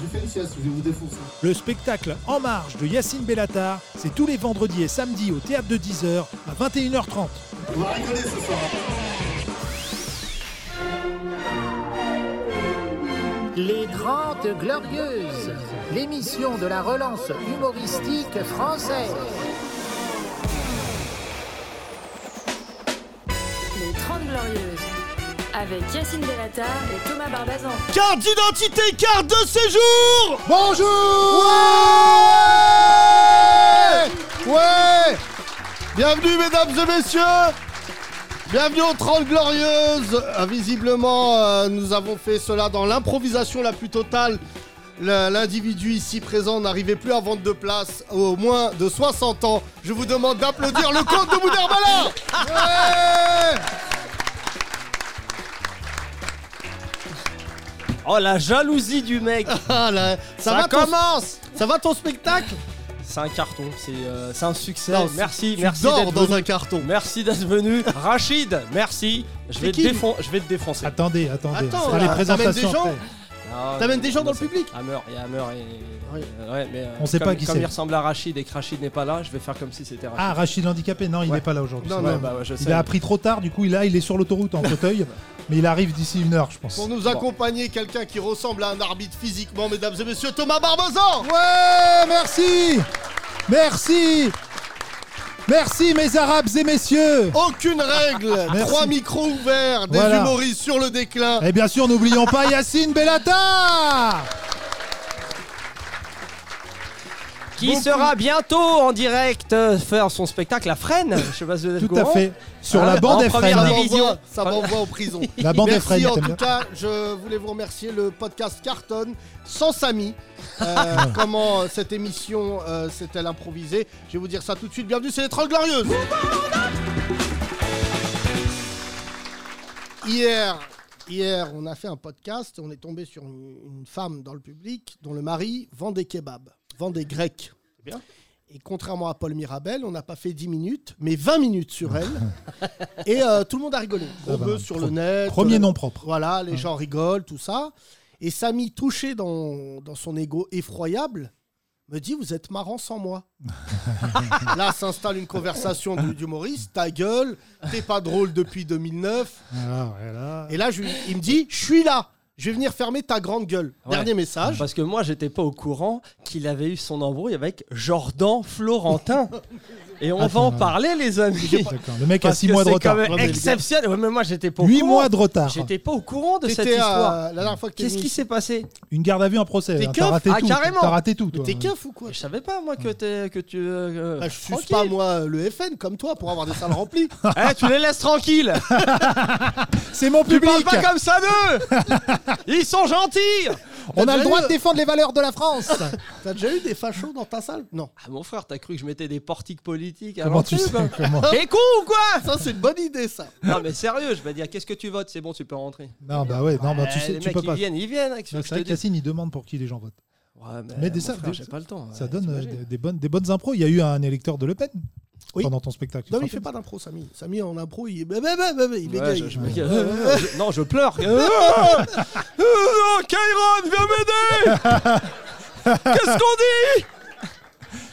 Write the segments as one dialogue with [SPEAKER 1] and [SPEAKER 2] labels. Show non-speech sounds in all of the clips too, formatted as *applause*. [SPEAKER 1] J'ai fait une sieste, je vais vous hein. défoncer.
[SPEAKER 2] Le spectacle En Marche de Yacine Bellatar, c'est tous les vendredis et samedis au théâtre de 10h à 21h30.
[SPEAKER 1] On va rigoler ce soir.
[SPEAKER 3] Les 30 Glorieuses, l'émission de la relance humoristique française.
[SPEAKER 4] Les 30 Glorieuses, avec Yacine Delata et Thomas Barbazan.
[SPEAKER 2] hein.
[SPEAKER 5] Carte d'identité, carte de séjour
[SPEAKER 6] Bonjour Ouais Ouais Bienvenue mesdames et messieurs Bienvenue aux 30 Glorieuses Euh, Visiblement, euh, nous avons fait cela dans l'improvisation la plus totale. Le- L'individu ici présent n'arrivait plus à vendre de place au moins de 60 ans. Je vous demande d'applaudir le comte de Boudherbala Ouais
[SPEAKER 5] Oh la jalousie du mec
[SPEAKER 6] *laughs* Ah là, ça,
[SPEAKER 5] Ça
[SPEAKER 6] va ton-
[SPEAKER 5] commence
[SPEAKER 6] Ça va ton spectacle
[SPEAKER 5] C'est un carton, c'est euh, c'est un succès.
[SPEAKER 6] Non,
[SPEAKER 5] merci,
[SPEAKER 6] Tu
[SPEAKER 5] merci
[SPEAKER 6] dors
[SPEAKER 5] d'être
[SPEAKER 6] dans
[SPEAKER 5] venu.
[SPEAKER 6] un carton.
[SPEAKER 5] Merci d'être venu.
[SPEAKER 6] *laughs*
[SPEAKER 5] Rachid, merci. Je vais, te
[SPEAKER 6] qui
[SPEAKER 5] défon- je vais te défoncer.
[SPEAKER 2] Attendez, attendez,
[SPEAKER 6] Attends,
[SPEAKER 2] on fera les
[SPEAKER 6] là, t'amènes des
[SPEAKER 2] présentations
[SPEAKER 6] gens
[SPEAKER 2] après.
[SPEAKER 5] Ah,
[SPEAKER 6] T'amènes des gens dans le
[SPEAKER 5] c'est-
[SPEAKER 6] public
[SPEAKER 5] Hammer, il y a Hammer et.
[SPEAKER 6] Oui.
[SPEAKER 5] euh, ouais, mais, euh,
[SPEAKER 2] On sait
[SPEAKER 5] comme-
[SPEAKER 2] pas qui
[SPEAKER 5] Comme
[SPEAKER 2] c'est.
[SPEAKER 5] il ressemble à Rachid et que Rachid n'est pas là, je vais faire comme si c'était Rachid.
[SPEAKER 2] Ah, Rachid handicapé, non, il
[SPEAKER 5] Ouais.
[SPEAKER 2] n'est pas là aujourd'hui.
[SPEAKER 6] Non,
[SPEAKER 2] c'est
[SPEAKER 5] Ouais,
[SPEAKER 2] vrai.
[SPEAKER 5] bah ouais, je sais.
[SPEAKER 2] Il a appris trop tard, du coup, là, il est sur l'autoroute en fauteuil, mais il arrive d'ici une heure, je pense.
[SPEAKER 6] Pour nous
[SPEAKER 5] Bon.
[SPEAKER 6] accompagner, quelqu'un qui ressemble à un arbitre physiquement, mesdames et messieurs, Thomas Barbazan
[SPEAKER 2] Ouais, merci Merci Merci, mes arabes et messieurs
[SPEAKER 6] Aucune règle
[SPEAKER 2] Merci.
[SPEAKER 6] Trois micros ouverts, des
[SPEAKER 2] Voilà.
[SPEAKER 6] humoristes sur le déclin
[SPEAKER 2] Et Eh bien sûr,
[SPEAKER 1] *laughs*
[SPEAKER 2] n'oublions pas Yacine Bellata
[SPEAKER 5] Qui sera bientôt en direct euh, faire son spectacle à Fresnes. Je sais pas si vous êtes au
[SPEAKER 2] Tout à
[SPEAKER 5] courant.
[SPEAKER 2] fait. Sur
[SPEAKER 5] Ah,
[SPEAKER 2] la
[SPEAKER 5] en
[SPEAKER 2] bande
[SPEAKER 5] première
[SPEAKER 6] Ça
[SPEAKER 2] Efren.
[SPEAKER 5] division.
[SPEAKER 6] m'envoie- Ça m'envoie en prison.
[SPEAKER 2] La bande Efren,
[SPEAKER 6] Merci en
[SPEAKER 2] t'aimes
[SPEAKER 6] tout
[SPEAKER 2] bien.
[SPEAKER 6] cas, je voulais vous remercier. Le podcast Carton sans Samy. Euh, comment euh, cette émission euh, s'est-elle improvisée Je vais vous dire ça tout de suite. Bienvenue, c'est les 30 Glorieuses Hier, hier, on a fait un podcast. On est tombé sur une, une femme dans le public dont le mari vend des kebabs, vend des grecs.
[SPEAKER 5] bien.
[SPEAKER 6] Et contrairement à Paul Mirabel, on n'a pas fait 10 minutes, mais 20 minutes sur elle. Et euh, tout le monde a rigolé.
[SPEAKER 2] Ah
[SPEAKER 6] On
[SPEAKER 2] bah,
[SPEAKER 6] veut sur le
[SPEAKER 2] pro-
[SPEAKER 6] net.
[SPEAKER 2] Premier
[SPEAKER 6] euh,
[SPEAKER 2] nom propre. Mmh.
[SPEAKER 6] voilà, les gens rigolent, tout ça. Et Samy, touché dans, dans son ego effroyable, me dit Vous êtes marrant sans
[SPEAKER 2] *laughs*
[SPEAKER 6] moi. Là s'installe une conversation du- d'humoriste Ta gueule, t'es pas drôle depuis 2009. Et là, je lui- il me dit Je suis là, je vais venir fermer ta grande gueule.
[SPEAKER 5] Ouais.
[SPEAKER 6] Dernier message.
[SPEAKER 5] Parce que moi, j'étais pas au courant qu'il avait eu son embrouille avec Jordan
[SPEAKER 6] *laughs*
[SPEAKER 5] Florentin. Et on va en
[SPEAKER 2] Attends.
[SPEAKER 5] parler, les amis.
[SPEAKER 2] D'accord, Le mec a
[SPEAKER 5] Parce
[SPEAKER 2] 6
[SPEAKER 5] que
[SPEAKER 2] mois de
[SPEAKER 5] c'est
[SPEAKER 2] retard.
[SPEAKER 5] quand même
[SPEAKER 6] Ouais, mais le gars-
[SPEAKER 5] exceptionnel. Ouais, mais moi, j'étais pas au
[SPEAKER 2] 8
[SPEAKER 5] courant.
[SPEAKER 2] mois de retard.
[SPEAKER 5] J'étais pas au courant de cette
[SPEAKER 6] T'étais à-
[SPEAKER 5] histoire.
[SPEAKER 6] La dernière fois que t'es
[SPEAKER 5] Qu'est-ce qui
[SPEAKER 6] venu-
[SPEAKER 5] s'est passé
[SPEAKER 2] Une garde à vue, un procès.
[SPEAKER 6] T'es
[SPEAKER 2] hein,
[SPEAKER 6] keuf
[SPEAKER 2] T'as raté
[SPEAKER 5] Ah,
[SPEAKER 2] tout.
[SPEAKER 5] carrément.
[SPEAKER 2] T'as raté tout. toi.
[SPEAKER 6] T'es keuf ou quoi
[SPEAKER 5] Je savais pas, moi, que, t'es- que tu. euh,
[SPEAKER 6] Bah, Je suce
[SPEAKER 5] tranquille.
[SPEAKER 6] pas, moi, le FN comme toi pour avoir des salles remplies.
[SPEAKER 5] Eh, tu les laisses tranquilles.
[SPEAKER 2] *laughs* C'est mon
[SPEAKER 5] tu
[SPEAKER 2] public.
[SPEAKER 5] parles pas comme ça d'eux. Ils sont gentils.
[SPEAKER 6] *laughs*
[SPEAKER 2] On a le
[SPEAKER 6] T'as
[SPEAKER 2] droit
[SPEAKER 6] déjà
[SPEAKER 2] de défendre les valeurs de la France.
[SPEAKER 6] *laughs* T'as déjà eu des fachos dans ta salle Non.
[SPEAKER 5] Ah, mon frère, t'as cru que je mettais des portiques politiques à
[SPEAKER 2] Comment tu
[SPEAKER 5] l'entrée,
[SPEAKER 2] sais
[SPEAKER 5] ben *laughs*
[SPEAKER 2] comment
[SPEAKER 5] T'es con ou quoi
[SPEAKER 6] Ça, c'est une bonne idée, ça.
[SPEAKER 5] Non, mais sérieux, je vais dire qu'est-ce que tu votes C'est bon, tu peux rentrer.
[SPEAKER 2] Non, bah ouais, non, bah tu
[SPEAKER 5] Eh,
[SPEAKER 2] sais,
[SPEAKER 5] les
[SPEAKER 2] tu
[SPEAKER 5] mecs,
[SPEAKER 2] peux
[SPEAKER 5] ils
[SPEAKER 2] pas.
[SPEAKER 5] viennent, ils viennent. hein, qu'est-ce
[SPEAKER 2] C'est
[SPEAKER 5] que je te
[SPEAKER 2] vrai que
[SPEAKER 5] dis
[SPEAKER 2] Cassine, il demande pour qui les gens votent.
[SPEAKER 5] Ouais,
[SPEAKER 2] Mais des
[SPEAKER 5] mon
[SPEAKER 2] ça-
[SPEAKER 5] frère,
[SPEAKER 2] des-
[SPEAKER 5] j'ai pas le temps.
[SPEAKER 2] Ça
[SPEAKER 5] ouais,
[SPEAKER 2] donne euh,
[SPEAKER 5] t'imagines.
[SPEAKER 2] des, des bonnes, des bonnes impros. Il y a eu un électeur de Le Pen
[SPEAKER 6] Oui.
[SPEAKER 2] pendant ton spectacle.
[SPEAKER 6] Non,
[SPEAKER 2] tu
[SPEAKER 6] mais il
[SPEAKER 2] te
[SPEAKER 6] fait
[SPEAKER 2] rappelles
[SPEAKER 6] pas d'impro, Samy. Samy, en impro, il, bah, bah, bah, bah, bah, il
[SPEAKER 5] Ouais,
[SPEAKER 6] bégaye.
[SPEAKER 5] je- je me- euh, euh, je- non, je
[SPEAKER 2] *laughs*
[SPEAKER 5] pleure. Euh,
[SPEAKER 2] Bah,
[SPEAKER 5] euh, euh, Kairon, viens m'aider Qu'est-ce qu'on dit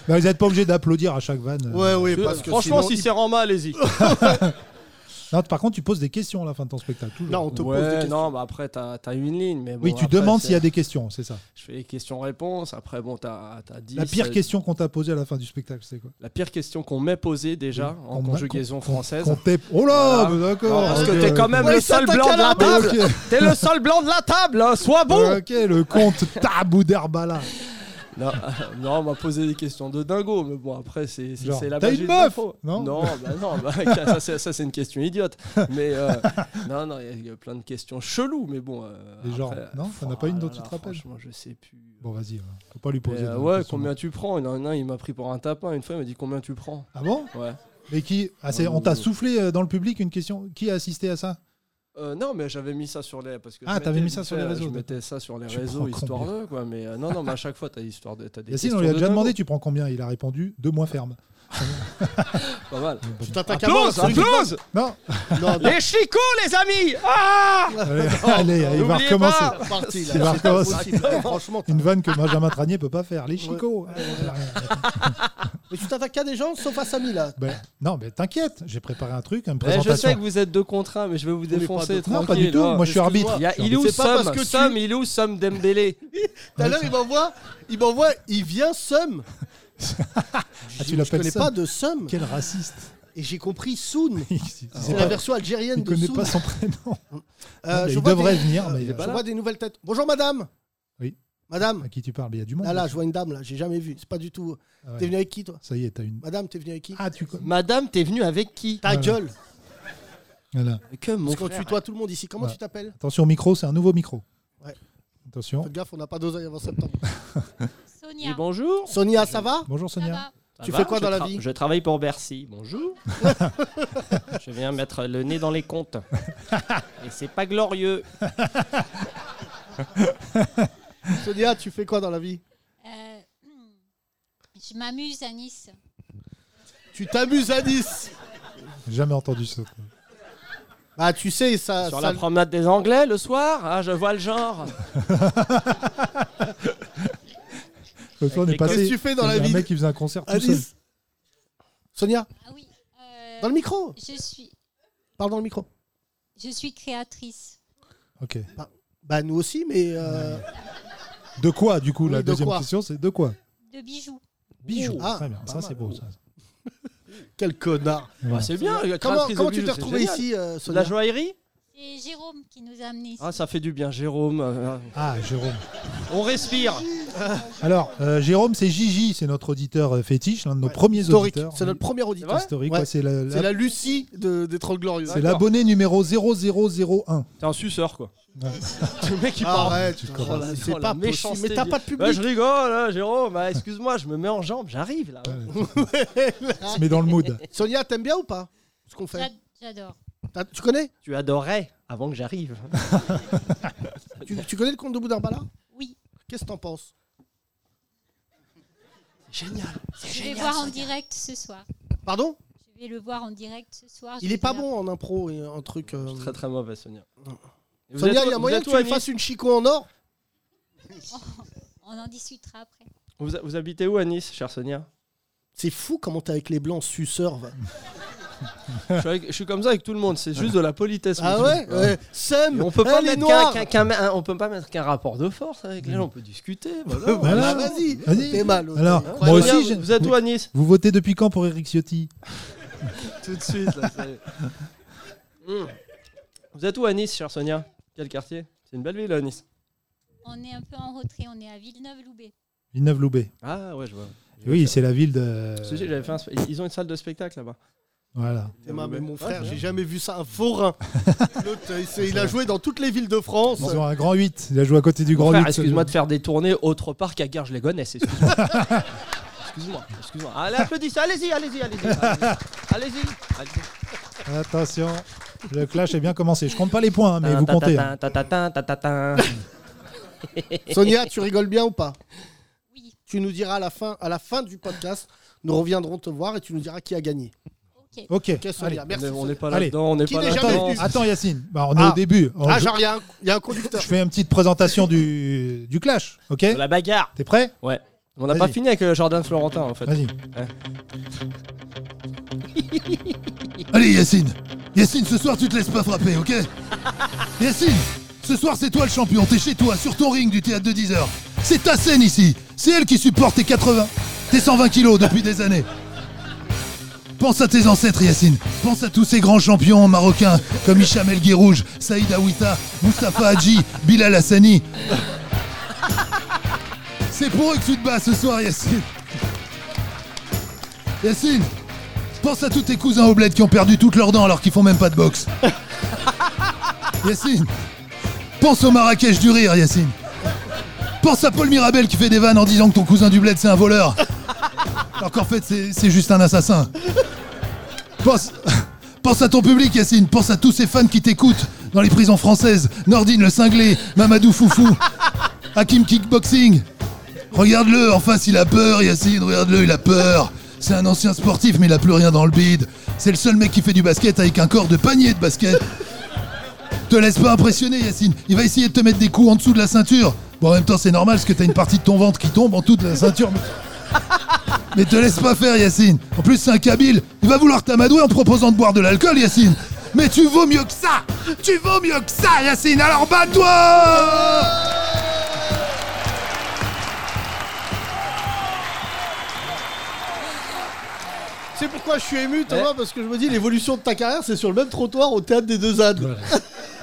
[SPEAKER 2] Bah, vous n'êtes pas obligé d'applaudir à chaque vanne. euh.
[SPEAKER 6] Ouais, oui, parce que
[SPEAKER 5] Franchement,
[SPEAKER 6] sinon,
[SPEAKER 5] si c'est en main,
[SPEAKER 6] *laughs*
[SPEAKER 5] allez-y. *laughs*
[SPEAKER 2] Non, par contre, tu poses des questions à la fin de ton spectacle. toujours.
[SPEAKER 6] Non, on te pose des
[SPEAKER 5] Ouais,
[SPEAKER 6] questions.
[SPEAKER 5] non, bah après, t'as as une ligne. Mais bon,
[SPEAKER 2] Oui, tu
[SPEAKER 5] après,
[SPEAKER 2] demandes
[SPEAKER 5] c'est-
[SPEAKER 2] s'il y a des questions, c'est ça.
[SPEAKER 5] Je fais les questions-réponses. Après, bon, t'as as 10.
[SPEAKER 2] La pire
[SPEAKER 5] euh,
[SPEAKER 2] question qu'on t'a posée à la fin du spectacle, c'est quoi
[SPEAKER 5] La pire question qu'on m'ait posée déjà en
[SPEAKER 2] Qu'on-
[SPEAKER 5] conjugaison
[SPEAKER 2] qu'on-
[SPEAKER 5] française.
[SPEAKER 2] qu'on t'ait- Oh
[SPEAKER 5] Voilà.
[SPEAKER 2] là, bah, d'accord.
[SPEAKER 5] Non, parce que
[SPEAKER 2] ok.
[SPEAKER 5] t'es quand même
[SPEAKER 6] Ouais,
[SPEAKER 5] le
[SPEAKER 6] il
[SPEAKER 5] seul
[SPEAKER 6] s'attaque
[SPEAKER 5] blanc
[SPEAKER 6] à
[SPEAKER 5] de la
[SPEAKER 6] la
[SPEAKER 5] table.
[SPEAKER 2] Ok.
[SPEAKER 5] T'es le seul blanc de la table. hein, Sois bon.
[SPEAKER 2] Ok, le compte Tabou d'Herbala.
[SPEAKER 5] Non, *laughs* euh, non, on m'a posé des questions de dingo, mais bon, après, c'est c'est-
[SPEAKER 2] Genre,
[SPEAKER 5] c'est la
[SPEAKER 2] t'as
[SPEAKER 5] magie
[SPEAKER 2] une
[SPEAKER 5] de
[SPEAKER 2] meuf
[SPEAKER 5] l'info.
[SPEAKER 2] Non
[SPEAKER 5] Non, bah *laughs* non, bah, ça, c'est- ça, c'est une question idiote. Mais
[SPEAKER 2] *laughs*
[SPEAKER 5] euh, non, non, il y a- il y, a plein de questions cheloues, mais bon. euh,
[SPEAKER 2] Des genres, non
[SPEAKER 5] pff,
[SPEAKER 2] T'en as pas une dont tu te
[SPEAKER 5] là,
[SPEAKER 2] rappelles
[SPEAKER 5] Franchement, je sais plus. euh.
[SPEAKER 2] Bon, vas-y, ouais. faut pas lui
[SPEAKER 5] Mais,
[SPEAKER 2] poser.
[SPEAKER 5] euh,
[SPEAKER 2] de
[SPEAKER 5] ouais,
[SPEAKER 2] questions.
[SPEAKER 5] combien tu prends Il y en a un, il m'a pris pour un tapin. Une fois, il m'a dit combien tu prends
[SPEAKER 2] Ah bon
[SPEAKER 5] Ouais.
[SPEAKER 7] euh,
[SPEAKER 2] Mais qui ah, c'est- On t'a soufflé euh, dans le public une question. Qui a assisté à ça
[SPEAKER 5] Euh, non, mais j'avais mis ça sur les. Parce que
[SPEAKER 7] Ah,
[SPEAKER 5] je
[SPEAKER 7] t'avais
[SPEAKER 5] mettais
[SPEAKER 7] mis ça
[SPEAKER 5] vite
[SPEAKER 7] sur les
[SPEAKER 5] fait,
[SPEAKER 7] réseaux,
[SPEAKER 5] Je
[SPEAKER 7] d'accord.
[SPEAKER 5] mettais ça sur les
[SPEAKER 7] Tu
[SPEAKER 5] réseaux,
[SPEAKER 7] prends
[SPEAKER 5] histoire
[SPEAKER 7] combien
[SPEAKER 5] de, quoi. Mais euh, non, non, mais à chaque fois, t'as histoire de. T'as des
[SPEAKER 7] Yacine,
[SPEAKER 5] questions
[SPEAKER 7] on lui a
[SPEAKER 5] de
[SPEAKER 7] déjà
[SPEAKER 5] dingo.
[SPEAKER 7] demandé, tu prends combien Il a répondu deux
[SPEAKER 5] *laughs*
[SPEAKER 7] mois ferme.
[SPEAKER 5] Pas mal.
[SPEAKER 6] Tu t'attaques à moi,
[SPEAKER 5] Applause,
[SPEAKER 6] c'est une-
[SPEAKER 5] applause *laughs*
[SPEAKER 7] Non,
[SPEAKER 6] Non, non,
[SPEAKER 5] Les chicots, les amis Ah
[SPEAKER 7] allez, *laughs* allez, il va
[SPEAKER 5] N'oubliez
[SPEAKER 7] recommencer.
[SPEAKER 5] pas.
[SPEAKER 6] c'est parti, là.
[SPEAKER 7] Il va
[SPEAKER 6] C'est pas
[SPEAKER 7] recommencer.
[SPEAKER 6] possible,
[SPEAKER 7] *laughs*
[SPEAKER 6] là, Franchement,
[SPEAKER 7] Une vanne que Benjamin Tranier peut pas faire. Les chicots.
[SPEAKER 6] *laughs* mais tu t'attaques à des gens, sauf à Samy, là.
[SPEAKER 7] Ben, non, mais t'inquiète, j'ai préparé un truc, une
[SPEAKER 5] Eh, Je sais
[SPEAKER 7] présentation.
[SPEAKER 5] que vous êtes deux contre un, mais je vais vous
[SPEAKER 6] est pas
[SPEAKER 5] défoncer
[SPEAKER 6] deux-
[SPEAKER 5] tranquille.
[SPEAKER 7] non, pas du tout.
[SPEAKER 5] là.
[SPEAKER 7] Moi, je suis arbitre.
[SPEAKER 5] Il y a- il est
[SPEAKER 6] C'est
[SPEAKER 5] où
[SPEAKER 6] pas parce
[SPEAKER 5] Sam
[SPEAKER 6] que tu-
[SPEAKER 5] Sam, il est où Sam Dembélé
[SPEAKER 6] Tout à l'heure, il m'envoie, il m'envoie, il vient Sum.
[SPEAKER 7] *laughs* Ah, tu
[SPEAKER 6] Je
[SPEAKER 7] l'appelles
[SPEAKER 6] connais
[SPEAKER 7] Sam.
[SPEAKER 6] pas de Sum.
[SPEAKER 7] Quel raciste.
[SPEAKER 6] Et j'ai compris Soon.
[SPEAKER 7] *laughs* Il
[SPEAKER 6] C'est la
[SPEAKER 7] pas-
[SPEAKER 6] version algérienne
[SPEAKER 7] il
[SPEAKER 6] de
[SPEAKER 7] connaît
[SPEAKER 6] Soun.
[SPEAKER 7] pas son prénom.
[SPEAKER 6] *laughs* Euh,
[SPEAKER 7] mais
[SPEAKER 6] je
[SPEAKER 7] il
[SPEAKER 6] vois
[SPEAKER 7] devrait
[SPEAKER 6] des- *laughs*
[SPEAKER 7] venir, mais,
[SPEAKER 6] je
[SPEAKER 7] euh,
[SPEAKER 6] vois des nouvelles têtes. Bonjour, madame.
[SPEAKER 7] Oui.
[SPEAKER 6] Madame. Ah,
[SPEAKER 7] À qui tu parles Mais Il y a du monde.
[SPEAKER 6] Là, là,
[SPEAKER 7] là.
[SPEAKER 6] je vois une dame, là. J'ai jamais vu. C'est pas du tout.
[SPEAKER 7] Ah ouais.
[SPEAKER 6] T'es venu avec qui, toi
[SPEAKER 7] Ça y est, t'as une.
[SPEAKER 6] Madame, t'es venu avec qui
[SPEAKER 7] Ah, tu.
[SPEAKER 5] Madame, t'es venu avec qui
[SPEAKER 6] Ta
[SPEAKER 7] voilà.
[SPEAKER 6] gueule.
[SPEAKER 7] Voilà.
[SPEAKER 5] Que mon
[SPEAKER 6] Parce qu'on tutoie tout le monde ici. Comment
[SPEAKER 7] Ouais.
[SPEAKER 6] tu t'appelles
[SPEAKER 7] Attention au micro, c'est un nouveau micro.
[SPEAKER 6] Ouais.
[SPEAKER 7] Attention.
[SPEAKER 6] Faites gaffe, on n'a pas d'oseille avant
[SPEAKER 5] *laughs*
[SPEAKER 6] septembre.
[SPEAKER 5] Et
[SPEAKER 4] Sonia.
[SPEAKER 5] bonjour.
[SPEAKER 6] Sonia, ça va
[SPEAKER 7] Bonjour
[SPEAKER 4] Ça
[SPEAKER 7] Sonia.
[SPEAKER 4] va
[SPEAKER 5] Ça
[SPEAKER 6] Tu
[SPEAKER 5] va
[SPEAKER 6] fais quoi
[SPEAKER 5] Je
[SPEAKER 6] dans la
[SPEAKER 5] tra-
[SPEAKER 6] vie
[SPEAKER 5] Je travaille pour Bercy.
[SPEAKER 6] *laughs*
[SPEAKER 5] Bonjour. je viens mettre le nez dans les comptes. Et c'est pas
[SPEAKER 6] *laughs*
[SPEAKER 5] glorieux.
[SPEAKER 6] Sonia, ah, tu fais quoi dans la vie
[SPEAKER 4] Euh, Je m'amuse à Nice.
[SPEAKER 6] Tu t'amuses à Nice
[SPEAKER 7] Jamais entendu ça. quoi.
[SPEAKER 6] Bah, tu sais, ça.
[SPEAKER 5] Sur
[SPEAKER 6] ça-
[SPEAKER 5] la promenade des Anglais le soir, ah, je vois le genre.
[SPEAKER 7] L'autre fois, on est
[SPEAKER 5] les
[SPEAKER 7] passé.
[SPEAKER 6] Qu'est-ce que tu fais dans
[SPEAKER 7] il y
[SPEAKER 6] la
[SPEAKER 7] a un
[SPEAKER 6] vie
[SPEAKER 7] mec qui faisait un concert tout
[SPEAKER 6] à
[SPEAKER 7] seul.
[SPEAKER 6] Nice Sonia,
[SPEAKER 4] Ah oui. euh,
[SPEAKER 6] dans le micro
[SPEAKER 4] je suis,
[SPEAKER 6] Parle dans le micro.
[SPEAKER 4] je suis créatrice.
[SPEAKER 7] Ok.
[SPEAKER 6] Bah, nous aussi, mais. euh,
[SPEAKER 7] De quoi, du coup
[SPEAKER 6] Oui,
[SPEAKER 7] La
[SPEAKER 6] de
[SPEAKER 7] deuxième
[SPEAKER 6] quoi
[SPEAKER 7] question, c'est de quoi
[SPEAKER 4] De bijoux.
[SPEAKER 7] Bijoux.
[SPEAKER 5] Oh,
[SPEAKER 6] Ah,
[SPEAKER 7] Très bien.
[SPEAKER 6] pas
[SPEAKER 7] Ça, c'est
[SPEAKER 6] mal.
[SPEAKER 7] beau. Ça.
[SPEAKER 6] Quel connard
[SPEAKER 5] Bah, c'est bien. la
[SPEAKER 6] Comment,
[SPEAKER 5] créatrice de
[SPEAKER 6] comment tu
[SPEAKER 5] bijoux,
[SPEAKER 6] t'es
[SPEAKER 5] c'est
[SPEAKER 6] retrouvé
[SPEAKER 5] génial.
[SPEAKER 6] ici, euh,
[SPEAKER 5] La
[SPEAKER 6] Sonia
[SPEAKER 5] joaillerie
[SPEAKER 4] C'est Jérôme qui nous a amenés ici.
[SPEAKER 5] Ah, ça fait du bien, Jérôme. euh,
[SPEAKER 7] Ah, Jérôme.
[SPEAKER 5] On respire.
[SPEAKER 7] Alors, euh, Jérôme, c'est Gigi, c'est notre auditeur euh, fétiche, l'un de nos
[SPEAKER 6] Ouais,
[SPEAKER 7] premiers
[SPEAKER 6] Historique.
[SPEAKER 7] auditeurs.
[SPEAKER 6] C'est notre premier auditeur.
[SPEAKER 5] vrai
[SPEAKER 7] Historique,
[SPEAKER 6] Ouais.
[SPEAKER 7] ouais, c'est la- la-
[SPEAKER 6] C'est la Lucie de, des Trolls Glorieux.
[SPEAKER 7] c'est l'abonné numéro 0001.
[SPEAKER 5] T'es un suceur, quoi.
[SPEAKER 7] Ouais.
[SPEAKER 5] *laughs* le mec, il parle.
[SPEAKER 6] Arrête,
[SPEAKER 7] Tu
[SPEAKER 6] oh
[SPEAKER 7] commences.
[SPEAKER 6] là,
[SPEAKER 5] Oh,
[SPEAKER 6] c'est
[SPEAKER 5] la
[SPEAKER 6] pas possible.
[SPEAKER 5] méchanceté
[SPEAKER 6] Mais t'as
[SPEAKER 5] du-
[SPEAKER 6] pas de
[SPEAKER 5] Bah,
[SPEAKER 6] public.
[SPEAKER 5] je rigole, hein, Jérôme. Ah, Excuse-moi, je me mets en jambe, j'arrive là.
[SPEAKER 7] Mais dans le mood.
[SPEAKER 6] Sonia, t'aimes bien ou pas ce qu'on fait
[SPEAKER 4] J'a- J'adore.
[SPEAKER 6] T'as- Tu connais
[SPEAKER 5] Tu adorais avant que
[SPEAKER 6] *laughs*
[SPEAKER 5] j'arrive.
[SPEAKER 6] tu, tu connais le compte de Boudarbala
[SPEAKER 4] Oui.
[SPEAKER 6] Qu'est-ce que t'en penses
[SPEAKER 5] Génial. C'est
[SPEAKER 4] Je vais voir en direct ce soir.
[SPEAKER 6] Pardon
[SPEAKER 4] Je vais le voir en direct ce soir. Je
[SPEAKER 6] Il
[SPEAKER 4] vais
[SPEAKER 6] est pas
[SPEAKER 4] voir-
[SPEAKER 6] bon en impro et en truc. euh,
[SPEAKER 5] Très très mauvais, Sonia. Et vous
[SPEAKER 6] Sonia,
[SPEAKER 5] êtes-
[SPEAKER 6] il y a
[SPEAKER 5] vous
[SPEAKER 6] moyen
[SPEAKER 5] êtes
[SPEAKER 6] que
[SPEAKER 5] où
[SPEAKER 6] tu
[SPEAKER 5] à
[SPEAKER 6] lui
[SPEAKER 5] Nice
[SPEAKER 6] fasses une chico en or
[SPEAKER 4] *laughs* On en discutera après.
[SPEAKER 5] Vous, vous habitez où à Nice, chère Sonia
[SPEAKER 6] C'est fou comment t'es avec les blancs suceurs. va.
[SPEAKER 5] je, suis avec- je suis comme ça avec tout le monde, c'est juste de la politesse.
[SPEAKER 6] Ah
[SPEAKER 5] mon
[SPEAKER 6] ouais,
[SPEAKER 5] Dieu.
[SPEAKER 6] ouais. Sem,
[SPEAKER 5] Et On peut pas
[SPEAKER 6] elle est
[SPEAKER 5] mettre qu'un,
[SPEAKER 6] noire.
[SPEAKER 5] qu'un- qu'un- un- on peut pas mettre qu'un rapport de force avec les gens, on peut discuter. Mm. Voilà.
[SPEAKER 6] Voilà,
[SPEAKER 7] Voilà.
[SPEAKER 6] bah vas-y,
[SPEAKER 7] Vas-y.
[SPEAKER 6] t'es mal.
[SPEAKER 7] Alors,
[SPEAKER 6] t'es
[SPEAKER 7] moi
[SPEAKER 6] incroyable.
[SPEAKER 7] aussi, j'ai-
[SPEAKER 5] Sonia, vous êtes où à Nice
[SPEAKER 7] Vous votez depuis quand pour Eric Ciotti
[SPEAKER 5] *laughs* Tout de suite. Là, ça y est. Mm. Vous êtes où à Nice, chère Sonia Quel quartier C'est une belle ville à Nice.
[SPEAKER 4] On est un peu en retrait. On est à Villeneuve-Loubet.
[SPEAKER 7] Villeneuve-Loubet.
[SPEAKER 5] Ah ouais, je vois.
[SPEAKER 7] Oui, c'est la ville de.
[SPEAKER 5] Parce que j'avais fait un spe- Ils ont une salle de spectacle là-bas.
[SPEAKER 7] Voilà.
[SPEAKER 6] T'es mal, mais mon frère,
[SPEAKER 5] Ouais,
[SPEAKER 6] j'ai jamais vu ça, un
[SPEAKER 5] *laughs*
[SPEAKER 6] forain. L'autre, il, s'est- il a joué dans toutes les villes de France.
[SPEAKER 7] Ils ont un grand 8. Il a joué à côté du
[SPEAKER 5] Mon
[SPEAKER 7] grand
[SPEAKER 5] frère,
[SPEAKER 7] 8.
[SPEAKER 5] excuse-moi de faire des tournées autre part qu'à garges les gonesse excuse-moi. *laughs* excuse-moi, excuse-moi. Ah, Allez, applaudissez, allez-y, allez-y, allez-y. *laughs* Allez-y. allez-y.
[SPEAKER 7] Attention, le clash est bien commencé. Je compte pas les points, hein, mais vous comptez. hein.
[SPEAKER 6] Sonia, tu rigoles bien ou pas
[SPEAKER 4] Oui.
[SPEAKER 6] Tu nous diras à la, fin, à la fin du podcast, nous reviendrons te voir et tu nous diras qui a gagné.
[SPEAKER 4] Ok.
[SPEAKER 7] Ok.
[SPEAKER 6] Ok, Sonia,
[SPEAKER 7] Allez.
[SPEAKER 6] merci.
[SPEAKER 5] on n'est
[SPEAKER 6] Sonia.
[SPEAKER 5] pas
[SPEAKER 7] Allez.
[SPEAKER 5] là-dedans, on n'est
[SPEAKER 6] Qui
[SPEAKER 5] pas
[SPEAKER 6] n'est jamais
[SPEAKER 5] là-dedans.
[SPEAKER 7] Attends,
[SPEAKER 6] venu
[SPEAKER 7] attends, Yacine, Bah, on est
[SPEAKER 6] Ah.
[SPEAKER 7] au début.
[SPEAKER 6] Ah,
[SPEAKER 7] je,
[SPEAKER 6] genre, il y a un- il y, a un conducteur.
[SPEAKER 7] je fais une petite présentation du, du clash, ok
[SPEAKER 5] De la bagarre.
[SPEAKER 7] T'es prêt
[SPEAKER 5] Ouais. On n'a
[SPEAKER 7] Vas-y.
[SPEAKER 5] pas fini avec le jardin florentin en fait.
[SPEAKER 7] Vas-y. Allez Yacine Yacine, ce soir tu te laisses pas frapper, ok *laughs* Yacine Ce soir c'est toi le champion, t'es chez toi, sur ton ring du théâtre de 10h. C'est ta scène ici C'est elle qui supporte tes 80, tes 120 kilos depuis des années. Pense à tes ancêtres, Yacine. Pense à tous ces grands champions marocains comme Hicham El Guérouge, Saïd Aouita, Mustafa Hadji, Bilal Hassani. C'est pour eux que tu te bats ce soir, Yacine. Yacine, pense à tous tes cousins au bled qui ont perdu toutes leurs dents alors qu'ils font même pas de boxe. Yacine, pense au Marrakech du rire, Yacine. Pense à Paul Mirabel qui fait des vannes en disant que ton cousin du bled c'est un voleur. Alors qu'en fait, c'est c'est juste un assassin. Pense, Pense à ton public, Yacine. Pense à tous ces fans qui t'écoutent dans les prisons françaises. Nordine le cinglé, Mamadou Foufou, Hakim Kickboxing. Regarde-le, en face, il a peur, Yacine. Regarde-le, il a peur. C'est un ancien sportif, mais il a plus rien dans le bide. C'est le seul mec qui fait du basket avec un corps de panier de basket. Te laisse pas impressionner, Yacine. Il va essayer de te mettre des coups en dessous de la ceinture. Bon, en même temps, c'est normal parce que t'as une partie de ton ventre qui tombe en dessous de la ceinture. Mais te laisse pas faire, Yacine. En plus, c'est un kabyle. Il va vouloir t'amadouer en te proposant de boire de l'alcool, Yacine. Mais tu vaux mieux que ça Tu vaux mieux que ça, Yacine Alors bats-toi
[SPEAKER 6] C'est pourquoi je suis ému, Thomas, parce que je me dis l'évolution de ta carrière, c'est sur le même trottoir au théâtre des deux ânes.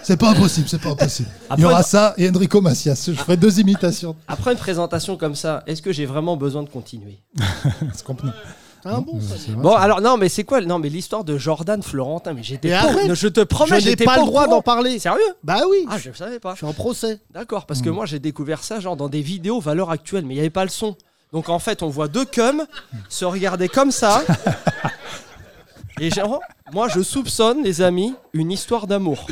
[SPEAKER 7] C'est pas impossible, c'est pas impossible. Il y aura ça et Enrico Macias. Je ferai deux imitations.
[SPEAKER 5] Après une présentation comme ça, est-ce que j'ai vraiment besoin de continuer
[SPEAKER 7] *laughs* C'est complètement-
[SPEAKER 6] C'est
[SPEAKER 5] Hein,
[SPEAKER 6] un bon, ça.
[SPEAKER 5] Bon, alors non, mais c'est quoi Non, mais l'histoire de Jordan Florentin, mais j'étais
[SPEAKER 6] Mais
[SPEAKER 5] pas.
[SPEAKER 6] arrête
[SPEAKER 5] non, Je te promets,
[SPEAKER 6] Je n'ai
[SPEAKER 5] j'étais
[SPEAKER 6] pas
[SPEAKER 5] au
[SPEAKER 6] le droit
[SPEAKER 5] courant.
[SPEAKER 6] d'en parler.
[SPEAKER 5] Sérieux
[SPEAKER 6] Bah oui,
[SPEAKER 5] Ah,
[SPEAKER 6] je...
[SPEAKER 5] je savais pas.
[SPEAKER 6] je suis en procès. Hmm.
[SPEAKER 5] D'accord, parce que moi j'ai découvert ça genre dans des vidéos valeur actuelle, mais il n'y avait pas le son. Donc en fait, on voit deux cums se regarder comme
[SPEAKER 6] *laughs*
[SPEAKER 5] ça. Et genre, moi je soupçonne, les amis, une histoire d'amour.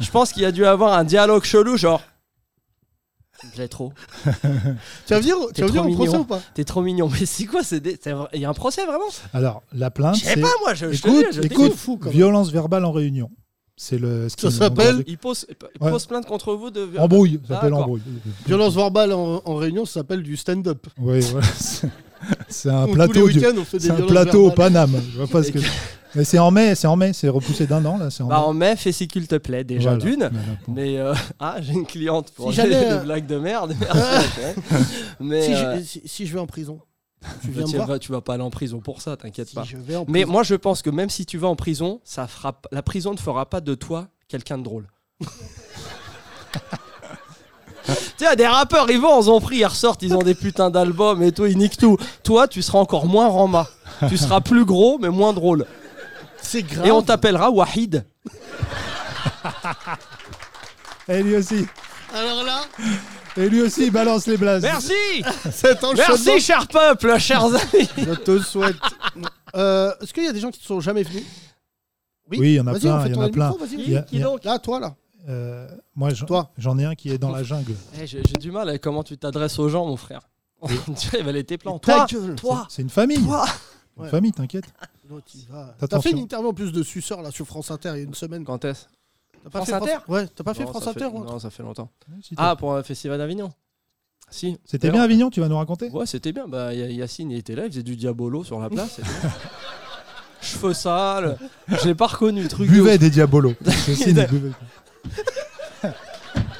[SPEAKER 5] Je pense qu'il y a dû avoir un dialogue chelou, genre. Tu me plais trop.
[SPEAKER 6] Tu vas venir, tu
[SPEAKER 5] T'es
[SPEAKER 6] vas venir
[SPEAKER 5] trop
[SPEAKER 6] au procès
[SPEAKER 5] mignon.
[SPEAKER 6] ou pas
[SPEAKER 5] T'es trop mignon. Mais c'est quoi c'est des- c'est vrai- Il y a un procès vraiment
[SPEAKER 8] Alors, la plainte,
[SPEAKER 5] Je sais
[SPEAKER 8] c'est
[SPEAKER 5] pas moi, je, je te
[SPEAKER 8] écoute,
[SPEAKER 5] dis, je
[SPEAKER 8] écoute,
[SPEAKER 5] t'écoute.
[SPEAKER 6] fou, quand même.
[SPEAKER 8] violence verbale en réunion. C'est le. ce
[SPEAKER 6] Ça
[SPEAKER 8] qui est le nom de la
[SPEAKER 6] s'appelle-
[SPEAKER 8] règle.
[SPEAKER 5] Il pose, il
[SPEAKER 8] Ouais.
[SPEAKER 5] pose plainte contre vous de.
[SPEAKER 8] embrouille. Ça s'appelle
[SPEAKER 5] D'accord.
[SPEAKER 8] embrouille.
[SPEAKER 6] Violence verbale en, en réunion, ça s'appelle du stand-up.
[SPEAKER 8] Ouais, ouais, *laughs* c'est- C'est un
[SPEAKER 6] Tous
[SPEAKER 8] plateau.
[SPEAKER 6] les
[SPEAKER 8] du-
[SPEAKER 6] week-ends, on fait des
[SPEAKER 8] C'est un
[SPEAKER 6] violences
[SPEAKER 8] plateau au
[SPEAKER 6] verbales.
[SPEAKER 8] Paname. Je vois pas ce que. *laughs* Mais c'est en mai. C'est en mai. C'est repoussé d'un an là. C'est en
[SPEAKER 5] Bah
[SPEAKER 8] mai.
[SPEAKER 5] en mai, fais si qu'il te plaît, déjà
[SPEAKER 8] Voilà.
[SPEAKER 5] d'une.
[SPEAKER 8] Voilà, bon.
[SPEAKER 5] Mais euh, *laughs* ah, j'ai une cliente pour *laughs*
[SPEAKER 6] Si
[SPEAKER 5] des
[SPEAKER 6] jamais, euh,
[SPEAKER 5] des blagues de
[SPEAKER 6] *laughs*
[SPEAKER 5] merde. merci, ouais. Mais
[SPEAKER 6] Si,
[SPEAKER 5] euh, Bah,
[SPEAKER 6] je, si- si je vais en prison, tu viens
[SPEAKER 5] tu,
[SPEAKER 6] me voir
[SPEAKER 5] vas, tu vas pas aller en prison pour ça, t'inquiète
[SPEAKER 6] Si
[SPEAKER 5] pas.
[SPEAKER 6] je vais en
[SPEAKER 5] Mais
[SPEAKER 6] prison.
[SPEAKER 5] moi, je pense que même si tu vas en prison, ça fera p- la prison ne fera pas de toi quelqu'un de
[SPEAKER 6] *laughs*
[SPEAKER 5] drôle. Tiens, des rappeurs, ils vont, ils ont pris, ils ressortent, ils ont des putains d'albums et tout, ils niquent tout. Toi, tu seras encore moins rama. Tu seras plus gros, mais moins drôle.
[SPEAKER 6] c'est grave.
[SPEAKER 5] Et on t'appellera
[SPEAKER 6] *laughs*
[SPEAKER 5] Wahid.
[SPEAKER 8] Et lui aussi.
[SPEAKER 6] *laughs* Alors là,
[SPEAKER 8] Et lui aussi il balance les blases.
[SPEAKER 6] *laughs*
[SPEAKER 5] Merci
[SPEAKER 6] c'est un
[SPEAKER 5] Merci, cher peuple, chers amis
[SPEAKER 6] Je te souhaite. Euh, Est-ce qu'il y a des gens qui ne sont jamais venus
[SPEAKER 8] Oui, il y en a
[SPEAKER 6] Vas-y,
[SPEAKER 8] plein,
[SPEAKER 6] on fait
[SPEAKER 8] il y en a
[SPEAKER 6] tourner le
[SPEAKER 8] plein.
[SPEAKER 6] micro, vas-y.
[SPEAKER 8] Il y a- il y a-
[SPEAKER 6] Là, toi, là.
[SPEAKER 8] Euh, moi, j'en-
[SPEAKER 6] Toi.
[SPEAKER 8] j'en ai un qui est dans la jungle.
[SPEAKER 5] Eh, J'ai j'ai du mal avec comment tu t'adresses aux gens, mon frère. *laughs* tu vois, il va les plans. Toi,
[SPEAKER 6] Ta gueule.
[SPEAKER 5] toi,
[SPEAKER 8] C'est une famille.
[SPEAKER 5] toi.
[SPEAKER 8] Une
[SPEAKER 6] Ouais.
[SPEAKER 8] famille, t'inquiète.
[SPEAKER 6] L'autre, il va.
[SPEAKER 8] T'as
[SPEAKER 6] T'as fait
[SPEAKER 8] attention.
[SPEAKER 6] une interview en plus de suceur là sur France Inter il y a une semaine.
[SPEAKER 5] Quand est-ce
[SPEAKER 6] T'as pas
[SPEAKER 5] France
[SPEAKER 6] fait
[SPEAKER 5] Inter
[SPEAKER 6] Ouais, t'as pas fait France Inter ou un truc
[SPEAKER 5] Non, ça fait longtemps.
[SPEAKER 8] Si t'as-
[SPEAKER 5] Ah, pour le Festival d'Avignon Si.
[SPEAKER 8] C'était bien Avignon, tu vas nous raconter
[SPEAKER 5] Ouais, c'était bien. Bah, Y- Yacine, il était là, il faisait du diabolo sur la place. c'était
[SPEAKER 8] *laughs*
[SPEAKER 5] bien. Cheveux sales. Je l'ai pas reconnu, le truc. de
[SPEAKER 8] Buvez des
[SPEAKER 5] *laughs*
[SPEAKER 6] *laughs*
[SPEAKER 8] diabolos. Ceci, des buvets.
[SPEAKER 5] ouf. *laughs*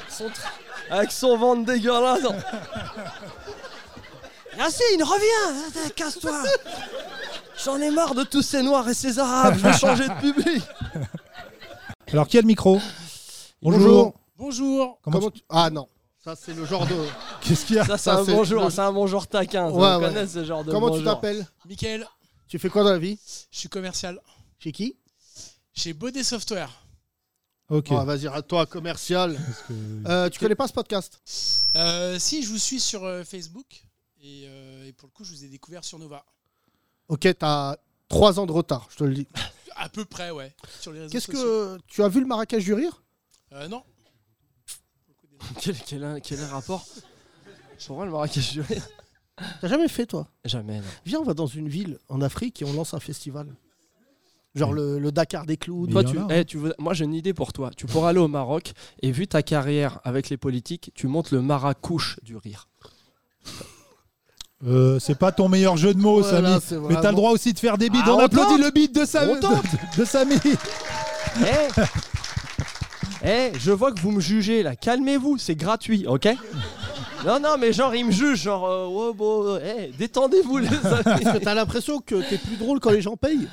[SPEAKER 5] Son tr- Avec son ventre dégueulasse. *laughs* Yacine, reviens Attends, Casse-toi *laughs* J'en ai marre de tous ces noirs et ces
[SPEAKER 8] *laughs*
[SPEAKER 5] arabes, je veux changer de public
[SPEAKER 8] Alors, qui a le micro
[SPEAKER 6] Bonjour.
[SPEAKER 8] Bonjour. Comment
[SPEAKER 6] Comment tu- Ah non, ça c'est le genre de.
[SPEAKER 8] tu- *laughs* Qu'est-ce qu'il y a
[SPEAKER 5] Ça, c'est
[SPEAKER 6] Ça,
[SPEAKER 5] un
[SPEAKER 6] c'est
[SPEAKER 5] bonjour,
[SPEAKER 6] le-
[SPEAKER 5] c'est un bonjour taquin.
[SPEAKER 6] Ouais,
[SPEAKER 5] on
[SPEAKER 6] ouais.
[SPEAKER 5] connaît ce genre de
[SPEAKER 6] Comment tu
[SPEAKER 5] bonjour.
[SPEAKER 6] t'appelles
[SPEAKER 1] Michael,
[SPEAKER 6] Tu fais quoi dans la vie
[SPEAKER 1] je suis commercial
[SPEAKER 6] Chez qui
[SPEAKER 1] chez Baudet Software.
[SPEAKER 8] Ok.
[SPEAKER 6] Ah, Vas-y, à toi commercial.
[SPEAKER 8] parce que-
[SPEAKER 6] Euh, tu connais pas ce podcast
[SPEAKER 1] Euh, si, je vous suis sur euh, Facebook et, euh, et pour le coup, je vous ai découvert sur Nova.
[SPEAKER 6] Ok, t'as 3 ans de retard, je te le dis.
[SPEAKER 1] À peu près, ouais. Sur les réseaux
[SPEAKER 6] Qu'est-ce
[SPEAKER 1] sociaux.
[SPEAKER 6] que tu as vu le Marrakech du rire
[SPEAKER 1] Euh, non.
[SPEAKER 5] *laughs* Quel, quel, quel rapport Pour moi, le Marrakech du rire.
[SPEAKER 6] T'as jamais fait toi
[SPEAKER 5] Jamais, non.
[SPEAKER 6] Viens, on va dans une ville en Afrique et on lance un festival. Genre le, le Dakar des clowns.
[SPEAKER 8] Mais
[SPEAKER 5] Toi,
[SPEAKER 8] il y
[SPEAKER 5] tu,
[SPEAKER 8] en a, hein.
[SPEAKER 5] eh, tu veux- moi, j'ai une idée pour toi. Tu pourras aller au Maroc et vu ta carrière avec les politiques, tu montes le maracouche du rire.
[SPEAKER 8] Euh, c'est pas ton meilleur jeu de mots,
[SPEAKER 6] Voilà,
[SPEAKER 8] Samy.
[SPEAKER 6] c'est
[SPEAKER 8] Mais t'as le
[SPEAKER 6] vraiment-
[SPEAKER 8] droit aussi de faire des bides.
[SPEAKER 5] Ah,
[SPEAKER 8] on
[SPEAKER 5] on
[SPEAKER 8] applaudit
[SPEAKER 5] tente.
[SPEAKER 8] le bide de, Sa-
[SPEAKER 5] On
[SPEAKER 2] *laughs*
[SPEAKER 5] tente.
[SPEAKER 8] *laughs* de, de Samy.
[SPEAKER 5] Eh Eh, je vois que vous me jugez là. Calmez-vous, c'est gratuit, ok Non, non, mais genre, ils me jugent, genre, euh, wow, wow, eh, détendez-vous,
[SPEAKER 8] *laughs*
[SPEAKER 5] les amis.
[SPEAKER 6] Parce que t'as l'impression que t'es plus drôle quand les gens payent.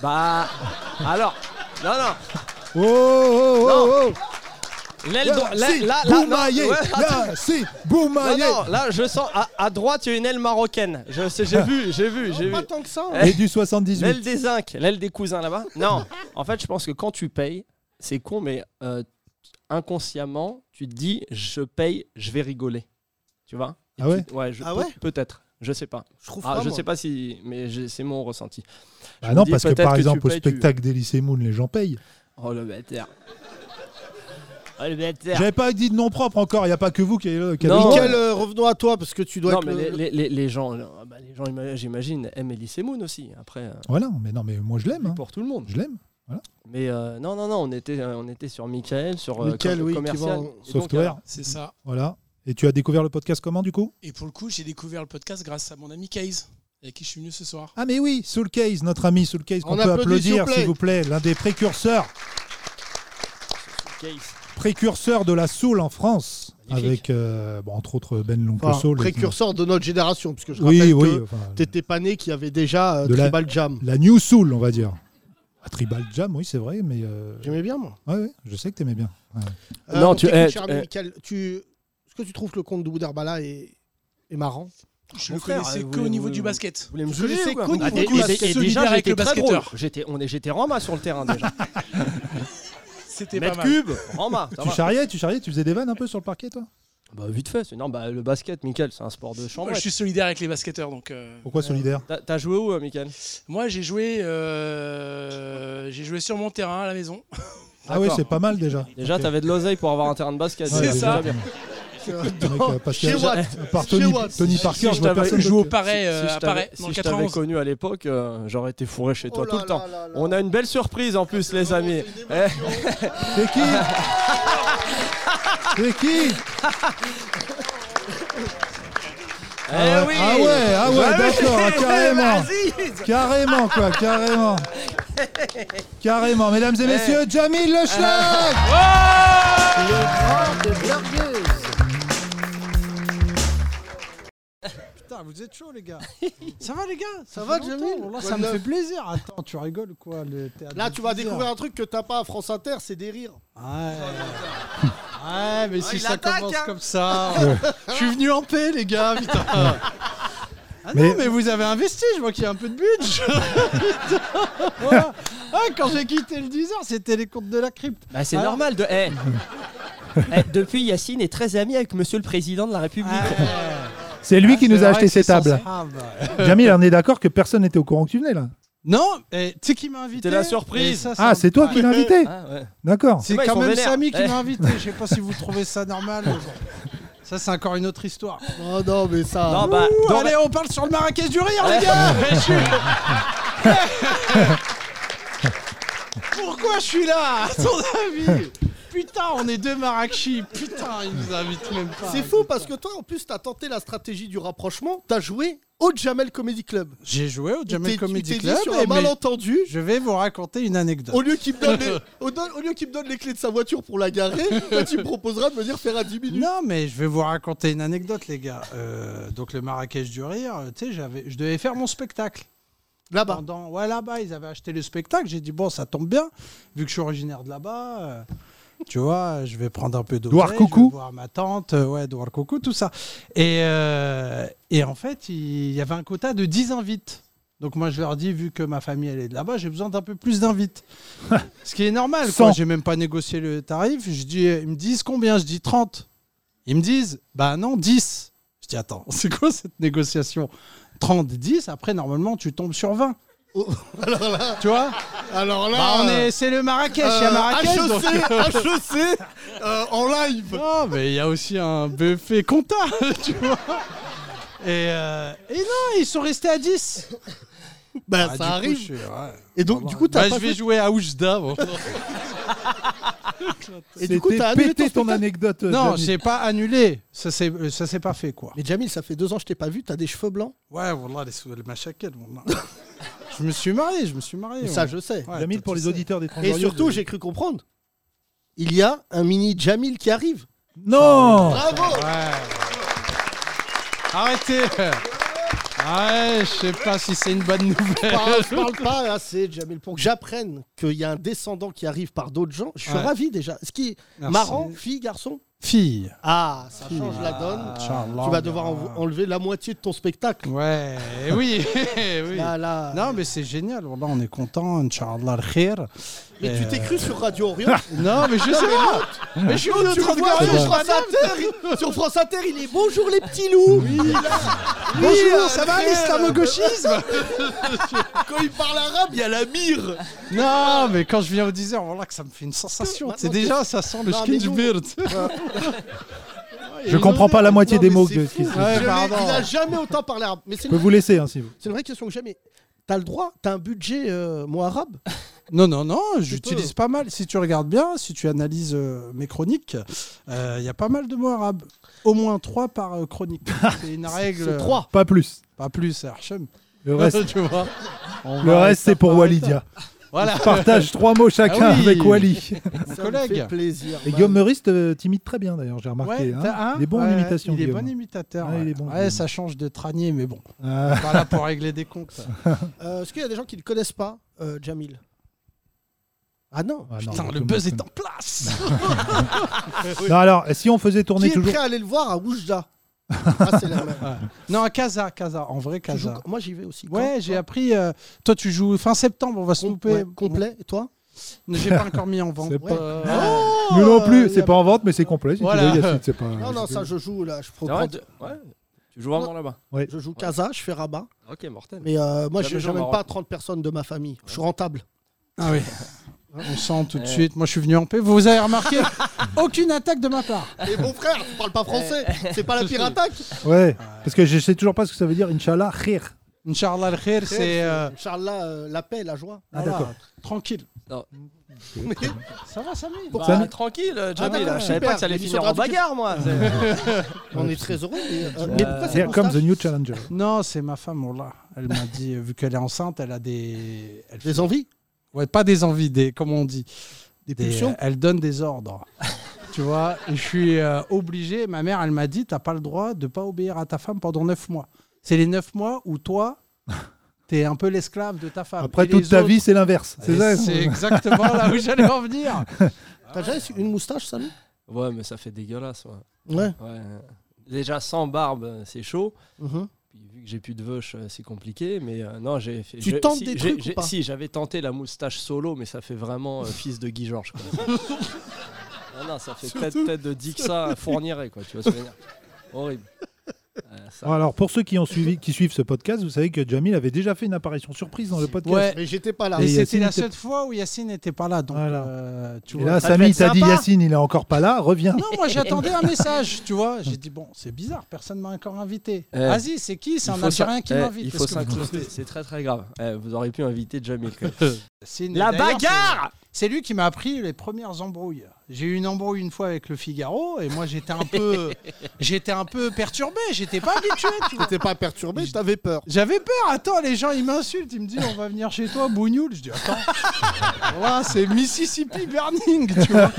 [SPEAKER 5] Bah, alors, non, non.
[SPEAKER 8] Oh, oh, oh, oh.
[SPEAKER 5] L'aile
[SPEAKER 8] Là,
[SPEAKER 5] dro- la-
[SPEAKER 8] si,
[SPEAKER 5] la- la- non,
[SPEAKER 8] Boumaillé.
[SPEAKER 5] ouais, attends.
[SPEAKER 8] Là, si,
[SPEAKER 5] Non,
[SPEAKER 8] Boumaillé.
[SPEAKER 5] non, Oh, là je sens à, à droite il y a une aile marocaine. Je sais, j'ai vu, j'ai vu, j'ai vu.
[SPEAKER 6] Pas tant que ça. hein.
[SPEAKER 5] Eh,
[SPEAKER 8] Et du 78.
[SPEAKER 5] L'aile des zincs, l'aile des cousins là-bas. Non, en fait je pense que quand tu payes, c'est con, mais euh, inconsciemment tu te dis je paye, je vais rigoler. Tu vois
[SPEAKER 8] Ah ouais
[SPEAKER 5] Ouais, je-
[SPEAKER 6] Ah
[SPEAKER 5] peut-
[SPEAKER 6] ouais
[SPEAKER 5] peut-être. Je sais pas.
[SPEAKER 6] Je trouve
[SPEAKER 5] Ah,
[SPEAKER 6] pas,
[SPEAKER 5] je
[SPEAKER 6] moi.
[SPEAKER 5] sais pas si, mais j'ai- c'est mon ressenti. Je
[SPEAKER 2] Ah
[SPEAKER 5] me
[SPEAKER 2] non,
[SPEAKER 5] dis,
[SPEAKER 2] parce que
[SPEAKER 5] peut-être
[SPEAKER 2] par
[SPEAKER 5] tu
[SPEAKER 2] exemple, au
[SPEAKER 5] payes, tu-
[SPEAKER 2] spectacle d'Elysée Moon, les gens payent.
[SPEAKER 5] Oh le bâtard. Oh le bâtard.
[SPEAKER 2] J'avais pas dit de nom propre encore, il n'y a pas que vous qui avez qui avez-
[SPEAKER 5] Non.
[SPEAKER 6] Mickaël, euh, revenons à toi parce que tu dois
[SPEAKER 5] Non,
[SPEAKER 6] être
[SPEAKER 5] mais
[SPEAKER 6] le-
[SPEAKER 5] les, les- les- les gens, euh, bah, les gens ima- j'imagine, aiment Elise Moon aussi. Après, euh,
[SPEAKER 2] Voilà, mais non, mais moi je l'aime. hein.
[SPEAKER 5] pour tout le monde.
[SPEAKER 2] Je l'aime.
[SPEAKER 5] Mais euh, non, non, non, on était, euh, on était sur Michael, sur euh,
[SPEAKER 6] Mickaël,
[SPEAKER 5] com-
[SPEAKER 6] oui, qui
[SPEAKER 5] commercial.
[SPEAKER 6] vend
[SPEAKER 5] Et donc, euh,
[SPEAKER 2] Software,
[SPEAKER 9] C'est ça.
[SPEAKER 2] voilà. Et tu as découvert le podcast comment du coup
[SPEAKER 9] Et pour le coup, j'ai découvert le podcast grâce à mon ami Case, avec qui je suis venu ce soir.
[SPEAKER 2] Ah mais oui, Soul Case, notre ami Soul Case, qu'on
[SPEAKER 6] On
[SPEAKER 2] peut
[SPEAKER 6] applaudit, s'il vous
[SPEAKER 2] applaudir
[SPEAKER 6] plaît.
[SPEAKER 2] s'il vous plaît, l'un des précurseurs,
[SPEAKER 6] Ah,
[SPEAKER 5] euh, Case.
[SPEAKER 2] précurseurs de la Soul en France,
[SPEAKER 5] Magnifique.
[SPEAKER 2] avec euh, bon, entre autres Ben Longue
[SPEAKER 6] enfin,
[SPEAKER 2] Soul.
[SPEAKER 6] précurseur de notre génération. Parce que je
[SPEAKER 2] Oui,
[SPEAKER 6] rappelle
[SPEAKER 2] oui.
[SPEAKER 6] que
[SPEAKER 2] enfin,
[SPEAKER 6] t'étais pas né, qu'il y avait déjà euh,
[SPEAKER 2] De la-
[SPEAKER 6] Tribal Jam.
[SPEAKER 2] la New Soul, on va dire. Ah, Tribal Jam, oui, c'est vrai, mais euh,
[SPEAKER 6] J'aimais bien, moi. Euh,
[SPEAKER 2] ouais, ouais, je sais que t'aimais bien.
[SPEAKER 5] Non,
[SPEAKER 6] on
[SPEAKER 5] tu-
[SPEAKER 6] t'écoute,
[SPEAKER 5] eh,
[SPEAKER 6] cher
[SPEAKER 5] tu-
[SPEAKER 6] ami
[SPEAKER 5] eh.
[SPEAKER 6] Mickaël, tu- Est-ce que tu trouves que le conte de Boudarbala est, est marrant
[SPEAKER 9] Je
[SPEAKER 5] Mon
[SPEAKER 9] le
[SPEAKER 5] frère,
[SPEAKER 9] connaissais
[SPEAKER 5] euh,
[SPEAKER 9] qu'au
[SPEAKER 5] vous-
[SPEAKER 9] niveau
[SPEAKER 5] vous-
[SPEAKER 9] du basket.
[SPEAKER 5] Vous voulez me
[SPEAKER 6] Parce que
[SPEAKER 5] juger
[SPEAKER 6] c'est
[SPEAKER 5] ou quoi
[SPEAKER 6] connu
[SPEAKER 5] Ah,
[SPEAKER 6] pour
[SPEAKER 5] et-
[SPEAKER 6] le
[SPEAKER 5] et-
[SPEAKER 9] basket.
[SPEAKER 5] et- et
[SPEAKER 9] Solidaire
[SPEAKER 5] déjà,
[SPEAKER 9] avec
[SPEAKER 5] j'étais
[SPEAKER 9] le
[SPEAKER 5] très
[SPEAKER 9] basketteur.
[SPEAKER 5] drôle. J'étais, on est- j'étais Rama sur le terrain déjà.
[SPEAKER 9] *laughs* C'était pas
[SPEAKER 5] Mètre
[SPEAKER 9] mal.
[SPEAKER 5] cube, Rama. ça
[SPEAKER 2] Tu
[SPEAKER 5] va.
[SPEAKER 2] charriais, tu charriais, tu faisais des vannes un peu sur le parquet, toi
[SPEAKER 5] Bah, vite fait, c'est non, bah, le basket, Michael, c'est un sport de chambre.
[SPEAKER 9] Moi, je suis solidaire avec les basketteurs, donc. euh,
[SPEAKER 2] Pourquoi solidaire
[SPEAKER 5] T'as t'as joué où, euh,
[SPEAKER 6] *laughs*
[SPEAKER 5] Michael
[SPEAKER 9] Moi, j'ai joué, euh, j'ai joué sur mon terrain à la maison.
[SPEAKER 2] Ah oui,
[SPEAKER 5] D'accord.
[SPEAKER 2] c'est pas mal déjà.
[SPEAKER 5] Déjà,
[SPEAKER 2] Ok.
[SPEAKER 5] t'avais de l'oseille pour avoir un terrain de basket.
[SPEAKER 2] Ouais,
[SPEAKER 9] *laughs* C'est ça.
[SPEAKER 5] déjà bien.
[SPEAKER 2] Le mec, euh, parce que-
[SPEAKER 6] Chez Watt.
[SPEAKER 2] à part Tony,
[SPEAKER 6] Chez Watt.
[SPEAKER 2] Tony Parker,
[SPEAKER 5] Si
[SPEAKER 2] je
[SPEAKER 5] je
[SPEAKER 2] vois
[SPEAKER 5] t'avais
[SPEAKER 2] personne.
[SPEAKER 9] Je jouais au
[SPEAKER 2] d'autre.
[SPEAKER 9] Paray,
[SPEAKER 5] Si-
[SPEAKER 9] euh,
[SPEAKER 5] si
[SPEAKER 9] à
[SPEAKER 5] je
[SPEAKER 9] Paray,
[SPEAKER 5] t'avais
[SPEAKER 9] dans
[SPEAKER 5] si
[SPEAKER 9] le
[SPEAKER 5] je t'avais
[SPEAKER 9] 91.
[SPEAKER 5] connu à l'époque, euh, j'aurais été fourré chez toi
[SPEAKER 6] Oh
[SPEAKER 5] tout
[SPEAKER 6] là
[SPEAKER 5] le temps.
[SPEAKER 6] là là là.
[SPEAKER 5] On a une belle surprise en plus, les amis. Eh, *laughs*
[SPEAKER 2] C'est qui
[SPEAKER 6] *laughs*
[SPEAKER 2] C'est qui
[SPEAKER 5] eh oui
[SPEAKER 2] Ah ouais, ah ouais,
[SPEAKER 5] Bah oui.
[SPEAKER 2] d'accord,
[SPEAKER 6] *laughs*
[SPEAKER 2] ah, carrément.
[SPEAKER 5] Vas-y.
[SPEAKER 2] Carrément, quoi, carrément. Carrément, mesdames
[SPEAKER 5] Eh.
[SPEAKER 2] et messieurs, Jamil Le Schlag
[SPEAKER 1] Les Grandes Glorieuses.
[SPEAKER 10] Putain, vous êtes chaud les gars. ça va les gars
[SPEAKER 6] Ça va,
[SPEAKER 10] fait
[SPEAKER 6] Jamil
[SPEAKER 10] longtemps. Oh Là, ça
[SPEAKER 6] Bonne
[SPEAKER 10] me
[SPEAKER 6] neuf.
[SPEAKER 10] fait plaisir. Attends, tu rigoles quoi le théâtre
[SPEAKER 6] Là,
[SPEAKER 10] du
[SPEAKER 6] tu vas
[SPEAKER 10] plaisir.
[SPEAKER 6] découvrir un truc que t'as pas à France Inter, c'est des rires. *laughs*
[SPEAKER 10] Ouais. Ah, Ouais, mais si
[SPEAKER 9] il
[SPEAKER 10] ça
[SPEAKER 9] attaque,
[SPEAKER 10] commence
[SPEAKER 9] hein.
[SPEAKER 10] comme
[SPEAKER 9] *laughs*
[SPEAKER 10] ça. euh, Je suis venu en paix les gars, putain. Ah
[SPEAKER 2] Mais-
[SPEAKER 10] non, mais vous avez investi, je vois qu'il y a un peu de budget. *laughs* Putain. Voilà. Ah, quand j'ai quitté le 10h, c'était les comptes de la crypte.
[SPEAKER 5] Bah,
[SPEAKER 6] Hein
[SPEAKER 5] c'est
[SPEAKER 10] Ah.
[SPEAKER 5] normal. De...
[SPEAKER 6] *laughs*
[SPEAKER 5] eh. Eh, depuis, Yacine est très ami avec monsieur le président de la République.
[SPEAKER 6] Ah
[SPEAKER 2] C'est
[SPEAKER 5] Ah,
[SPEAKER 2] lui qui nous a acheté ces
[SPEAKER 10] ces
[SPEAKER 2] tables. Jamil, on est d'accord que personne n'était au courant que tu venais là.
[SPEAKER 10] Non, eh, tu sais qui m'a invité
[SPEAKER 5] la surprise.
[SPEAKER 10] Et ça, ça
[SPEAKER 2] Ah,
[SPEAKER 10] me-
[SPEAKER 2] c'est toi qui l'as invité
[SPEAKER 5] Ah, ouais.
[SPEAKER 2] D'accord.
[SPEAKER 10] C'est
[SPEAKER 5] Ouais, ils
[SPEAKER 10] quand
[SPEAKER 5] sont
[SPEAKER 10] même
[SPEAKER 5] vénères.
[SPEAKER 10] Samy qui
[SPEAKER 5] Eh.
[SPEAKER 10] m'a invité. Je sais pas si vous trouvez ça normal. mais bon. Ça, c'est encore une autre histoire.
[SPEAKER 6] Non, non, mais ça.
[SPEAKER 5] Non, bah,
[SPEAKER 10] Ouh,
[SPEAKER 5] dans-
[SPEAKER 10] allez, on parle sur le Marrakech du rire, les
[SPEAKER 5] *laughs*
[SPEAKER 10] gars Mais je suis- *laughs* Pourquoi je suis là, à ton
[SPEAKER 5] *laughs*
[SPEAKER 10] avis Putain, on est deux Marrakechis. Putain, ils nous invitent même pas.
[SPEAKER 6] C'est fou parce que toi, en plus, t'as tenté la stratégie du rapprochement. T'as joué au Jamel Comedy Club.
[SPEAKER 10] J'ai joué au
[SPEAKER 6] Tu
[SPEAKER 10] Jamel
[SPEAKER 6] t'es-
[SPEAKER 10] Comedy
[SPEAKER 6] tu t'es dit
[SPEAKER 10] Club.
[SPEAKER 6] sur
[SPEAKER 10] et
[SPEAKER 6] un
[SPEAKER 10] mais
[SPEAKER 6] malentendu.
[SPEAKER 10] Je vais vous raconter une anecdote.
[SPEAKER 6] Au lieu qu'il me
[SPEAKER 10] *laughs*
[SPEAKER 6] donne les, au, don- au lieu qu'il me donne les clés de sa voiture pour la *laughs* garer, toi, tu me proposeras de venir faire à 10 minutes.
[SPEAKER 10] Non, mais je vais vous raconter une anecdote, les gars. Euh, donc, le Marrakech du Rire, euh, tu sais, j'avais- je devais faire mon spectacle.
[SPEAKER 6] Là-bas.
[SPEAKER 10] Pendant- ouais, là-bas, ils avaient acheté le spectacle. J'ai dit, bon, ça tombe bien, vu que je suis originaire de là-bas. euh, tu vois, je vais prendre un peu d'eau.
[SPEAKER 2] Douar Coucou.
[SPEAKER 10] voir ma tante, euh, ouais, Douar Coucou, tout ça. Et, euh, et en fait, il y avait un quota de 10 invites. Donc moi je leur dis vu que ma famille elle est de là-bas, j'ai besoin d'un peu plus
[SPEAKER 2] *laughs*
[SPEAKER 10] d'invites. Ce qui est normal quoi,
[SPEAKER 2] Cent.
[SPEAKER 10] j'ai même pas négocié le tarif, je dis ils me disent combien, je dis 30. Ils me disent bah non, 10. Je dis attends, *laughs* c'est quoi cette négociation 30 10 après normalement tu tombes sur 20. tu vois
[SPEAKER 6] Alors là.
[SPEAKER 10] Bah, on est c'est le Marrakech, il y a
[SPEAKER 6] euh,
[SPEAKER 10] Marrakech
[SPEAKER 6] HEC,
[SPEAKER 10] donc-
[SPEAKER 6] HEC, E euh, en live.
[SPEAKER 10] Non, mais il y a aussi un buffet compta, *laughs* tu vois. Et, euh, et non, ils sont restés à 10. Ah,
[SPEAKER 6] Bah,
[SPEAKER 10] du
[SPEAKER 6] ça
[SPEAKER 10] coup,
[SPEAKER 6] arrive.
[SPEAKER 10] je suis- ouais.
[SPEAKER 6] Et donc, du coup, t'as
[SPEAKER 10] Bah,
[SPEAKER 6] pas
[SPEAKER 10] je vais
[SPEAKER 6] fait-
[SPEAKER 10] jouer à Oujda. bon.
[SPEAKER 6] *laughs* Et du coup,
[SPEAKER 2] C'était
[SPEAKER 6] t'as annulé ton
[SPEAKER 2] pété ton
[SPEAKER 6] spectacle.
[SPEAKER 2] anecdote. euh,
[SPEAKER 10] non,
[SPEAKER 2] Jamil.
[SPEAKER 10] j'ai pas annulé. Ça s'est ça s'est pas fait, quoi.
[SPEAKER 6] Mais Jamil, ça fait deux ans que je t'ai pas vu, t'as des cheveux blancs.
[SPEAKER 10] Ouais, voilà, les, sous- les machaquelles, wallah. je me suis marié, je me suis marié.
[SPEAKER 6] Mais
[SPEAKER 10] ouais.
[SPEAKER 6] ça, je sais.
[SPEAKER 10] Ouais,
[SPEAKER 2] Jamil,
[SPEAKER 10] toi,
[SPEAKER 2] pour
[SPEAKER 10] tu
[SPEAKER 2] les
[SPEAKER 10] sais.
[SPEAKER 2] auditeurs des 30
[SPEAKER 6] Et
[SPEAKER 2] Glorieuses,
[SPEAKER 6] surtout,
[SPEAKER 2] euh,
[SPEAKER 6] j'ai cru comprendre. Il y a un mini Jamil qui arrive.
[SPEAKER 2] *laughs* Non
[SPEAKER 6] Bravo
[SPEAKER 10] Ouais. Arrêtez. Ouais, je sais pas si c'est une bonne
[SPEAKER 6] Je
[SPEAKER 10] nouvelle.
[SPEAKER 6] parle- je parle pas assez, Jamil, pour que j'apprenne qu'il y a un descendant qui arrive par d'autres gens. Je suis
[SPEAKER 10] Ouais.
[SPEAKER 6] ravi déjà. Ce qui est
[SPEAKER 10] Merci.
[SPEAKER 6] marrant, fille, garçon,
[SPEAKER 10] Fille.
[SPEAKER 6] Ah, ça change la donne.
[SPEAKER 10] Inch'Allah.
[SPEAKER 6] tu vas devoir en- enlever la moitié de ton spectacle.
[SPEAKER 10] Ouais, Eh oui, *laughs* eh oui.
[SPEAKER 6] Là, là.
[SPEAKER 10] Non, mais c'est génial. Wallah, on est content. Inch'Allah, Euh, al-khir.
[SPEAKER 6] Mais tu t'es cru sur
[SPEAKER 10] *laughs*
[SPEAKER 6] Radio Orient
[SPEAKER 10] Non, mais je sais pas.
[SPEAKER 6] Mais, mais je suis où
[SPEAKER 10] le
[SPEAKER 6] tu
[SPEAKER 10] train de
[SPEAKER 6] vois,
[SPEAKER 10] garer,
[SPEAKER 6] sur
[SPEAKER 10] je
[SPEAKER 6] France Inter, il- *laughs* Sur France Inter, il est Bonjour les petits loups Il est là. Lui,
[SPEAKER 10] Bonjour,
[SPEAKER 6] euh,
[SPEAKER 10] ça va,
[SPEAKER 6] très-
[SPEAKER 10] l'islamo-gauchisme
[SPEAKER 6] *laughs* Quand il parle arabe, il y a la mire
[SPEAKER 10] Non, mais quand je viens au 10h, voilà que ça me fait une sensation. C'est déjà, ça sent le
[SPEAKER 6] Non, mais nous-
[SPEAKER 10] skinjbeard.
[SPEAKER 8] Je comprends pas la
[SPEAKER 6] hein.
[SPEAKER 8] moitié des mots que- qui
[SPEAKER 6] Il
[SPEAKER 8] se
[SPEAKER 10] Ouais,
[SPEAKER 8] disent.
[SPEAKER 10] pardon.
[SPEAKER 6] n'a jamais autant parlé arabe. Mais c'est
[SPEAKER 8] Je
[SPEAKER 6] une,
[SPEAKER 8] peux vous laisser, hein, si vous.
[SPEAKER 6] c'est une vraie question que jamais. T'as le droit T'as un budget, euh,
[SPEAKER 8] *laughs*
[SPEAKER 6] moi, arabe
[SPEAKER 10] Non, non, non, j'utilise pas mal. Si tu regardes bien, si tu analyses euh, mes chroniques, il y a pas mal de mots arabes. Au moins 3 par euh,
[SPEAKER 6] *laughs*
[SPEAKER 10] chronique. C'est une règle.
[SPEAKER 6] C'est trois.
[SPEAKER 8] Pas plus.
[SPEAKER 10] Pas plus, c'est Hachem.
[SPEAKER 8] Le reste,
[SPEAKER 10] *laughs* tu vois. On
[SPEAKER 8] le
[SPEAKER 10] va
[SPEAKER 8] reste c'est pour
[SPEAKER 10] arrêter.
[SPEAKER 8] Walidia.
[SPEAKER 10] Voilà.
[SPEAKER 8] Partage trois mots chacun
[SPEAKER 10] Ah oui.
[SPEAKER 8] avec Wally.
[SPEAKER 10] Mon
[SPEAKER 6] Ça me fait
[SPEAKER 10] collègue.
[SPEAKER 6] plaisir.
[SPEAKER 8] Et
[SPEAKER 6] man.
[SPEAKER 8] Guillaume Meuriste euh, t'imite très bien d'ailleurs, j'ai remarqué.
[SPEAKER 10] Ouais,
[SPEAKER 8] hein.
[SPEAKER 10] t'as un
[SPEAKER 8] Des bons
[SPEAKER 10] Ouais,
[SPEAKER 8] imitations.
[SPEAKER 10] Il est
[SPEAKER 8] Guillaume.
[SPEAKER 10] bon imitateur.
[SPEAKER 8] Ouais,
[SPEAKER 10] Ouais,
[SPEAKER 8] il est bon,
[SPEAKER 10] Ouais,
[SPEAKER 8] Guillaume.
[SPEAKER 10] ça change de tranier, mais bon.
[SPEAKER 8] Ah,
[SPEAKER 10] Pas là pour régler des comptes.
[SPEAKER 8] *laughs*
[SPEAKER 6] Euh, Est-ce qu'il y a des gens qui ne connaissent pas euh, Jamil Ah non
[SPEAKER 8] ah, non,
[SPEAKER 10] Putain,
[SPEAKER 8] tout
[SPEAKER 10] le
[SPEAKER 8] monde
[SPEAKER 10] buzz est
[SPEAKER 8] connaît.
[SPEAKER 10] en
[SPEAKER 6] *laughs*
[SPEAKER 10] place.
[SPEAKER 8] *laughs* Non, alors, si on faisait
[SPEAKER 6] Qui
[SPEAKER 8] tourner
[SPEAKER 6] est
[SPEAKER 8] toujours.
[SPEAKER 6] prêt à aller le voir à Oujda Ah, c'est la même.
[SPEAKER 10] Non, à Casa, Casa, en vrai
[SPEAKER 6] Tu joues-
[SPEAKER 10] Casa.
[SPEAKER 6] Moi, j'y vais aussi.
[SPEAKER 10] Ouais,
[SPEAKER 6] Quand-
[SPEAKER 10] j'ai appris. euh, toi, tu joues fin septembre, on va se
[SPEAKER 6] Com-
[SPEAKER 10] louper.
[SPEAKER 6] ouais, complet. Et toi
[SPEAKER 10] J'ai pas encore mis en vente.
[SPEAKER 8] *laughs* C'est pas-
[SPEAKER 10] Euh,
[SPEAKER 8] Nous non
[SPEAKER 6] Euh,
[SPEAKER 8] plus,
[SPEAKER 6] y
[SPEAKER 8] c'est
[SPEAKER 6] a-
[SPEAKER 8] pas en vente, mais c'est complet. Si tu
[SPEAKER 10] Voilà.
[SPEAKER 8] veux, Yacine, c'est pas.
[SPEAKER 6] Non, non, ça, je joue là. Je, prends-
[SPEAKER 5] Ouais, tu- ouais, tu joues vraiment là-bas.
[SPEAKER 6] je joue Casa, je fais rabat.
[SPEAKER 5] Ok, mortel.
[SPEAKER 6] Mais euh, moi, je
[SPEAKER 5] Jamais
[SPEAKER 6] n'ai
[SPEAKER 5] joué au
[SPEAKER 6] même
[SPEAKER 5] Maroc.
[SPEAKER 6] pas 30 personnes de ma famille. Je suis rentable.
[SPEAKER 10] Ah
[SPEAKER 6] *laughs*
[SPEAKER 10] oui. On sent tout de suite. Moi, je suis venu en paix. Vous avez remarqué Aucune attaque de ma part.
[SPEAKER 6] Et mon frère, tu parles pas français. C'est pas la
[SPEAKER 5] *laughs*
[SPEAKER 6] pire attaque.
[SPEAKER 8] Ouais, parce que je sais toujours pas ce que ça veut dire, Inch'Allah, rire.
[SPEAKER 10] Inch'Allah, le khir, c'est. euh,
[SPEAKER 6] Inch'Allah, euh, la paix, la joie.
[SPEAKER 8] Ah,
[SPEAKER 10] voilà,
[SPEAKER 8] d'accord.
[SPEAKER 10] *laughs* Tranquille.
[SPEAKER 5] Non.
[SPEAKER 10] Ça va, Samy
[SPEAKER 5] Bah,
[SPEAKER 8] Samy-
[SPEAKER 5] tranquille, euh,
[SPEAKER 6] Ah,
[SPEAKER 5] Jamil.
[SPEAKER 6] d'accord,
[SPEAKER 5] je savais pas
[SPEAKER 6] super.
[SPEAKER 5] que ça allait
[SPEAKER 6] L'émission
[SPEAKER 5] finir
[SPEAKER 6] de
[SPEAKER 5] en
[SPEAKER 6] Radio-
[SPEAKER 5] bagarre, moi.
[SPEAKER 6] *laughs* On est très heureux. Mais, euh, mais pourquoi c'est
[SPEAKER 8] Here
[SPEAKER 6] comme
[SPEAKER 8] comes
[SPEAKER 6] ça
[SPEAKER 8] the new challenger.
[SPEAKER 10] Non, c'est ma femme, on l'a. Elle m'a dit, euh, vu qu'elle est enceinte, elle a des. elle-
[SPEAKER 6] Des envies
[SPEAKER 10] Ouais, pas des envies, des. Comment on dit
[SPEAKER 6] Des
[SPEAKER 10] Des-
[SPEAKER 6] pulsions
[SPEAKER 10] Elle donne des ordres. *laughs* tu vois, et je suis euh, obligé. Ma mère, elle m'a dit, t'as pas le droit de pas obéir à ta femme pendant neuf mois. C'est les neuf mois
[SPEAKER 8] *laughs*
[SPEAKER 10] où toi, t'es un peu l'esclave de ta femme.
[SPEAKER 8] Après
[SPEAKER 10] Et
[SPEAKER 8] toute
[SPEAKER 10] les
[SPEAKER 8] ta
[SPEAKER 10] autres-
[SPEAKER 8] vie, c'est l'inverse. C'est
[SPEAKER 10] Et
[SPEAKER 8] ça
[SPEAKER 10] C'est exactement là où j'allais en
[SPEAKER 6] *laughs*
[SPEAKER 10] venir.
[SPEAKER 6] T'as déjà une moustache, Samy *laughs*
[SPEAKER 5] Ouais, mais ça fait dégueulasse. ouais.
[SPEAKER 6] Ouais.
[SPEAKER 5] Ouais. Déjà sans barbe, euh, c'est chaud.
[SPEAKER 6] Mhm.
[SPEAKER 5] Puis, vu que j'ai plus de veuche, euh, c'est compliqué. Mais euh, non, j'ai fait.
[SPEAKER 6] Tu
[SPEAKER 5] j'ai-
[SPEAKER 6] tentes
[SPEAKER 5] si,
[SPEAKER 6] des
[SPEAKER 5] j'ai-
[SPEAKER 6] trucs ou
[SPEAKER 5] j'ai-
[SPEAKER 6] pas
[SPEAKER 5] Si, j'avais tenté la moustache solo, mais ça fait vraiment euh, fils de Guy Georges. quoi.
[SPEAKER 6] *laughs*
[SPEAKER 5] Ah non, non, ça fait tête, tête de Dixa à Fourniret, quoi. Tu vois ce que je veux dire Horrible. Ouais, ça-
[SPEAKER 8] Alors, pour ceux qui, ont suivi, qui suivent ce podcast, vous savez que Jamil avait déjà fait une apparition surprise dans le podcast.
[SPEAKER 10] Ouais.
[SPEAKER 6] Mais j'étais pas là.
[SPEAKER 10] Et
[SPEAKER 8] Et
[SPEAKER 10] c'était
[SPEAKER 8] Yacine
[SPEAKER 10] la
[SPEAKER 8] était-
[SPEAKER 10] seule fois où Yacine n'était pas là. Donc,
[SPEAKER 8] Voilà.
[SPEAKER 10] euh, tu
[SPEAKER 8] Et
[SPEAKER 10] vois,
[SPEAKER 8] là,
[SPEAKER 10] ça devait
[SPEAKER 8] Samy
[SPEAKER 10] être
[SPEAKER 8] t'a dit
[SPEAKER 10] sympa.
[SPEAKER 8] Yacine, il est encore pas là, reviens.
[SPEAKER 10] Non, moi j'attendais un
[SPEAKER 8] *laughs*
[SPEAKER 10] message, tu vois. J'ai dit, bon, c'est bizarre, personne m'a encore invité.
[SPEAKER 5] Eh.
[SPEAKER 10] Vas-y, c'est qui C'est
[SPEAKER 5] Il
[SPEAKER 10] un
[SPEAKER 5] faut ça-
[SPEAKER 10] Algérien qui
[SPEAKER 5] eh,
[SPEAKER 10] m'invite.
[SPEAKER 5] Il
[SPEAKER 10] Est-ce
[SPEAKER 5] faut
[SPEAKER 10] que vous-
[SPEAKER 5] s'incruster. C'est très très grave. Eh, vous auriez pu inviter Jamil. *laughs* quoi.
[SPEAKER 10] Yacine,
[SPEAKER 5] La
[SPEAKER 10] et d'ailleurs,
[SPEAKER 5] bagarre
[SPEAKER 10] C'est c'est lui qui m'a appris les premières embrouilles. J'ai eu une embrouille une fois avec le Figaro et moi j'étais un
[SPEAKER 5] *laughs*
[SPEAKER 10] peu, j'étais un peu perturbé, j'étais pas habitué. tu vois.
[SPEAKER 6] T'étais pas perturbé, t'avais peur.
[SPEAKER 10] J'avais peur, attends, les gens ils m'insultent, ils me disent on va venir chez toi, Bougnoul. Je dis
[SPEAKER 5] *laughs*
[SPEAKER 10] attends, voilà, c'est Mississippi Burning, tu vois.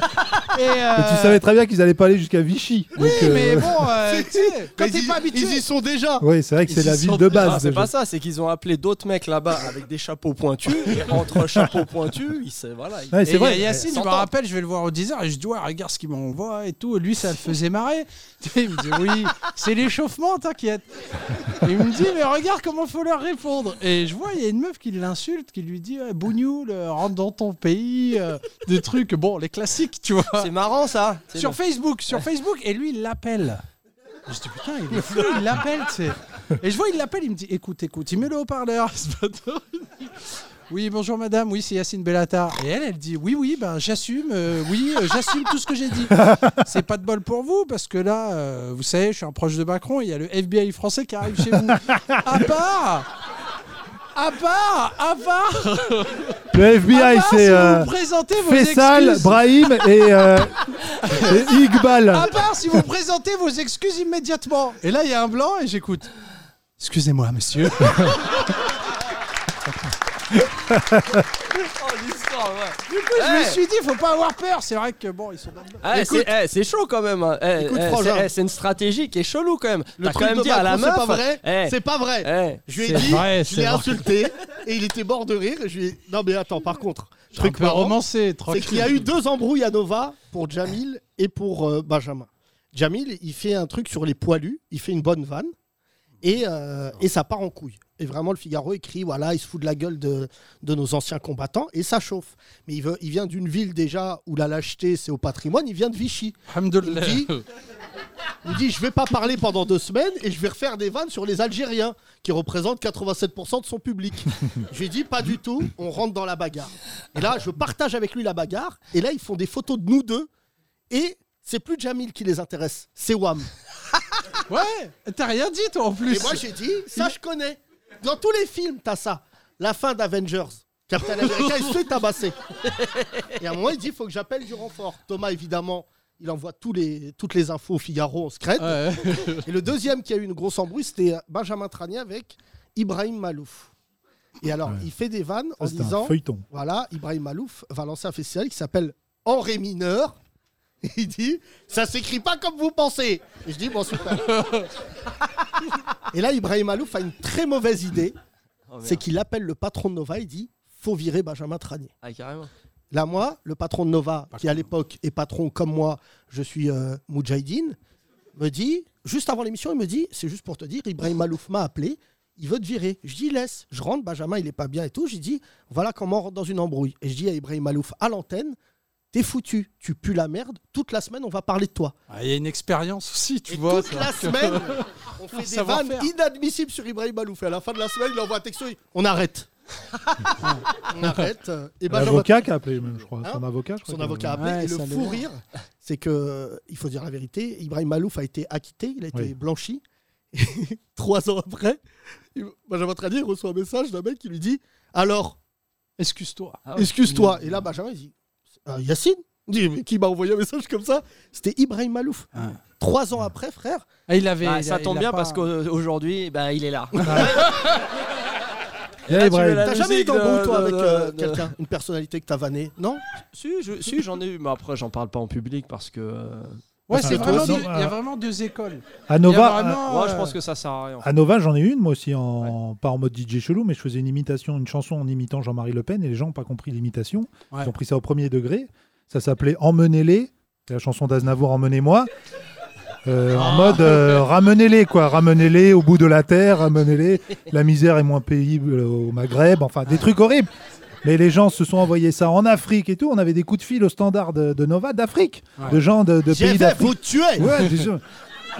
[SPEAKER 10] Et, euh,
[SPEAKER 8] Et tu savais très bien qu'ils allaient pas aller jusqu'à Vichy.
[SPEAKER 10] Oui,
[SPEAKER 8] donc, euh, *laughs*
[SPEAKER 10] mais bon,
[SPEAKER 6] *laughs*
[SPEAKER 10] euh, tu sais, quand
[SPEAKER 6] Mais
[SPEAKER 10] t'es
[SPEAKER 6] ils-
[SPEAKER 10] pas habitué.
[SPEAKER 6] Ils y sont déjà.
[SPEAKER 8] ouais, c'est vrai que
[SPEAKER 10] Ils
[SPEAKER 8] c'est
[SPEAKER 10] y
[SPEAKER 8] la
[SPEAKER 10] sont
[SPEAKER 8] ville de
[SPEAKER 5] Ah,
[SPEAKER 8] base.
[SPEAKER 5] c'est
[SPEAKER 8] déjà.
[SPEAKER 5] pas ça, c'est qu'ils ont appelé d'autres mecs là-bas avec des chapeaux pointus. et *laughs* entre chapeaux pointus, ils se. Voilà. ils-
[SPEAKER 8] Ouais,
[SPEAKER 10] Et
[SPEAKER 8] c'est vrai.
[SPEAKER 10] y a Yacine, je me
[SPEAKER 5] Eh, S'entend.
[SPEAKER 10] rappelle, je vais le voir au 10 et je dis, ouais, regarde ce qu'il m'envoie et tout. Et lui, ça le faisait marrer. *laughs* Tu sais, Il me dit, oui, c'est l'échauffement, t'inquiète. Et il me dit, mais regarde comment faut leur répondre. Et je vois, il y a une meuf qui l'insulte, qui lui dit, ouais, Bougnoul, euh, rentre dans ton pays, euh, des trucs, bon, les classiques, tu vois.
[SPEAKER 5] C'est marrant ça. C'est
[SPEAKER 10] Sur
[SPEAKER 5] le-
[SPEAKER 10] Facebook, sur Facebook. Et lui, il l'appelle. Je dis, putain, il est fou, il l'appelle, tu sais. Et je vois, il l'appelle, il me dit, écoute, écoute, il met le haut-parleur, *laughs* ce bâtard. Oui, bonjour madame, oui, c'est Yacine Bellata. Et elle, elle dit, oui, oui, ben j'assume, euh, oui, euh, j'assume tout ce que j'ai dit. C'est pas de bol pour vous, parce que là, euh, vous savez, je suis un proche de Macron, il y a le FBI français qui arrive chez vous. À part À part À part
[SPEAKER 8] Le
[SPEAKER 10] à
[SPEAKER 8] FBI,
[SPEAKER 10] part si
[SPEAKER 8] c'est
[SPEAKER 10] vous
[SPEAKER 8] euh,
[SPEAKER 10] me présentez vos
[SPEAKER 8] Faisal,
[SPEAKER 10] excuses.
[SPEAKER 8] Brahim et,
[SPEAKER 10] *laughs*
[SPEAKER 8] euh, et Iqbal.
[SPEAKER 10] À part si vous présentez vos excuses immédiatement. Et là, il y a un blanc
[SPEAKER 8] *laughs*
[SPEAKER 10] et j'écoute. Excusez-moi, monsieur.
[SPEAKER 5] Oh, l'histoire, ouais.
[SPEAKER 10] Du coup, je me
[SPEAKER 5] Eh.
[SPEAKER 10] suis dit, faut pas avoir peur. C'est vrai que bon, ils sont dans le-
[SPEAKER 5] Eh, c'est eh, c'est chaud quand même. hein. Eh,
[SPEAKER 6] Écoute,
[SPEAKER 5] eh,
[SPEAKER 6] Frangin.
[SPEAKER 5] c'est eh, c'est une stratégie qui est chelou quand même.
[SPEAKER 6] Le
[SPEAKER 5] T'as
[SPEAKER 6] truc
[SPEAKER 5] quand même
[SPEAKER 6] de
[SPEAKER 5] dit à la
[SPEAKER 6] Macron,
[SPEAKER 5] meuf.
[SPEAKER 6] c'est pas vrai.
[SPEAKER 5] eh,
[SPEAKER 6] C'est pas vrai.
[SPEAKER 5] eh,
[SPEAKER 6] Je lui
[SPEAKER 5] c'est-
[SPEAKER 6] ai dit,
[SPEAKER 10] vrai,
[SPEAKER 6] je
[SPEAKER 10] c'est
[SPEAKER 6] l'ai
[SPEAKER 10] vrai.
[SPEAKER 6] insulté et il était mort de rire. et Je lui ai... Non mais attends, par contre,
[SPEAKER 10] Truc
[SPEAKER 6] marrant,
[SPEAKER 10] romancé,
[SPEAKER 6] c'est
[SPEAKER 10] tranquille.
[SPEAKER 6] qu'il y a eu deux embrouilles à Nova pour Jamil et pour euh, Benjamin. Jamil, il fait un truc sur les poilus, il fait une bonne vanne, et, euh, et ça part en couille. Et vraiment, le Figaro écrit, voilà, il se fout de la gueule de, de nos anciens combattants, et ça chauffe. Mais il, veut, il vient d'une ville déjà où la lâcheté, c'est au patrimoine, il vient de Vichy. Il dit,
[SPEAKER 10] *laughs*
[SPEAKER 6] il dit, je vais pas parler pendant deux semaines, et je vais refaire des vannes sur les Algériens, qui représentent 87% de son public. je lui ai dit, pas du tout, on rentre dans la bagarre. Et là, je partage avec lui la bagarre, et là, ils font des photos de nous deux, et c'est plus Jamil qui les intéresse, c'est Wam.
[SPEAKER 10] *laughs* ouais, t'as rien dit toi en plus.
[SPEAKER 6] Et moi j'ai dit, ça je connais. Dans tous les films, t'as ça. La fin d'Avengers.
[SPEAKER 8] *laughs*
[SPEAKER 6] Captain America, il se fait tabasser. Et à un moment, il dit, il faut que j'appelle du renfort. Thomas, évidemment, il envoie tous les, toutes les infos au Figaro, on se crête. Et le deuxième qui a eu une grosse embrouille, c'était Benjamin Tranier avec Ibrahim Malouf. Et alors, il fait des vannes en
[SPEAKER 8] c'est un
[SPEAKER 6] disant
[SPEAKER 8] feuilleton.
[SPEAKER 6] Voilà, Ibrahim Malouf va lancer un festival qui s'appelle En Ré mineur. Il dit Ça s'écrit pas comme vous pensez. Et je dis Bon,
[SPEAKER 8] *laughs*
[SPEAKER 6] super. Et là, Ibrahim Malouf a une très mauvaise idée
[SPEAKER 5] Oh, merde.
[SPEAKER 6] c'est qu'il appelle le patron de Nova et dit Faut virer Benjamin Tranier.
[SPEAKER 5] Ah, carrément.
[SPEAKER 6] Là, moi, le patron de Nova, qui à l'époque est patron comme moi, je suis euh, Moudjahidine, me dit, juste avant l'émission, il me dit c'est juste pour te dire, Ibrahim Malouf m'a appelé, il veut te virer. Je dis laisse, je rentre, Benjamin, il est pas bien et tout. Je dis voilà comment on rentre dans une embrouille. Et je dis à Ibrahim Malouf à l'antenne t'es foutu, tu pues la merde, toute la semaine on va parler de toi.
[SPEAKER 10] Ah, Il y a une expérience aussi, tu vois.
[SPEAKER 6] Toute
[SPEAKER 10] ça. *laughs*
[SPEAKER 6] la semaine, on fait des vannes
[SPEAKER 10] Savoir-faire.
[SPEAKER 6] inadmissibles sur Ibrahim Malouf. Et à la fin de la semaine, il envoie un texto il- on arrête. *laughs* on arrête. euh, Et Benjamin
[SPEAKER 2] L'avocat qui a appelé, même, je crois. Son avocat, je crois.
[SPEAKER 6] son
[SPEAKER 2] qu'il
[SPEAKER 6] avocat a appelé. et le fou rire, c'est que, euh, il faut dire la vérité, Ibrahim Malouf a été acquitté, il a été
[SPEAKER 2] Oui.
[SPEAKER 6] blanchi. *laughs* Et Trois ans après, il- Benjamin Tranier reçoit un message d'un mec qui lui dit Alors Ah
[SPEAKER 10] Excuse-toi.
[SPEAKER 6] Excuse-toi. Et là, bah, Benjamin, il dit Euh, Yacine Il dit, Mais Qui m'a envoyé un message comme ça C'était Ibrahim Malouf. Trois ans après, frère.
[SPEAKER 10] Ah, il avait.
[SPEAKER 5] Bah,
[SPEAKER 10] il
[SPEAKER 5] ça
[SPEAKER 10] a- il
[SPEAKER 5] tombe
[SPEAKER 10] a
[SPEAKER 5] bien
[SPEAKER 10] pas-
[SPEAKER 5] parce qu'aujourd'hui, bah, il est *laughs* là.
[SPEAKER 2] Il y
[SPEAKER 5] Là,
[SPEAKER 2] a
[SPEAKER 5] tu
[SPEAKER 2] Eh, Ibrahim.
[SPEAKER 5] mets la
[SPEAKER 6] T'as jamais eu
[SPEAKER 5] musique de-
[SPEAKER 6] d'embrouille, toi,
[SPEAKER 5] de-
[SPEAKER 6] avec
[SPEAKER 5] de-
[SPEAKER 6] euh,
[SPEAKER 5] de-
[SPEAKER 6] quelqu'un Une personnalité que t'as vannée Non
[SPEAKER 5] Si, je- si, j'en ai eu, mais après, j'en parle pas en public parce que. euh,
[SPEAKER 10] Ouais,
[SPEAKER 2] Enfin,
[SPEAKER 8] Ah,
[SPEAKER 10] c'est
[SPEAKER 2] toi,
[SPEAKER 10] vraiment.
[SPEAKER 2] non,
[SPEAKER 10] deux- Il y
[SPEAKER 2] euh,
[SPEAKER 10] a vraiment deux écoles. Il
[SPEAKER 2] À
[SPEAKER 10] y a
[SPEAKER 2] Nova,
[SPEAKER 10] vraiment,
[SPEAKER 5] Moi, je
[SPEAKER 10] euh,
[SPEAKER 5] pense que ça sert à rien.
[SPEAKER 6] Ah,
[SPEAKER 2] À Nova, j'en ai eu une, moi aussi, en... pas en mode DJ chelou, mais je faisais une imitation, une chanson en imitant Jean-Marie Le Pen, et les gens n'ont pas compris l'imitation.
[SPEAKER 10] Ouais.
[SPEAKER 2] Ils ont pris ça au premier degré. Ça s'appelait Emmenez-les, c'est la chanson d'Aznavour, Emmenez-moi. Euh,
[SPEAKER 5] Ah.
[SPEAKER 2] En mode euh, ramenez-les, quoi, ramenez-les au bout de la terre, ramenez-les. La misère est moins paisible au Maghreb, enfin des trucs horribles. Mais les gens se sont envoyés ça en Afrique et tout. On avait des coups de fil au standard de, de Nova d'Afrique, de gens de, de pays
[SPEAKER 6] GFF,
[SPEAKER 2] d'Afrique.
[SPEAKER 6] vous tuez
[SPEAKER 2] Ouais, bien sûr.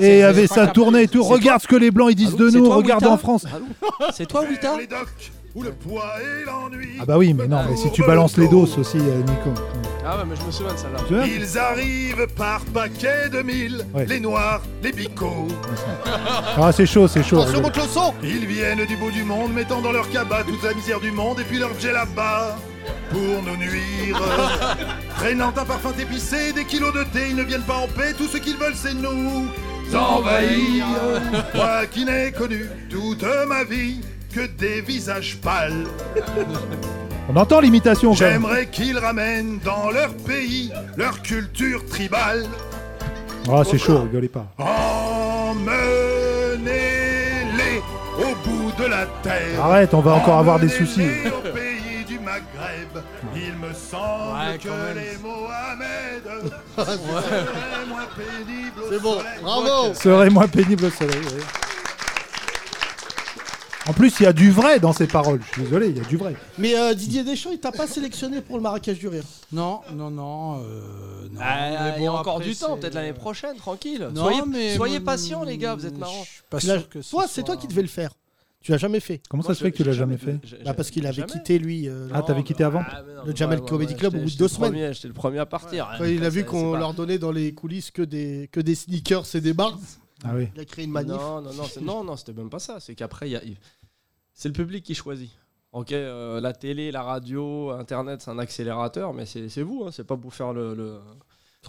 [SPEAKER 2] Et il avait ça tourné et tout. Regarde ce que les blancs ils
[SPEAKER 10] Ah
[SPEAKER 2] disent de
[SPEAKER 5] C'est
[SPEAKER 2] nous,
[SPEAKER 5] toi,
[SPEAKER 2] regarde
[SPEAKER 5] Wita
[SPEAKER 2] en France.
[SPEAKER 5] Allô C'est toi, Wita
[SPEAKER 7] Les docks, où le poids et l'ennui.
[SPEAKER 2] Ah bah oui, mais non, mais si tu balances les doses aussi, euh, Nico.
[SPEAKER 5] Ah ouais, mais je me souviens de celle-là.
[SPEAKER 2] Tu vois
[SPEAKER 7] Ils arrivent par paquets de mille,
[SPEAKER 2] Ouais.
[SPEAKER 7] les noirs, les bicots.
[SPEAKER 2] *laughs* Ah, c'est chaud, c'est chaud.
[SPEAKER 6] Attention,
[SPEAKER 2] rigole.
[SPEAKER 6] monte le son
[SPEAKER 7] Ils viennent du bout du monde, mettant dans leur cabas toute la misère du monde et puis leur là-bas pour
[SPEAKER 2] *laughs*
[SPEAKER 7] nous nuire. Traînant un parfum épicé, des kilos de thé, ils ne viennent pas en paix, tout ce qu'ils veulent c'est nous
[SPEAKER 2] *laughs*
[SPEAKER 7] envahir. Moi qui n'ai connu toute ma vie que des visages
[SPEAKER 2] *laughs*
[SPEAKER 7] pâles,
[SPEAKER 2] On entend l'imitation quand même.
[SPEAKER 7] j'aimerais qu'ils ramènent dans leur pays leur culture tribale.
[SPEAKER 2] Ah, c'est chaud, rigolez pas.
[SPEAKER 7] Emmenez-les au bout de la terre.
[SPEAKER 2] Arrête, on va encore avoir des soucis.
[SPEAKER 7] Emmenez-les au pays du Maghreb, il me semble
[SPEAKER 10] Ouais,
[SPEAKER 7] que
[SPEAKER 10] quand même.
[SPEAKER 7] les Mohamed seraient moins pénibles au
[SPEAKER 6] C'est bon,
[SPEAKER 7] soleil.
[SPEAKER 6] bravo
[SPEAKER 2] Serait moins pénible au soleil. ouais. En plus, il y a du vrai dans ces paroles. Je suis désolé, il y a du vrai.
[SPEAKER 6] Mais euh, Didier Deschamps, il t'a pas sélectionné pour le Marrakech du Rire.
[SPEAKER 10] Non, non, non. euh, non,
[SPEAKER 5] Ah,
[SPEAKER 10] mais
[SPEAKER 5] il y a
[SPEAKER 10] bon,
[SPEAKER 5] encore
[SPEAKER 10] après,
[SPEAKER 5] du temps,
[SPEAKER 10] c'est- euh,
[SPEAKER 5] peut-être l'année prochaine, tranquille.
[SPEAKER 10] Non,
[SPEAKER 5] soyez
[SPEAKER 10] mais
[SPEAKER 5] soyez
[SPEAKER 10] moi,
[SPEAKER 5] patients, les gars, vous êtes marrants.
[SPEAKER 10] Je suis pas
[SPEAKER 6] Tu l'as-
[SPEAKER 10] sûr que ce
[SPEAKER 6] Toi, c'est
[SPEAKER 10] soit-
[SPEAKER 6] toi qui devais le faire. Tu l'as jamais fait.
[SPEAKER 2] Comment
[SPEAKER 5] Moi,
[SPEAKER 2] ça se fait que tu
[SPEAKER 5] j'ai
[SPEAKER 2] l'as jamais fait
[SPEAKER 5] j'ai-
[SPEAKER 6] Bah, parce qu'il avait
[SPEAKER 5] jamais.
[SPEAKER 6] quitté lui. euh,
[SPEAKER 2] Ah, t'avais quitté avant
[SPEAKER 5] Ah, mais non,
[SPEAKER 6] Le
[SPEAKER 5] ouais,
[SPEAKER 6] Jamel
[SPEAKER 5] ouais,
[SPEAKER 6] Comedy
[SPEAKER 5] ouais,
[SPEAKER 6] Club, au
[SPEAKER 5] j'étais-
[SPEAKER 6] bout de
[SPEAKER 5] j'étais
[SPEAKER 6] deux
[SPEAKER 5] le
[SPEAKER 6] semaines.
[SPEAKER 5] premier, J'étais le premier à partir.
[SPEAKER 6] Quand il a vu
[SPEAKER 5] C'est- c'est
[SPEAKER 6] qu'on
[SPEAKER 5] pas-
[SPEAKER 6] leur donnait dans les coulisses que des, que des sneakers et des bars,
[SPEAKER 2] Ah oui.
[SPEAKER 6] il a créé une manif.
[SPEAKER 5] Non, non, non, c'est- non, non, c'était même pas ça. C'est qu'après, il y a- il- c'est le public qui choisit. Ok, euh, la télé, la radio, Internet, c'est un accélérateur, mais c'est c'est vous, hein, c'est pas pour faire le, le-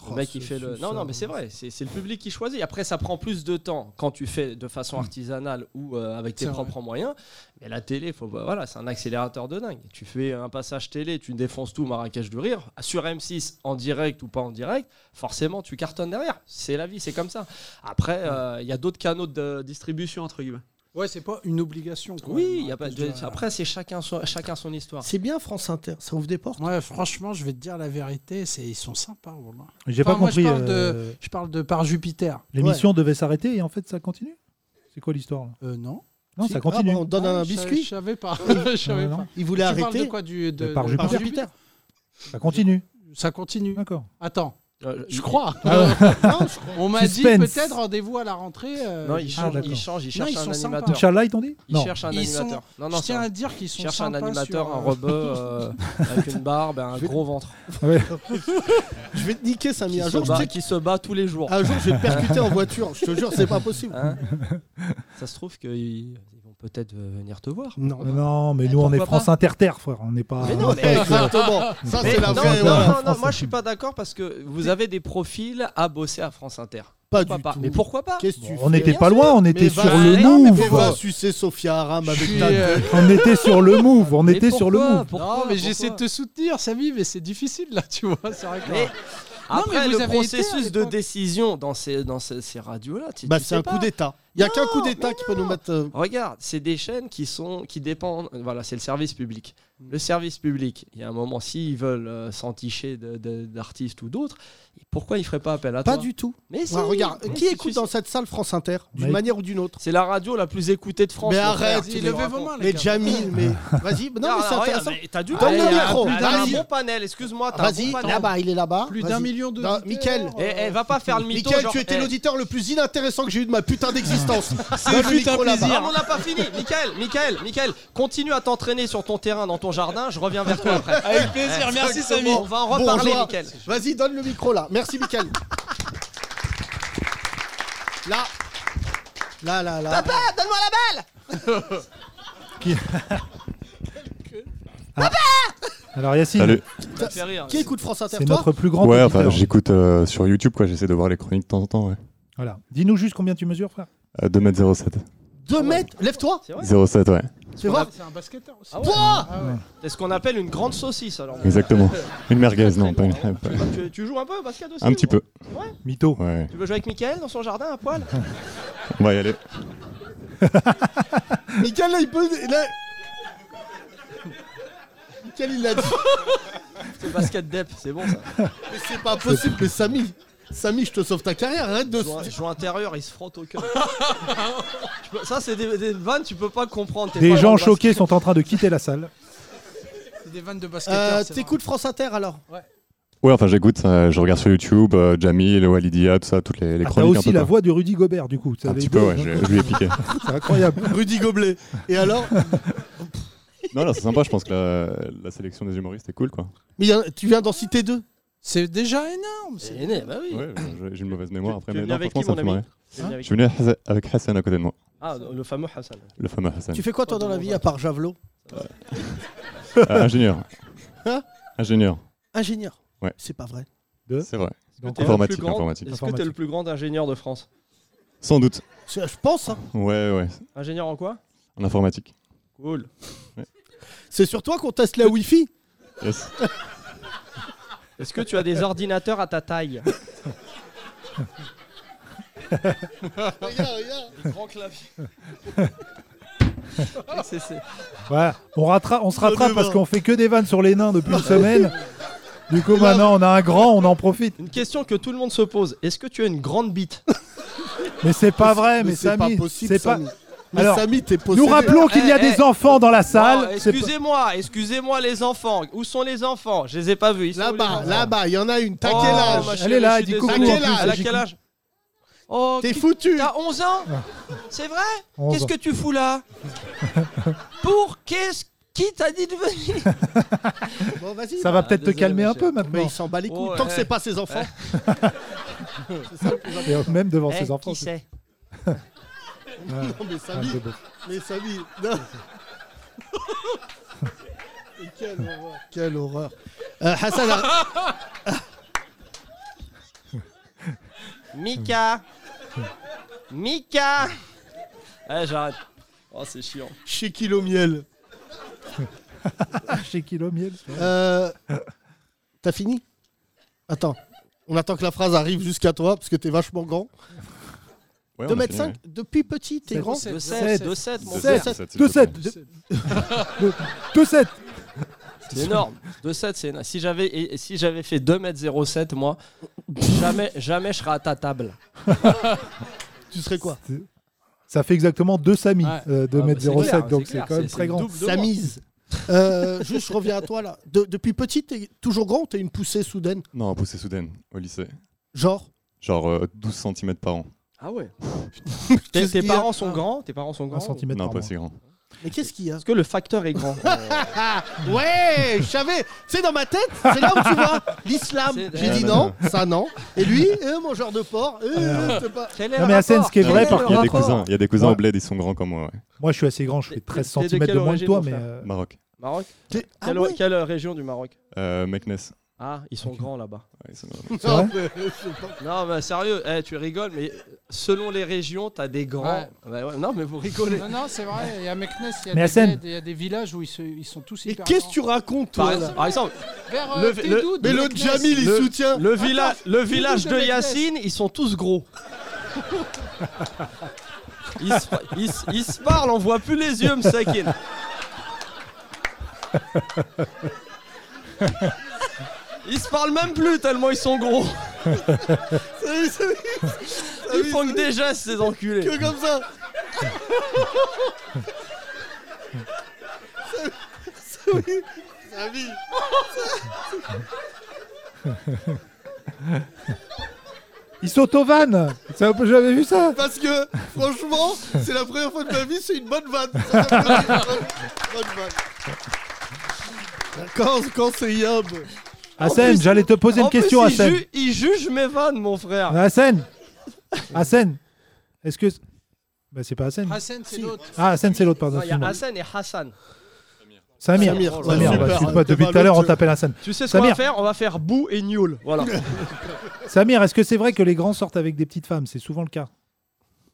[SPEAKER 5] le
[SPEAKER 10] Oh,
[SPEAKER 5] mec qui
[SPEAKER 10] ce-
[SPEAKER 5] fait le.
[SPEAKER 10] ce-
[SPEAKER 5] Non,
[SPEAKER 10] ça-
[SPEAKER 5] non, mais c'est vrai, c'est c'est le public qui choisit. Après, ça prend plus de temps quand tu fais de façon artisanale ou euh, avec tes
[SPEAKER 10] Mm. C'est vrai.
[SPEAKER 5] propres moyens. Mais la télé, faut, bah, voilà, c'est un accélérateur de dingue. Tu fais un passage télé, tu défonces tout Marrakech du rire. Sur M6, en direct ou pas en direct, forcément, tu cartonnes derrière. C'est la vie, c'est comme ça. Après, euh, il y a d'autres canaux de distribution, entre guillemets.
[SPEAKER 10] Ouais, c'est pas une obligation. quand
[SPEAKER 5] Oui,
[SPEAKER 10] même,
[SPEAKER 5] il y a
[SPEAKER 10] hein,
[SPEAKER 5] pas
[SPEAKER 10] je dirais.
[SPEAKER 5] de- après c'est chacun son, chacun son histoire.
[SPEAKER 10] C'est bien France Inter, ça ouvre des portes. Ouais, franchement, je vais te dire la vérité, c'est ils sont sympas. voilà.
[SPEAKER 2] J'ai pas
[SPEAKER 10] moi, je
[SPEAKER 2] compris,
[SPEAKER 10] parle,
[SPEAKER 2] euh,
[SPEAKER 10] de, je parle de par Jupiter.
[SPEAKER 2] L'émission devait s'arrêter et en fait ça continue C'est quoi l'histoire là
[SPEAKER 10] Euh, non.
[SPEAKER 2] Non,
[SPEAKER 10] Si.
[SPEAKER 2] ça continue.
[SPEAKER 10] Ah, bah, on donne un Ah, je savais- biscuit je savais
[SPEAKER 2] *laughs*
[SPEAKER 10] pas. Je savais pas. Il voulait Tu parles arrêter de quoi, du- de-
[SPEAKER 2] par
[SPEAKER 10] de-
[SPEAKER 2] Jupiter.
[SPEAKER 10] par Jupiter
[SPEAKER 2] Ça continue.
[SPEAKER 10] Ça continue.
[SPEAKER 2] D'accord.
[SPEAKER 10] Attends.
[SPEAKER 5] Euh,
[SPEAKER 10] je
[SPEAKER 5] il-
[SPEAKER 10] crois.
[SPEAKER 2] Ah ouais.
[SPEAKER 10] *laughs* Non, je crois. On m'a dit
[SPEAKER 2] Suspense.
[SPEAKER 10] peut-être rendez-vous à la rentrée. euh,
[SPEAKER 5] Non, ils
[SPEAKER 10] je-
[SPEAKER 5] changent,
[SPEAKER 10] Ah,
[SPEAKER 5] ils
[SPEAKER 10] d'accord.
[SPEAKER 5] changent, ils
[SPEAKER 10] Non,
[SPEAKER 5] cherchent
[SPEAKER 10] sont
[SPEAKER 5] un
[SPEAKER 10] sympas.
[SPEAKER 5] animateur.
[SPEAKER 2] Inch'Allah, ils t'ont dit
[SPEAKER 5] Ils
[SPEAKER 2] Non.
[SPEAKER 5] cherchent un
[SPEAKER 10] Ils sont-
[SPEAKER 5] animateur. Non, non,
[SPEAKER 10] je tiens
[SPEAKER 5] c'est un-
[SPEAKER 10] à dire qu'ils sont
[SPEAKER 5] ils cherchent un
[SPEAKER 10] sympas
[SPEAKER 5] animateur,
[SPEAKER 10] sur,
[SPEAKER 5] un
[SPEAKER 10] euh, *laughs*
[SPEAKER 5] rebeu euh, avec une barbe et un gros ventre.
[SPEAKER 6] Je vais te niquer,
[SPEAKER 5] Qui,
[SPEAKER 6] Samy. Un
[SPEAKER 5] se
[SPEAKER 6] jour, je
[SPEAKER 5] bat,
[SPEAKER 6] sais
[SPEAKER 5] qui se bat tous les jours.
[SPEAKER 6] Un jour, je vais
[SPEAKER 5] *laughs*
[SPEAKER 6] percuter en voiture. Je te jure, c'est pas possible.
[SPEAKER 5] Hein Ça se trouve qu'ils ils vont peut-être euh, venir te voir. Eh,
[SPEAKER 2] Non, mais nous on est
[SPEAKER 5] pourquoi
[SPEAKER 2] France
[SPEAKER 5] pas
[SPEAKER 2] Inter-Terre, frère. On n'est pas.
[SPEAKER 6] Ah,
[SPEAKER 5] Mais
[SPEAKER 2] on
[SPEAKER 5] non,
[SPEAKER 2] est
[SPEAKER 5] mais
[SPEAKER 2] pas avec, euh,
[SPEAKER 5] *laughs*
[SPEAKER 2] *laughs*
[SPEAKER 5] Mais
[SPEAKER 2] on est
[SPEAKER 5] non,
[SPEAKER 2] pas
[SPEAKER 5] non,
[SPEAKER 2] avec,
[SPEAKER 5] non,
[SPEAKER 2] euh,
[SPEAKER 5] non,
[SPEAKER 2] France
[SPEAKER 5] moi je suis pas d'accord parce que vous avez des profils à bosser à France Inter.
[SPEAKER 6] Pas
[SPEAKER 5] Pourquoi
[SPEAKER 6] du
[SPEAKER 5] pas
[SPEAKER 6] tout.
[SPEAKER 5] Mais pourquoi pas
[SPEAKER 6] Qu'est-ce que tu
[SPEAKER 2] On
[SPEAKER 6] fais
[SPEAKER 2] était pas loin, on
[SPEAKER 6] Mais
[SPEAKER 2] était
[SPEAKER 6] va-
[SPEAKER 2] sur le
[SPEAKER 6] Non, mais
[SPEAKER 2] move.
[SPEAKER 6] va sucer Sophia Aram avec ta
[SPEAKER 5] euh,
[SPEAKER 6] gueule.
[SPEAKER 2] On était sur le move, on était sur le move.
[SPEAKER 10] non, mais j'essaie de te soutenir, Samy, mais c'est difficile là, tu vois. C'est vrai que.
[SPEAKER 5] Mais
[SPEAKER 10] Non, mais
[SPEAKER 5] Après
[SPEAKER 10] vous avez
[SPEAKER 5] le
[SPEAKER 10] été à
[SPEAKER 5] processus de
[SPEAKER 10] l'époque.
[SPEAKER 5] décision dans ces, dans ces, ces radios-là, tu-
[SPEAKER 6] Bah,
[SPEAKER 5] tu
[SPEAKER 6] c'est
[SPEAKER 5] sais
[SPEAKER 6] un coup
[SPEAKER 5] pas.
[SPEAKER 6] d'État. Il y a qu'un
[SPEAKER 5] Non,
[SPEAKER 6] coup d'État qui peut nous mettre. euh,
[SPEAKER 5] Regarde, c'est des chaînes qui sont qui dépendent. Voilà, c'est le service public.
[SPEAKER 10] Mm.
[SPEAKER 5] Le service public, il y a un moment, s'ils veulent euh, s'enticher de- de- d'artistes ou d'autres, pourquoi ils feraient pas appel à
[SPEAKER 6] Pas
[SPEAKER 5] toi
[SPEAKER 6] du tout.
[SPEAKER 5] Mais si.
[SPEAKER 6] Ouais, regarde,
[SPEAKER 5] Mais
[SPEAKER 6] qui
[SPEAKER 5] si,
[SPEAKER 6] écoute
[SPEAKER 5] si,
[SPEAKER 6] dans
[SPEAKER 5] si.
[SPEAKER 6] cette salle France Inter, d'une
[SPEAKER 5] Mais-
[SPEAKER 6] manière ou d'une autre
[SPEAKER 5] C'est la radio la plus écoutée de France.
[SPEAKER 6] Mais
[SPEAKER 5] mon
[SPEAKER 6] arrête,
[SPEAKER 5] frère,
[SPEAKER 6] tu
[SPEAKER 5] tu
[SPEAKER 6] me
[SPEAKER 5] me
[SPEAKER 6] racontes.
[SPEAKER 5] racontes.
[SPEAKER 6] Mais Jamil, mais vas-y, non mais c'est
[SPEAKER 5] regarde,
[SPEAKER 6] intéressant.
[SPEAKER 5] mais T'as dû
[SPEAKER 6] Donne
[SPEAKER 5] Allez,
[SPEAKER 6] le micro.
[SPEAKER 5] t'as- t'as un
[SPEAKER 6] Vas-y.
[SPEAKER 5] bon panel, excuse-moi. Ah, t'as un
[SPEAKER 6] Ah,
[SPEAKER 5] hein.
[SPEAKER 6] Vas-y,
[SPEAKER 5] bon panel.
[SPEAKER 6] là-bas, il est là-bas.
[SPEAKER 10] Plus
[SPEAKER 6] Vas-y. Bah,
[SPEAKER 10] d'un million de
[SPEAKER 6] Non, Mickaël.
[SPEAKER 5] Eh, eh, va pas faire le mytho.
[SPEAKER 6] Mickaël,
[SPEAKER 5] genre,
[SPEAKER 6] tu étais
[SPEAKER 5] eh,
[SPEAKER 6] l'auditeur le plus inintéressant que j'ai eu de ma putain d'existence.
[SPEAKER 5] Donne
[SPEAKER 6] C'est
[SPEAKER 5] le micro là-bas. Ah, mais on n'a pas fini. Michael, Michael, Michael, continue à t'entraîner sur ton terrain, dans ton jardin. Je reviens vers toi après.
[SPEAKER 1] Avec plaisir,
[SPEAKER 5] Ouais.
[SPEAKER 1] merci, Samy.
[SPEAKER 5] On va en reparler,
[SPEAKER 6] Bourgeois.
[SPEAKER 5] Michael.
[SPEAKER 6] Vas-y, donne le micro là. Merci, Mickaël. là. Là, là, là.
[SPEAKER 3] Papa, donne-moi la balle
[SPEAKER 6] *laughs*
[SPEAKER 2] Ah. Alors Yacine,
[SPEAKER 11] Salut.
[SPEAKER 6] Ça fait rire. Qui écoute France Inter
[SPEAKER 2] C'est
[SPEAKER 6] toi
[SPEAKER 2] notre plus grand
[SPEAKER 11] ouais,
[SPEAKER 2] auditeur.
[SPEAKER 11] enfin, j'écoute euh, sur YouTube, quoi. J'essaie de voir les chroniques de temps en temps, ouais. Euh,
[SPEAKER 2] Voilà. Dis-nous juste combien tu mesures, frère.
[SPEAKER 11] À 2m07.
[SPEAKER 6] 2 mètres, lève-toi.
[SPEAKER 11] 07, ouais.
[SPEAKER 6] Fais voir.
[SPEAKER 10] C'est un basketteur
[SPEAKER 5] Ah
[SPEAKER 10] aussi.
[SPEAKER 6] Toi
[SPEAKER 5] C'est ce qu'on appelle une grande saucisse alors.
[SPEAKER 11] Exactement. Une merguez, non, pas une. pas-
[SPEAKER 5] Tu, tu joues un peu au basket aussi
[SPEAKER 11] Un petit peu.
[SPEAKER 5] Ouais.
[SPEAKER 2] Mytho.
[SPEAKER 11] Ouais.
[SPEAKER 5] *laughs* Tu veux jouer avec Michael dans son jardin à
[SPEAKER 6] *laughs*
[SPEAKER 5] poil
[SPEAKER 11] On va y aller.
[SPEAKER 6] Mickaël, là, il peut. Là... Mickaël, il l'a dit.
[SPEAKER 5] C'est basket dep, c'est bon ça.
[SPEAKER 6] *laughs* Mais c'est pas possible, mais Samy. Samy, je te sauve ta carrière, arrête de.
[SPEAKER 5] Joue, joue intérieur, il se frotte au cœur.
[SPEAKER 6] *laughs*
[SPEAKER 5] Tu peux- ça, c'est des, des vannes, tu peux pas comprendre. t'es
[SPEAKER 2] Des
[SPEAKER 5] pas dans
[SPEAKER 2] gens
[SPEAKER 5] le basket.
[SPEAKER 2] choqués sont en train de quitter la salle.
[SPEAKER 10] C'est des vannes de basketteurs.
[SPEAKER 6] Euh,
[SPEAKER 10] c'est
[SPEAKER 6] T'écoutes France Inter alors
[SPEAKER 11] Ouais, enfin, j'écoute, euh, je regarde sur YouTube, euh, Jamil, Walidia, tout ça, toutes les, les
[SPEAKER 2] Ah, T'as
[SPEAKER 11] chroniques.
[SPEAKER 2] aussi
[SPEAKER 11] un peu,
[SPEAKER 2] la
[SPEAKER 11] quoi.
[SPEAKER 2] voix de Rudy Gobert, du coup. Ça
[SPEAKER 11] Un
[SPEAKER 2] les
[SPEAKER 11] petit
[SPEAKER 2] deux,
[SPEAKER 11] peu, ouais,
[SPEAKER 2] d'un
[SPEAKER 11] je,
[SPEAKER 2] coup.
[SPEAKER 11] je lui ai piqué.
[SPEAKER 2] *laughs* C'est incroyable.
[SPEAKER 6] Rudy Goblet. Et alors
[SPEAKER 11] *laughs*
[SPEAKER 2] *laughs*
[SPEAKER 11] Non, non, c'est sympa, je pense que la, la sélection des humoristes est cool, quoi.
[SPEAKER 6] Mais il y en a- tu viens d'en citer deux
[SPEAKER 10] C'est déjà énorme. C'est
[SPEAKER 5] Eh, bah oui.
[SPEAKER 11] Ouais, je- j'ai une mauvaise mémoire après,
[SPEAKER 5] tu es
[SPEAKER 11] mais
[SPEAKER 5] venu
[SPEAKER 11] non,
[SPEAKER 5] avec
[SPEAKER 11] franchement,
[SPEAKER 5] qui,
[SPEAKER 11] ça
[SPEAKER 5] mon
[SPEAKER 11] me fait
[SPEAKER 5] ami
[SPEAKER 11] marrer. Hein
[SPEAKER 5] Tu es
[SPEAKER 11] Je
[SPEAKER 5] venu avec
[SPEAKER 11] suis venu à- avec Hassan à côté de moi,
[SPEAKER 5] Ah, le fameux Hassan.
[SPEAKER 11] le fameux Hassan.
[SPEAKER 6] Tu fais quoi toi dans la vie à part Javelot
[SPEAKER 11] Euh, ingénieur.
[SPEAKER 6] Hein
[SPEAKER 11] Ingénieur.
[SPEAKER 6] Ingénieur
[SPEAKER 11] Ouais.
[SPEAKER 6] C'est pas vrai.
[SPEAKER 11] C'est vrai.
[SPEAKER 5] Est-ce que t'es le
[SPEAKER 11] Informatique,
[SPEAKER 5] plus grand-
[SPEAKER 11] informatique.
[SPEAKER 5] Est-ce que t'es le plus grand ingénieur de France
[SPEAKER 11] Sans doute.
[SPEAKER 6] C'est- Je pense, hein.
[SPEAKER 11] Ouais, Euh, ouais.
[SPEAKER 5] Ingénieur en quoi
[SPEAKER 11] En informatique.
[SPEAKER 5] Cool.
[SPEAKER 6] C'est sur toi qu'on teste la Wi-Fi
[SPEAKER 11] Yes.
[SPEAKER 5] Est-ce que tu as des ordinateurs à ta
[SPEAKER 6] *laughs*
[SPEAKER 5] taille
[SPEAKER 6] *laughs* Regarde, regarde.
[SPEAKER 5] Des grands claviers. *laughs* C'est- c'est-
[SPEAKER 2] Voilà. On, rattra- on se rattrape
[SPEAKER 5] Donnez-moi.
[SPEAKER 2] parce qu'on fait que des vannes sur les nains
[SPEAKER 6] *laughs*
[SPEAKER 2] depuis une semaine. Du coup, maintenant, on a un grand, on en profite.
[SPEAKER 5] Une question que tout le monde se pose. Est-ce que tu as une grande bite
[SPEAKER 2] Mais c'est pas vrai, mais,
[SPEAKER 6] Mais c'est pas
[SPEAKER 2] Samy,
[SPEAKER 6] possible, Samy. Mais
[SPEAKER 2] Alors,
[SPEAKER 6] Samy, t'es possédé.
[SPEAKER 2] nous rappelons qu'il y a
[SPEAKER 5] Eh,
[SPEAKER 2] des
[SPEAKER 5] eh.
[SPEAKER 2] enfants dans la salle.
[SPEAKER 5] Bon,
[SPEAKER 2] C'est pas-
[SPEAKER 5] excusez-moi, excusez-moi les enfants. Où sont les enfants Je les ai pas vus. Ils sont où, les
[SPEAKER 6] Là-bas,
[SPEAKER 5] enfants
[SPEAKER 6] là-bas, il y en a une. T'as
[SPEAKER 5] Oh,
[SPEAKER 6] quel âge
[SPEAKER 5] ma chérie,
[SPEAKER 2] Elle est là,
[SPEAKER 5] je suis
[SPEAKER 2] elle dit coucou,
[SPEAKER 5] désolé.
[SPEAKER 6] en plus,
[SPEAKER 5] Elle a
[SPEAKER 2] j'ai
[SPEAKER 5] quel
[SPEAKER 2] cou-
[SPEAKER 5] âge Oh,
[SPEAKER 6] T'es
[SPEAKER 5] qui-
[SPEAKER 6] foutu
[SPEAKER 5] T'as 11 ans C'est vrai
[SPEAKER 2] 11
[SPEAKER 5] Qu'est-ce
[SPEAKER 2] Ah. ans.
[SPEAKER 5] que tu fous
[SPEAKER 2] *laughs*
[SPEAKER 5] là Pour qu'est-ce qui t'a dit de venir
[SPEAKER 6] *laughs* Bon, vas-y.
[SPEAKER 2] Ça va
[SPEAKER 5] Ah,
[SPEAKER 2] peut-être te
[SPEAKER 5] désolé,
[SPEAKER 2] calmer un
[SPEAKER 5] monsieur.
[SPEAKER 2] peu
[SPEAKER 6] Mais
[SPEAKER 2] maintenant.
[SPEAKER 6] il s'en bat les couilles.
[SPEAKER 5] Oh,
[SPEAKER 6] Tant que
[SPEAKER 5] eh.
[SPEAKER 6] c'est pas ses
[SPEAKER 5] *laughs*
[SPEAKER 6] enfants.
[SPEAKER 2] *laughs* Et même devant
[SPEAKER 5] Eh,
[SPEAKER 2] ses enfants.
[SPEAKER 5] Qui
[SPEAKER 2] *laughs*
[SPEAKER 5] c'est
[SPEAKER 6] Non, mais
[SPEAKER 2] Ah,
[SPEAKER 6] Samy,
[SPEAKER 2] c'est beau.
[SPEAKER 6] mais Samy,
[SPEAKER 2] *laughs*
[SPEAKER 6] non. Mais Quelle horreur. Quelle horreur. Euh, Hassan, ah, arr-
[SPEAKER 1] *laughs*
[SPEAKER 5] Mika Mika Allez, j'arrête. Oh, c'est chiant.
[SPEAKER 6] chez Kilo Miel.
[SPEAKER 2] Ah, *laughs* Chez Kilo Miel.
[SPEAKER 6] Euh, T'as fini Attends. On attend que la phrase arrive jusqu'à toi parce que t'es vachement grand.
[SPEAKER 11] Ouais, on a
[SPEAKER 6] 2 mètres
[SPEAKER 11] fini,
[SPEAKER 6] 5 depuis petit, t'es
[SPEAKER 11] Sept,
[SPEAKER 6] grand
[SPEAKER 11] sept, sept,
[SPEAKER 5] deux, sept, mon
[SPEAKER 11] père.
[SPEAKER 6] 2-7
[SPEAKER 11] Deux, sept.
[SPEAKER 6] 2-7
[SPEAKER 5] C'est énorme. 2,7, c'est énorme. Si j'avais et- et si j'avais fait 2m07, moi, jamais, jamais je serais à ta *laughs* table.
[SPEAKER 6] tu serais quoi
[SPEAKER 2] Ça fait exactement deux Samy
[SPEAKER 5] Ouais.
[SPEAKER 2] euh, de
[SPEAKER 5] Ah bah,
[SPEAKER 2] mètre
[SPEAKER 5] c'est
[SPEAKER 2] 07,
[SPEAKER 5] clair,
[SPEAKER 2] donc
[SPEAKER 5] c'est
[SPEAKER 2] c'est
[SPEAKER 5] clair,
[SPEAKER 2] quand même
[SPEAKER 5] c'est-
[SPEAKER 2] très
[SPEAKER 5] c'est
[SPEAKER 2] grand.
[SPEAKER 5] double de
[SPEAKER 6] Ça
[SPEAKER 5] moi.
[SPEAKER 6] mise. Euh, juste, je reviens à toi là. De- depuis petit, t'es toujours grand ou t'as une poussée soudaine
[SPEAKER 11] Non, poussée soudaine au lycée.
[SPEAKER 6] Genre
[SPEAKER 11] Genre euh, 12 cm par an.
[SPEAKER 5] Ah ouais. Tes,
[SPEAKER 6] Qu'est-ce
[SPEAKER 5] tes
[SPEAKER 6] qu'il y a
[SPEAKER 5] parents sont grands Tes parents sont grands
[SPEAKER 11] centimètre Non, par pas mois. si grand.
[SPEAKER 6] Mais qu'est-ce qu'il y a
[SPEAKER 5] Est-ce hein? que le facteur est
[SPEAKER 1] Ah
[SPEAKER 5] grand
[SPEAKER 6] *laughs* ouais, je savais. C'est dans ma tête. C'est là où
[SPEAKER 5] *laughs*
[SPEAKER 6] tu vois l'islam.
[SPEAKER 5] C'est-
[SPEAKER 6] J'ai dit
[SPEAKER 11] Ah, non,
[SPEAKER 6] non, ça non. Et lui, euh, mangeur de porc. euh, euh, c'est pas...
[SPEAKER 5] Quel
[SPEAKER 2] Ah. Non, mais Hassan, ce qui est vrai,
[SPEAKER 11] Il
[SPEAKER 2] par
[SPEAKER 11] y a
[SPEAKER 2] contre.
[SPEAKER 11] des cousins, il y a des cousins
[SPEAKER 2] Ouais.
[SPEAKER 11] au bled, ils sont grands comme moi. ouais.
[SPEAKER 2] Moi, je suis assez grand, je fais 13
[SPEAKER 5] t'es de
[SPEAKER 2] cm de,
[SPEAKER 5] quelle
[SPEAKER 2] moins que
[SPEAKER 5] origine,
[SPEAKER 2] toi,
[SPEAKER 5] mon
[SPEAKER 2] mais.
[SPEAKER 5] frère
[SPEAKER 2] euh,
[SPEAKER 11] Maroc.
[SPEAKER 5] Maroc
[SPEAKER 6] T'es- ah
[SPEAKER 5] Quelle-
[SPEAKER 6] ouais.
[SPEAKER 5] Quelle région du Maroc
[SPEAKER 11] Euh, Meknes.
[SPEAKER 5] Ah, ils sont grands là-bas.
[SPEAKER 11] Ouais, ils sont grands.
[SPEAKER 5] *laughs*
[SPEAKER 2] C'est vrai
[SPEAKER 6] mais, je sais pas.
[SPEAKER 5] Non, mais sérieux, eh, tu rigoles, mais selon les régions, t'as des grands.
[SPEAKER 1] Ouais.
[SPEAKER 5] Bah ouais, non, mais vous *laughs* rigolez.
[SPEAKER 1] Non, non, c'est vrai. Et à Meknes, il y a
[SPEAKER 2] Mais
[SPEAKER 1] des
[SPEAKER 2] Hassan-
[SPEAKER 1] bleds, il y a des villages où ils, se- ils sont tous
[SPEAKER 6] Et
[SPEAKER 1] hyper
[SPEAKER 6] qu'est-ce
[SPEAKER 1] grands.
[SPEAKER 6] que tu racontes
[SPEAKER 5] Par,
[SPEAKER 6] toi là
[SPEAKER 5] ex- par exemple,
[SPEAKER 1] Vers,
[SPEAKER 5] le,
[SPEAKER 1] euh,
[SPEAKER 5] vi- le-
[SPEAKER 1] Tédoud,
[SPEAKER 6] Mais le
[SPEAKER 1] Meknes.
[SPEAKER 6] Jamil, il
[SPEAKER 5] le-
[SPEAKER 6] soutient.
[SPEAKER 5] le villa-
[SPEAKER 1] Attends,
[SPEAKER 5] le
[SPEAKER 1] Tédoud
[SPEAKER 5] village
[SPEAKER 1] de
[SPEAKER 5] de
[SPEAKER 1] Meknes.
[SPEAKER 5] Yacine, ils sont tous gros. Ils se, ils se- ils se parlent, on voit plus les yeux, Msakin. Ils se parlent même plus tellement ils sont gros. Ils font que des gestes, ces enculés.
[SPEAKER 6] Que comme
[SPEAKER 2] *laughs*
[SPEAKER 6] ça. *laughs* Samy,
[SPEAKER 2] *laughs*
[SPEAKER 6] Samy.
[SPEAKER 2] *laughs* Ils sont aux vannes Ça, J'avais vu ça
[SPEAKER 6] Parce que, franchement, c'est la première fois de ma vie, c'est une bonne vanne. C'est la première fois- bonne vanne. Quand, quand c'est Yob.
[SPEAKER 2] Hassan,
[SPEAKER 5] plus-
[SPEAKER 2] j'allais te poser
[SPEAKER 5] En
[SPEAKER 2] une
[SPEAKER 5] plus,
[SPEAKER 2] question,
[SPEAKER 5] ils,
[SPEAKER 2] Hassan.
[SPEAKER 5] ju- ils jugent mes vannes, mon frère.
[SPEAKER 2] Ah, Hassan Hassan Est-ce que. Bah, c'est pas Hassan.
[SPEAKER 1] Hassan, c'est l'autre.
[SPEAKER 2] Ah, Hassan, c'est l'autre, pardon.
[SPEAKER 5] Non, Il y a
[SPEAKER 2] excuse-moi.
[SPEAKER 5] Hassan et Hassan.
[SPEAKER 6] Samir,
[SPEAKER 2] Samir.
[SPEAKER 6] ouais,
[SPEAKER 2] Samir,
[SPEAKER 6] super,
[SPEAKER 2] bah,
[SPEAKER 5] Ah,
[SPEAKER 2] excuse-moi,
[SPEAKER 6] arrête
[SPEAKER 2] depuis
[SPEAKER 6] pas
[SPEAKER 2] tout à l'heure, on
[SPEAKER 6] l'autre.
[SPEAKER 2] t'appelle Hassan.
[SPEAKER 5] Tu sais ce qu'on va
[SPEAKER 2] Samir,
[SPEAKER 5] faire On va faire Bou et Nioul.
[SPEAKER 2] *laughs*
[SPEAKER 5] Voilà.
[SPEAKER 2] Samir est-ce que c'est vrai que les grands sortent avec des petites femmes C'est souvent le cas.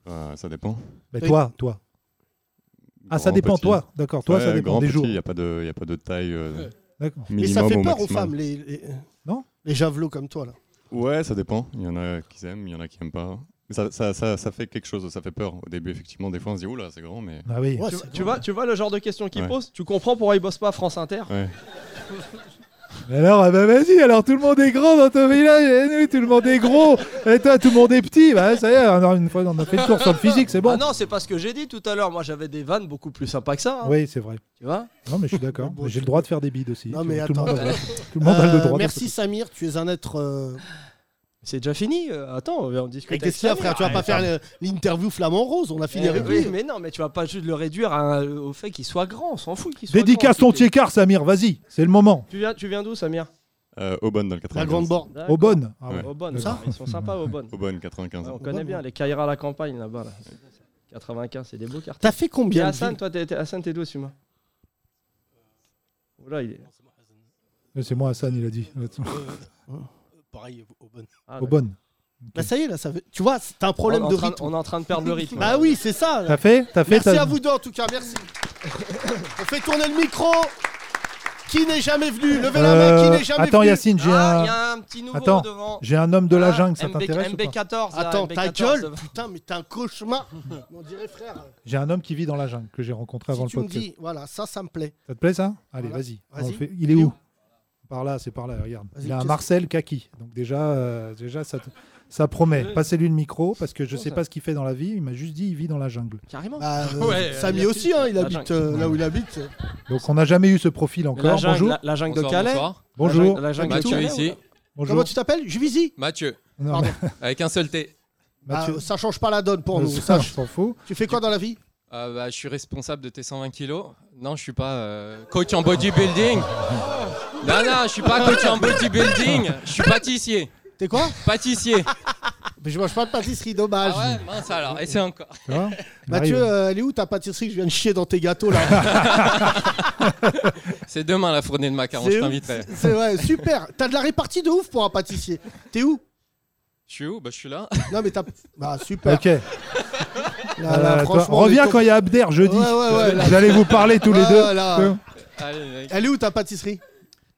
[SPEAKER 11] Euh, ça dépend.
[SPEAKER 2] Mais
[SPEAKER 6] Oui.
[SPEAKER 2] toi, toi. Ah, ça
[SPEAKER 11] Grand,
[SPEAKER 2] dépend,
[SPEAKER 11] petit.
[SPEAKER 2] toi. D'accord, toi,
[SPEAKER 11] Ouais,
[SPEAKER 2] ça dépend
[SPEAKER 11] grand,
[SPEAKER 2] des
[SPEAKER 11] petit,
[SPEAKER 2] jours.
[SPEAKER 11] Il n'y a, pas de- y a pas de taille euh,
[SPEAKER 2] D'accord.
[SPEAKER 6] Mais
[SPEAKER 11] minimum
[SPEAKER 6] ça fait
[SPEAKER 11] au
[SPEAKER 6] peur aux
[SPEAKER 11] maximum.
[SPEAKER 6] femmes, les, les-
[SPEAKER 2] Non
[SPEAKER 6] les javelots comme toi, là.
[SPEAKER 11] Ouais, ça dépend. Il y en a qui aiment, il y en a qui n'aiment pas. Mais ça, ça, ça, ça fait quelque chose, ça fait peur. Au début, effectivement, des fois, on se dit, oula, c'est grand, mais.
[SPEAKER 2] Ah oui.
[SPEAKER 6] Ouais,
[SPEAKER 5] tu,
[SPEAKER 6] c'est
[SPEAKER 5] tu vois, tu vois le genre de question qu'il
[SPEAKER 11] Ouais.
[SPEAKER 5] pose Tu comprends pourquoi il bosse pas à France Inter
[SPEAKER 11] Ouais.
[SPEAKER 2] Mais Alors, ah bah vas-y, alors tout le monde est grand dans ton village, et nous, tout le monde est gros, et toi, tout le monde est petit. Bah, ça y est, on a- une fois, on a fait le tour sur le physique, c'est
[SPEAKER 5] Ah
[SPEAKER 2] bon.
[SPEAKER 5] non, c'est pas ce que j'ai dit tout à l'heure. Moi, j'avais des vannes beaucoup plus sympas que ça. hein.
[SPEAKER 2] oui, c'est vrai.
[SPEAKER 5] Tu vois
[SPEAKER 2] Non, mais je suis d'accord. J'ai le droit de faire des bides aussi.
[SPEAKER 6] Non,
[SPEAKER 2] Tout-
[SPEAKER 6] mais
[SPEAKER 2] tout, le monde a
[SPEAKER 6] attends.
[SPEAKER 2] le, tout le monde a le
[SPEAKER 6] Euh,
[SPEAKER 2] droit. de-
[SPEAKER 6] merci, Samir, tu es un être. euh,
[SPEAKER 5] C'est déjà fini. euh, Attends, on discute.
[SPEAKER 6] Mais
[SPEAKER 5] avec
[SPEAKER 6] qu'est-ce qu'il y a,
[SPEAKER 5] Samir.
[SPEAKER 6] frère Tu vas pas
[SPEAKER 5] Ouais,
[SPEAKER 6] faire le- l'interview flamant rose, on a fini
[SPEAKER 5] eh
[SPEAKER 6] avec
[SPEAKER 5] oui,
[SPEAKER 6] lui.
[SPEAKER 5] mais non, mais tu vas pas juste le réduire à un- au fait qu'il soit grand. On s'en fout qu'il soit
[SPEAKER 2] Dédicace
[SPEAKER 5] grand.
[SPEAKER 2] ton tiécard, Samir, vas-y, c'est le moment.
[SPEAKER 5] Tu viens, tu viens d'où, Samir
[SPEAKER 11] Euh, Aubonne dans le
[SPEAKER 6] La
[SPEAKER 11] 95.
[SPEAKER 6] grande borne.
[SPEAKER 5] D'accord.
[SPEAKER 2] Au bonne. Ah ouais.
[SPEAKER 5] Au Bonne,
[SPEAKER 6] Ça
[SPEAKER 5] ils sont sympas au Bonne.
[SPEAKER 11] Aubonne 95.
[SPEAKER 5] on connaît bien les Kaira à la campagne là-bas. là. 95, c'est des beaux quartiers.
[SPEAKER 6] T'as fait
[SPEAKER 5] Et
[SPEAKER 6] combien de
[SPEAKER 5] Hassan,
[SPEAKER 6] villes
[SPEAKER 5] toi, t'es, t'es- Hassan, t'es d'où,
[SPEAKER 6] *laughs*
[SPEAKER 5] Suma Oula, il est.
[SPEAKER 2] Euh, C'est moi, Hassan, il a dit. *laughs*
[SPEAKER 1] Pareil, au- au bon.
[SPEAKER 5] Ah,
[SPEAKER 2] Au bonne.
[SPEAKER 6] Bah, ça y est, là, ça fait- tu vois, c'est un problème
[SPEAKER 5] on, est
[SPEAKER 6] de
[SPEAKER 5] en train-
[SPEAKER 6] rythme.
[SPEAKER 5] On est en train de perdre le rythme.
[SPEAKER 6] Bah oui, c'est ça. là.
[SPEAKER 2] T'as fait T'as fait
[SPEAKER 6] Merci
[SPEAKER 2] t'as-
[SPEAKER 6] à vous deux en tout cas,
[SPEAKER 5] *laughs*
[SPEAKER 6] merci. On fait tourner le micro. Qui n'est jamais venu Levez la main, qui
[SPEAKER 2] Euh,
[SPEAKER 6] n'est jamais
[SPEAKER 2] Attends,
[SPEAKER 6] venu
[SPEAKER 2] Yacine, j'ai
[SPEAKER 5] Ah, il y
[SPEAKER 2] un...
[SPEAKER 5] a un petit nouveau
[SPEAKER 2] Attends,
[SPEAKER 5] devant.
[SPEAKER 2] j'ai un homme de la
[SPEAKER 5] Ah,
[SPEAKER 2] jungle, ça
[SPEAKER 5] MB
[SPEAKER 2] t'intéresse ou pas
[SPEAKER 5] MB14, là,
[SPEAKER 6] Attends, ta
[SPEAKER 5] MB14
[SPEAKER 6] gueule
[SPEAKER 5] devant.
[SPEAKER 6] Putain, mais t'es un
[SPEAKER 5] *laughs*
[SPEAKER 6] cauchemar On dirait frère.
[SPEAKER 2] J'ai un homme qui vit dans la jungle que j'ai rencontré avant
[SPEAKER 6] Si
[SPEAKER 2] le
[SPEAKER 6] tu me
[SPEAKER 2] podcast.
[SPEAKER 6] dis, voilà, ça, ça me plaît.
[SPEAKER 2] Ça te plaît ça Allez,
[SPEAKER 6] Voilà.
[SPEAKER 2] vas-y.
[SPEAKER 6] Vas-y.
[SPEAKER 2] On le fait. Il est où Par là, c'est par là, regarde.
[SPEAKER 6] Vas-y,
[SPEAKER 2] Il a un
[SPEAKER 6] qu'est-ce-
[SPEAKER 2] Marcel Kaki. Donc déjà, euh, déjà ça, te- ça promet. Passez-lui le micro parce que je
[SPEAKER 5] Bon,
[SPEAKER 2] sais
[SPEAKER 5] ça.
[SPEAKER 2] pas ce qu'il fait dans la vie. Il m'a juste dit il vit dans la jungle.
[SPEAKER 5] Carrément.
[SPEAKER 6] Bah, euh,
[SPEAKER 5] Ouais,
[SPEAKER 6] Samy
[SPEAKER 5] euh,
[SPEAKER 6] aussi, hein, il
[SPEAKER 5] la
[SPEAKER 9] Ah,
[SPEAKER 6] habite euh, là où il habite.
[SPEAKER 2] Donc on n'a jamais eu ce profil
[SPEAKER 5] la
[SPEAKER 2] encore.
[SPEAKER 5] jungle,
[SPEAKER 2] Bonjour.
[SPEAKER 5] la, la jungle de
[SPEAKER 9] Bonsoir,
[SPEAKER 5] Calais. Bah,
[SPEAKER 9] bonsoir.
[SPEAKER 2] Bonjour.
[SPEAKER 5] La jungle, la jungle de
[SPEAKER 9] Mathieu
[SPEAKER 5] Calais.
[SPEAKER 9] ici.
[SPEAKER 2] Bonjour.
[SPEAKER 6] Comment tu t'appelles Juvisy
[SPEAKER 9] Mathieu.
[SPEAKER 2] Non, mais-
[SPEAKER 9] *laughs* Avec un seul T.
[SPEAKER 2] Mathieu.
[SPEAKER 6] Ah, Ça change pas la donne pour nous.
[SPEAKER 2] Ça,
[SPEAKER 6] sache.
[SPEAKER 2] je t'en fous.
[SPEAKER 6] Tu fais quoi dans la vie
[SPEAKER 9] Euh, bah, je suis responsable de tes 120 kilos. Non, je suis pas euh, coach en bodybuilding. Non, non, je suis pas coach en bodybuilding. Je suis pâtissier.
[SPEAKER 6] T'es quoi
[SPEAKER 9] Pâtissier.
[SPEAKER 6] Mais Je mange pas de pâtisserie, dommage.
[SPEAKER 9] Ah ouais, mince alors. Et c'est encore.
[SPEAKER 2] Tu vois Il
[SPEAKER 6] Mathieu,
[SPEAKER 2] arrive.
[SPEAKER 6] euh, elle est où ta pâtisserie que je viens de chier dans tes
[SPEAKER 9] *laughs*
[SPEAKER 6] gâteaux là
[SPEAKER 9] C'est demain la fournée de macarons,
[SPEAKER 6] C'est
[SPEAKER 9] je
[SPEAKER 6] où
[SPEAKER 9] t'inviterai.
[SPEAKER 6] C'est vrai, super. T'as de la répartie de ouf pour un pâtissier. T'es où
[SPEAKER 9] Je suis où Bah, je suis là.
[SPEAKER 6] *laughs* Non mais t'as. Bah super.
[SPEAKER 2] Ok.
[SPEAKER 6] Là,
[SPEAKER 2] Euh,
[SPEAKER 6] là,
[SPEAKER 2] toi,
[SPEAKER 6] franchement,
[SPEAKER 2] reviens
[SPEAKER 6] on est
[SPEAKER 2] quand il y a Abder jeudi.
[SPEAKER 6] Ouais, ouais, ouais, là.
[SPEAKER 2] Vous allez vous parler tous les
[SPEAKER 6] Ouais,
[SPEAKER 2] deux. Hein
[SPEAKER 6] ouais, là.
[SPEAKER 9] Allez, mec.
[SPEAKER 6] Elle est où ta pâtisserie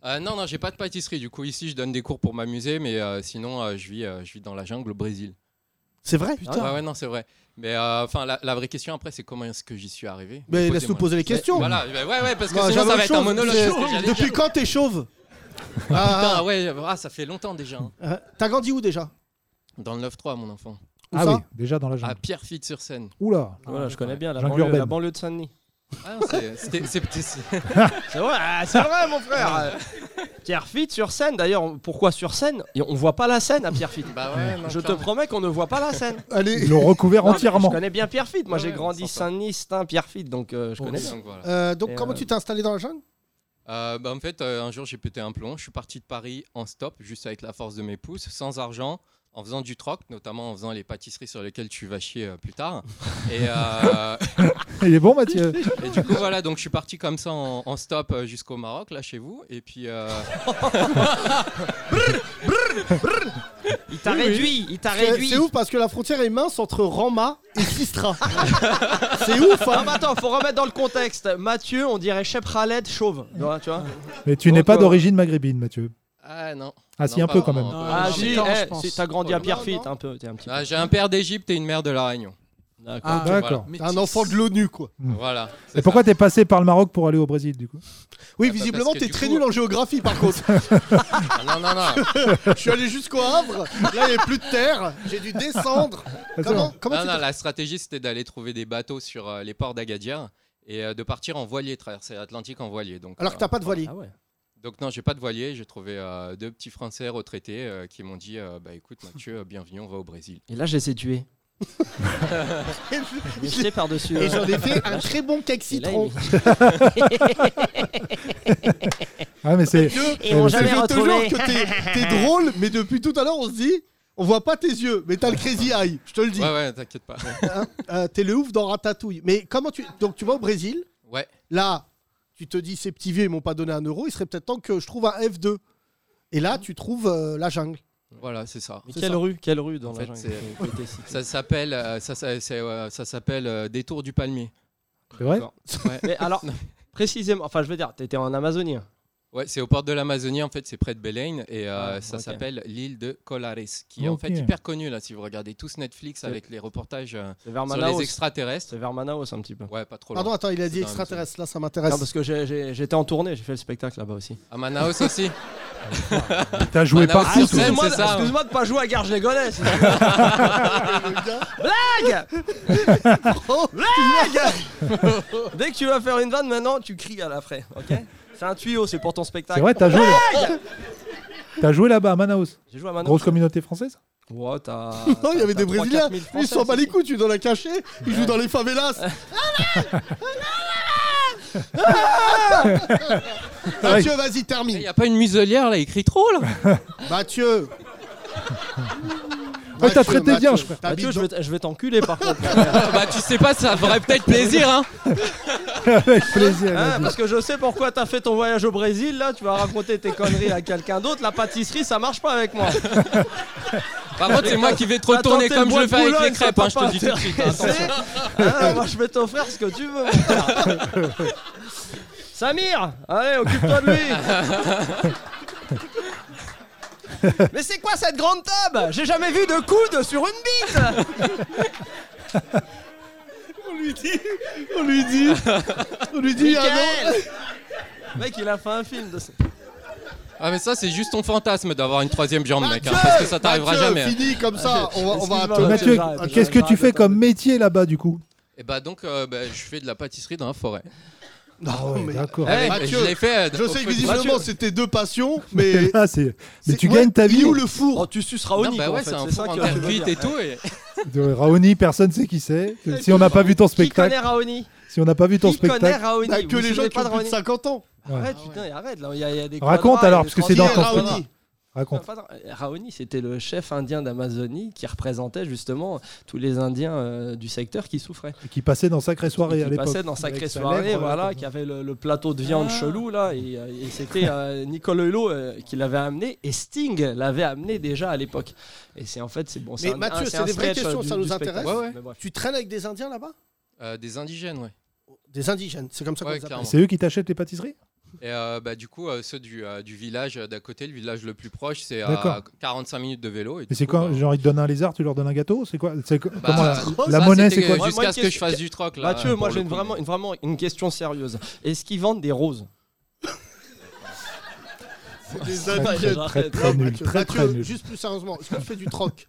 [SPEAKER 9] Euh, non, non, j'ai pas de pâtisserie. Du coup, ici, je donne des cours pour m'amuser. Mais euh, sinon, euh, je, vis, euh, je vis dans la jungle au Brésil.
[SPEAKER 6] C'est vrai
[SPEAKER 9] Putain. Ouais, ouais, non, c'est vrai. Mais euh, enfin, la, la vraie question après, c'est comment est-ce que j'y suis arrivé
[SPEAKER 6] Mais
[SPEAKER 9] Posez-moi.
[SPEAKER 6] laisse-nous poser les questions.
[SPEAKER 9] Voilà, ouais, ouais, parce que
[SPEAKER 6] Bah,
[SPEAKER 9] sinon,
[SPEAKER 6] j'avais
[SPEAKER 9] ça va
[SPEAKER 6] autre
[SPEAKER 9] être un
[SPEAKER 6] chose.
[SPEAKER 9] monologue.
[SPEAKER 6] C'est-
[SPEAKER 9] ce que j'allais
[SPEAKER 6] Depuis
[SPEAKER 9] dire.
[SPEAKER 6] quand t'es chauve
[SPEAKER 9] Putain, ouais, ah, ça fait longtemps déjà. hein.
[SPEAKER 6] Euh, T'as grandi où déjà
[SPEAKER 9] Dans le 9-3, mon enfant.
[SPEAKER 6] Où ça
[SPEAKER 2] Ah déjà dans la
[SPEAKER 9] À Pierrefitte-sur-Seine.
[SPEAKER 2] Oula.
[SPEAKER 5] Voilà, je connais bien la
[SPEAKER 2] Jungle
[SPEAKER 5] banlieue,
[SPEAKER 2] urbaine.
[SPEAKER 5] la banlieue de Saint-Denis.
[SPEAKER 9] Ah, c'est- c'était- c'est petit. C'est
[SPEAKER 5] C'est vrai, ah, c'est vrai, mon frère. Pierrefitte sur scène, d'ailleurs, on- pourquoi sur scène Et On voit pas la scène à Pierrefitte.
[SPEAKER 9] Bah ouais, non,
[SPEAKER 5] je te
[SPEAKER 9] clairement.
[SPEAKER 5] promets qu'on ne voit pas la scène.
[SPEAKER 6] Allez.
[SPEAKER 2] Ils l'ont recouvert
[SPEAKER 5] Non, mais
[SPEAKER 2] entièrement.
[SPEAKER 5] Je connais bien Pierrefitte. Moi,
[SPEAKER 9] Ouais,
[SPEAKER 5] j'ai
[SPEAKER 9] ouais,
[SPEAKER 5] grandi Saint-Denis, Stein, Pierrefitte, donc euh, je connais. bien.
[SPEAKER 9] Donc, voilà.
[SPEAKER 6] Euh, Donc
[SPEAKER 5] Et,
[SPEAKER 6] comment
[SPEAKER 5] euh,
[SPEAKER 6] tu t'es installé dans la jungle
[SPEAKER 9] Euh, bah, en fait, euh, un jour, j'ai pété un plomb. Je suis parti de Paris en stop, juste avec la force de mes pouces, sans argent, en faisant du troc, notamment en faisant les pâtisseries sur lesquelles tu vas chier euh, plus tard. Et, euh,
[SPEAKER 2] Il est bon, Mathieu.
[SPEAKER 9] *laughs* et du coup, voilà, donc je suis parti comme ça en, en stop euh, jusqu'au Maroc, là, chez vous. Et puis.
[SPEAKER 5] *laughs*
[SPEAKER 9] euh,
[SPEAKER 5] Il t'a
[SPEAKER 6] Oui, oui.
[SPEAKER 5] réduit, il t'a
[SPEAKER 6] C'est-
[SPEAKER 5] réduit.
[SPEAKER 6] C'est ouf parce que la frontière est mince entre Rama et Sistra. c'est ouf,
[SPEAKER 5] Non, mais
[SPEAKER 6] hein
[SPEAKER 5] attends, faut remettre dans le contexte. Mathieu, on dirait Chef Raled chauve. Tu vois, tu vois
[SPEAKER 2] Mais tu n'es pas d'origine maghrébine, Mathieu.
[SPEAKER 9] Ah non.
[SPEAKER 2] Ah, si,
[SPEAKER 9] Non,
[SPEAKER 2] un peu
[SPEAKER 9] pas
[SPEAKER 2] quand même.
[SPEAKER 9] vraiment.
[SPEAKER 5] Ah,
[SPEAKER 9] Non,
[SPEAKER 5] si,
[SPEAKER 9] mais-
[SPEAKER 5] eh,
[SPEAKER 9] je pense.
[SPEAKER 5] si, t'as grandi à
[SPEAKER 9] Non,
[SPEAKER 5] Pierrefitte
[SPEAKER 9] non.
[SPEAKER 5] un peu. T'es un petit
[SPEAKER 9] Ah, J'ai un père d'Égypte et une mère de la Réunion.
[SPEAKER 5] D'accord.
[SPEAKER 2] Ah,
[SPEAKER 9] Voilà.
[SPEAKER 2] d'accord.
[SPEAKER 6] T'es Un enfant de l'ONU, quoi.
[SPEAKER 9] Voilà.
[SPEAKER 2] Et pourquoi t'es passé par le Maroc pour aller au
[SPEAKER 5] *laughs*
[SPEAKER 2] Brésil, du coup
[SPEAKER 6] Oui,
[SPEAKER 9] bah,
[SPEAKER 6] visiblement,
[SPEAKER 9] parce que
[SPEAKER 6] t'es
[SPEAKER 9] du
[SPEAKER 6] très
[SPEAKER 9] coup-
[SPEAKER 6] nul en géographie, par contre.
[SPEAKER 9] *laughs* Ah, non, non, non.
[SPEAKER 6] *laughs* Je suis allé jusqu'au Havre, là, il n'y a plus de terre, j'ai dû descendre. Comment, comment
[SPEAKER 9] non,
[SPEAKER 6] tu
[SPEAKER 9] non,
[SPEAKER 6] t'es-
[SPEAKER 9] la stratégie c'était d'aller trouver des bateaux sur euh, les ports d'Agadir et euh, de partir en voilier, traverser l'Atlantique en voilier. Donc, euh,
[SPEAKER 6] Alors que t'as pas de voilier.
[SPEAKER 5] Ah ouais.
[SPEAKER 9] Donc non, j'ai pas de voilier, j'ai trouvé euh, deux petits Français retraités euh, qui m'ont dit euh, bah écoute Mathieu, euh, bienvenue, on va au Brésil.
[SPEAKER 5] Et là, je les ai
[SPEAKER 2] *laughs*
[SPEAKER 5] tués. Je les ai jetés par-dessus. euh,
[SPEAKER 6] Et j'en ai fait un
[SPEAKER 5] Là, je-
[SPEAKER 6] très bon cake
[SPEAKER 5] Et là,
[SPEAKER 6] citron.
[SPEAKER 5] *laughs*
[SPEAKER 2] Ah, mais c'est.
[SPEAKER 5] Ils m'ont
[SPEAKER 2] mais
[SPEAKER 5] jamais
[SPEAKER 2] c'est-
[SPEAKER 6] Je te jure
[SPEAKER 5] retrouvé.
[SPEAKER 6] que t'es- t'es drôle, mais depuis tout à l'heure, on se dit, on voit pas tes yeux, mais t'as le crazy eye, je te le dis.
[SPEAKER 9] Ouais ouais, t'inquiète
[SPEAKER 6] *laughs*
[SPEAKER 9] pas.
[SPEAKER 6] Hein, euh, t'es le ouf dans Ratatouille. Mais comment tu. Donc, tu vas au Brésil,
[SPEAKER 9] Ouais.
[SPEAKER 6] là, tu te dis, ces petits vieux, ils m'ont pas donné un euro, il serait peut-être temps que je trouve un F2. Et là, tu trouves euh, la jungle.
[SPEAKER 9] Voilà, c'est ça.
[SPEAKER 5] Mais
[SPEAKER 6] C'est
[SPEAKER 5] quelle
[SPEAKER 6] ça.
[SPEAKER 5] rue Quelle rue dans
[SPEAKER 9] En
[SPEAKER 5] la
[SPEAKER 9] fait,
[SPEAKER 5] jungle
[SPEAKER 9] c'est-
[SPEAKER 5] qui- qui était située
[SPEAKER 9] *laughs* Ça s'appelle euh, ça, ça, c'est, euh, ça s'appelle euh, détour du palmier.
[SPEAKER 2] C'est vrai
[SPEAKER 9] Ouais.
[SPEAKER 5] Mais alors, précisément, enfin, je veux dire, t'étais en Amazonie.
[SPEAKER 9] Ouais, c'est aux portes de l'Amazonie, en fait, c'est près de Belém, et euh,
[SPEAKER 5] Ah,
[SPEAKER 9] ça
[SPEAKER 5] ok.
[SPEAKER 9] s'appelle l'île de Colares, qui est en
[SPEAKER 2] Ok.
[SPEAKER 9] fait hyper connue, là, si vous regardez tous Netflix
[SPEAKER 5] C'est-
[SPEAKER 9] avec les reportages euh,
[SPEAKER 5] C'est vers
[SPEAKER 9] sur
[SPEAKER 5] Manaus.
[SPEAKER 9] les extraterrestres.
[SPEAKER 5] C'est vers Manaus un petit peu.
[SPEAKER 9] Ouais, pas trop
[SPEAKER 6] Pardon,
[SPEAKER 9] loin.
[SPEAKER 6] attends, il a
[SPEAKER 9] C'est dans
[SPEAKER 6] dit
[SPEAKER 9] l'Amazonie.
[SPEAKER 6] extraterrestre, là, ça
[SPEAKER 5] Non,
[SPEAKER 6] m'intéresse.
[SPEAKER 5] parce que j'ai- j'ai- j'étais en tournée, j'ai fait le spectacle là-bas aussi.
[SPEAKER 9] À Manaus
[SPEAKER 5] *laughs*
[SPEAKER 9] aussi
[SPEAKER 2] T'as joué
[SPEAKER 9] Manaus,
[SPEAKER 2] partout.
[SPEAKER 9] c'est-
[SPEAKER 5] Excuse-moi
[SPEAKER 9] ça, hein. ouais.
[SPEAKER 5] excuse-moi de pas jouer à Garges les Gonais.
[SPEAKER 6] *laughs*
[SPEAKER 5] Blague
[SPEAKER 6] Oh,
[SPEAKER 5] Blague *laughs* Dès que tu vas faire une vanne maintenant, tu cries à la frais, ok C'est un tuyau, c'est pour ton spectacle.
[SPEAKER 2] C'est vrai, t'as joué.
[SPEAKER 6] *laughs*
[SPEAKER 2] T'as joué là-bas à Manaus.
[SPEAKER 5] J'ai joué à Manaus.
[SPEAKER 2] Grosse communauté française *laughs*
[SPEAKER 5] Ouais, t'as.
[SPEAKER 6] *laughs* Non, il y avait
[SPEAKER 5] Ah, t'as 3,
[SPEAKER 6] des Brésiliens.
[SPEAKER 5] 4 000
[SPEAKER 6] Lui, il s'en bat les couilles, tu es dans la cachée. Il joue dans les favelas. Ah,
[SPEAKER 5] *laughs* Ah
[SPEAKER 6] Mathieu, vas-y,
[SPEAKER 9] Il
[SPEAKER 6] termine.
[SPEAKER 9] Eh, a pas une muselière là, écrit trop
[SPEAKER 5] *laughs*
[SPEAKER 9] là
[SPEAKER 6] Mathieu.
[SPEAKER 2] Ouais, Ah, t'as
[SPEAKER 6] Mathieu,
[SPEAKER 2] traité
[SPEAKER 6] Mathieu,
[SPEAKER 2] bien, je crois.
[SPEAKER 6] t'habites
[SPEAKER 5] Mathieu, je
[SPEAKER 6] dans-
[SPEAKER 5] vais t- je vais t'enculer par *laughs* contre.
[SPEAKER 9] Bah tu sais pas, ça ferait peut-être plaisir
[SPEAKER 2] *laughs*
[SPEAKER 9] hein
[SPEAKER 2] Avec plaisir.
[SPEAKER 5] Hein,
[SPEAKER 2] vas-y.
[SPEAKER 5] parce que je sais pourquoi t'as fait ton voyage au Brésil, là, tu vas raconter tes conneries à quelqu'un d'autre. La pâtisserie, ça marche pas avec moi.
[SPEAKER 9] *laughs* Par contre, c'est moi qui vais te retourner
[SPEAKER 5] T'as
[SPEAKER 9] comme
[SPEAKER 5] tenté
[SPEAKER 9] je
[SPEAKER 5] bois
[SPEAKER 9] le
[SPEAKER 5] de
[SPEAKER 9] fais avec
[SPEAKER 5] Boulogne,
[SPEAKER 9] les crêpes,
[SPEAKER 5] ça
[SPEAKER 9] hein, je
[SPEAKER 5] t'a
[SPEAKER 9] te dis tout
[SPEAKER 5] pas
[SPEAKER 9] de suite. hein,
[SPEAKER 5] intéressé.
[SPEAKER 9] attention.
[SPEAKER 5] Hein, moi, je vais t'offrir ce que tu veux, mon frère. Samir, allez, occupe-toi de
[SPEAKER 2] *laughs*
[SPEAKER 5] lui. *laughs* Mais c'est quoi cette grande table J'ai jamais vu de coude sur une bite.
[SPEAKER 6] *laughs* On lui dit. On lui dit. On lui dit. ah non.
[SPEAKER 5] Michael Mec, il a fait un film de ça.
[SPEAKER 9] Ah, mais ça, c'est juste ton fantasme d'avoir une troisième jambe, mec, hein, parce que ça t'arrivera
[SPEAKER 6] Mathieu,
[SPEAKER 9] jamais. hein.
[SPEAKER 6] Fini
[SPEAKER 2] Ah,
[SPEAKER 6] comme ça. On va, on va
[SPEAKER 5] Excuse-moi,
[SPEAKER 6] attendre.
[SPEAKER 2] Mathieu,
[SPEAKER 5] J'arrête,
[SPEAKER 2] qu'est-ce que
[SPEAKER 5] j'arrête,
[SPEAKER 2] tu fais
[SPEAKER 5] j'arrête.
[SPEAKER 2] comme métier là-bas, du coup
[SPEAKER 9] Et bah donc, euh, bah, je fais de la pâtisserie dans la forêt.
[SPEAKER 2] Ah ouais, d'accord.
[SPEAKER 9] Ouais,
[SPEAKER 6] Mathieu,
[SPEAKER 9] je l'ai fait. euh,
[SPEAKER 6] Je
[SPEAKER 9] au
[SPEAKER 6] sais que
[SPEAKER 9] feu de-
[SPEAKER 6] visiblement
[SPEAKER 9] Mathieu.
[SPEAKER 6] c'était deux passions,
[SPEAKER 2] *laughs* Et
[SPEAKER 6] mais.
[SPEAKER 2] là, Ah, c'est- Mais
[SPEAKER 6] c'est-
[SPEAKER 2] tu
[SPEAKER 6] ouais,
[SPEAKER 2] gagnes ta
[SPEAKER 6] il est
[SPEAKER 2] vie.
[SPEAKER 6] Où le four
[SPEAKER 5] Oh, tu suceras au
[SPEAKER 9] Non, bah
[SPEAKER 5] quoi,
[SPEAKER 9] ouais,
[SPEAKER 5] en fait.
[SPEAKER 9] c'est un
[SPEAKER 5] C'est ça
[SPEAKER 9] four
[SPEAKER 5] que
[SPEAKER 9] en
[SPEAKER 5] tu veux
[SPEAKER 9] terre cuite
[SPEAKER 5] dire.
[SPEAKER 9] et tout. Et...
[SPEAKER 2] De Raoni, personne sait qui c'est. Si on n'a pas vu ton
[SPEAKER 5] Qui connaît
[SPEAKER 2] spectacle,
[SPEAKER 5] Raoni
[SPEAKER 2] si on n'a pas vu ton
[SPEAKER 5] Qui connaît
[SPEAKER 2] spectacle,
[SPEAKER 5] Raoni
[SPEAKER 6] T'as que
[SPEAKER 5] Vous
[SPEAKER 6] les gens
[SPEAKER 5] savez
[SPEAKER 6] qui
[SPEAKER 5] pas de
[SPEAKER 6] ont plus
[SPEAKER 5] Raoni
[SPEAKER 6] de 50 ans.
[SPEAKER 5] Arrête, putain, arrête, là, il y, a- il y a des
[SPEAKER 2] Raconte
[SPEAKER 5] quadras, il y
[SPEAKER 2] alors,
[SPEAKER 5] a
[SPEAKER 2] parce
[SPEAKER 5] des
[SPEAKER 2] que c'est
[SPEAKER 6] Qui
[SPEAKER 2] dans
[SPEAKER 6] est
[SPEAKER 2] ton
[SPEAKER 5] transgenres.
[SPEAKER 6] Raoni
[SPEAKER 2] raconte.
[SPEAKER 5] Enfin, Raoni, c'était le chef indien d'Amazonie qui représentait justement tous les Indiens euh, du secteur qui souffraient.
[SPEAKER 2] Qui passait dans Sacrée Soirée à
[SPEAKER 5] qui
[SPEAKER 2] l'époque.
[SPEAKER 5] passait dans Sacrée
[SPEAKER 2] Avec sa
[SPEAKER 5] Soirée,
[SPEAKER 2] lèvre,
[SPEAKER 5] voilà,
[SPEAKER 2] là,
[SPEAKER 5] qui avait le, le plateau de
[SPEAKER 6] Ah.
[SPEAKER 5] viande chelou, là, et, euh, et c'était euh, Nicolas Hulot euh, qui l'avait amené, et Sting l'avait amené déjà à l'époque. Et c'est en fait, c'est bon, c'est
[SPEAKER 6] Mais
[SPEAKER 5] un- un-
[SPEAKER 6] Mathieu, c'est
[SPEAKER 5] un
[SPEAKER 6] des vraies
[SPEAKER 5] sketch,
[SPEAKER 6] questions,
[SPEAKER 5] euh, du-
[SPEAKER 6] ça nous
[SPEAKER 5] du spectacle.
[SPEAKER 6] intéresse.
[SPEAKER 9] Ouais, ouais.
[SPEAKER 5] Mais bref.
[SPEAKER 6] Tu traînes avec des Indiens là-bas
[SPEAKER 9] Euh, des indigènes, ouais.
[SPEAKER 6] Des indigènes, c'est comme ça qu'on
[SPEAKER 9] Ouais,
[SPEAKER 6] les appelle.
[SPEAKER 9] clairement.
[SPEAKER 2] C'est eux qui t'achètent les pâtisseries
[SPEAKER 9] Et euh, bah, du coup, euh, ceux du, euh, du village d'à côté, le village le plus proche, c'est à
[SPEAKER 2] D'accord.
[SPEAKER 9] 45 minutes de vélo. Et
[SPEAKER 2] Mais
[SPEAKER 9] du
[SPEAKER 2] c'est
[SPEAKER 9] coup,
[SPEAKER 2] quoi
[SPEAKER 9] bah,
[SPEAKER 2] Genre, ils te donnent un lézard, tu leur donnes un gâteau C'est quoi c'est quoi-
[SPEAKER 9] bah, *laughs*
[SPEAKER 2] Comment la,
[SPEAKER 9] ça,
[SPEAKER 2] la
[SPEAKER 9] ça,
[SPEAKER 2] monnaie, c'est
[SPEAKER 9] c'était
[SPEAKER 2] quoi
[SPEAKER 9] Jusqu'à ce que je fasse du troc là.
[SPEAKER 5] Mathieu,
[SPEAKER 9] euh,
[SPEAKER 5] moi
[SPEAKER 9] pour
[SPEAKER 5] j'ai
[SPEAKER 9] le
[SPEAKER 5] une-
[SPEAKER 9] coup.
[SPEAKER 5] vraiment, une, vraiment une question sérieuse. Est-ce qu'ils vendent des roses
[SPEAKER 6] Des
[SPEAKER 5] Très, très,
[SPEAKER 6] adieux.
[SPEAKER 5] très, très nul,
[SPEAKER 6] Mathieu,
[SPEAKER 5] très,
[SPEAKER 6] Mathieu,
[SPEAKER 5] très nul.
[SPEAKER 6] juste plus sérieusement, est-ce que tu fais du troc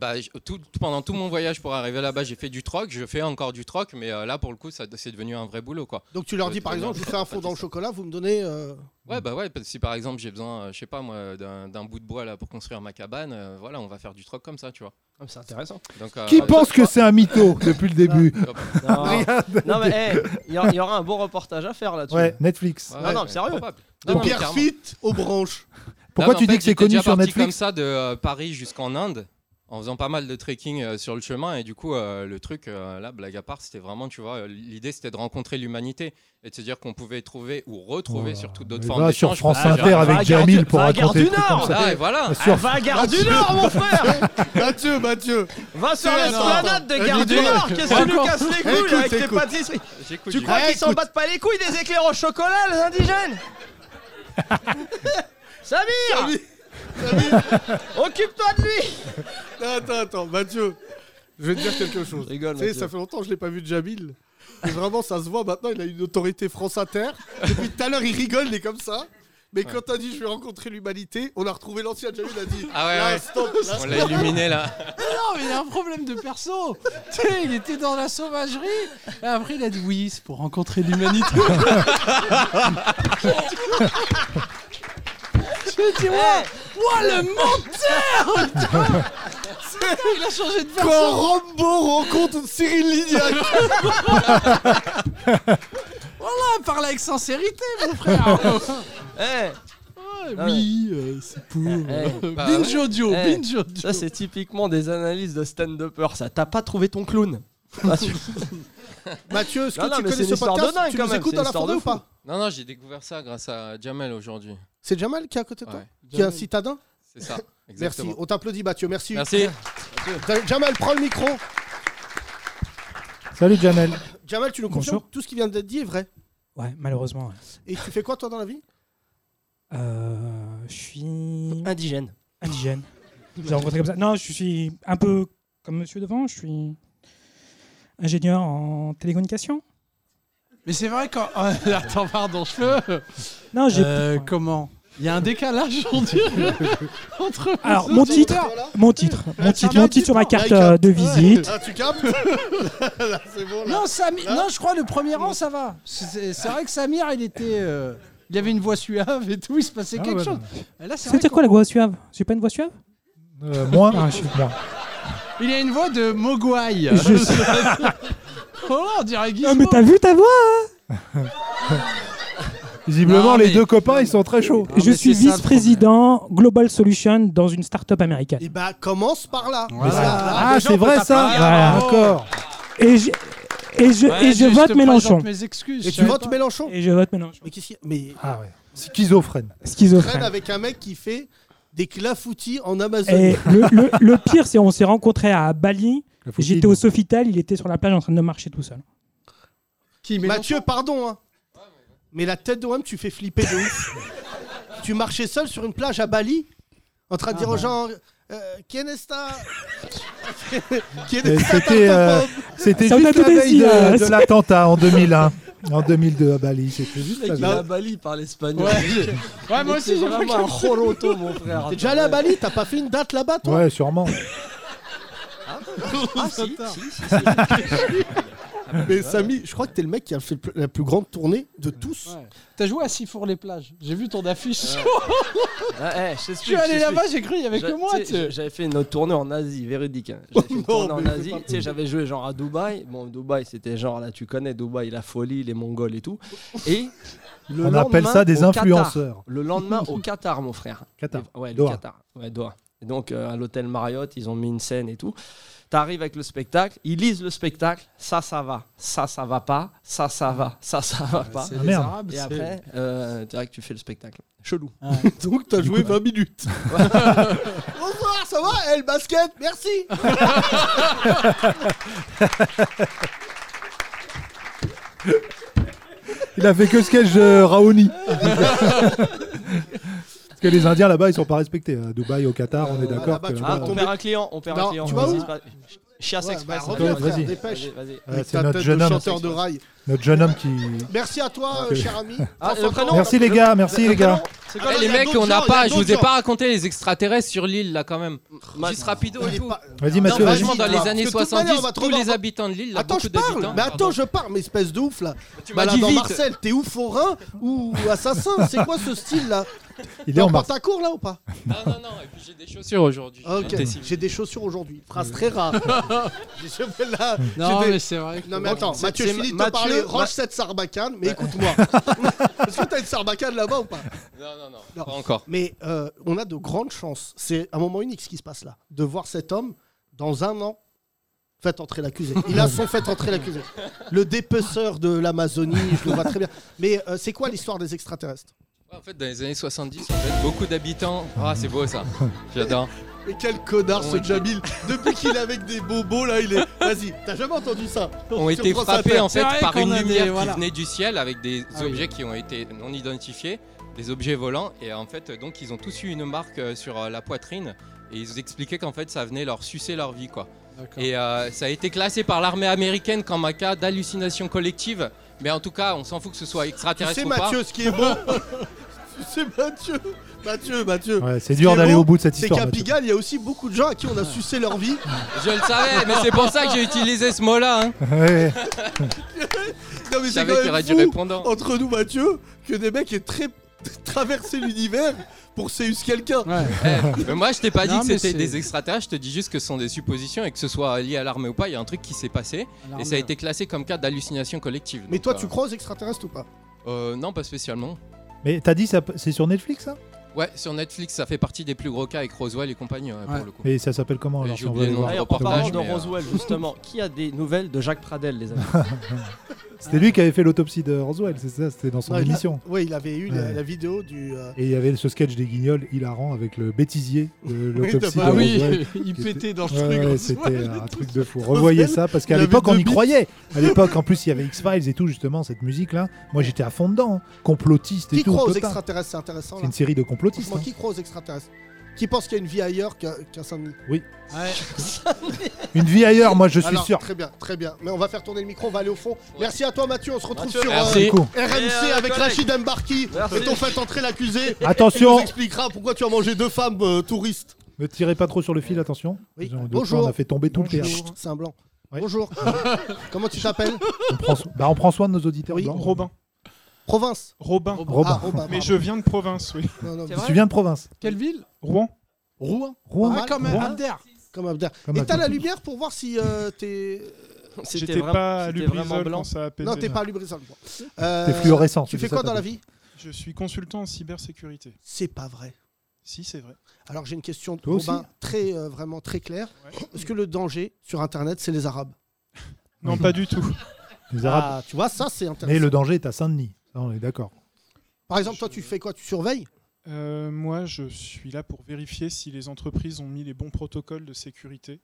[SPEAKER 9] Bah, je- tout, pendant tout mon voyage pour arriver là-bas, j'ai fait du troc, je fais encore du troc, mais euh, là pour le coup, ça c'est devenu un vrai boulot quoi.
[SPEAKER 6] Donc tu leur dis par
[SPEAKER 9] Euh,
[SPEAKER 6] exemple, je vous fais un fond dans le chocolat, vous me donnez. euh,
[SPEAKER 9] Ouais, bah ouais, parce que si par exemple j'ai besoin, euh, je sais pas moi, d'un d'un bout de bois là pour construire ma cabane, euh, voilà, on va faire du troc comme ça, tu vois.
[SPEAKER 5] Ah,
[SPEAKER 9] euh,
[SPEAKER 5] c'est intéressant.
[SPEAKER 2] Qui pense que c'est un mytho depuis le début
[SPEAKER 9] Ah,
[SPEAKER 2] *laughs*
[SPEAKER 5] Non,
[SPEAKER 2] Regarde.
[SPEAKER 5] Non, mais hey, il y, a- il y aura un bon reportage à faire là-dessus.
[SPEAKER 2] Ouais, Netflix.
[SPEAKER 5] Non, non, mais sérieux.
[SPEAKER 6] De
[SPEAKER 5] Non, non, mais
[SPEAKER 6] Pierre
[SPEAKER 5] clairement.
[SPEAKER 6] Fit aux branches.
[SPEAKER 2] *laughs* Pourquoi
[SPEAKER 9] Non, mais
[SPEAKER 2] tu
[SPEAKER 9] en
[SPEAKER 2] dis
[SPEAKER 9] fait,
[SPEAKER 2] que c'est
[SPEAKER 9] j'étais
[SPEAKER 2] connu
[SPEAKER 9] déjà
[SPEAKER 2] sur
[SPEAKER 9] parti
[SPEAKER 2] Netflix
[SPEAKER 9] comme ça de euh, Paris jusqu'en Inde en faisant pas mal de trekking euh, sur le chemin et du coup euh, le truc euh, là blague à part c'était vraiment tu vois euh, l'idée c'était de rencontrer l'humanité et de se dire qu'on pouvait trouver ou retrouver surtout d'autres
[SPEAKER 2] mais
[SPEAKER 9] formes
[SPEAKER 2] va sur
[SPEAKER 9] d'échange.
[SPEAKER 2] France
[SPEAKER 9] Bah,
[SPEAKER 2] Inter
[SPEAKER 9] genre,
[SPEAKER 2] avec
[SPEAKER 9] va à
[SPEAKER 2] Jamil
[SPEAKER 9] Gare du-
[SPEAKER 2] pour
[SPEAKER 9] va à Gare
[SPEAKER 2] raconter
[SPEAKER 9] du
[SPEAKER 2] des trucs
[SPEAKER 9] Nord.
[SPEAKER 2] comme ça. Bah,
[SPEAKER 9] Ah, et voilà.
[SPEAKER 2] Sur-
[SPEAKER 9] Ah, va à Gare
[SPEAKER 5] du Nord, mon
[SPEAKER 2] *laughs*
[SPEAKER 5] frère
[SPEAKER 6] Mathieu, Mathieu
[SPEAKER 5] Va sur
[SPEAKER 6] C'est
[SPEAKER 5] l'esplanade
[SPEAKER 6] la
[SPEAKER 5] de Gare
[SPEAKER 6] tente.
[SPEAKER 5] du
[SPEAKER 6] Écoute,
[SPEAKER 5] Nord Qu'est-ce que tu nous
[SPEAKER 6] écoute.
[SPEAKER 5] casses les couilles
[SPEAKER 6] Écoute,
[SPEAKER 5] avec tes
[SPEAKER 6] écoute.
[SPEAKER 5] pâtisseries
[SPEAKER 9] J'écoute,
[SPEAKER 5] Tu
[SPEAKER 6] j'écoute.
[SPEAKER 5] crois qu'ils s'en
[SPEAKER 6] Écoute.
[SPEAKER 5] battent pas les couilles des éclairs au chocolat, les
[SPEAKER 6] *laughs*
[SPEAKER 5] indigènes Samir Occupe-toi de lui
[SPEAKER 6] *laughs* Attends, attends, Mathieu, je vais te dire quelque chose.
[SPEAKER 5] Rigole,
[SPEAKER 6] Tu sais,
[SPEAKER 5] Mathieu.
[SPEAKER 6] ça fait longtemps que je l'ai pas vu de Jamil. Et vraiment, ça se voit maintenant, il a une autorité France Inter. Depuis tout à l'heure, il rigole, il est comme ça. Mais quand t'as dit je vais rencontrer l'humanité, on a retrouvé l'ancien Jamil, il a dit
[SPEAKER 9] Ah ouais,
[SPEAKER 6] là,
[SPEAKER 9] ouais.
[SPEAKER 6] stop, là,
[SPEAKER 9] on l'a
[SPEAKER 6] stop.
[SPEAKER 9] illuminé là
[SPEAKER 10] Mais Ah non, mais il a un problème de perso. Tu sais, il était dans la sauvagerie. Et après, il a dit oui, c'est pour rencontrer l'humanité. *laughs* Je dis, ouais, moi le menteur putain. Putain, *laughs* Il a changé de perso.
[SPEAKER 6] Quand Rambo rencontre Cyril
[SPEAKER 10] *laughs*
[SPEAKER 6] Lignac
[SPEAKER 10] Voilà, parle avec sincérité, mon frère.
[SPEAKER 5] Eh
[SPEAKER 10] Ouais, oui, euh, c'est pour. euh,
[SPEAKER 1] *laughs*
[SPEAKER 5] Eh, bah,
[SPEAKER 10] binge
[SPEAKER 5] ouais.
[SPEAKER 10] audio,
[SPEAKER 5] Eh,
[SPEAKER 10] binge audio.
[SPEAKER 5] Ça, c'est typiquement des analyses de stand-upper. Ça, t'as pas trouvé ton
[SPEAKER 2] *laughs*
[SPEAKER 5] clown. Ah, tu-
[SPEAKER 6] Mathieu, est-ce que
[SPEAKER 5] Non, non,
[SPEAKER 6] tu
[SPEAKER 5] mais
[SPEAKER 6] connais
[SPEAKER 5] c'est
[SPEAKER 6] ce
[SPEAKER 5] une histoire de
[SPEAKER 6] podcast
[SPEAKER 5] dingue,
[SPEAKER 6] Tu
[SPEAKER 5] quand
[SPEAKER 6] nous
[SPEAKER 5] même,
[SPEAKER 6] écoutes
[SPEAKER 5] c'est
[SPEAKER 6] dans
[SPEAKER 5] une
[SPEAKER 6] la
[SPEAKER 5] histoire
[SPEAKER 6] fournée
[SPEAKER 5] de
[SPEAKER 6] ou pas
[SPEAKER 9] Non, non, j'ai découvert ça grâce à Jamel aujourd'hui.
[SPEAKER 6] hein. C'est Jamal qui est à côté de toi
[SPEAKER 9] Ouais.
[SPEAKER 6] Qui est un citadin
[SPEAKER 9] C'est ça,
[SPEAKER 6] Merci,
[SPEAKER 9] exactement.
[SPEAKER 6] on t'applaudit Mathieu, merci.
[SPEAKER 9] Merci.
[SPEAKER 6] Jamal, prends le micro.
[SPEAKER 2] Salut Jamel.
[SPEAKER 6] Jamal, tu nous confirmes
[SPEAKER 12] Bonjour.
[SPEAKER 6] tout ce qui vient d'être dit est vrai.
[SPEAKER 12] Ouais, malheureusement. ouais.
[SPEAKER 6] Et tu fais quoi toi dans la vie
[SPEAKER 12] Euh, je suis.
[SPEAKER 5] Indigène.
[SPEAKER 12] Indigène. Vous avez rencontré comme ça Non, je suis un peu comme monsieur devant, je suis ingénieur en télécommunication.
[SPEAKER 10] Mais c'est vrai quand. oh, *laughs* Attends, pardon, je peux.
[SPEAKER 12] Non, j'ai-
[SPEAKER 10] Euh, comment Il y a un décalage, on dirait. *laughs* entre les
[SPEAKER 12] Alors, mon titre,
[SPEAKER 10] auditeurs.
[SPEAKER 12] mon titre, mon titre,
[SPEAKER 10] Tiens,
[SPEAKER 12] mon titre sur ma
[SPEAKER 10] dis-moi.
[SPEAKER 12] carte euh, de visite.
[SPEAKER 6] Ah, tu captes *laughs* Là, c'est bon, là.
[SPEAKER 10] Non, Sami- non, je crois le premier rang, ça va. C'est c'est vrai que Samir, il était. euh, Il avait une voix suave et tout, il se passait
[SPEAKER 12] Ah,
[SPEAKER 10] quelque
[SPEAKER 12] ouais,
[SPEAKER 10] chose. Là, c'est vrai
[SPEAKER 12] C'était quoi la voix suave C'est pas une voix suave
[SPEAKER 2] Euh, moi,
[SPEAKER 12] Ah, je suis-
[SPEAKER 2] moi.
[SPEAKER 10] qu'on- Il a une voix de Mogwai.
[SPEAKER 12] Je sais.
[SPEAKER 10] *laughs* oh là, on dirait Guy.
[SPEAKER 12] Ah, mais t'as vu ta voix hein
[SPEAKER 2] Visiblement, les deux copains, ils sont très chauds.
[SPEAKER 12] Je suis vice-président Global Solution dans une start-up américaine.
[SPEAKER 6] Et bah commence par là.
[SPEAKER 2] Ah, c'est vrai ça
[SPEAKER 12] Voilà.
[SPEAKER 2] D'accord.
[SPEAKER 12] Et je, et je, et je vote Mélenchon.
[SPEAKER 6] Et tu votes Mélenchon
[SPEAKER 12] Et je vote Mélenchon.
[SPEAKER 6] Mais qu'est-ce qu'il y a Mais
[SPEAKER 2] Ah ouais. Schizophrène.
[SPEAKER 6] traîne
[SPEAKER 12] Schizophrène.
[SPEAKER 6] avec un mec qui fait des clafoutis en Amazon.
[SPEAKER 12] Et le, le-
[SPEAKER 6] *laughs*
[SPEAKER 12] le pire, c'est on s'est rencontrés à Bali. J'étais au Sofitel, il était sur la plage en train de marcher tout
[SPEAKER 6] *laughs*
[SPEAKER 12] seul.
[SPEAKER 6] Mathieu, pardon. hein. Mais la tête de Wam, tu fais flipper de ouf.
[SPEAKER 12] *laughs*
[SPEAKER 6] tu marchais seul sur une plage à Bali, en train de
[SPEAKER 12] Ah
[SPEAKER 6] dire aux
[SPEAKER 12] bah.
[SPEAKER 6] gens. Euh,
[SPEAKER 12] *laughs*
[SPEAKER 6] Quién está Quién
[SPEAKER 2] Et
[SPEAKER 6] está
[SPEAKER 9] *laughs*
[SPEAKER 2] C'était euh,
[SPEAKER 6] tartapope
[SPEAKER 2] c'était
[SPEAKER 12] Ça, on a
[SPEAKER 2] juste la
[SPEAKER 12] tout
[SPEAKER 2] veille
[SPEAKER 12] dit,
[SPEAKER 2] de,
[SPEAKER 12] euh,
[SPEAKER 2] de l'attentat en 2001. En 2002 à Bali, c'était juste
[SPEAKER 5] Le
[SPEAKER 2] la
[SPEAKER 5] mec, il est à
[SPEAKER 2] veille.
[SPEAKER 5] Bali, par *laughs* l'espagnol.
[SPEAKER 2] Ouais.
[SPEAKER 10] Ouais, moi aussi,
[SPEAKER 5] C'est
[SPEAKER 10] j'ai
[SPEAKER 5] vraiment
[SPEAKER 10] fait
[SPEAKER 5] un Joroto, mon frère.
[SPEAKER 6] T'es déjà allé à Bali
[SPEAKER 10] *laughs*
[SPEAKER 6] T'as pas fait une date là-bas, toi
[SPEAKER 2] Ouais, sûrement.
[SPEAKER 5] Ah, si, si, si,
[SPEAKER 6] *laughs* Mais Samy, je crois que t'es le mec qui a fait le plus- la plus grande tournée de tous.
[SPEAKER 10] T'as joué à Sifour les plages. J'ai vu ton affiche.
[SPEAKER 5] *laughs* Ah, eh, je t'explique,
[SPEAKER 10] Je suis allé
[SPEAKER 5] t'explique.
[SPEAKER 10] là-bas, j'ai cru qu'il y avait
[SPEAKER 5] Je-
[SPEAKER 10] que moi,
[SPEAKER 5] tu sais,
[SPEAKER 10] tu sais. Oh
[SPEAKER 5] J'avais fait une autre tournée en Asie, véridique. hein. J'avais fait une tournée en
[SPEAKER 10] mais fais
[SPEAKER 5] Asie.
[SPEAKER 10] pas
[SPEAKER 5] Tu sais, j'avais joué genre à Dubaï. Bon, Dubaï, c'était genre là, tu connais Dubaï, la folie, les Mongols et tout. Et le
[SPEAKER 2] On appelle
[SPEAKER 5] lendemain,
[SPEAKER 2] ça des
[SPEAKER 5] au Qatar.
[SPEAKER 2] influenceurs.
[SPEAKER 5] le lendemain au Qatar, mon frère.
[SPEAKER 2] Qatar.
[SPEAKER 5] Ouais, le
[SPEAKER 2] Doha.
[SPEAKER 5] Qatar. Ouais, Doha. Et donc euh, à l'hôtel Marriott, ils ont mis une scène et tout. T'arrives avec le spectacle, ils lisent le spectacle, ça ça va, ça ça va pas, ça ça va, ça ça va pas.
[SPEAKER 10] c'est Ah, les merde. Arabes,
[SPEAKER 5] et
[SPEAKER 10] c'est-
[SPEAKER 5] après, euh, tu que tu fais le spectacle. Chelou.
[SPEAKER 6] *laughs* Donc t'as joué 20 minutes.
[SPEAKER 5] *laughs*
[SPEAKER 6] *laughs* Ah, Bonsoir, ça va Eh, le basket, merci
[SPEAKER 9] *laughs*
[SPEAKER 2] Il a fait que sketch de Raoni. Parce que les Indiens là-bas, ils sont pas respectés. À Dubaï, au Qatar, on est d'accord. que
[SPEAKER 5] Ah,
[SPEAKER 2] là-bas,
[SPEAKER 5] on perd un client, on perd
[SPEAKER 6] Non,
[SPEAKER 5] un client.
[SPEAKER 6] tu vois
[SPEAKER 5] vas-y,
[SPEAKER 6] où
[SPEAKER 5] c'est pas- Ch- Chiasse
[SPEAKER 6] Ouais,
[SPEAKER 5] Express.
[SPEAKER 6] bah, reviens,
[SPEAKER 2] frère,
[SPEAKER 6] dépêche.
[SPEAKER 5] Vas-y.
[SPEAKER 2] euh,
[SPEAKER 6] ta
[SPEAKER 2] c'est notre
[SPEAKER 6] tête
[SPEAKER 2] jeune
[SPEAKER 6] de
[SPEAKER 2] homme.
[SPEAKER 6] chanteur de rail.
[SPEAKER 2] Notre jeune homme qui.
[SPEAKER 6] Merci à toi, euh,
[SPEAKER 2] Ok.
[SPEAKER 6] cher ami.
[SPEAKER 5] Ah, le
[SPEAKER 6] Enfin,
[SPEAKER 5] prénom
[SPEAKER 2] Merci les gars, merci les gars.
[SPEAKER 5] C'est
[SPEAKER 9] Eh, les
[SPEAKER 5] il y a
[SPEAKER 9] mecs,
[SPEAKER 5] d'autres
[SPEAKER 9] on n'a
[SPEAKER 5] gens,
[SPEAKER 9] pas,
[SPEAKER 5] il y
[SPEAKER 9] je
[SPEAKER 5] a
[SPEAKER 9] vous ai
[SPEAKER 5] d'autres
[SPEAKER 9] pas raconté les extraterrestres sur l'île là quand même. Juste rapido et tout.
[SPEAKER 2] Vas-y,
[SPEAKER 9] Non,
[SPEAKER 2] Mathieu, vas-y.
[SPEAKER 9] Franchement, dans
[SPEAKER 6] Parce
[SPEAKER 9] les
[SPEAKER 6] que
[SPEAKER 9] années
[SPEAKER 6] de toute manière,
[SPEAKER 9] 70,
[SPEAKER 6] on va te
[SPEAKER 9] tous
[SPEAKER 6] revoir-
[SPEAKER 9] les habitants de l'île, là,
[SPEAKER 6] Attends,
[SPEAKER 9] beaucoup
[SPEAKER 6] je parle,
[SPEAKER 9] d'habitants.
[SPEAKER 6] mais attends, je parle, mais espèce de ouf là.
[SPEAKER 9] Tu
[SPEAKER 6] Bah,
[SPEAKER 9] m'as
[SPEAKER 6] là,
[SPEAKER 9] dit
[SPEAKER 6] dans
[SPEAKER 9] vite.
[SPEAKER 6] Marcel, t'es ouf forain ou
[SPEAKER 9] *laughs*
[SPEAKER 6] assassin C'est quoi ce style là
[SPEAKER 2] Il est en Marseille.
[SPEAKER 6] ta cour là ou pas Ah,
[SPEAKER 9] Non, non, non, et puis j'ai des chaussures aujourd'hui.
[SPEAKER 6] Ok,
[SPEAKER 9] J'étais si-
[SPEAKER 6] j'ai des chaussures aujourd'hui. Phrase
[SPEAKER 9] *laughs*
[SPEAKER 6] très rare. Je sais pas, là,
[SPEAKER 10] Non,
[SPEAKER 6] j'ai des-
[SPEAKER 10] mais c'est vrai que-
[SPEAKER 6] Non, mais attends,
[SPEAKER 10] C'est-
[SPEAKER 6] Mathieu,
[SPEAKER 10] c'est
[SPEAKER 6] je finis de te
[SPEAKER 10] Mathieu-
[SPEAKER 6] parler.
[SPEAKER 10] Ma-
[SPEAKER 6] Range cette sarbacane,
[SPEAKER 10] *laughs*
[SPEAKER 6] mais écoute-moi. Est-ce que t'as une sarbacane là-bas ou pas
[SPEAKER 9] Non, non, non,
[SPEAKER 6] Non.
[SPEAKER 9] pas encore.
[SPEAKER 6] Mais euh, on a de grandes chances. C'est un moment unique ce qui se passe là. De voir cet homme dans un an. Faites
[SPEAKER 9] *laughs*
[SPEAKER 6] entrer l'accusé. Il a son fait entrer l'accusé. Le dépeceur de l'Amazonie, je le vois très bien. Mais euh, c'est quoi l'histoire des extraterrestres
[SPEAKER 9] En fait, dans les années 70, *laughs* en fait, beaucoup d'habitants. Ah, c'est beau
[SPEAKER 2] *laughs*
[SPEAKER 9] ça. J'adore.
[SPEAKER 6] Mais quel connard ce
[SPEAKER 9] Oui.
[SPEAKER 6] Jamil Depuis qu'il est avec des bobos là, il est. Vas-y, t'as jamais entendu ça
[SPEAKER 9] ont
[SPEAKER 6] Tu
[SPEAKER 9] été
[SPEAKER 6] reprends sa
[SPEAKER 9] frappés
[SPEAKER 6] tête.
[SPEAKER 9] en fait par une lumière qui venait du ciel avec des
[SPEAKER 6] Ah
[SPEAKER 9] objets qui ont été non identifiés, des objets volants et en fait donc ils ont tous eu une marque euh, sur euh, la poitrine et ils expliquaient qu'en fait ça venait leur sucer leur vie quoi.
[SPEAKER 10] D'accord.
[SPEAKER 9] Et euh, ça a été classé par l'armée américaine comme un cas d'hallucination collective, mais en tout cas on s'en fout que ce soit
[SPEAKER 6] Tu
[SPEAKER 9] extraterrestre
[SPEAKER 6] sais
[SPEAKER 9] ou pas.
[SPEAKER 6] Mathieu ce qui
[SPEAKER 9] *laughs*
[SPEAKER 6] est bon Tu sais Mathieu Mathieu, Mathieu
[SPEAKER 2] Ouais, c'est
[SPEAKER 6] Ce
[SPEAKER 2] dur
[SPEAKER 6] qui est
[SPEAKER 2] d'aller
[SPEAKER 6] beau,
[SPEAKER 2] au bout de cette histoire,
[SPEAKER 6] C'est qu'à
[SPEAKER 2] Mathieu.
[SPEAKER 6] Pigalle, il y a aussi beaucoup de gens à qui on a sucé leur vie.
[SPEAKER 9] Je le savais, mais c'est pour ça que j'ai utilisé ce mot-là. hein.
[SPEAKER 2] *laughs* Ouais.
[SPEAKER 6] Non mais
[SPEAKER 9] Je
[SPEAKER 6] c'est
[SPEAKER 9] savais
[SPEAKER 6] quand
[SPEAKER 9] qu'il y
[SPEAKER 6] même
[SPEAKER 9] aurait du
[SPEAKER 6] fou,
[SPEAKER 9] répondant.
[SPEAKER 6] entre nous Mathieu que des mecs aient très traversé l'univers pour séus quelqu'un.
[SPEAKER 9] Eh,
[SPEAKER 6] *laughs*
[SPEAKER 9] mais moi, je t'ai pas
[SPEAKER 6] Non,
[SPEAKER 9] dit
[SPEAKER 6] mais
[SPEAKER 9] que c'était
[SPEAKER 6] c'est-
[SPEAKER 9] des extraterrestres, je te dis juste que ce sont des suppositions et que ce soit lié à l'armée ou pas, il y a un truc qui s'est passé et ça a
[SPEAKER 6] L'armée.
[SPEAKER 9] été classé comme cas d'hallucination collective.
[SPEAKER 6] Mais
[SPEAKER 9] Donc,
[SPEAKER 6] toi
[SPEAKER 9] euh,
[SPEAKER 6] tu crois aux extraterrestres ou pas
[SPEAKER 9] euh, Non, pas spécialement.
[SPEAKER 2] Mais t'as dit, ça- c'est sur Netflix ça
[SPEAKER 9] Ouais, sur Netflix, ça fait partie des plus gros cas avec Roswell et compagnie ouais, pour le coup.
[SPEAKER 2] Et ça s'appelle comment alors
[SPEAKER 9] J'ai
[SPEAKER 2] si on veut
[SPEAKER 9] oublié
[SPEAKER 2] aller
[SPEAKER 9] le nom
[SPEAKER 2] voir
[SPEAKER 9] du
[SPEAKER 5] D'ailleurs, en
[SPEAKER 9] reportage,
[SPEAKER 5] parlant de
[SPEAKER 9] mais, euh,
[SPEAKER 5] Roswell, justement, qui a des nouvelles de Jacques Pradel,
[SPEAKER 6] *laughs*
[SPEAKER 5] les amis
[SPEAKER 2] C'était lui qui avait fait l'autopsie de Roswell, c'est ça, c'était dans son
[SPEAKER 6] Ouais, il a-
[SPEAKER 2] émission.
[SPEAKER 6] ouais, il avait eu
[SPEAKER 2] Ouais.
[SPEAKER 6] la, la vidéo du. euh,
[SPEAKER 2] Et il y avait ce sketch des guignols hilarant avec le bêtisier de l'autopsie.
[SPEAKER 6] Ah
[SPEAKER 2] de
[SPEAKER 6] oui,
[SPEAKER 2] Roswell,
[SPEAKER 6] il
[SPEAKER 2] qui
[SPEAKER 6] pétait
[SPEAKER 2] était-
[SPEAKER 6] dans le
[SPEAKER 2] Ouais,
[SPEAKER 6] truc,
[SPEAKER 2] ouais,
[SPEAKER 6] Roswell.
[SPEAKER 2] C'était un truc de fou. Revoyez ça parce qu'à
[SPEAKER 6] il avait
[SPEAKER 2] l'époque on
[SPEAKER 6] deux
[SPEAKER 2] y
[SPEAKER 6] bits. *laughs*
[SPEAKER 2] croyait. À l'époque en plus il y avait X-Files et tout justement cette musique là. Moi j'étais à fond dedans, hein. complotiste et
[SPEAKER 6] Qui
[SPEAKER 2] tout.
[SPEAKER 6] croit
[SPEAKER 2] au
[SPEAKER 6] aux
[SPEAKER 2] total.
[SPEAKER 6] extraterrestres C'est intéressant.
[SPEAKER 2] C'est
[SPEAKER 6] là.
[SPEAKER 2] une série de complotistes,
[SPEAKER 6] Franchement,
[SPEAKER 2] hein.
[SPEAKER 6] Qui croit aux extraterrestres Qui pense qu'il y a une vie ailleurs qu'à qu'à Saint-Denis
[SPEAKER 2] Oui.
[SPEAKER 6] *laughs* Ouais.
[SPEAKER 2] Une vie ailleurs, moi je suis
[SPEAKER 6] Alors,
[SPEAKER 2] sûr.
[SPEAKER 6] Très bien, très bien. Mais on va faire tourner le micro, on va aller au fond. Merci à toi, Mathieu. On se retrouve
[SPEAKER 2] Mathieu,
[SPEAKER 6] sur
[SPEAKER 2] merci.
[SPEAKER 6] RMC
[SPEAKER 2] Et,
[SPEAKER 5] euh,
[SPEAKER 6] avec
[SPEAKER 5] collègue.
[SPEAKER 6] Rachid Mbarki.
[SPEAKER 5] Merci.
[SPEAKER 6] Ils t'ont fait entrer l'accusé.
[SPEAKER 2] Attention.
[SPEAKER 6] Il nous expliquera pourquoi tu as mangé deux femmes euh, touristes.
[SPEAKER 2] Ne tirez pas trop sur le fil, attention.
[SPEAKER 6] Euh, Oui.
[SPEAKER 2] Ils ont- de
[SPEAKER 6] Bonjour.
[SPEAKER 2] quoi On a fait tomber tout le
[SPEAKER 6] Chut,
[SPEAKER 2] théâtre.
[SPEAKER 6] C'est un blanc.
[SPEAKER 2] *laughs*
[SPEAKER 6] Bonjour. Comment tu t'appelles
[SPEAKER 2] On prend, so- bah, on prend soin de nos auditeurs. blancs.
[SPEAKER 13] Robin.
[SPEAKER 6] Province.
[SPEAKER 13] Robin.
[SPEAKER 2] Robin. Ah, Robin,
[SPEAKER 13] mais
[SPEAKER 2] pardon.
[SPEAKER 13] je viens de province, oui.
[SPEAKER 2] Tu viens de province.
[SPEAKER 10] Quelle ville
[SPEAKER 13] Rouen. Ah,
[SPEAKER 6] Rouen.
[SPEAKER 2] Rouen.
[SPEAKER 6] Pas mal.
[SPEAKER 10] comme
[SPEAKER 6] Rouen.
[SPEAKER 10] Abder.
[SPEAKER 6] Comme Abder.
[SPEAKER 2] Comme
[SPEAKER 6] Et t'as
[SPEAKER 2] Abder.
[SPEAKER 6] la lumière pour voir si euh, t'es.
[SPEAKER 13] J'étais J'étais vra- pas à c'était Lubrizol vraiment blanc. quand ça a pété.
[SPEAKER 6] Non, t'es pas à Lubrizol. bon.
[SPEAKER 2] T'es fluorescent,
[SPEAKER 6] Tu
[SPEAKER 2] c'est
[SPEAKER 6] fais
[SPEAKER 2] ça,
[SPEAKER 6] quoi
[SPEAKER 2] t'as
[SPEAKER 6] dans la
[SPEAKER 2] dit.
[SPEAKER 6] vie
[SPEAKER 13] Je suis consultant en cybersécurité.
[SPEAKER 6] C'est pas vrai.
[SPEAKER 13] Si, c'est vrai.
[SPEAKER 6] Alors j'ai une question,
[SPEAKER 13] Toi aussi
[SPEAKER 6] Robin, très, euh, vraiment très claire. Est-ce que le danger sur Internet, c'est les Arabes
[SPEAKER 13] Non, pas du tout.
[SPEAKER 2] *laughs* Les Arabes.
[SPEAKER 6] Ah, tu vois, ça, c'est intéressant.
[SPEAKER 2] Mais le danger est à Saint-Denis. Ça, on est d'accord.
[SPEAKER 6] Par exemple, toi, tu fais quoi Tu surveilles
[SPEAKER 13] Euh, moi, je suis là pour vérifier si les entreprises ont mis les bons protocoles de sécurité.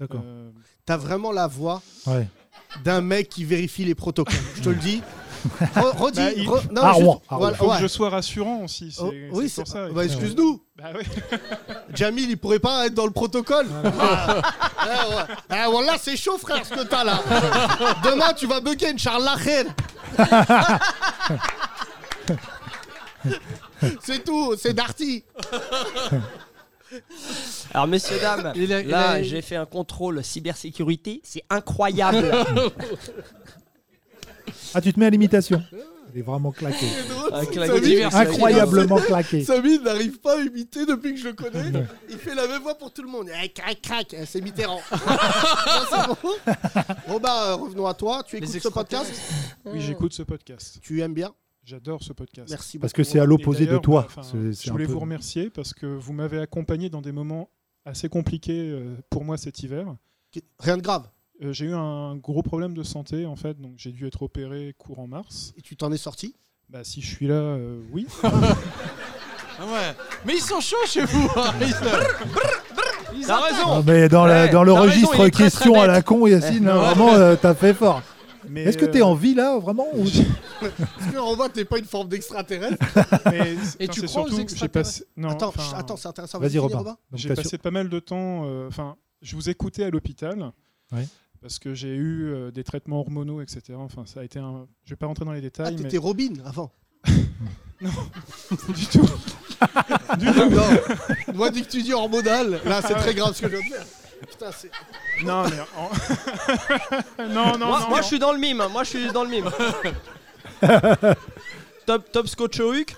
[SPEAKER 2] D'accord.
[SPEAKER 13] Euh,
[SPEAKER 6] T'as vraiment la voix
[SPEAKER 2] Ouais.
[SPEAKER 6] d'un mec qui vérifie les protocoles. Je te le
[SPEAKER 2] *laughs*
[SPEAKER 6] dis. Re- redis.
[SPEAKER 13] bah, il-
[SPEAKER 6] re- non,
[SPEAKER 2] Ah,
[SPEAKER 6] juste- voilà,
[SPEAKER 13] faut
[SPEAKER 6] ouais.
[SPEAKER 13] que je sois rassurant aussi. c'est-
[SPEAKER 6] Oh,
[SPEAKER 13] c'est
[SPEAKER 6] oui,
[SPEAKER 13] pour
[SPEAKER 6] c'est-
[SPEAKER 13] ça.
[SPEAKER 6] bah, excuse-nous.
[SPEAKER 13] *laughs* Bah oui.
[SPEAKER 6] *laughs* Jamil, il pourrait pas être dans le protocole. Ah, ouais. Ah, voilà, c'est chaud, frère, ce que
[SPEAKER 13] *laughs*
[SPEAKER 6] t'as là. Demain, tu vas bugger une charle C'est tout,
[SPEAKER 13] *laughs*
[SPEAKER 6] c'est Darty.
[SPEAKER 5] Alors, messieurs, dames,
[SPEAKER 6] Il a- il
[SPEAKER 5] là,
[SPEAKER 6] a-
[SPEAKER 5] j'ai fait un contrôle cybersécurité, c'est
[SPEAKER 6] *laughs*
[SPEAKER 5] incroyable
[SPEAKER 2] Ah, tu te mets à l'imitation. Il est
[SPEAKER 6] *laughs*
[SPEAKER 2] vraiment claqué.
[SPEAKER 5] Ah, claqué.
[SPEAKER 6] Samir,
[SPEAKER 5] Divers,
[SPEAKER 2] Incroyablement
[SPEAKER 6] Samir,
[SPEAKER 2] claqué.
[SPEAKER 6] Samir n'arrive pas à imiter depuis que je le connais. Il fait la même voix pour tout le monde. Eh, crac, crac, eh, c'est
[SPEAKER 13] *laughs*
[SPEAKER 6] Mitterrand. Non, c'est bon.
[SPEAKER 2] *laughs*
[SPEAKER 6] Robin, euh, revenons à toi. Tu écoutes ce podcast
[SPEAKER 13] Oui, j'écoute ce podcast.
[SPEAKER 6] Tu aimes bien
[SPEAKER 13] J'adore ce podcast.
[SPEAKER 6] Merci
[SPEAKER 2] Parce beaucoup. que c'est à l'opposé
[SPEAKER 13] Et
[SPEAKER 2] de
[SPEAKER 13] d'ailleurs,
[SPEAKER 2] toi.
[SPEAKER 13] bah, enfin,
[SPEAKER 2] C'est- c'est
[SPEAKER 13] je
[SPEAKER 2] un
[SPEAKER 13] voulais
[SPEAKER 2] peu-
[SPEAKER 13] vous remercier parce que vous m'avez accompagné dans des moments assez compliqués euh, pour moi cet hiver. Euh,
[SPEAKER 6] Rien de grave.
[SPEAKER 13] j'ai eu un gros problème de santé en fait, donc j'ai dû être opéré courant mars.
[SPEAKER 6] Et tu t'en es sorti
[SPEAKER 13] Bah si je suis là, euh,
[SPEAKER 6] *laughs*
[SPEAKER 13] oui.
[SPEAKER 3] Ah ouais. Mais ils sont chauds chez vous. hein. Ils sont- Ils
[SPEAKER 5] T'as
[SPEAKER 3] attaquent.
[SPEAKER 5] raison.
[SPEAKER 2] Ah, mais dans, la-
[SPEAKER 5] Ouais,
[SPEAKER 2] dans le
[SPEAKER 5] t'as raison, il
[SPEAKER 2] registre
[SPEAKER 5] est très, très
[SPEAKER 2] question à
[SPEAKER 5] bête.
[SPEAKER 2] la con, Yacine,
[SPEAKER 5] Ouais.
[SPEAKER 2] là, vraiment, euh, t'as fait fort.
[SPEAKER 13] Mais,
[SPEAKER 2] Est-ce que t'es
[SPEAKER 13] euh,
[SPEAKER 2] en vie là, vraiment ou-
[SPEAKER 6] Parce que Romain, t'es pas une forme d'extraterrestre. *laughs*
[SPEAKER 13] Mais,
[SPEAKER 6] Et
[SPEAKER 13] enfin,
[SPEAKER 6] tu
[SPEAKER 13] c'est
[SPEAKER 6] crois
[SPEAKER 13] surtout,
[SPEAKER 6] aux
[SPEAKER 13] j'ai
[SPEAKER 6] extraterrestres
[SPEAKER 13] passé- non,
[SPEAKER 6] Attends,
[SPEAKER 13] enfin,
[SPEAKER 6] chut, attends, c'est intéressant.
[SPEAKER 2] Vas-y,
[SPEAKER 6] finis,
[SPEAKER 2] Robin. Donc,
[SPEAKER 13] J'ai
[SPEAKER 2] t'as
[SPEAKER 13] passé pas mal de temps. euh, Enfin, je vous écoutais à l'hôpital.
[SPEAKER 2] Ouais.
[SPEAKER 13] Parce que j'ai eu euh, des traitements hormonaux, etc. Enfin, ça a été un. Je vais pas rentrer dans les
[SPEAKER 6] Ah,
[SPEAKER 13] détails. mais-
[SPEAKER 6] t'étais Robin avant.
[SPEAKER 13] *laughs* non, du
[SPEAKER 6] *laughs*
[SPEAKER 13] tout. du tout. Ah
[SPEAKER 6] Non. Moi, dès que tu dis hormonal, là, c'est très grave ce que je viens de faire. Putain, c'est.
[SPEAKER 13] Non, mais. *laughs*
[SPEAKER 5] *laughs*
[SPEAKER 13] en- non, non,
[SPEAKER 5] moi,
[SPEAKER 13] non.
[SPEAKER 5] moi,
[SPEAKER 13] non.
[SPEAKER 5] je suis dans le mime. hein. Moi, je suis dans le
[SPEAKER 6] *laughs*
[SPEAKER 5] mime. top, top scotch au
[SPEAKER 6] *laughs*
[SPEAKER 5] huc.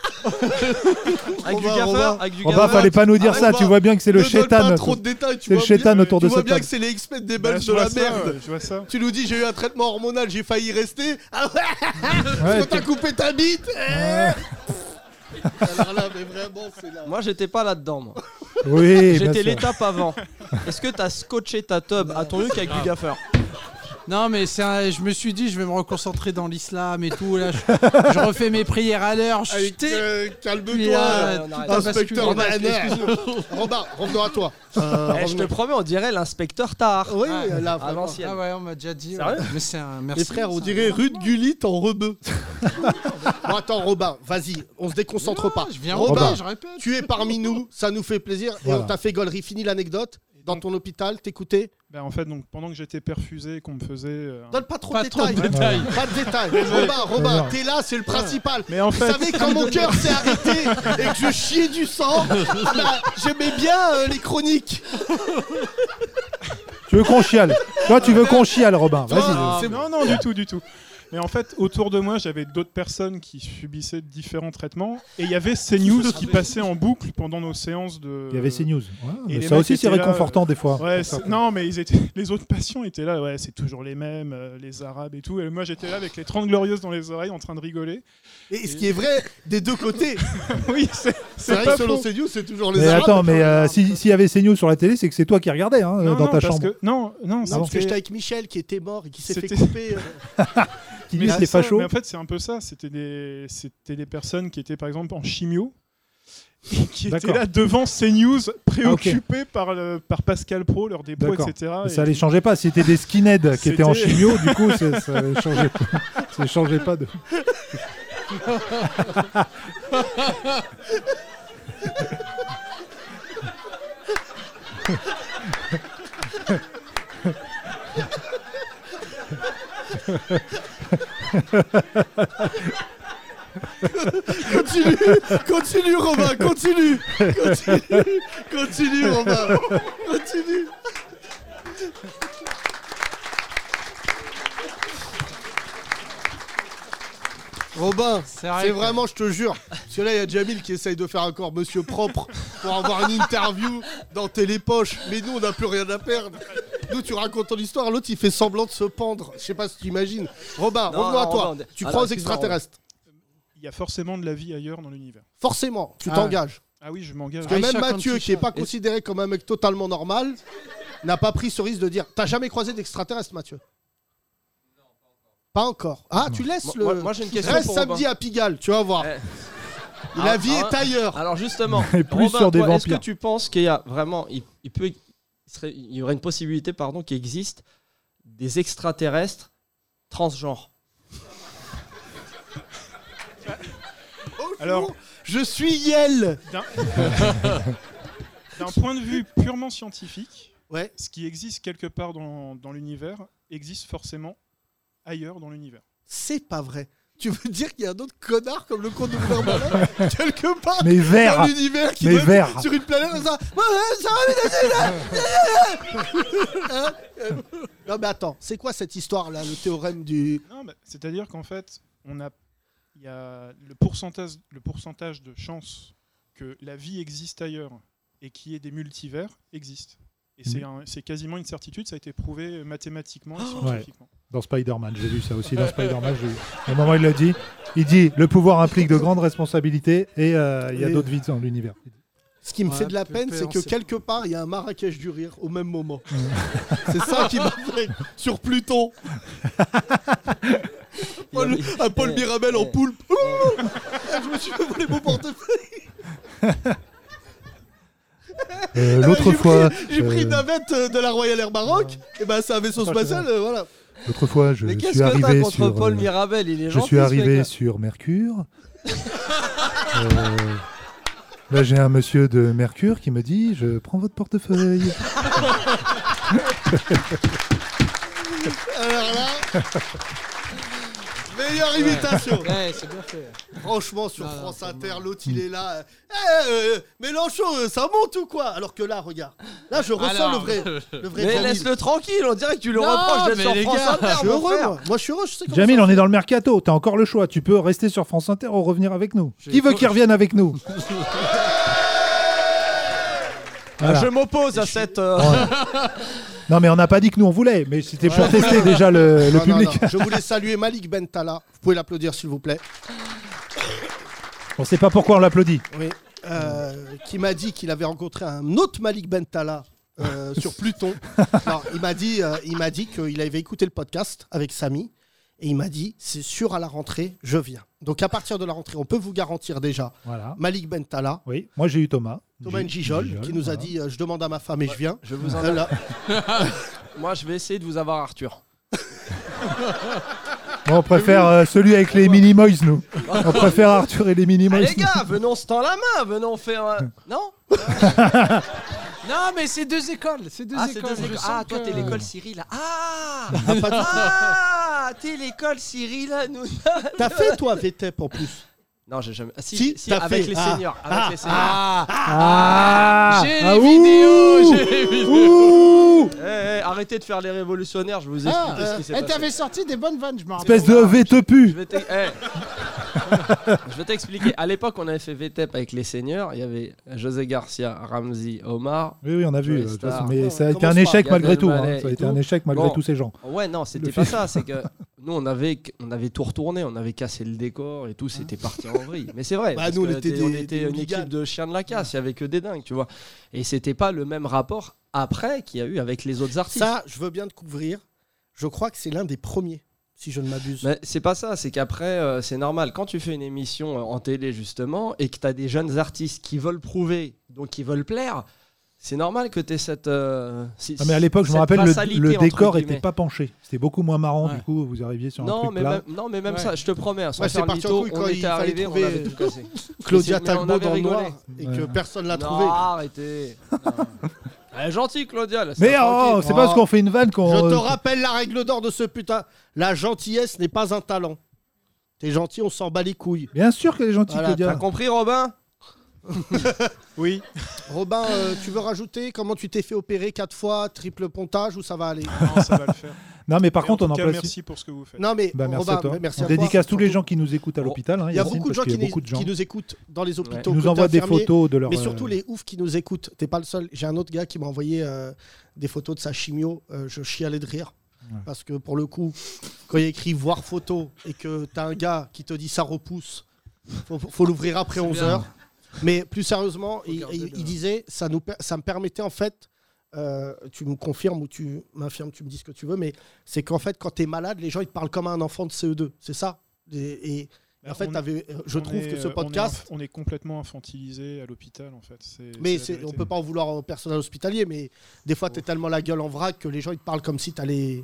[SPEAKER 5] avec du
[SPEAKER 6] Robin,
[SPEAKER 5] gaffeur.
[SPEAKER 6] Robin.
[SPEAKER 5] Avec du gaffeur.
[SPEAKER 2] Robin, Oh bah, fallait pas nous dire
[SPEAKER 5] Arrête,
[SPEAKER 2] ça, tu vois bien que c'est le
[SPEAKER 6] Ne donne
[SPEAKER 2] chétan.
[SPEAKER 6] pas
[SPEAKER 2] autour-
[SPEAKER 6] trop de détails, tu
[SPEAKER 2] C'est le
[SPEAKER 6] vois bien-
[SPEAKER 2] chétan autour de
[SPEAKER 6] Tu vois
[SPEAKER 2] cette
[SPEAKER 6] bien
[SPEAKER 2] table.
[SPEAKER 6] que c'est les experts des
[SPEAKER 13] Bah,
[SPEAKER 6] Belges
[SPEAKER 13] je
[SPEAKER 6] de
[SPEAKER 13] vois
[SPEAKER 6] la
[SPEAKER 13] ça,
[SPEAKER 6] merde.
[SPEAKER 13] ouais, je vois ça.
[SPEAKER 6] Tu nous dis j'ai eu un traitement hormonal, j'ai failli rester. Ah ouais Parce
[SPEAKER 2] Ouais,
[SPEAKER 6] que t'as
[SPEAKER 2] t'es-
[SPEAKER 6] coupé ta bite eh. Alors là, mais vraiment, c'est là.
[SPEAKER 5] Moi, j'étais pas là-dedans, moi.
[SPEAKER 2] *laughs* Oui, bien
[SPEAKER 5] J'étais
[SPEAKER 2] sûr.
[SPEAKER 5] l'étape avant. Est-ce que t'as scotché ta tub à ton huc avec du gaffeur
[SPEAKER 10] Non, mais c'est un- je me suis dit, je vais me reconcentrer dans l'islam et tout. Là, je, je refais mes prières à l'heure. Je suis
[SPEAKER 6] Allez, euh,
[SPEAKER 10] Puis
[SPEAKER 6] Calme-toi,
[SPEAKER 10] là,
[SPEAKER 6] euh,
[SPEAKER 10] tout a basculé.
[SPEAKER 6] inspecteur
[SPEAKER 10] Robin,
[SPEAKER 6] Banner.
[SPEAKER 10] bah, excuse-nous.
[SPEAKER 6] *laughs* Robin, revenons à toi. Euh,
[SPEAKER 5] Eh, Je te
[SPEAKER 6] revenons-
[SPEAKER 5] promets, on dirait l'inspecteur Tahar.
[SPEAKER 6] Oui,
[SPEAKER 1] Euh,
[SPEAKER 5] Ah,
[SPEAKER 6] là,
[SPEAKER 5] à
[SPEAKER 6] vraiment.
[SPEAKER 5] l'ancienne.
[SPEAKER 10] Ah ouais, on m'a déjà dit.
[SPEAKER 5] Sérieux
[SPEAKER 10] Mais c'est un merci.
[SPEAKER 6] Les frères, on
[SPEAKER 10] c'est un-
[SPEAKER 6] dirait Rude Gullit en rebeu. *laughs* bon, attends, Robin, vas-y, on se déconcentre pas.
[SPEAKER 10] je viens
[SPEAKER 6] Robin,
[SPEAKER 10] répéter, je répète.
[SPEAKER 6] tu es parmi nous, ça nous fait plaisir et
[SPEAKER 13] Voilà.
[SPEAKER 6] on t'a fait gollerie. Fini l'anecdote. Dans ton hôpital, t'écoutais
[SPEAKER 13] Ben, en fait, donc, pendant que j'étais perfusé, qu'on me faisait. euh, un-
[SPEAKER 6] Donne pas trop
[SPEAKER 10] Pas
[SPEAKER 6] de
[SPEAKER 10] trop de
[SPEAKER 6] détails.
[SPEAKER 10] détails.
[SPEAKER 6] Pas de détails.
[SPEAKER 13] Désolé.
[SPEAKER 6] Robin, Robin,
[SPEAKER 13] Désolé.
[SPEAKER 6] t'es là, c'est le principal.
[SPEAKER 13] Mais en fait-
[SPEAKER 6] Vous savez,
[SPEAKER 13] *laughs*
[SPEAKER 6] quand mon cœur s'est arrêté et que je chiais du sang, bah, j'aimais bien euh, les chroniques.
[SPEAKER 2] Tu veux qu'on chiale Toi, tu veux qu'on chiale, Robin Vas-y.
[SPEAKER 13] Non, non, non, du tout, du tout. Mais en fait, autour de moi, j'avais d'autres personnes qui subissaient différents traitements. Et il y avait ces news qui passaient en boucle pendant nos séances de.
[SPEAKER 2] Il y avait CNews. Ouais,
[SPEAKER 13] Et
[SPEAKER 2] mais
[SPEAKER 13] les
[SPEAKER 2] ça
[SPEAKER 13] mecs
[SPEAKER 2] aussi, c'est
[SPEAKER 13] étaient là,
[SPEAKER 2] réconfortant
[SPEAKER 13] euh,
[SPEAKER 2] des fois.
[SPEAKER 13] Ouais, c'est- non, mais ils étaient... les autres patients étaient là. Ouais, c'est toujours les mêmes, euh, les Arabes et tout. Et moi, j'étais là avec les 30 glorieuses dans les oreilles en train de rigoler.
[SPEAKER 6] Et ce qui est vrai des deux côtés.
[SPEAKER 13] *laughs* oui, c'est
[SPEAKER 6] C'est vrai
[SPEAKER 13] pas
[SPEAKER 6] que selon
[SPEAKER 13] faux.
[SPEAKER 6] ces news, c'est toujours les
[SPEAKER 2] Mais
[SPEAKER 6] Arabes.
[SPEAKER 2] attends, mais euh, si- s'il y avait CNews sur la télé, c'est que c'est toi qui regardais hein,
[SPEAKER 13] Non,
[SPEAKER 2] dans
[SPEAKER 13] non,
[SPEAKER 2] ta
[SPEAKER 13] parce
[SPEAKER 2] chambre. Ah
[SPEAKER 13] que- Non, non,
[SPEAKER 6] Non, parce que
[SPEAKER 13] c'était-
[SPEAKER 6] j'étais avec Michel qui était mort et qui s'est fait
[SPEAKER 13] C'était-
[SPEAKER 6] couper.
[SPEAKER 13] *laughs*
[SPEAKER 6] euh.
[SPEAKER 2] Qui
[SPEAKER 13] mais
[SPEAKER 2] disent
[SPEAKER 13] c'est
[SPEAKER 2] les
[SPEAKER 13] ça,
[SPEAKER 2] fachos.
[SPEAKER 13] mais en fait, c'est un peu ça. C'était des, c'était des personnes qui étaient par exemple en chimio et qui étaient
[SPEAKER 2] D'accord.
[SPEAKER 13] là devant CNews, préoccupées par, le, par Pascal Pro, leur dépôt,
[SPEAKER 2] D'accord.
[SPEAKER 13] etc.
[SPEAKER 2] Mais ça
[SPEAKER 13] Et-
[SPEAKER 2] les changeait pas. Si c'était des skinheads qui étaient en
[SPEAKER 13] C'était-
[SPEAKER 2] chimio, du coup, ça, ça les changeait pas. Ça les changeait pas de.
[SPEAKER 6] Continue, continue Romain, continue, continue, continue Romain, continue. Robin, c'est
[SPEAKER 10] vrai, quoi.
[SPEAKER 6] vraiment, je te jure. Parce que là, il y a Jamil qui essaye de faire encore monsieur propre pour avoir une interview dans Télépoche. Mais nous, on n'a plus rien à perdre. Nous, tu racontes ton histoire. L'autre, il fait semblant de se pendre. Je sais pas si tu imagines. Robin,
[SPEAKER 5] Non,
[SPEAKER 6] revenons à
[SPEAKER 5] non,
[SPEAKER 6] toi.
[SPEAKER 5] Robin, on-
[SPEAKER 6] tu
[SPEAKER 5] alors,
[SPEAKER 6] crois aux
[SPEAKER 5] excuse-moi,
[SPEAKER 6] extraterrestres.
[SPEAKER 13] Il y a forcément de la vie ailleurs dans l'univers.
[SPEAKER 6] Forcément, tu
[SPEAKER 13] Ah.
[SPEAKER 6] t'engages.
[SPEAKER 13] Ah oui, je m'engage.
[SPEAKER 6] Parce que même Mathieu, qui n'est pas considéré comme un mec totalement normal, n'a pas pris ce risque de dire T'as jamais croisé d'extraterrestre, Mathieu pas encore. Ah, tu laisses
[SPEAKER 5] Moi-
[SPEAKER 6] le.
[SPEAKER 5] moi- moi, j'ai une question
[SPEAKER 6] Reste
[SPEAKER 5] pour
[SPEAKER 6] samedi
[SPEAKER 5] Robin. Eh.
[SPEAKER 6] à Pigalle, tu vas voir. *laughs* La
[SPEAKER 5] Ah,
[SPEAKER 6] vie
[SPEAKER 5] ah,
[SPEAKER 6] est ailleurs.
[SPEAKER 5] Alors justement,
[SPEAKER 2] *laughs* Et plus
[SPEAKER 5] Robin,
[SPEAKER 2] sur des
[SPEAKER 5] toi, est-ce que
[SPEAKER 2] vampires.
[SPEAKER 5] tu penses qu'il y a vraiment, il, il peut, il, serait- il y aurait une possibilité, pardon, qu'il existe des extraterrestres transgenres
[SPEAKER 13] Alors,
[SPEAKER 6] je suis Yel.
[SPEAKER 13] D'un *laughs* d'un point de vue purement scientifique, ce qui existe quelque part dans, dans l'univers existe forcément ailleurs dans l'univers.
[SPEAKER 6] C'est pas vrai. *laughs* Tu veux dire qu'il y a un autre connard comme le con de Malin quelque part
[SPEAKER 2] Mais vert.
[SPEAKER 6] dans l'univers qui
[SPEAKER 2] Mais
[SPEAKER 6] doit être
[SPEAKER 2] vert.
[SPEAKER 6] sur une planète comme ça. Ouais, ouais, ça va, mais vas-y, là. Hein Non mais attends, c'est quoi cette histoire là, le théorème du
[SPEAKER 13] Non, mais c'est-à-dire qu'en fait, on a, il y a le pourcentage, le pourcentage de chances que la vie existe ailleurs et qu'il y ait des multivers existe. Et c'est un- c'est quasiment une certitude, ça a été prouvé mathématiquement et
[SPEAKER 6] Oh.
[SPEAKER 2] Ouais.
[SPEAKER 13] scientifiquement.
[SPEAKER 2] Dans Spider-Man, j'ai vu ça aussi. Dans Spider-Man, j'ai vu. Au moment où il le dit, il dit le pouvoir implique de grandes responsabilités et euh, il y a
[SPEAKER 6] Et-
[SPEAKER 2] d'autres vies dans l'univers.
[SPEAKER 6] Ce qui me
[SPEAKER 10] Ouais,
[SPEAKER 6] fait de la
[SPEAKER 10] peu-
[SPEAKER 6] peine,
[SPEAKER 10] peu,
[SPEAKER 6] c'est
[SPEAKER 10] on
[SPEAKER 6] que
[SPEAKER 10] sait
[SPEAKER 6] quelque part, il y a un Marrakech du rire au même
[SPEAKER 2] *laughs*
[SPEAKER 6] moment. c'est ça qui m'a fait sur Pluton. Paul- un Paul
[SPEAKER 5] Eh.
[SPEAKER 6] Mirabel en poulpe. Ah, Je me suis fait voler
[SPEAKER 5] *laughs*
[SPEAKER 6] mon portefeuille.
[SPEAKER 2] Euh,
[SPEAKER 6] Ah,
[SPEAKER 2] L'autre
[SPEAKER 6] j'ai
[SPEAKER 2] fois.
[SPEAKER 6] pris- J'ai pris
[SPEAKER 5] *laughs*
[SPEAKER 6] Eh ben,
[SPEAKER 2] euh,
[SPEAKER 6] une navette euh, de la Royal Air Maroc. Et ben, c'est un vaisseau spatial. euh, voilà.
[SPEAKER 2] L'autre fois, je
[SPEAKER 5] Mais qu'est-ce
[SPEAKER 2] suis
[SPEAKER 5] que t'as
[SPEAKER 2] arrivé
[SPEAKER 5] contre
[SPEAKER 2] sur.
[SPEAKER 5] Paul
[SPEAKER 2] euh,
[SPEAKER 5] Mirabel Il est
[SPEAKER 2] Je
[SPEAKER 5] gentil,
[SPEAKER 2] suis
[SPEAKER 5] ce
[SPEAKER 2] arrivé
[SPEAKER 5] mec-là.
[SPEAKER 2] sur Mercure. Euh, Là, j'ai un monsieur de Mercure qui me dit Je prends
[SPEAKER 5] *laughs*
[SPEAKER 2] votre portefeuille.
[SPEAKER 6] Alors là, meilleure imitation.
[SPEAKER 5] Ouais, c'est bien fait.
[SPEAKER 6] Franchement, sur
[SPEAKER 5] Non, non,
[SPEAKER 6] France
[SPEAKER 5] c'est
[SPEAKER 6] Inter, l'autre il est là. euh, Eh, euh, Mélenchon, euh, ça monte ou quoi Alors que là, regarde. Là, je ressens
[SPEAKER 5] Alors,
[SPEAKER 6] le vrai.
[SPEAKER 5] *laughs*
[SPEAKER 6] Le vrai
[SPEAKER 5] Mais
[SPEAKER 6] Jamil.
[SPEAKER 5] laisse-le tranquille, on dirait que tu le
[SPEAKER 6] Non,
[SPEAKER 5] reproches d'être
[SPEAKER 6] mais
[SPEAKER 5] sur
[SPEAKER 6] les
[SPEAKER 5] France
[SPEAKER 6] gars,
[SPEAKER 5] Inter,
[SPEAKER 6] je suis
[SPEAKER 5] mon
[SPEAKER 6] heureux,
[SPEAKER 5] frère.
[SPEAKER 6] moi. Moi, je suis heureux, je sais comment
[SPEAKER 2] Jamil, on est dans le mercato. T'as encore le choix. Tu peux rester sur France Inter ou revenir avec nous. Qui veut qu'il revienne avec
[SPEAKER 6] *laughs*
[SPEAKER 2] nous *laughs* Voilà.
[SPEAKER 5] Je m'oppose à cette. euh,
[SPEAKER 2] *laughs* Non, mais on n'a pas dit que nous on voulait. Mais c'était pour
[SPEAKER 6] Voilà.
[SPEAKER 2] tester
[SPEAKER 6] *laughs*
[SPEAKER 2] déjà le, le
[SPEAKER 6] Non, non,
[SPEAKER 2] public.
[SPEAKER 6] non. Je voulais saluer Malik Bentala. Vous pouvez l'applaudir, s'il vous plaît.
[SPEAKER 2] On sait pas pourquoi on l'applaudit.
[SPEAKER 6] Oui. Euh, qui m'a dit qu'il avait rencontré un autre Malik Bentala
[SPEAKER 2] *laughs*
[SPEAKER 6] euh, sur Pluton. Non, il m'a dit, euh, il m'a dit qu'il avait écouté le podcast avec Samy et il m'a dit c'est sûr à la rentrée, je viens. Donc à partir de la rentrée, on peut vous garantir déjà
[SPEAKER 2] Voilà.
[SPEAKER 6] Malik Bentala,
[SPEAKER 2] Oui, moi j'ai eu Thomas.
[SPEAKER 6] Thomas
[SPEAKER 2] Gi-
[SPEAKER 6] Njijol,
[SPEAKER 2] Gijol,
[SPEAKER 6] qui nous a
[SPEAKER 2] voilà.
[SPEAKER 6] dit euh, je demande à ma femme et *laughs* je viens.
[SPEAKER 5] Je vous en
[SPEAKER 6] Euh, là.
[SPEAKER 5] *laughs* Moi, je vais essayer de vous avoir Arthur.
[SPEAKER 2] Bon, on préfère euh, celui avec les Minimoys, nous. On préfère Arthur et les Minimoys.
[SPEAKER 5] Ah, les gars, venons se tendre la main, venons faire. un- Non
[SPEAKER 1] Non, mais c'est deux écoles. C'est deux
[SPEAKER 5] Ah, c'est
[SPEAKER 1] écoles.
[SPEAKER 5] deux
[SPEAKER 1] je
[SPEAKER 5] écoles.
[SPEAKER 1] sens
[SPEAKER 5] Ah, toi,
[SPEAKER 1] que-
[SPEAKER 5] t'es l'école Cyril. Ah
[SPEAKER 6] Ah, pas du tout.
[SPEAKER 5] Ah, t'es l'école Cyril. Nous...
[SPEAKER 6] T'as fait *laughs* toi VTEP en plus
[SPEAKER 5] Non, j'ai jamais. Ah, si,
[SPEAKER 6] Si,
[SPEAKER 5] si,
[SPEAKER 6] t'as
[SPEAKER 5] avec
[SPEAKER 6] fait.
[SPEAKER 5] les
[SPEAKER 6] Ah,
[SPEAKER 5] seniors. avec
[SPEAKER 6] ah,
[SPEAKER 5] les seniors.
[SPEAKER 6] ah,
[SPEAKER 5] Ah,
[SPEAKER 6] j'ai
[SPEAKER 5] ah,
[SPEAKER 6] les
[SPEAKER 5] ouh,
[SPEAKER 6] vidéos, j'ai les
[SPEAKER 5] *laughs*
[SPEAKER 6] vidéos.
[SPEAKER 5] Eh, eh, Arrêtez de faire les révolutionnaires, je vous explique
[SPEAKER 1] Ah,
[SPEAKER 5] ce qui s'est
[SPEAKER 1] euh, et
[SPEAKER 5] passé.
[SPEAKER 1] t'avais sorti des bonnes vannes, je m'en rappelle.
[SPEAKER 2] Espèce de
[SPEAKER 5] Je
[SPEAKER 2] VTEPU.
[SPEAKER 5] vais t'ex- eh. *laughs* Je vais t'expliquer. À l'époque, on avait fait VTEP avec les seniors. Il y avait José Garcia, Ramzi, Omar.
[SPEAKER 2] Oui, oui, on a vu.
[SPEAKER 5] Joey
[SPEAKER 2] euh, de toute
[SPEAKER 5] Starr.
[SPEAKER 2] façon, mais ça a été un échec
[SPEAKER 5] Gabriel
[SPEAKER 2] malgré tout. hein.
[SPEAKER 5] Mallet
[SPEAKER 2] Ça a
[SPEAKER 5] et
[SPEAKER 2] été
[SPEAKER 5] tout.
[SPEAKER 2] un échec malgré
[SPEAKER 5] Bon.
[SPEAKER 2] tous ces gens.
[SPEAKER 5] Ouais, non, c'était
[SPEAKER 2] Le
[SPEAKER 5] pas
[SPEAKER 2] fait-
[SPEAKER 5] ça. C'est que nous, on avait, on avait tout retourné. On avait cassé le décor et tout. C'était parti en vrille. Mais c'est vrai.
[SPEAKER 6] Bah,
[SPEAKER 5] parce
[SPEAKER 6] nous, on
[SPEAKER 5] que
[SPEAKER 6] était
[SPEAKER 5] t'es-
[SPEAKER 6] des-
[SPEAKER 5] on
[SPEAKER 6] des
[SPEAKER 5] était une
[SPEAKER 6] hooligans.
[SPEAKER 5] équipe de chiens de la casse. Il n'y avait que des dingues, tu vois. Et c'était pas le même rapport après qu'il y a eu avec les autres artistes.
[SPEAKER 6] Ça, je veux bien te couvrir. Je crois que c'est l'un des premiers, si je ne m'abuse.
[SPEAKER 5] Mais c'est pas ça, c'est qu'après, euh, c'est normal. Quand tu fais une émission euh, en télé, justement, et que tu as des jeunes artistes qui veulent prouver, donc qui veulent plaire, c'est normal que tu aies cette. euh, si-
[SPEAKER 2] Ah, mais à l'époque, je me
[SPEAKER 5] cette
[SPEAKER 2] rappelle, le,
[SPEAKER 5] vassalité,
[SPEAKER 2] le
[SPEAKER 5] entre
[SPEAKER 2] décor était
[SPEAKER 5] guillemets.
[SPEAKER 2] pas penché. C'était beaucoup moins marrant. Du coup, vous arriviez sur un
[SPEAKER 5] Non
[SPEAKER 2] truc
[SPEAKER 5] mais,
[SPEAKER 2] plat.
[SPEAKER 5] même, non, mais même
[SPEAKER 6] Ouais.
[SPEAKER 5] ça, je te promets, sans
[SPEAKER 6] Ouais, c'est
[SPEAKER 5] faire le
[SPEAKER 6] parti en
[SPEAKER 5] mytho,
[SPEAKER 6] couille quand
[SPEAKER 5] on
[SPEAKER 6] il
[SPEAKER 5] était
[SPEAKER 6] fallait
[SPEAKER 5] arrivé, on
[SPEAKER 6] trouver,
[SPEAKER 5] avait tout
[SPEAKER 6] euh,
[SPEAKER 2] *laughs*
[SPEAKER 5] cassé.
[SPEAKER 6] Claudia
[SPEAKER 5] Mais c'est- mais on
[SPEAKER 6] Tagbo
[SPEAKER 5] avait
[SPEAKER 6] dans le
[SPEAKER 5] rigolé.
[SPEAKER 6] noir et que Ouais. personne l'a
[SPEAKER 5] Non,
[SPEAKER 6] trouvé.
[SPEAKER 5] arrêtez. Non. Elle est gentille, Claudia. laisse-la
[SPEAKER 2] Mais oh,
[SPEAKER 5] tranquille.
[SPEAKER 2] c'est pas parce qu'on fait une vanne qu'on.
[SPEAKER 6] Je te
[SPEAKER 2] euh,
[SPEAKER 6] rappelle la règle d'or de ce putain. La gentillesse n'est pas un talent. T'es gentil, on s'en bat les couilles.
[SPEAKER 2] Bien sûr qu'elle est gentille,
[SPEAKER 6] Voilà,
[SPEAKER 2] Claudia.
[SPEAKER 6] t'as
[SPEAKER 13] *laughs*
[SPEAKER 5] compris, Robin
[SPEAKER 6] Oui. Robin, euh, tu veux rajouter comment tu t'es fait opérer quatre fois, triple pontage, ou ça va aller Non,
[SPEAKER 13] ça va le faire.
[SPEAKER 2] Non, mais par
[SPEAKER 13] Mais en
[SPEAKER 2] contre,
[SPEAKER 13] tout
[SPEAKER 2] on en
[SPEAKER 13] cas,
[SPEAKER 2] place-
[SPEAKER 13] merci pour ce que vous faites.
[SPEAKER 6] Non, mais
[SPEAKER 2] Bah, merci
[SPEAKER 6] Robin,
[SPEAKER 2] à toi.
[SPEAKER 6] merci
[SPEAKER 2] on
[SPEAKER 6] à toi,
[SPEAKER 2] dédicace tous les
[SPEAKER 6] surtout.
[SPEAKER 2] gens qui nous écoutent à l'hôpital. hein,
[SPEAKER 6] Il y a
[SPEAKER 2] Yacine,
[SPEAKER 6] beaucoup de gens,
[SPEAKER 2] parce qu'il
[SPEAKER 6] qui,
[SPEAKER 2] y a beaucoup de
[SPEAKER 6] nous,
[SPEAKER 2] gens.
[SPEAKER 6] qui nous écoutent dans les hôpitaux.
[SPEAKER 2] Ils nous
[SPEAKER 6] côté
[SPEAKER 2] envoient des
[SPEAKER 6] infirmier,
[SPEAKER 2] photos de leur,
[SPEAKER 6] Mais
[SPEAKER 2] euh,
[SPEAKER 6] surtout les oufs qui nous écoutent. T'es pas le seul. J'ai un autre gars qui m'a envoyé euh, des photos de sa chimio. Euh, je chialais de rire. Parce que pour le coup, quand il y a écrit voir photo et que t'as un gars qui te dit ça repousse, faut, faut l'ouvrir après
[SPEAKER 5] C'est
[SPEAKER 6] 11
[SPEAKER 5] bien.
[SPEAKER 6] heures. Mais plus sérieusement, il, il- il disait ça, nous, per- ça me permettait en fait. euh, tu me confirmes ou tu m'infirmes, tu me dis ce que tu veux, mais c'est qu'en fait, quand t'es malade, les gens ils te parlent comme un enfant de CE2, c'est ça. Et, et- en fait,
[SPEAKER 13] On-
[SPEAKER 6] t'avais- je
[SPEAKER 13] on
[SPEAKER 6] trouve
[SPEAKER 13] est,
[SPEAKER 6] que ce
[SPEAKER 13] euh, on est
[SPEAKER 6] podcast,
[SPEAKER 13] inf- On est, complètement infantilisé à l'hôpital, en fait. C'est-
[SPEAKER 6] mais
[SPEAKER 13] c'est la
[SPEAKER 6] c'est- on
[SPEAKER 13] vérité.
[SPEAKER 6] peut pas en vouloir au personnel hospitalier, mais des fois, t'es tellement la gueule en vrac que les gens, ils te parlent comme si t'allais...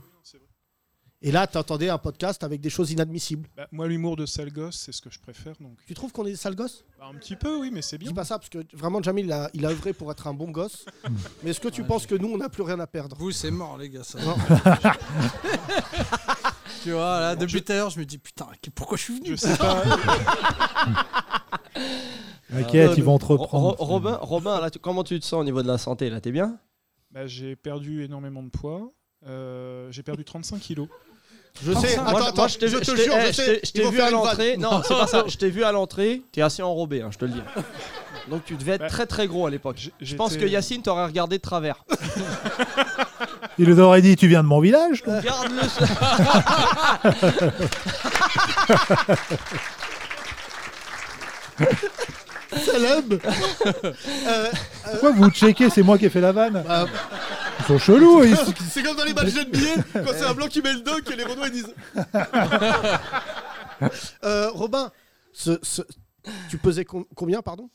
[SPEAKER 6] Et là, t'entendais un podcast avec des choses inadmissibles.
[SPEAKER 13] Bah, moi, l'humour de sale gosse, c'est ce que je préfère. Donc. Bah,
[SPEAKER 6] Tu trouves qu'on est des sales gosses
[SPEAKER 13] Un petit peu, oui, mais c'est bien.
[SPEAKER 6] Dis pas ça, parce que vraiment, Jamil, il a, il a œuvré pour être un bon gosse. mais est-ce que tu penses que nous, on n'a plus rien à perdre
[SPEAKER 1] Vous, c'est mort, les gars. Ça. *laughs*
[SPEAKER 6] Non.
[SPEAKER 10] *laughs*
[SPEAKER 1] tu vois, là, depuis tout à l'heure, je me dis putain, que- pourquoi je suis venu
[SPEAKER 13] Je sais pas.
[SPEAKER 2] T'inquiète,
[SPEAKER 5] Ah,
[SPEAKER 2] ils vont
[SPEAKER 5] mais-
[SPEAKER 2] te
[SPEAKER 5] Ro-
[SPEAKER 2] reprendre.
[SPEAKER 5] Ro- Robin, Robin là, tu- comment tu te sens au niveau de la santé Là, t'es bien
[SPEAKER 13] Bah, j'ai perdu énormément de poids. Euh, j'ai perdu 35 kilos.
[SPEAKER 6] Je sais, attends,
[SPEAKER 5] Moi, je-
[SPEAKER 6] attends,
[SPEAKER 5] moi, je t'ai
[SPEAKER 6] je
[SPEAKER 5] vu-
[SPEAKER 6] te
[SPEAKER 5] je t'ai-
[SPEAKER 6] jure, je
[SPEAKER 5] eh, je
[SPEAKER 6] sais,
[SPEAKER 5] t'ai-
[SPEAKER 6] ils
[SPEAKER 5] je t'ai
[SPEAKER 6] vont
[SPEAKER 5] vu
[SPEAKER 6] faire
[SPEAKER 5] à
[SPEAKER 6] une vanne.
[SPEAKER 5] l'entrée. Non, c'est pas ça. Je t'ai vu à l'entrée, t'es assez enrobé, hein, je te
[SPEAKER 6] *laughs*
[SPEAKER 5] le dis. Donc tu devais être très très gros à l'époque. Je pense que
[SPEAKER 13] j'étais-
[SPEAKER 5] Yacine t'aurait regardé de
[SPEAKER 6] *laughs*
[SPEAKER 5] travers.
[SPEAKER 2] Il nous aurait dit Tu viens de mon village toi
[SPEAKER 5] Garde
[SPEAKER 6] *laughs* Célèbre Euh, euh,
[SPEAKER 2] *laughs* Pourquoi vous checkez C'est moi qui ai fait la vanne.
[SPEAKER 6] Bah,
[SPEAKER 2] Ils
[SPEAKER 6] *laughs*
[SPEAKER 2] sont chelous. Ils...
[SPEAKER 6] C'est comme dans les matchs de billets, quand c'est un blanc qui met le doc et les Renois ils disent. Euh, Robin, ce- ce- tu pesais com- combien, pardon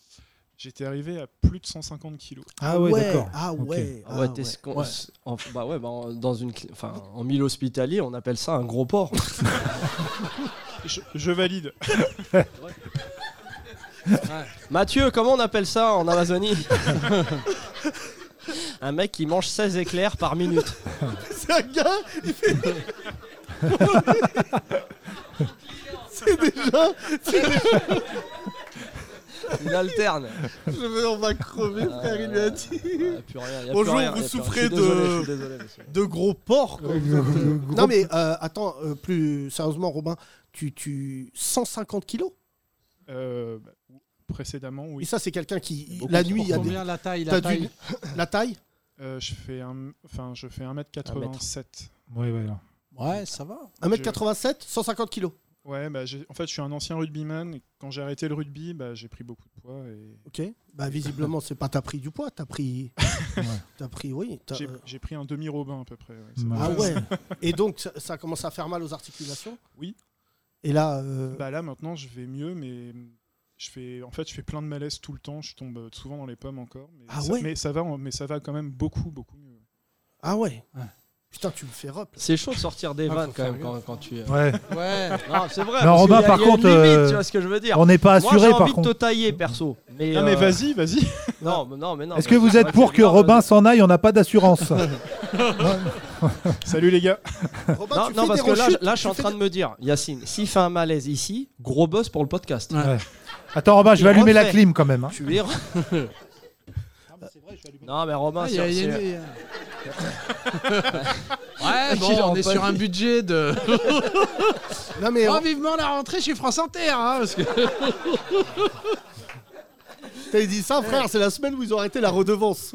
[SPEAKER 13] j'étais arrivé à plus de 150 kilos.
[SPEAKER 5] Ah ouais, d'accord.
[SPEAKER 6] Ah
[SPEAKER 5] Ok.
[SPEAKER 6] ouais.
[SPEAKER 5] Ah ouais, t'es ce qu'on- ce- en, bah ouais, bah, en- dans une, cli- enfin, en milieu hospitalier, on appelle ça un gros porc.
[SPEAKER 13] *laughs* je, je valide.
[SPEAKER 5] *laughs* Mathieu, comment on appelle ça en Amazonie *laughs* Un mec qui mange 16 éclairs par minute.
[SPEAKER 6] *laughs* C'est un gars,
[SPEAKER 5] *laughs*
[SPEAKER 6] il fait. C'est déjà. C'est déjà.
[SPEAKER 5] Il alterne.
[SPEAKER 6] Je veux, on va crever,
[SPEAKER 5] Ah,
[SPEAKER 6] frère, il lui a dit.
[SPEAKER 5] a plus rien, il y a plus
[SPEAKER 6] Bonjour,
[SPEAKER 5] rien, il y a plus
[SPEAKER 6] vous
[SPEAKER 5] rien.
[SPEAKER 6] souffrez
[SPEAKER 5] Je suis désolé, je suis
[SPEAKER 6] de.
[SPEAKER 5] désolé, monsieur.
[SPEAKER 6] De gros porcs. quoi,
[SPEAKER 5] Oui,
[SPEAKER 6] vous êtes,
[SPEAKER 5] de-
[SPEAKER 6] euh,
[SPEAKER 5] de gros-
[SPEAKER 6] Non, mais euh, attends, euh, plus sérieusement, Robin, tu. tu 150 kilos
[SPEAKER 13] Euh, bah, précédemment, oui.
[SPEAKER 6] Et ça, c'est quelqu'un qui. la nuit, il y a. des- T'as du- La taille
[SPEAKER 13] Euh, je, fais un, enfin, je fais 1m87.
[SPEAKER 8] Ouais, ouais, là.
[SPEAKER 10] Ouais, ça va.
[SPEAKER 6] 1m87, 150 kilos.
[SPEAKER 13] Ouais, bah, j'ai- en fait, je suis un ancien rugbyman. et Quand j'ai arrêté le rugby, bah, j'ai pris beaucoup de poids. Et...
[SPEAKER 6] Ok. Bah,
[SPEAKER 13] *laughs*
[SPEAKER 6] visiblement, c'est pas t'as pris du poids, t'as pris. T'as pris, oui. t'as- euh,
[SPEAKER 13] J'ai- J'ai pris un demi-robin à peu près. ouais, c'est
[SPEAKER 6] Ah
[SPEAKER 13] vrai. *laughs*
[SPEAKER 6] ouais. Et donc, ça, ça commence à faire mal aux articulations
[SPEAKER 13] Oui.
[SPEAKER 6] Et là. euh,
[SPEAKER 13] Bah là maintenant je vais mieux mais je fais en fait je fais plein de malaises tout le temps, je tombe euh, souvent dans les pommes encore mais,
[SPEAKER 6] Ah
[SPEAKER 13] ça,
[SPEAKER 6] ouais
[SPEAKER 13] mais ça va mais ça va quand même beaucoup beaucoup mieux.
[SPEAKER 6] Ah ouais. Putain, tu me fais rep. là.
[SPEAKER 5] C'est chaud de sortir des
[SPEAKER 6] Ah,
[SPEAKER 5] vannes
[SPEAKER 6] faut
[SPEAKER 5] quand
[SPEAKER 6] faire
[SPEAKER 5] même quand,
[SPEAKER 6] gaffe.
[SPEAKER 13] *laughs*
[SPEAKER 5] quand tu. euh.
[SPEAKER 2] Ouais.
[SPEAKER 6] *laughs*
[SPEAKER 5] Ouais. Non, c'est vrai. parce
[SPEAKER 2] Non,
[SPEAKER 5] qu'il
[SPEAKER 2] Robin,
[SPEAKER 5] y a-
[SPEAKER 2] par
[SPEAKER 5] il y a une
[SPEAKER 2] contre,
[SPEAKER 5] limite,
[SPEAKER 2] euh,
[SPEAKER 5] tu vois ce que je veux dire.
[SPEAKER 2] on n'est pas
[SPEAKER 5] Moi,
[SPEAKER 2] assuré,
[SPEAKER 5] j'ai
[SPEAKER 2] par
[SPEAKER 5] envie
[SPEAKER 2] contre.
[SPEAKER 5] de te tailler perso. Mais,
[SPEAKER 13] Ah, mais
[SPEAKER 5] euh,
[SPEAKER 13] vas-y, vas-y.
[SPEAKER 5] *laughs* Non, mais non, mais non.
[SPEAKER 2] Est-ce
[SPEAKER 5] mais
[SPEAKER 2] que vous
[SPEAKER 5] c'est
[SPEAKER 2] êtes
[SPEAKER 5] vrai
[SPEAKER 2] pour que
[SPEAKER 5] non,
[SPEAKER 2] Robin s'en aille On n'a pas d'assurance. *laughs*
[SPEAKER 13] Salut les gars.
[SPEAKER 6] Robin,
[SPEAKER 5] non,
[SPEAKER 6] tu
[SPEAKER 5] non,
[SPEAKER 6] fais
[SPEAKER 5] parce
[SPEAKER 6] des
[SPEAKER 5] que là,
[SPEAKER 6] rechutes,
[SPEAKER 5] je- là, je
[SPEAKER 6] tu
[SPEAKER 5] suis en
[SPEAKER 6] fais
[SPEAKER 5] train de me dire, Yacine, s'il fait un malaise ici, gros buzz pour le podcast.
[SPEAKER 2] Ouais. Attends, Robin, je vais
[SPEAKER 5] Il
[SPEAKER 2] allumer la
[SPEAKER 5] refait.
[SPEAKER 2] clim quand même. hein.
[SPEAKER 5] Tu
[SPEAKER 2] *laughs*
[SPEAKER 5] es. Non, mais Robin,
[SPEAKER 1] Ah, il y
[SPEAKER 5] c'est.
[SPEAKER 1] a- il y a-
[SPEAKER 5] c'est-
[SPEAKER 1] il y a-
[SPEAKER 5] *laughs* Ouais,
[SPEAKER 1] Ok,
[SPEAKER 5] bon,
[SPEAKER 1] on est
[SPEAKER 5] peut-
[SPEAKER 1] sur un budget de.
[SPEAKER 6] *laughs*
[SPEAKER 5] *laughs*
[SPEAKER 6] Non, mais-
[SPEAKER 1] Oh, vivement la rentrée chez France Inter, hein, parce que.
[SPEAKER 6] *laughs* T'as dit ça, frère, c'est la semaine où ils ont arrêté la redevance.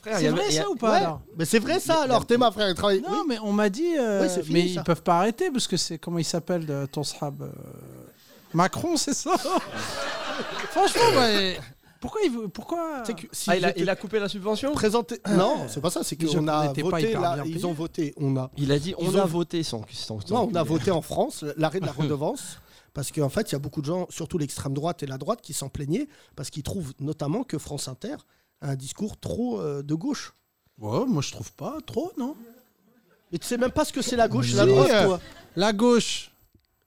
[SPEAKER 1] Frère, C'est il y avait- vrai, il y a- ça, ou pas,
[SPEAKER 6] Ouais.
[SPEAKER 1] alors
[SPEAKER 6] Mais c'est vrai ça alors, t'es ma frère, il travaille.
[SPEAKER 10] Non, mais on m'a dit. euh,
[SPEAKER 6] Oui, c'est fini,
[SPEAKER 10] mais
[SPEAKER 6] ça.
[SPEAKER 10] ils peuvent pas arrêter parce que c'est. Comment il s'appelle euh, ton srab euh, Macron, c'est
[SPEAKER 6] *laughs*
[SPEAKER 10] ça Franchement, ouais. Pourquoi il veut. Pourquoi.
[SPEAKER 5] ah, il a, il a coupé la subvention Ah.
[SPEAKER 6] Présenté. Non, c'est pas ça, c'est
[SPEAKER 10] Déjà
[SPEAKER 6] qu'on
[SPEAKER 10] qu'on
[SPEAKER 6] a
[SPEAKER 10] n'était pas
[SPEAKER 6] voté,
[SPEAKER 10] hyper
[SPEAKER 6] là,
[SPEAKER 10] bien
[SPEAKER 6] ils
[SPEAKER 10] payés.
[SPEAKER 6] ont voté, on a.
[SPEAKER 5] Il a dit on
[SPEAKER 6] Ils
[SPEAKER 5] a
[SPEAKER 6] ont-
[SPEAKER 5] voté sans. sans- sans-
[SPEAKER 6] Non, on a voté en
[SPEAKER 5] *laughs*
[SPEAKER 6] France l'arrêt de la redevance parce qu'en fait, il y a beaucoup de gens, surtout l'extrême droite et la droite, qui s'en plaignaient parce qu'ils trouvent notamment que France Inter a un discours trop euh, de gauche.
[SPEAKER 10] Ouais, moi je trouve pas trop, non
[SPEAKER 6] Mais tu sais même pas ce que c'est la gauche et la
[SPEAKER 10] Si,
[SPEAKER 6] droite,
[SPEAKER 10] euh,
[SPEAKER 6] toi.
[SPEAKER 10] La gauche.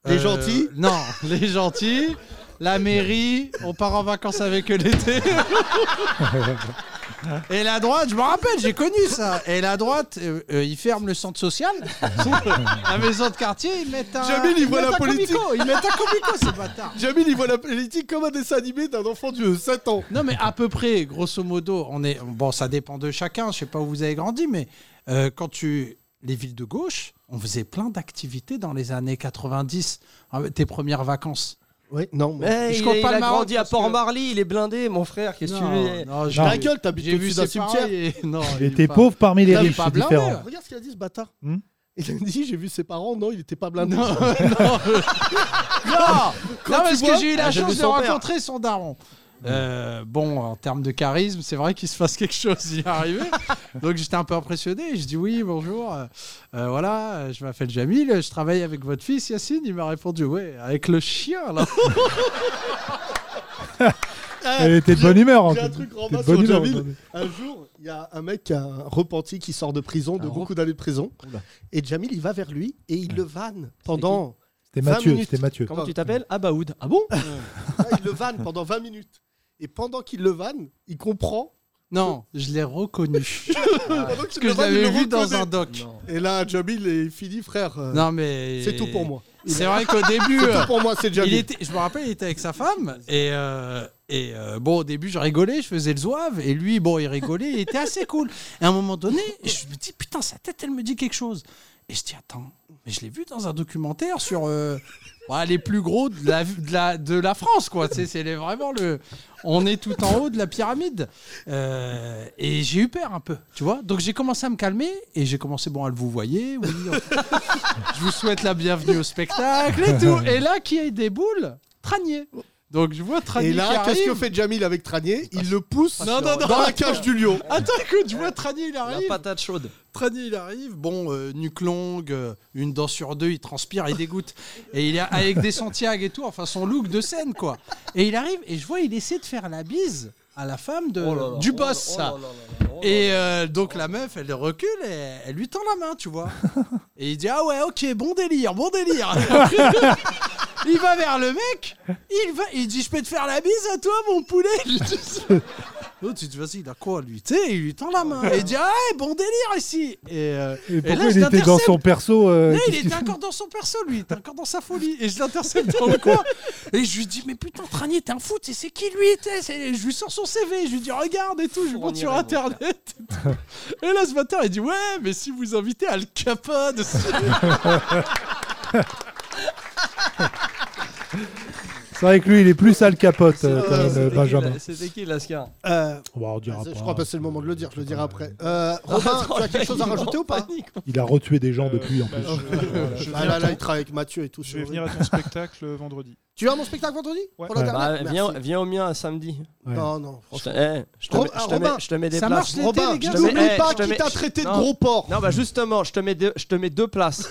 [SPEAKER 10] Euh,
[SPEAKER 6] Les gentils
[SPEAKER 10] Non, les gentils. La mairie, on part en vacances avec eux
[SPEAKER 6] *laughs*
[SPEAKER 10] l'été. Et la droite, je me rappelle, j'ai connu ça. Et la droite, euh, euh, ils ferment le centre
[SPEAKER 6] *laughs*
[SPEAKER 10] social. la maison de quartier, ils mettent un.
[SPEAKER 6] Jamil, il
[SPEAKER 10] ils
[SPEAKER 6] voit
[SPEAKER 10] mettent
[SPEAKER 6] la
[SPEAKER 10] un
[SPEAKER 6] politique.
[SPEAKER 10] comico, Ils mettent un comico, ces bâtards.
[SPEAKER 6] *laughs* Jamil, il voit la politique comme un dessin animé d'un enfant de 7 ans.
[SPEAKER 10] Non, mais à peu près, grosso modo, on est. Bon, ça dépend de chacun. Je sais pas où vous avez grandi, mais euh, quand tu les villes de gauche, on faisait plein d'activités dans les années 90. Ah, mais Tes premières vacances.
[SPEAKER 6] Oui, non. moi-
[SPEAKER 5] Eh,
[SPEAKER 10] Je
[SPEAKER 5] il,
[SPEAKER 10] compte
[SPEAKER 5] est-
[SPEAKER 10] pas
[SPEAKER 5] il
[SPEAKER 10] le
[SPEAKER 5] a
[SPEAKER 10] Maroc
[SPEAKER 5] grandi à
[SPEAKER 10] parce que-
[SPEAKER 5] Port-Marly, il est blindé, mon frère. Qu'est-ce que tu lui es
[SPEAKER 10] non, j'ai-
[SPEAKER 6] Ta gueule, t'habites
[SPEAKER 10] j'ai
[SPEAKER 6] au-dessus
[SPEAKER 10] vu
[SPEAKER 6] d'un
[SPEAKER 10] ses
[SPEAKER 6] cimetière.
[SPEAKER 10] parents et-
[SPEAKER 5] *laughs*
[SPEAKER 10] non,
[SPEAKER 2] Il
[SPEAKER 10] est
[SPEAKER 2] était
[SPEAKER 10] pas-
[SPEAKER 2] pauvre parmi les
[SPEAKER 10] Il est
[SPEAKER 2] riches,
[SPEAKER 10] pas
[SPEAKER 2] c'est
[SPEAKER 10] blindé.
[SPEAKER 2] différent.
[SPEAKER 6] Regarde ce qu'il a dit ce bâtard.
[SPEAKER 2] Hmm
[SPEAKER 6] il a dit j'ai vu ses parents, non, il était pas blindé.
[SPEAKER 10] *laughs* Non, non. Non,
[SPEAKER 6] Quand
[SPEAKER 10] non,
[SPEAKER 6] tu
[SPEAKER 10] parce que
[SPEAKER 6] vois-
[SPEAKER 10] j'ai eu la
[SPEAKER 6] Ah, j'ai
[SPEAKER 10] chance
[SPEAKER 6] vu
[SPEAKER 10] de
[SPEAKER 6] son père.
[SPEAKER 10] rencontrer son daron. Euh, bon, en termes de charisme, c'est vrai qu'il se fasse quelque chose, il est arrivé.
[SPEAKER 6] *laughs*
[SPEAKER 10] Donc j'étais un peu impressionné. Je dis oui, bonjour. euh, euh, voilà, euh, je m'appelle Jamil, je travaille avec votre fils Yacine. Il m'a répondu ouais, avec le chien là.
[SPEAKER 2] Elle était de bonne humeur. en
[SPEAKER 6] Ah, J'ai un
[SPEAKER 2] fait.
[SPEAKER 6] truc
[SPEAKER 2] T'es
[SPEAKER 6] Romain
[SPEAKER 2] de bonne
[SPEAKER 6] sur
[SPEAKER 2] humeur,
[SPEAKER 6] Jamil.
[SPEAKER 2] aujourd'hui.
[SPEAKER 6] Un jour, il y a un mec qui a un repenti qui sort de prison,
[SPEAKER 10] Ah
[SPEAKER 6] de beaucoup d'années de prison. Et Jamil, il va vers lui et il le vanne pendant.
[SPEAKER 2] C'était
[SPEAKER 6] 20
[SPEAKER 2] Mathieu,
[SPEAKER 6] minutes.
[SPEAKER 2] c'était Mathieu.
[SPEAKER 5] Comment tu t'appelles Abaoud. Ah bon
[SPEAKER 6] Ah, Il le vanne pendant 20 minutes. Et pendant qu'il le vanne, il comprend.
[SPEAKER 10] Non, je l'ai
[SPEAKER 6] *laughs*
[SPEAKER 10] reconnu.
[SPEAKER 6] *laughs* Pendant
[SPEAKER 10] Parce
[SPEAKER 6] qu'il
[SPEAKER 10] que
[SPEAKER 6] le
[SPEAKER 10] je
[SPEAKER 6] vanne, il
[SPEAKER 10] l'avais
[SPEAKER 6] le
[SPEAKER 10] vu dans
[SPEAKER 6] reconnaît.
[SPEAKER 10] un doc.
[SPEAKER 6] Ah. Et là, Jamil est fini, frère. Euh,
[SPEAKER 10] Non mais
[SPEAKER 6] C'est tout pour moi.
[SPEAKER 10] C'est vrai
[SPEAKER 6] *laughs*
[SPEAKER 10] qu'au début,
[SPEAKER 6] C'est
[SPEAKER 10] euh,
[SPEAKER 6] tout pour moi, c'est Jamil.
[SPEAKER 10] il était, *laughs* je me rappelle, il était avec sa femme et euh, et euh, bon au début je rigolais, je faisais le zouave et lui bon il rigolait, il était assez cool. Et à un moment donné, je me dis putain sa tête elle me dit quelque chose et je dis attends mais je l'ai vu dans un documentaire sur euh, bah, les plus gros de la de la, de la France quoi. Tu sais, c'est les- vraiment le on est tout en haut de la pyramide Euh, et j'ai eu peur un peu tu vois donc j'ai commencé à me calmer et j'ai commencé bon à le vous voyez oui je vous souhaite la bienvenue au spectacle et tout. Et là, qui a des boules Tranier. Donc je vois Tranier
[SPEAKER 6] Et
[SPEAKER 10] qui
[SPEAKER 6] là,
[SPEAKER 10] arrive. Ah,
[SPEAKER 6] qu'est-ce que fait Jamil avec Tranier Il le pousse
[SPEAKER 10] Non, non, non,
[SPEAKER 6] dans la
[SPEAKER 10] *laughs* attends.
[SPEAKER 6] cage du lion.
[SPEAKER 10] Attends, écoute, je vois Tranier, il arrive.
[SPEAKER 5] patate chaude.
[SPEAKER 10] Tranier, il arrive. Bon, euh, nuque longue, euh, une dent sur deux, il transpire, il dégoûte. Et il est avec des Santiago et tout, enfin son look de scène, quoi. Et il arrive, et je vois, il essaie de faire la bise à la femme
[SPEAKER 5] Oh
[SPEAKER 10] de, du boss, ça. Et euh, donc la meuf, elle recule et elle lui tend la main, tu
[SPEAKER 6] *laughs*
[SPEAKER 10] vois. Et il dit Ah ouais, ok, bon délire, bon délire. *laughs* il va vers le mec, il, va, il dit Je peux te faire la bise à toi, mon poulet Je Oh, dis- L'autre, il dit Vas-y, il a quoi lui Tu sais, il lui tend la main. Et il dit Ah ouais, bon délire ici. Et, euh,
[SPEAKER 2] Et
[SPEAKER 10] et
[SPEAKER 2] pourquoi
[SPEAKER 10] là, je
[SPEAKER 2] il était dans
[SPEAKER 10] l'intercepte.
[SPEAKER 2] son perso euh,
[SPEAKER 10] Non, il
[SPEAKER 2] qu'est-ce
[SPEAKER 10] était
[SPEAKER 2] qu'il fait
[SPEAKER 10] encore dans son perso, lui. Il était encore dans sa folie. Et je l'intercepte dans le coin. Et je lui dis, mais putain, Tranier, t'es un fou. tu sais, C'est qui lui t'es C'est- Je lui sors son CV. Je lui dis, regarde et tout. Je lui montre sur Internet. Et, tout. Et là, ce matin, il dit, ouais, mais si vous invitez Al Capone.
[SPEAKER 2] *laughs* C'est vrai que lui, il est plus sale capote, euh, quand même, euh,
[SPEAKER 5] C'était qui,
[SPEAKER 2] Benjamin.
[SPEAKER 5] la- C'était qui l'ascar
[SPEAKER 6] Euh,
[SPEAKER 2] Bon, on dira
[SPEAKER 6] je
[SPEAKER 2] pas.
[SPEAKER 6] crois pas c'est le moment de le dire, je le dirai après.
[SPEAKER 5] *laughs*
[SPEAKER 6] Euh, Robin,
[SPEAKER 5] attends,
[SPEAKER 6] tu as quelque chose à
[SPEAKER 5] il est en
[SPEAKER 6] rajouter ou pas
[SPEAKER 2] Il a retué des
[SPEAKER 5] Euh,
[SPEAKER 2] gens depuis,
[SPEAKER 5] bah,
[SPEAKER 2] en plus.
[SPEAKER 6] je- Ah là là, il travaille avec Mathieu et tout.
[SPEAKER 13] Je vais venir à ton spectacle vendredi.
[SPEAKER 6] Tu as mon spectacle vendredi Pour la
[SPEAKER 5] Bah,
[SPEAKER 6] dernière Merci.
[SPEAKER 5] viens, viens au mien un samedi.
[SPEAKER 6] Ouais. Non, non,
[SPEAKER 5] Je te, eh, je te
[SPEAKER 6] Ro-
[SPEAKER 5] mets- je
[SPEAKER 6] ah,
[SPEAKER 5] te
[SPEAKER 6] Robin,
[SPEAKER 5] mets, je te mets des
[SPEAKER 6] ça
[SPEAKER 5] places.
[SPEAKER 6] marche l'été, les gars,
[SPEAKER 5] je te mets-
[SPEAKER 6] n'oublie
[SPEAKER 5] eh,
[SPEAKER 6] pas
[SPEAKER 5] je te
[SPEAKER 6] qui
[SPEAKER 5] mets-
[SPEAKER 6] t'a traité de
[SPEAKER 5] Non.
[SPEAKER 6] gros porc.
[SPEAKER 5] Non, bah justement, je te mets deux, je te mets deux
[SPEAKER 6] *laughs*
[SPEAKER 5] places.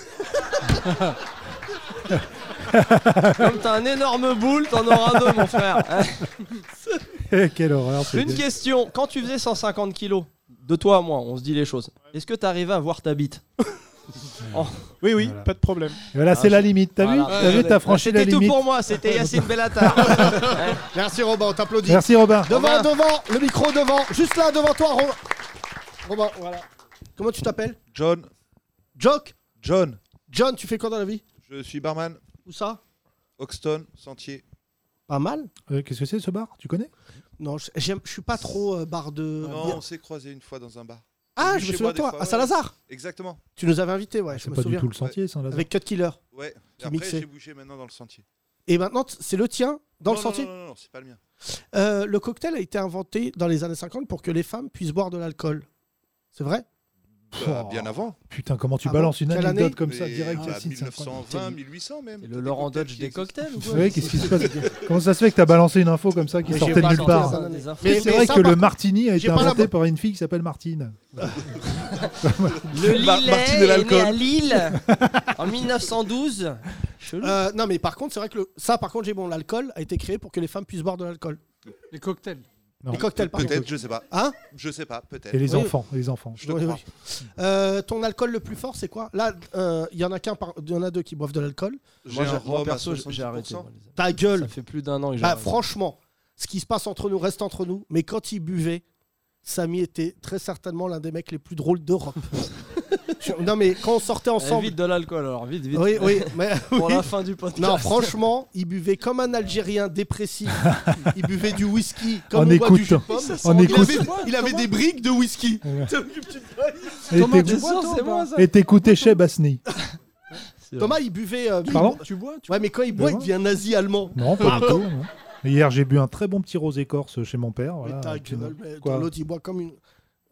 [SPEAKER 5] Comme t'as un énorme boule, t'en auras deux, mon frère.
[SPEAKER 2] *laughs* Eh, Quelle horreur. c'est
[SPEAKER 5] Une
[SPEAKER 2] dé-
[SPEAKER 5] question. Quand tu faisais 150 kilos, de toi à moi, on se dit les choses. Est-ce que t'arrivais à voir ta bite Oh.
[SPEAKER 13] Oui, oui, pas de problème.
[SPEAKER 2] Et Voilà, c'est la limite. T'as vu
[SPEAKER 5] Ah, Voilà.
[SPEAKER 2] T'as vu, t'as franchi la
[SPEAKER 5] Bah, C'était tout
[SPEAKER 2] limite.
[SPEAKER 5] pour moi,
[SPEAKER 2] *laughs*
[SPEAKER 5] c'était Yacine *laughs* Bellatar.
[SPEAKER 6] Merci Robin, on t'applaudit.
[SPEAKER 2] Merci, Robin.
[SPEAKER 6] Devant,
[SPEAKER 2] Robin.
[SPEAKER 6] devant, le micro devant, juste là devant toi, Robin. Robin, voilà. Comment tu t'appelles
[SPEAKER 14] John.
[SPEAKER 6] Jock
[SPEAKER 14] John.
[SPEAKER 6] John, tu fais quoi dans la vie
[SPEAKER 14] Je suis barman.
[SPEAKER 6] Où ça
[SPEAKER 14] Hoxton, Sentier.
[SPEAKER 6] Pas mal.
[SPEAKER 2] Euh, Qu'est-ce que c'est ce bar Tu connais
[SPEAKER 6] Non, je j'aime- je suis pas trop euh, barre de.
[SPEAKER 14] Non,
[SPEAKER 6] bière.
[SPEAKER 14] on s'est croisés une fois dans un bar.
[SPEAKER 6] Ah,
[SPEAKER 14] Venu
[SPEAKER 6] je
[SPEAKER 14] chez
[SPEAKER 6] me souviens de
[SPEAKER 14] des
[SPEAKER 6] toi,
[SPEAKER 14] fois,
[SPEAKER 6] à
[SPEAKER 14] ouais.
[SPEAKER 6] Saint-Lazare.
[SPEAKER 14] Exactement.
[SPEAKER 6] Tu nous avais invités, ouais, je
[SPEAKER 2] Ah, C'est
[SPEAKER 6] me
[SPEAKER 2] pas du
[SPEAKER 6] souviens.
[SPEAKER 2] tout le sentier, sans
[SPEAKER 6] Avec Cut Killer.
[SPEAKER 14] Ouais. Et
[SPEAKER 6] Qui
[SPEAKER 14] après,
[SPEAKER 6] mixait.
[SPEAKER 14] j'ai bougé maintenant dans le sentier.
[SPEAKER 6] Et maintenant, t- c'est le tien
[SPEAKER 14] Non,
[SPEAKER 6] dans le
[SPEAKER 14] non,
[SPEAKER 6] sentier
[SPEAKER 14] Non, non, non, c'est pas le mien.
[SPEAKER 6] Euh, Le cocktail a été inventé dans les années 50 pour que les femmes puissent boire de l'alcool. C'est vrai
[SPEAKER 14] Bah, bien avant.
[SPEAKER 2] Putain, comment tu
[SPEAKER 6] Ah bon
[SPEAKER 2] balances une
[SPEAKER 6] Quelle
[SPEAKER 2] anecdote
[SPEAKER 6] année
[SPEAKER 2] comme ça, direct
[SPEAKER 14] à
[SPEAKER 2] Yacine, ça me prend-
[SPEAKER 14] 1920, 1800 même.
[SPEAKER 5] Le Laurent Dodge des cocktails ou
[SPEAKER 2] Vous
[SPEAKER 5] quoi
[SPEAKER 2] savez, qu'est-ce qui se passe
[SPEAKER 6] *laughs*
[SPEAKER 2] Comment ça se fait que t'as balancé une info comme ça qui
[SPEAKER 5] Mais j'ai
[SPEAKER 2] sortait de
[SPEAKER 5] pas
[SPEAKER 2] nulle
[SPEAKER 5] sorti
[SPEAKER 2] part
[SPEAKER 5] ça, des infos.
[SPEAKER 2] Mais
[SPEAKER 5] Mais-
[SPEAKER 2] c'est
[SPEAKER 5] mais
[SPEAKER 2] vrai
[SPEAKER 5] ça,
[SPEAKER 2] que
[SPEAKER 5] par
[SPEAKER 2] le
[SPEAKER 5] contre,
[SPEAKER 2] martini a
[SPEAKER 5] j'ai
[SPEAKER 2] été
[SPEAKER 5] pas la
[SPEAKER 2] inventé
[SPEAKER 5] bo-
[SPEAKER 2] par une fille qui s'appelle Martine.
[SPEAKER 5] Le Lillet est né à Lille en 1912.
[SPEAKER 6] Euh, non, mais par contre, c'est vrai que le- ça, par contre, j'ai bon, l'alcool a été créé pour que les femmes puissent boire de l'alcool.
[SPEAKER 10] Les cocktails.
[SPEAKER 6] Les cocktails, pardon.
[SPEAKER 14] Peut-être, je sais pas.
[SPEAKER 6] Hein
[SPEAKER 14] Je sais pas, peut-être.
[SPEAKER 2] Et les enfants, les enfants.
[SPEAKER 14] Je te crois.
[SPEAKER 6] Euh, ton alcool le plus fort, c'est quoi Là, euh, il y en a qu'un, par- il y en a deux qui boivent de l'alcool.
[SPEAKER 14] J'ai un rhum à 70%.
[SPEAKER 6] Ta gueule.
[SPEAKER 5] Ça fait plus d'un an que j'ai
[SPEAKER 6] Bah,
[SPEAKER 5] arrêté.
[SPEAKER 6] franchement, ce qui se passe entre nous reste entre nous. Mais quand il buvait, Samy était très certainement l'un des mecs les plus drôles
[SPEAKER 5] *laughs*
[SPEAKER 6] d'Europe. Je- non, mais quand on sortait
[SPEAKER 5] Eh,
[SPEAKER 6] ensemble.
[SPEAKER 5] Vite de l'alcool alors, vite, vite.
[SPEAKER 6] Oui,
[SPEAKER 5] *laughs*
[SPEAKER 6] oui, mais
[SPEAKER 5] Pour
[SPEAKER 6] oui.
[SPEAKER 5] la fin du podcast.
[SPEAKER 6] Non, franchement, il buvait comme un
[SPEAKER 5] *laughs*
[SPEAKER 6] Algérien dépressif. il buvait du whisky comme
[SPEAKER 2] En
[SPEAKER 6] on boit du
[SPEAKER 2] écoute.
[SPEAKER 6] jus de pomme.
[SPEAKER 2] Ça sent
[SPEAKER 6] il,
[SPEAKER 2] En écoute.
[SPEAKER 6] Avait, il avait des briques de whisky. *laughs*
[SPEAKER 2] Ouais.
[SPEAKER 6] T'as vu, petite
[SPEAKER 2] Et
[SPEAKER 6] braille
[SPEAKER 2] t'écoutes- Et t'écoutais chez Basni.
[SPEAKER 6] Thomas, il buvait. euh,
[SPEAKER 2] Pardon Bah
[SPEAKER 6] il- tu bois Ouais, mais quand il boit, il devient nazi allemand. Ah,
[SPEAKER 2] Non, pas du
[SPEAKER 6] Pardon
[SPEAKER 2] tout. Ah, non. Mais Hier, j'ai bu un très bon petit rosé corse chez mon père. voilà.
[SPEAKER 6] Mais ta
[SPEAKER 2] Tu-
[SPEAKER 6] gueule, mais
[SPEAKER 2] Quoi
[SPEAKER 6] l'autre, il boit Ah, comme une,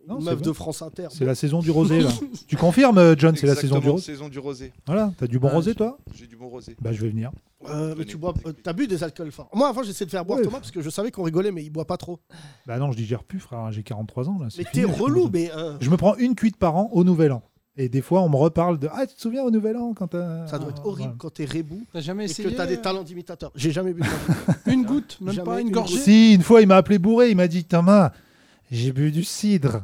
[SPEAKER 2] Non,
[SPEAKER 6] une
[SPEAKER 2] c'est
[SPEAKER 6] meuf
[SPEAKER 2] bon.
[SPEAKER 6] de France Inter.
[SPEAKER 2] C'est la saison du
[SPEAKER 6] *laughs*
[SPEAKER 2] rosé, là. tu confirmes, euh, John, c'est la saison du
[SPEAKER 14] Exactement,
[SPEAKER 2] rosé
[SPEAKER 14] saison du rosé.
[SPEAKER 2] Voilà, t'as du bon
[SPEAKER 14] Ouais,
[SPEAKER 2] rosé,
[SPEAKER 14] j'ai-
[SPEAKER 2] toi
[SPEAKER 14] *laughs* J'ai du bon rosé.
[SPEAKER 2] Bah, je vais venir.
[SPEAKER 6] Euh, mais tu bois, euh, t'as bu des alcools forts. Moi, avant, j'essayais de faire boire Thomas parce que je savais qu'on rigolait, mais il boit pas
[SPEAKER 2] *laughs*
[SPEAKER 6] trop.
[SPEAKER 2] Bah non, je digère plus, frère, j'ai 43 ans, là. c'est
[SPEAKER 6] Mais
[SPEAKER 2] fini,
[SPEAKER 6] t'es
[SPEAKER 2] là, je
[SPEAKER 6] relou,
[SPEAKER 2] me-
[SPEAKER 6] mais. euh,
[SPEAKER 2] Je me prends une cuite par an au Nouvel An. Et des fois, on me reparle de Ah, tu te souviens au Nouvel An quand t'as. Ah,
[SPEAKER 6] Ça doit être horrible quand t'es rebou
[SPEAKER 10] T'as jamais
[SPEAKER 6] et
[SPEAKER 10] essayé,
[SPEAKER 6] que t'as
[SPEAKER 10] euh,
[SPEAKER 6] des talents d'imitateur. J'ai jamais
[SPEAKER 10] *laughs*
[SPEAKER 6] bu. de ma vie.
[SPEAKER 10] Une goutte, même
[SPEAKER 6] Jamais
[SPEAKER 10] pas une
[SPEAKER 6] une
[SPEAKER 10] gorgée.
[SPEAKER 2] Si, une fois, il m'a appelé bourré, il m'a dit Thomas, j'ai bu
[SPEAKER 6] *laughs*
[SPEAKER 2] du cidre.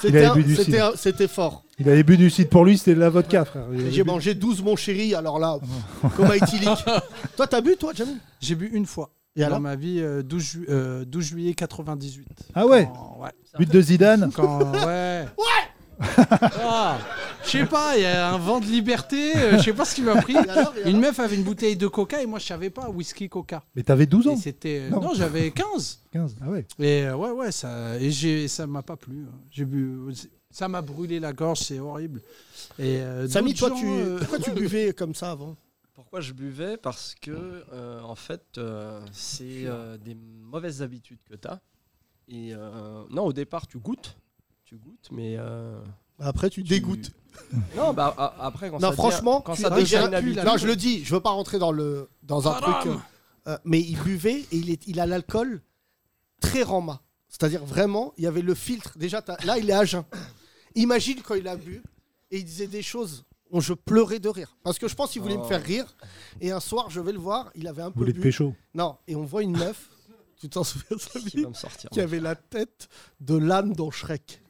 [SPEAKER 6] C'était
[SPEAKER 2] avait
[SPEAKER 6] un-
[SPEAKER 2] bu du
[SPEAKER 6] c'était
[SPEAKER 2] cidre.
[SPEAKER 6] un- C'était fort.
[SPEAKER 2] Il avait bu du cidre pour lui, c'était de la vodka, frère. Il avait
[SPEAKER 6] J'ai
[SPEAKER 2] bu-
[SPEAKER 6] mangé 12 mon chéri, alors
[SPEAKER 2] *laughs*
[SPEAKER 6] là, comme Aitilic. toi, t'as bu, toi, Jamil
[SPEAKER 10] J'ai bu une fois.
[SPEAKER 6] Et alors
[SPEAKER 10] dans ma vie, euh, 12, ju- euh, 12 juillet 98.
[SPEAKER 2] Ah ouais
[SPEAKER 10] Quand- ouais.
[SPEAKER 2] But de Zidane
[SPEAKER 10] Quand, ouais. Ah, je sais pas, il y a un vent de liberté, euh, je sais pas ce qui m'a pris. Une meuf avait une bouteille de coca et moi je savais pas, whisky coca.
[SPEAKER 2] *laughs* Mais t'avais 12 ans
[SPEAKER 10] Et c'était euh,
[SPEAKER 2] Non.
[SPEAKER 10] non, j'avais 15.
[SPEAKER 2] 15, ah ouais.
[SPEAKER 10] Et euh, ouais ouais, ça et j'ai ça m'a pas plu. hein. J'ai bu ça m'a brûlé la gorge, c'est horrible. Et euh,
[SPEAKER 6] Samy,
[SPEAKER 10] d'autres
[SPEAKER 6] toi,
[SPEAKER 10] gens,
[SPEAKER 6] tu,
[SPEAKER 10] euh,
[SPEAKER 6] pourquoi tu buvais comme ça avant
[SPEAKER 5] Pourquoi je buvais Parce que, euh, en fait, euh, c'est euh, des mauvaises habitudes que tu as. Et euh, non, au départ, tu goûtes. Tu goûtes, mais. euh,
[SPEAKER 6] Bah, Après, tu dégoûtes.
[SPEAKER 5] Non, bah a- après, quand
[SPEAKER 6] non,
[SPEAKER 5] ça devient-
[SPEAKER 6] franchement,
[SPEAKER 5] quand
[SPEAKER 6] tu-
[SPEAKER 5] ça
[SPEAKER 6] ah,
[SPEAKER 5] devient
[SPEAKER 6] j'ai-
[SPEAKER 5] une habitude.
[SPEAKER 6] non, je le dis, je veux pas rentrer dans le dans un truc. euh, euh, mais il buvait et il, est, il a l'alcool très rama. C'est-à-dire vraiment, il y avait le filtre. Déjà, t'as- là, il est à jeun. Imagine quand il a bu et il disait des choses. où Je pleurais de rire. Parce que je pense qu'il voulait me
[SPEAKER 2] Oh.
[SPEAKER 6] faire rire. Et un soir, je vais le voir. Il avait un peu.
[SPEAKER 2] voulez te
[SPEAKER 6] bu.
[SPEAKER 2] pécho
[SPEAKER 6] Non. Et on voit une meuf. tu
[SPEAKER 5] *laughs*
[SPEAKER 6] t'en souviens, Samy
[SPEAKER 5] Qui va me sortir.
[SPEAKER 6] Qui avait la tête de l'âne dans Shrek.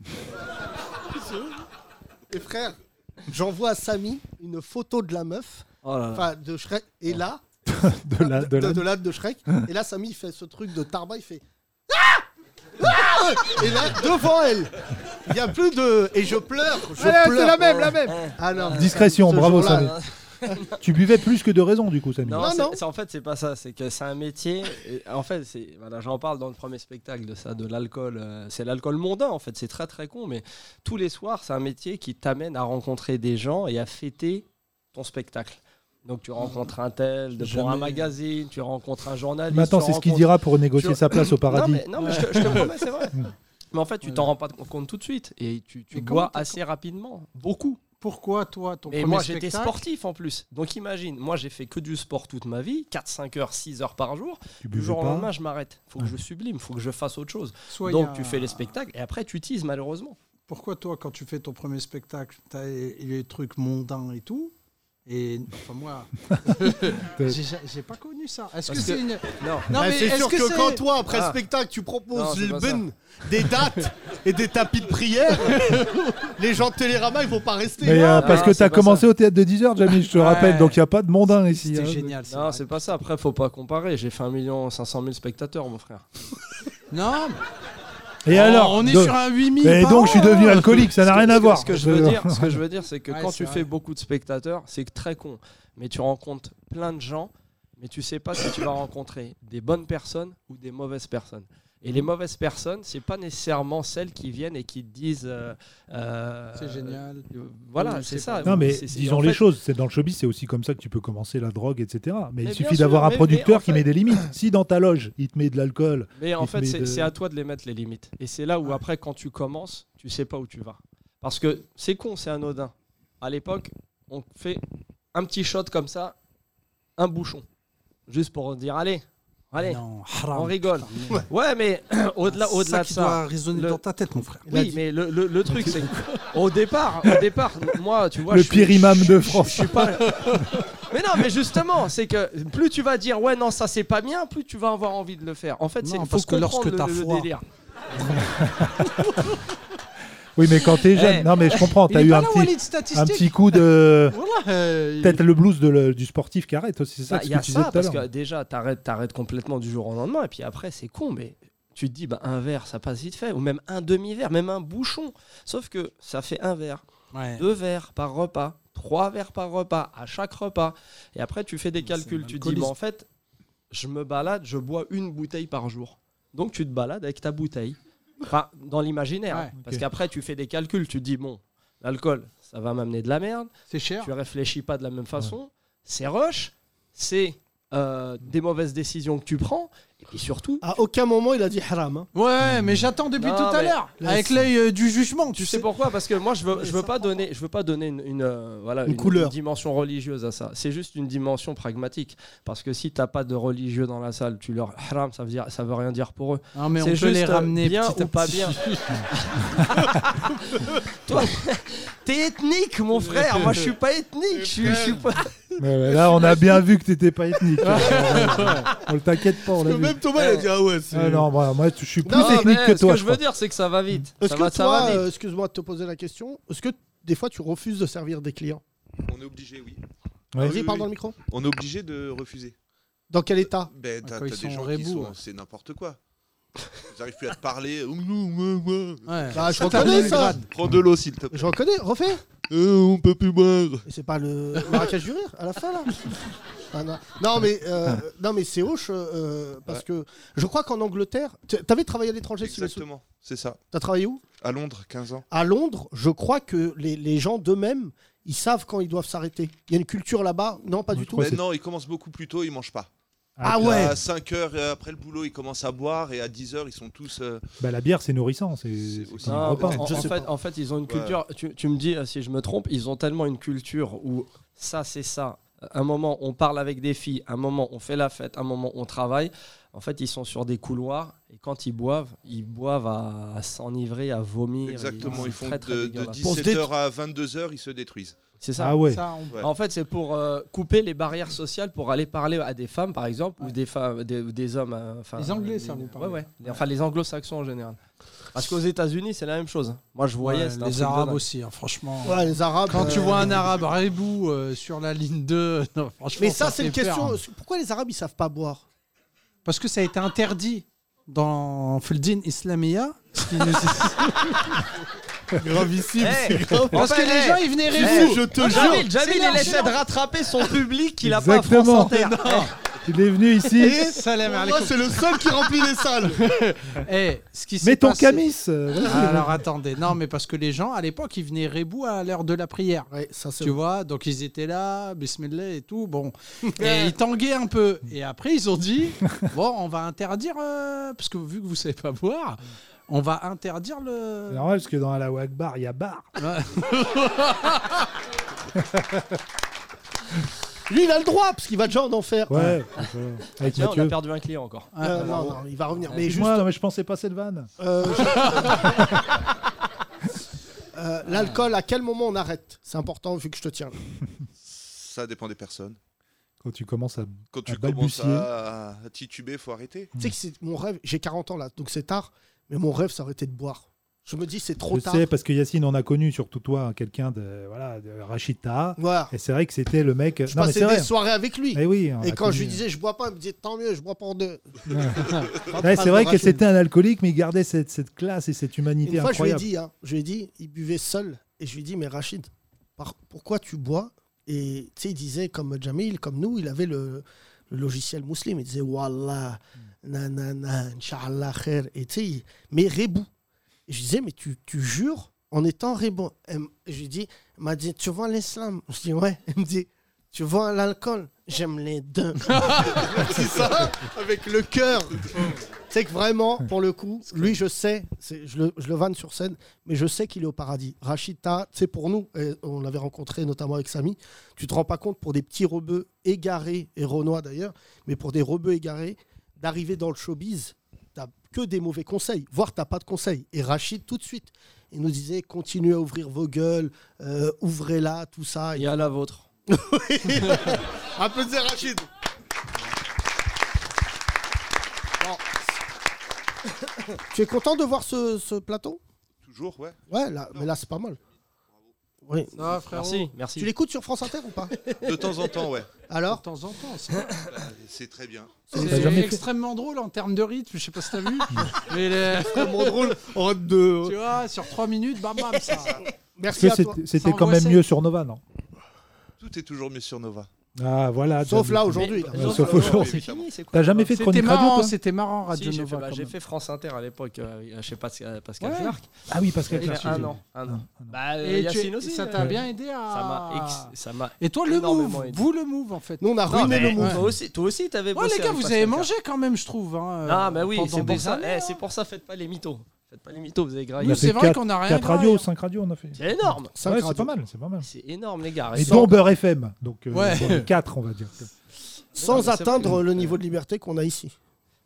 [SPEAKER 6] Et frère, j'envoie à Samy une photo de la meuf,
[SPEAKER 5] Oh là là.
[SPEAKER 6] enfin de Shrek, et là,
[SPEAKER 2] de
[SPEAKER 8] Ah,
[SPEAKER 2] la, de
[SPEAKER 6] de,
[SPEAKER 2] la-
[SPEAKER 6] de l'âne de Shrek, et là Samy il fait ce truc de Tarba, il fait Ah Ah Et là, devant elle, il n'y a plus de. Et je pleure, je
[SPEAKER 8] Ah là,
[SPEAKER 6] pleure.
[SPEAKER 8] c'est la même, la même.
[SPEAKER 6] Ah non.
[SPEAKER 2] Discrétion,
[SPEAKER 6] ce
[SPEAKER 2] bravo Samy.
[SPEAKER 6] jour-là,
[SPEAKER 2] tu buvais plus que de raison du coup Samy.
[SPEAKER 5] Non, c'est- c'est- en fait, c'est pas ça. C'est que c'est un métier. et en fait, c'est voilà, j'en parle dans le premier spectacle de ça, de l'alcool. euh, c'est l'alcool mondain, en fait. C'est très très con, mais tous les soirs, c'est un métier qui t'amène à rencontrer des gens et à fêter ton spectacle. Donc tu rencontres un tel de, pour un
[SPEAKER 2] Jamais.
[SPEAKER 5] magazine, tu rencontres un journaliste.
[SPEAKER 2] Mais attends,
[SPEAKER 5] tu
[SPEAKER 2] c'est ce qu'il
[SPEAKER 5] rencontres-
[SPEAKER 2] dira pour négocier sa place au paradis.
[SPEAKER 5] Non, mais, non, mais je, te- je te promets, c'est vrai. Mais en fait, tu t'en rends pas compte tout de suite et tu, tu bois assez rapidement, beaucoup.
[SPEAKER 10] Pourquoi toi, ton
[SPEAKER 5] Et
[SPEAKER 10] premier
[SPEAKER 5] moi j'étais
[SPEAKER 10] spectacle-
[SPEAKER 5] sportif en plus. Donc imagine, moi j'ai fait que du sport toute ma vie, 4, 5 heures, 6 heures par jour.
[SPEAKER 2] Tu
[SPEAKER 5] du
[SPEAKER 2] buvais
[SPEAKER 5] jour au
[SPEAKER 2] pas
[SPEAKER 5] lendemain, je m'arrête. Faut
[SPEAKER 2] *laughs*
[SPEAKER 5] que je sublime, faut que je fasse autre chose.
[SPEAKER 10] Soit
[SPEAKER 5] Donc
[SPEAKER 10] y a-
[SPEAKER 5] tu fais les spectacles et après tu teases malheureusement.
[SPEAKER 10] Pourquoi toi, quand tu fais ton premier spectacle, t'as les les trucs mondains et tout et enfin
[SPEAKER 6] *laughs*
[SPEAKER 10] moi, *laughs* j'ai j'ai pas connu ça. Est-ce que
[SPEAKER 6] Parce
[SPEAKER 10] c'est
[SPEAKER 5] *laughs*
[SPEAKER 6] que-
[SPEAKER 10] une
[SPEAKER 6] Non. Bah, c'est
[SPEAKER 10] est-ce
[SPEAKER 6] sûr que
[SPEAKER 10] c'est-
[SPEAKER 6] quand toi, après le
[SPEAKER 5] Ah.
[SPEAKER 6] spectacle, tu proposes
[SPEAKER 10] Non, c'est
[SPEAKER 6] les
[SPEAKER 10] pas ça.
[SPEAKER 6] bennes, des dates et des tapis
[SPEAKER 10] *laughs*
[SPEAKER 6] de prière, les gens de Télérama, ils vont pas rester.
[SPEAKER 2] Mais euh, parce que t'as commencé au théâtre de 10h, Jamie, je te rappelle,
[SPEAKER 5] Ouais.
[SPEAKER 2] donc il n'y a pas de mondain ici. hein.
[SPEAKER 5] Non, c'est pas ça. Après, faut pas comparer. J'ai fait 1 500 000 spectateurs, mon *laughs* frère.
[SPEAKER 10] Non.
[SPEAKER 2] Et
[SPEAKER 5] Oh,
[SPEAKER 2] alors
[SPEAKER 5] on est
[SPEAKER 2] de-
[SPEAKER 5] sur un 8000
[SPEAKER 2] Et
[SPEAKER 5] par
[SPEAKER 2] donc
[SPEAKER 5] an,
[SPEAKER 2] je suis devenu
[SPEAKER 5] hein.
[SPEAKER 2] alcoolique, ça
[SPEAKER 5] Ce
[SPEAKER 2] n'a
[SPEAKER 5] que-
[SPEAKER 2] rien
[SPEAKER 5] ce
[SPEAKER 2] à
[SPEAKER 5] que-
[SPEAKER 2] voir.
[SPEAKER 5] Ce que je veux dire, ce que je veux dire,
[SPEAKER 2] *laughs*
[SPEAKER 5] c'est que
[SPEAKER 10] Ouais,
[SPEAKER 5] quand
[SPEAKER 10] c'est
[SPEAKER 5] tu
[SPEAKER 10] vrai.
[SPEAKER 5] fais beaucoup de spectateurs, c'est très con. Mais tu rencontres plein de gens, mais tu sais pas si tu vas rencontrer des bonnes personnes ou des mauvaises personnes. Et les mauvaises personnes, c'est pas nécessairement celles qui viennent et qui te disent. euh, euh,
[SPEAKER 10] C'est génial.
[SPEAKER 5] euh, voilà,
[SPEAKER 10] Ou c'est
[SPEAKER 5] c'est ça.
[SPEAKER 2] Non mais
[SPEAKER 5] C'est- c'est-
[SPEAKER 2] disons
[SPEAKER 5] en
[SPEAKER 2] les
[SPEAKER 5] fait,
[SPEAKER 2] choses, c'est dans le showbiz, c'est aussi comme ça que tu peux commencer la drogue, etc. Mais,
[SPEAKER 5] Mais
[SPEAKER 2] il
[SPEAKER 5] bien
[SPEAKER 2] suffit
[SPEAKER 5] sûr,
[SPEAKER 2] d'avoir un
[SPEAKER 5] mais- mais
[SPEAKER 2] producteur
[SPEAKER 5] en
[SPEAKER 2] qui
[SPEAKER 5] fait-
[SPEAKER 2] met des limites. Si dans ta loge il te met de l'alcool,
[SPEAKER 5] Mais en
[SPEAKER 2] il te
[SPEAKER 5] fait,
[SPEAKER 2] met
[SPEAKER 5] c'est
[SPEAKER 2] de-
[SPEAKER 5] c'est à toi de les mettre les limites. Et c'est là où après, quand tu commences, tu sais pas où tu vas. Parce que c'est con, c'est anodin. À l'époque, on fait un petit shot comme ça, un bouchon, juste pour dire allez, allez,
[SPEAKER 10] Non, haram,
[SPEAKER 5] on rigole.
[SPEAKER 10] putain,
[SPEAKER 5] Ouais, mais *clears throat* au-delà,
[SPEAKER 10] C'est
[SPEAKER 5] au-delà
[SPEAKER 10] ça
[SPEAKER 5] de
[SPEAKER 10] qui
[SPEAKER 5] ça,
[SPEAKER 10] doit résonner
[SPEAKER 5] le-
[SPEAKER 10] dans ta tête, mon frère. Il a
[SPEAKER 5] Oui,
[SPEAKER 10] dit.
[SPEAKER 5] mais le, le- le
[SPEAKER 10] *laughs*
[SPEAKER 5] truc, c'est que au départ, au départ, moi, tu vois,
[SPEAKER 2] le
[SPEAKER 5] je suis-
[SPEAKER 2] pire imam de France.
[SPEAKER 5] *laughs* mais non, mais justement, c'est que plus tu vas dire ouais, non, ça c'est pas bien, plus tu vas avoir envie de le faire. En fait, c'est
[SPEAKER 10] Non,
[SPEAKER 5] faut
[SPEAKER 10] parce que
[SPEAKER 5] comprendre
[SPEAKER 10] lorsque
[SPEAKER 5] le-
[SPEAKER 10] t'as
[SPEAKER 5] le- le
[SPEAKER 10] froid.
[SPEAKER 5] délire.
[SPEAKER 2] Oui, mais quand t'es jeune,
[SPEAKER 10] Eh.
[SPEAKER 2] non mais je comprends,
[SPEAKER 10] Il
[SPEAKER 2] t'as
[SPEAKER 10] est
[SPEAKER 2] eu
[SPEAKER 10] pas
[SPEAKER 2] un
[SPEAKER 10] là, Walid,
[SPEAKER 2] petit,
[SPEAKER 10] statistique.
[SPEAKER 2] un petit coup de.
[SPEAKER 10] Voilà, euh,
[SPEAKER 2] Peut-être le blues de le- du sportif qui arrête aussi, c'est ça
[SPEAKER 5] Bah,
[SPEAKER 2] ce
[SPEAKER 5] Il
[SPEAKER 2] que
[SPEAKER 5] y a
[SPEAKER 2] tu disais
[SPEAKER 5] ça,
[SPEAKER 2] tout à
[SPEAKER 5] parce
[SPEAKER 2] l'heure.
[SPEAKER 5] que déjà, t'arrêtes, t'arrêtes complètement du jour au lendemain, et puis après, c'est con, mais tu te dis, bah, un verre, ça passe vite fait, ou même un demi-verre, même un bouchon. Sauf que ça fait un verre,
[SPEAKER 10] Ouais.
[SPEAKER 5] deux verres par repas, trois verres par repas, à chaque repas. Et après, tu fais des calculs, tu te dis,
[SPEAKER 10] l'alcoolisme.
[SPEAKER 5] bah, en fait, je me balade, je bois une bouteille par jour. Donc, tu te balades avec ta bouteille. Enfin, dans l'imaginaire. hein,
[SPEAKER 10] Ouais.
[SPEAKER 5] Parce
[SPEAKER 10] Ok.
[SPEAKER 5] qu'après, tu fais des calculs, tu te dis, bon, l'alcool, ça va m'amener de la merde.
[SPEAKER 10] C'est cher.
[SPEAKER 5] Tu réfléchis pas de la même façon. C'est rush, c'est euh, des mauvaises décisions que tu prends. Et puis surtout.
[SPEAKER 6] À aucun moment, il a dit haram. hein.
[SPEAKER 10] Ouais, mais j'attends depuis
[SPEAKER 5] Non,
[SPEAKER 10] tout à
[SPEAKER 5] mais-
[SPEAKER 10] l'heure, avec l'œil euh, du jugement. Tu,
[SPEAKER 5] Tu sais pourquoi Parce que moi, je veux, je veux pas donner, je veux pas donner une, une, euh, voilà
[SPEAKER 10] Une couleur.
[SPEAKER 5] dimension religieuse à ça. C'est juste une dimension pragmatique. Parce que si t'as pas de religieux dans la salle, tu leur haram, ça veut dire, ça veut rien dire pour eux.
[SPEAKER 10] Non, mais on
[SPEAKER 5] c'est
[SPEAKER 10] peut
[SPEAKER 5] juste
[SPEAKER 10] les
[SPEAKER 5] euh,
[SPEAKER 10] ramener
[SPEAKER 5] bien
[SPEAKER 10] petit à
[SPEAKER 5] ou pas
[SPEAKER 10] petit. *laughs*
[SPEAKER 5] bien. Toi, t'es ethnique, mon frère. Moi, je suis pas ethnique. Je suis- je suis pas.
[SPEAKER 2] Ouais, ouais, là, on a bien vu que t'étais pas ethnique. euh, on le t'inquiète pas, on l'a vu.
[SPEAKER 6] même Thomas, il a dit, ah ouais, c'est-
[SPEAKER 2] Ah non, moi, moi, je suis plus
[SPEAKER 6] Non,
[SPEAKER 2] technique
[SPEAKER 5] mais
[SPEAKER 2] que
[SPEAKER 5] ce
[SPEAKER 2] toi.
[SPEAKER 5] que
[SPEAKER 2] je
[SPEAKER 5] je
[SPEAKER 2] crois.
[SPEAKER 5] veux dire, c'est que ça va vite.
[SPEAKER 6] Est-ce
[SPEAKER 5] Ça
[SPEAKER 6] que
[SPEAKER 5] va- ça va
[SPEAKER 6] toi,
[SPEAKER 5] vite.
[SPEAKER 6] euh, excuse-moi de te poser la question, est-ce que des fois tu refuses de servir des clients
[SPEAKER 14] On est obligé, oui.
[SPEAKER 6] Vas-y,
[SPEAKER 14] Ah oui,
[SPEAKER 6] parle
[SPEAKER 14] oui, oui.
[SPEAKER 6] dans le micro.
[SPEAKER 14] On est obligé de refuser.
[SPEAKER 6] Dans quel état
[SPEAKER 14] Ben, t'as
[SPEAKER 6] Ah, Quand
[SPEAKER 14] t'as
[SPEAKER 6] ils
[SPEAKER 14] des
[SPEAKER 6] sont hein.
[SPEAKER 14] gens qui
[SPEAKER 6] rébous,
[SPEAKER 14] sont.
[SPEAKER 6] ouais.
[SPEAKER 14] C'est n'importe quoi. Ils n'arrivent plus à te parler. Ouh, ouh, ouh, ouh.
[SPEAKER 6] Bah, je
[SPEAKER 14] Ça
[SPEAKER 6] reconnais
[SPEAKER 14] t'amène.
[SPEAKER 6] ça.
[SPEAKER 14] Prends de l'eau, s'il te plaît.
[SPEAKER 6] Je reconnais, refais.
[SPEAKER 14] Euh, on peut plus boire.
[SPEAKER 6] Et c'est pas le marquage du rire à la fin là. Ah, non. Non, mais euh, non mais c'est hoche euh, parce que je crois qu'en Angleterre, tu- t'avais travaillé à l'étranger. si mes sou-
[SPEAKER 14] Exactement, c'est ça.
[SPEAKER 6] T'as travaillé où
[SPEAKER 14] À Londres, 15 ans.
[SPEAKER 6] À Londres, je crois que les, les gens d'eux-mêmes, ils savent quand ils doivent s'arrêter. Il y a une culture là-bas. Non, pas du tout.
[SPEAKER 14] Mais Ben non, ils commencent beaucoup plus tôt, ils mangent pas.
[SPEAKER 6] Ah ouais.
[SPEAKER 14] À 5 heures euh, après le boulot, ils commencent à boire et à 10 heures, ils sont tous. euh,
[SPEAKER 2] Bah, la bière, c'est nourrissant. C'est c'est
[SPEAKER 5] Non,
[SPEAKER 2] comme un
[SPEAKER 5] en,
[SPEAKER 2] repas.
[SPEAKER 5] en- en fait, en fait, ils ont une
[SPEAKER 14] Ouais.
[SPEAKER 5] culture. Tu, tu me dis euh, si je me trompe, ils ont tellement une culture où ça c'est ça, un moment on parle avec des filles, un moment on fait la fête, un moment on travaille. En fait, ils sont sur des couloirs et quand ils boivent, ils boivent à, à s'enivrer, à vomir.
[SPEAKER 14] Exactement,
[SPEAKER 5] c'est
[SPEAKER 14] ils font
[SPEAKER 5] très, très
[SPEAKER 14] de,
[SPEAKER 5] dégueulasse.
[SPEAKER 14] 17h à 22h, ils se détruisent.
[SPEAKER 5] C'est ça.
[SPEAKER 2] Ah
[SPEAKER 14] Ça, on-
[SPEAKER 5] En fait, c'est pour euh, couper les barrières sociales pour aller parler à des femmes, par exemple, ou des femmes, des, ou des hommes. euh, enfin,
[SPEAKER 10] Les Anglais,
[SPEAKER 5] euh,
[SPEAKER 10] ça,
[SPEAKER 5] des-
[SPEAKER 10] vous parlez.
[SPEAKER 5] Ouais, ouais. Les- Enfin, les Anglo-Saxons en général. Parce qu'aux États-Unis, c'est la même chose. Moi, je voyais.
[SPEAKER 10] Ouais,
[SPEAKER 5] c'était un
[SPEAKER 10] les
[SPEAKER 5] truc de
[SPEAKER 10] Arabes
[SPEAKER 5] dingue.
[SPEAKER 10] aussi, hein, franchement.
[SPEAKER 6] Ouais, les Arabes,
[SPEAKER 10] Quand tu
[SPEAKER 6] euh, *laughs*
[SPEAKER 10] vois un Arabe rebou euh, sur la ligne 2, *laughs* non, franchement.
[SPEAKER 6] Mais ça, c'est
[SPEAKER 10] fait
[SPEAKER 6] une question.
[SPEAKER 10] peur, hein.
[SPEAKER 6] Pourquoi les Arabes, ils savent pas boire
[SPEAKER 10] Parce que ça a été interdit dans Feldin Islamia. ce
[SPEAKER 5] *laughs*
[SPEAKER 10] qui nous-
[SPEAKER 6] Gravissime,
[SPEAKER 5] Eh,
[SPEAKER 10] c'est grave.
[SPEAKER 5] Parce que les gens, ils venaient
[SPEAKER 10] Tu
[SPEAKER 5] rêver.
[SPEAKER 10] sais, *laughs* je te
[SPEAKER 5] Ah, Jamil,
[SPEAKER 10] jure.
[SPEAKER 5] Jamil,
[SPEAKER 10] C'est
[SPEAKER 5] il essaie
[SPEAKER 10] l'argent.
[SPEAKER 5] de rattraper son public qu'il a pas à France
[SPEAKER 2] Exactement. *laughs*
[SPEAKER 5] Inter.
[SPEAKER 2] Il est venu ici.
[SPEAKER 10] Et salam alaikum. salles. *laughs* Eh, ce qui s'est
[SPEAKER 2] Mets ton
[SPEAKER 10] passé-
[SPEAKER 2] camis, euh, vas-y.
[SPEAKER 10] Ah, Alors attendez, non, mais parce que les gens à l'époque ils venaient rebou à l'heure de la prière. tu vois, donc ils étaient là, bismillah et tout. Bon, et ils tanguaient un peu. Et après ils ont dit bon, on va interdire euh, parce que vu que vous savez pas boire, on va interdire le.
[SPEAKER 2] C'est normal parce que dans la Akbar, il y a bar.
[SPEAKER 6] Lui, il a le droit, parce qu'il va déjà en enfer.
[SPEAKER 2] Ouais. Avec
[SPEAKER 5] Tiens, on a
[SPEAKER 2] Mathieu.
[SPEAKER 5] perdu un client encore.
[SPEAKER 6] Ah, Euh, non, non, il va revenir. Mais
[SPEAKER 2] Excuse-moi,
[SPEAKER 6] juste-
[SPEAKER 2] non, mais je pensais pas cette vanne.
[SPEAKER 6] Euh,
[SPEAKER 2] *laughs*
[SPEAKER 6] *laughs* Euh, L'alcool, à quel moment on arrête C'est important vu que je te tiens.
[SPEAKER 14] Ça dépend des personnes.
[SPEAKER 2] Quand tu commences à,
[SPEAKER 14] Quand
[SPEAKER 2] à
[SPEAKER 14] tu commences
[SPEAKER 2] balbutier.
[SPEAKER 14] à, à tituber, faut *laughs* arrêter.
[SPEAKER 6] Tu sais que c'est mon rêve, j'ai 40 ans là, donc c'est tard, mais mon rêve, ça aurait été de boire. Je me dis, c'est trop
[SPEAKER 2] je
[SPEAKER 6] tard.
[SPEAKER 2] sais parce que Yacine en a connu surtout toi hein, quelqu'un de voilà de Rachid Taha. Et c'est vrai que c'était le mec.
[SPEAKER 6] Je
[SPEAKER 2] non mais
[SPEAKER 6] passais
[SPEAKER 2] c'est
[SPEAKER 6] des
[SPEAKER 2] vrai.
[SPEAKER 6] soirées avec lui.
[SPEAKER 2] Eh oui, on
[SPEAKER 6] Et
[SPEAKER 2] a
[SPEAKER 6] quand je lui
[SPEAKER 2] connu. *laughs*
[SPEAKER 6] disais, je bois pas, il me disait, tant mieux, je bois pas en deux. *laughs*
[SPEAKER 2] Ouais, c'est vrai que c'était un alcoolique mais il gardait cette, cette classe et cette humanité
[SPEAKER 6] Une fois, je lui ai
[SPEAKER 2] incroyable.
[SPEAKER 6] dit, hein, je lui ai dit, il buvait seul. Et je lui ai dit, mais Rachid, par- pourquoi tu bois Et tu sais, il disait, comme Jamil, comme nous, il avait le, le logiciel musulman. Il disait, Wallah, nanana, Inch'Allah, khair. Et tu sais, il- mais rebou. Et je lui disais, mais tu, tu jures en étant rebou. Elle m- Je lui ai dit, elle m'a dit, tu vois l'islam Je dis, ouais. Elle me dit, tu vois l'alcool J'aime les deux. *laughs* C'est ça Avec le cœur. C'est que vraiment, pour le coup, lui, je sais, c'est- je le, je le vanne sur scène, mais je sais qu'il est au paradis. Rachid Taha, c'est pour nous, et on l'avait rencontré notamment avec Samy, tu te rends pas compte pour des petits rebeux égarés, et Renoir d'ailleurs, mais pour des rebeux égarés, d'arriver dans le showbiz, t'as que des mauvais conseils, voire t'as pas de conseils. Et Rachid, tout de suite, il nous disait continuez à ouvrir vos gueules, euh, ouvrez-la, tout ça. Et
[SPEAKER 5] à la vôtre.
[SPEAKER 6] Applaudissez Rachid *laughs* Tu es content de voir ce, ce plateau
[SPEAKER 14] Toujours, ouais.
[SPEAKER 6] Ouais, là, mais là, c'est pas mal. Oui.
[SPEAKER 14] Non, frérot. Merci, merci.
[SPEAKER 6] Tu l'écoutes sur France Inter ou pas
[SPEAKER 14] De temps en temps, ouais.
[SPEAKER 6] Alors
[SPEAKER 10] De temps en temps, c'est-
[SPEAKER 14] Bah, C'est très bien.
[SPEAKER 10] C'est extrêmement drôle en termes de rythme, je sais pas si t'as
[SPEAKER 6] *laughs*
[SPEAKER 10] vu. mais le-
[SPEAKER 6] Extrêmement drôle en deux.
[SPEAKER 10] Tu vois, sur 3 minutes, bam bam, ça.
[SPEAKER 2] Parce que c'était- c'était quand même mieux sur Nova, non
[SPEAKER 14] Tout est toujours mieux sur Nova.
[SPEAKER 2] Ah voilà.
[SPEAKER 14] Sauf
[SPEAKER 2] Jamil.
[SPEAKER 14] là, aujourd'hui, là.
[SPEAKER 2] Ouais,
[SPEAKER 14] Sauf
[SPEAKER 2] sauf
[SPEAKER 14] là, aujourd'hui,
[SPEAKER 2] aujourd'hui.
[SPEAKER 14] évidemment. C'est
[SPEAKER 2] T'as jamais fait de chronique radio toi
[SPEAKER 10] marrant,
[SPEAKER 5] Radio J'ai fait,
[SPEAKER 10] Nova,
[SPEAKER 5] bah,
[SPEAKER 10] quand
[SPEAKER 5] j'ai
[SPEAKER 10] même.
[SPEAKER 5] fait France Inter à l'époque, euh, je sais pas, euh, Pascal
[SPEAKER 10] Ouais.
[SPEAKER 5] Clark.
[SPEAKER 2] Ah oui, Pascal
[SPEAKER 5] Il y a
[SPEAKER 2] Clark,
[SPEAKER 5] Un
[SPEAKER 2] oui.
[SPEAKER 5] an. Un an. Bah,
[SPEAKER 10] Et
[SPEAKER 5] et
[SPEAKER 10] tu-
[SPEAKER 5] Yacine aussi.
[SPEAKER 10] ça t'a
[SPEAKER 5] euh,
[SPEAKER 10] bien aidé à-
[SPEAKER 5] Ça m'a. ex- ça m'a
[SPEAKER 10] Et toi, le
[SPEAKER 5] énormément
[SPEAKER 10] move,
[SPEAKER 5] aidé.
[SPEAKER 10] vous le move en fait.
[SPEAKER 6] Nous on a
[SPEAKER 5] Non, mais Toi aussi, toi aussi t'avais
[SPEAKER 10] Ouais,
[SPEAKER 5] bossé
[SPEAKER 10] les gars,
[SPEAKER 5] avec
[SPEAKER 10] vous
[SPEAKER 5] Pascal
[SPEAKER 10] avez
[SPEAKER 5] Clark.
[SPEAKER 10] mangé quand même, je trouve. hein,
[SPEAKER 5] Ah, bah oui,
[SPEAKER 10] pendant
[SPEAKER 5] c'est
[SPEAKER 10] des
[SPEAKER 5] pour ça.
[SPEAKER 10] années.
[SPEAKER 5] Eh, C'est pour ça, faites pas les mythos. Faites pas les mythos, vous avez graillé.
[SPEAKER 2] On a fait quatre- quatre radios, 5 radios, on a fait.
[SPEAKER 5] C'est énorme.
[SPEAKER 2] Ouais, c'est pas mal, c'est pas mal.
[SPEAKER 5] C'est énorme, les gars.
[SPEAKER 2] Et
[SPEAKER 5] Sans-
[SPEAKER 2] dont Beurre FM, donc
[SPEAKER 5] Ouais.
[SPEAKER 2] 4 on va dire.
[SPEAKER 5] Non, mais
[SPEAKER 6] *laughs* Sans
[SPEAKER 5] c'est
[SPEAKER 6] atteindre le niveau de liberté qu'on a ici.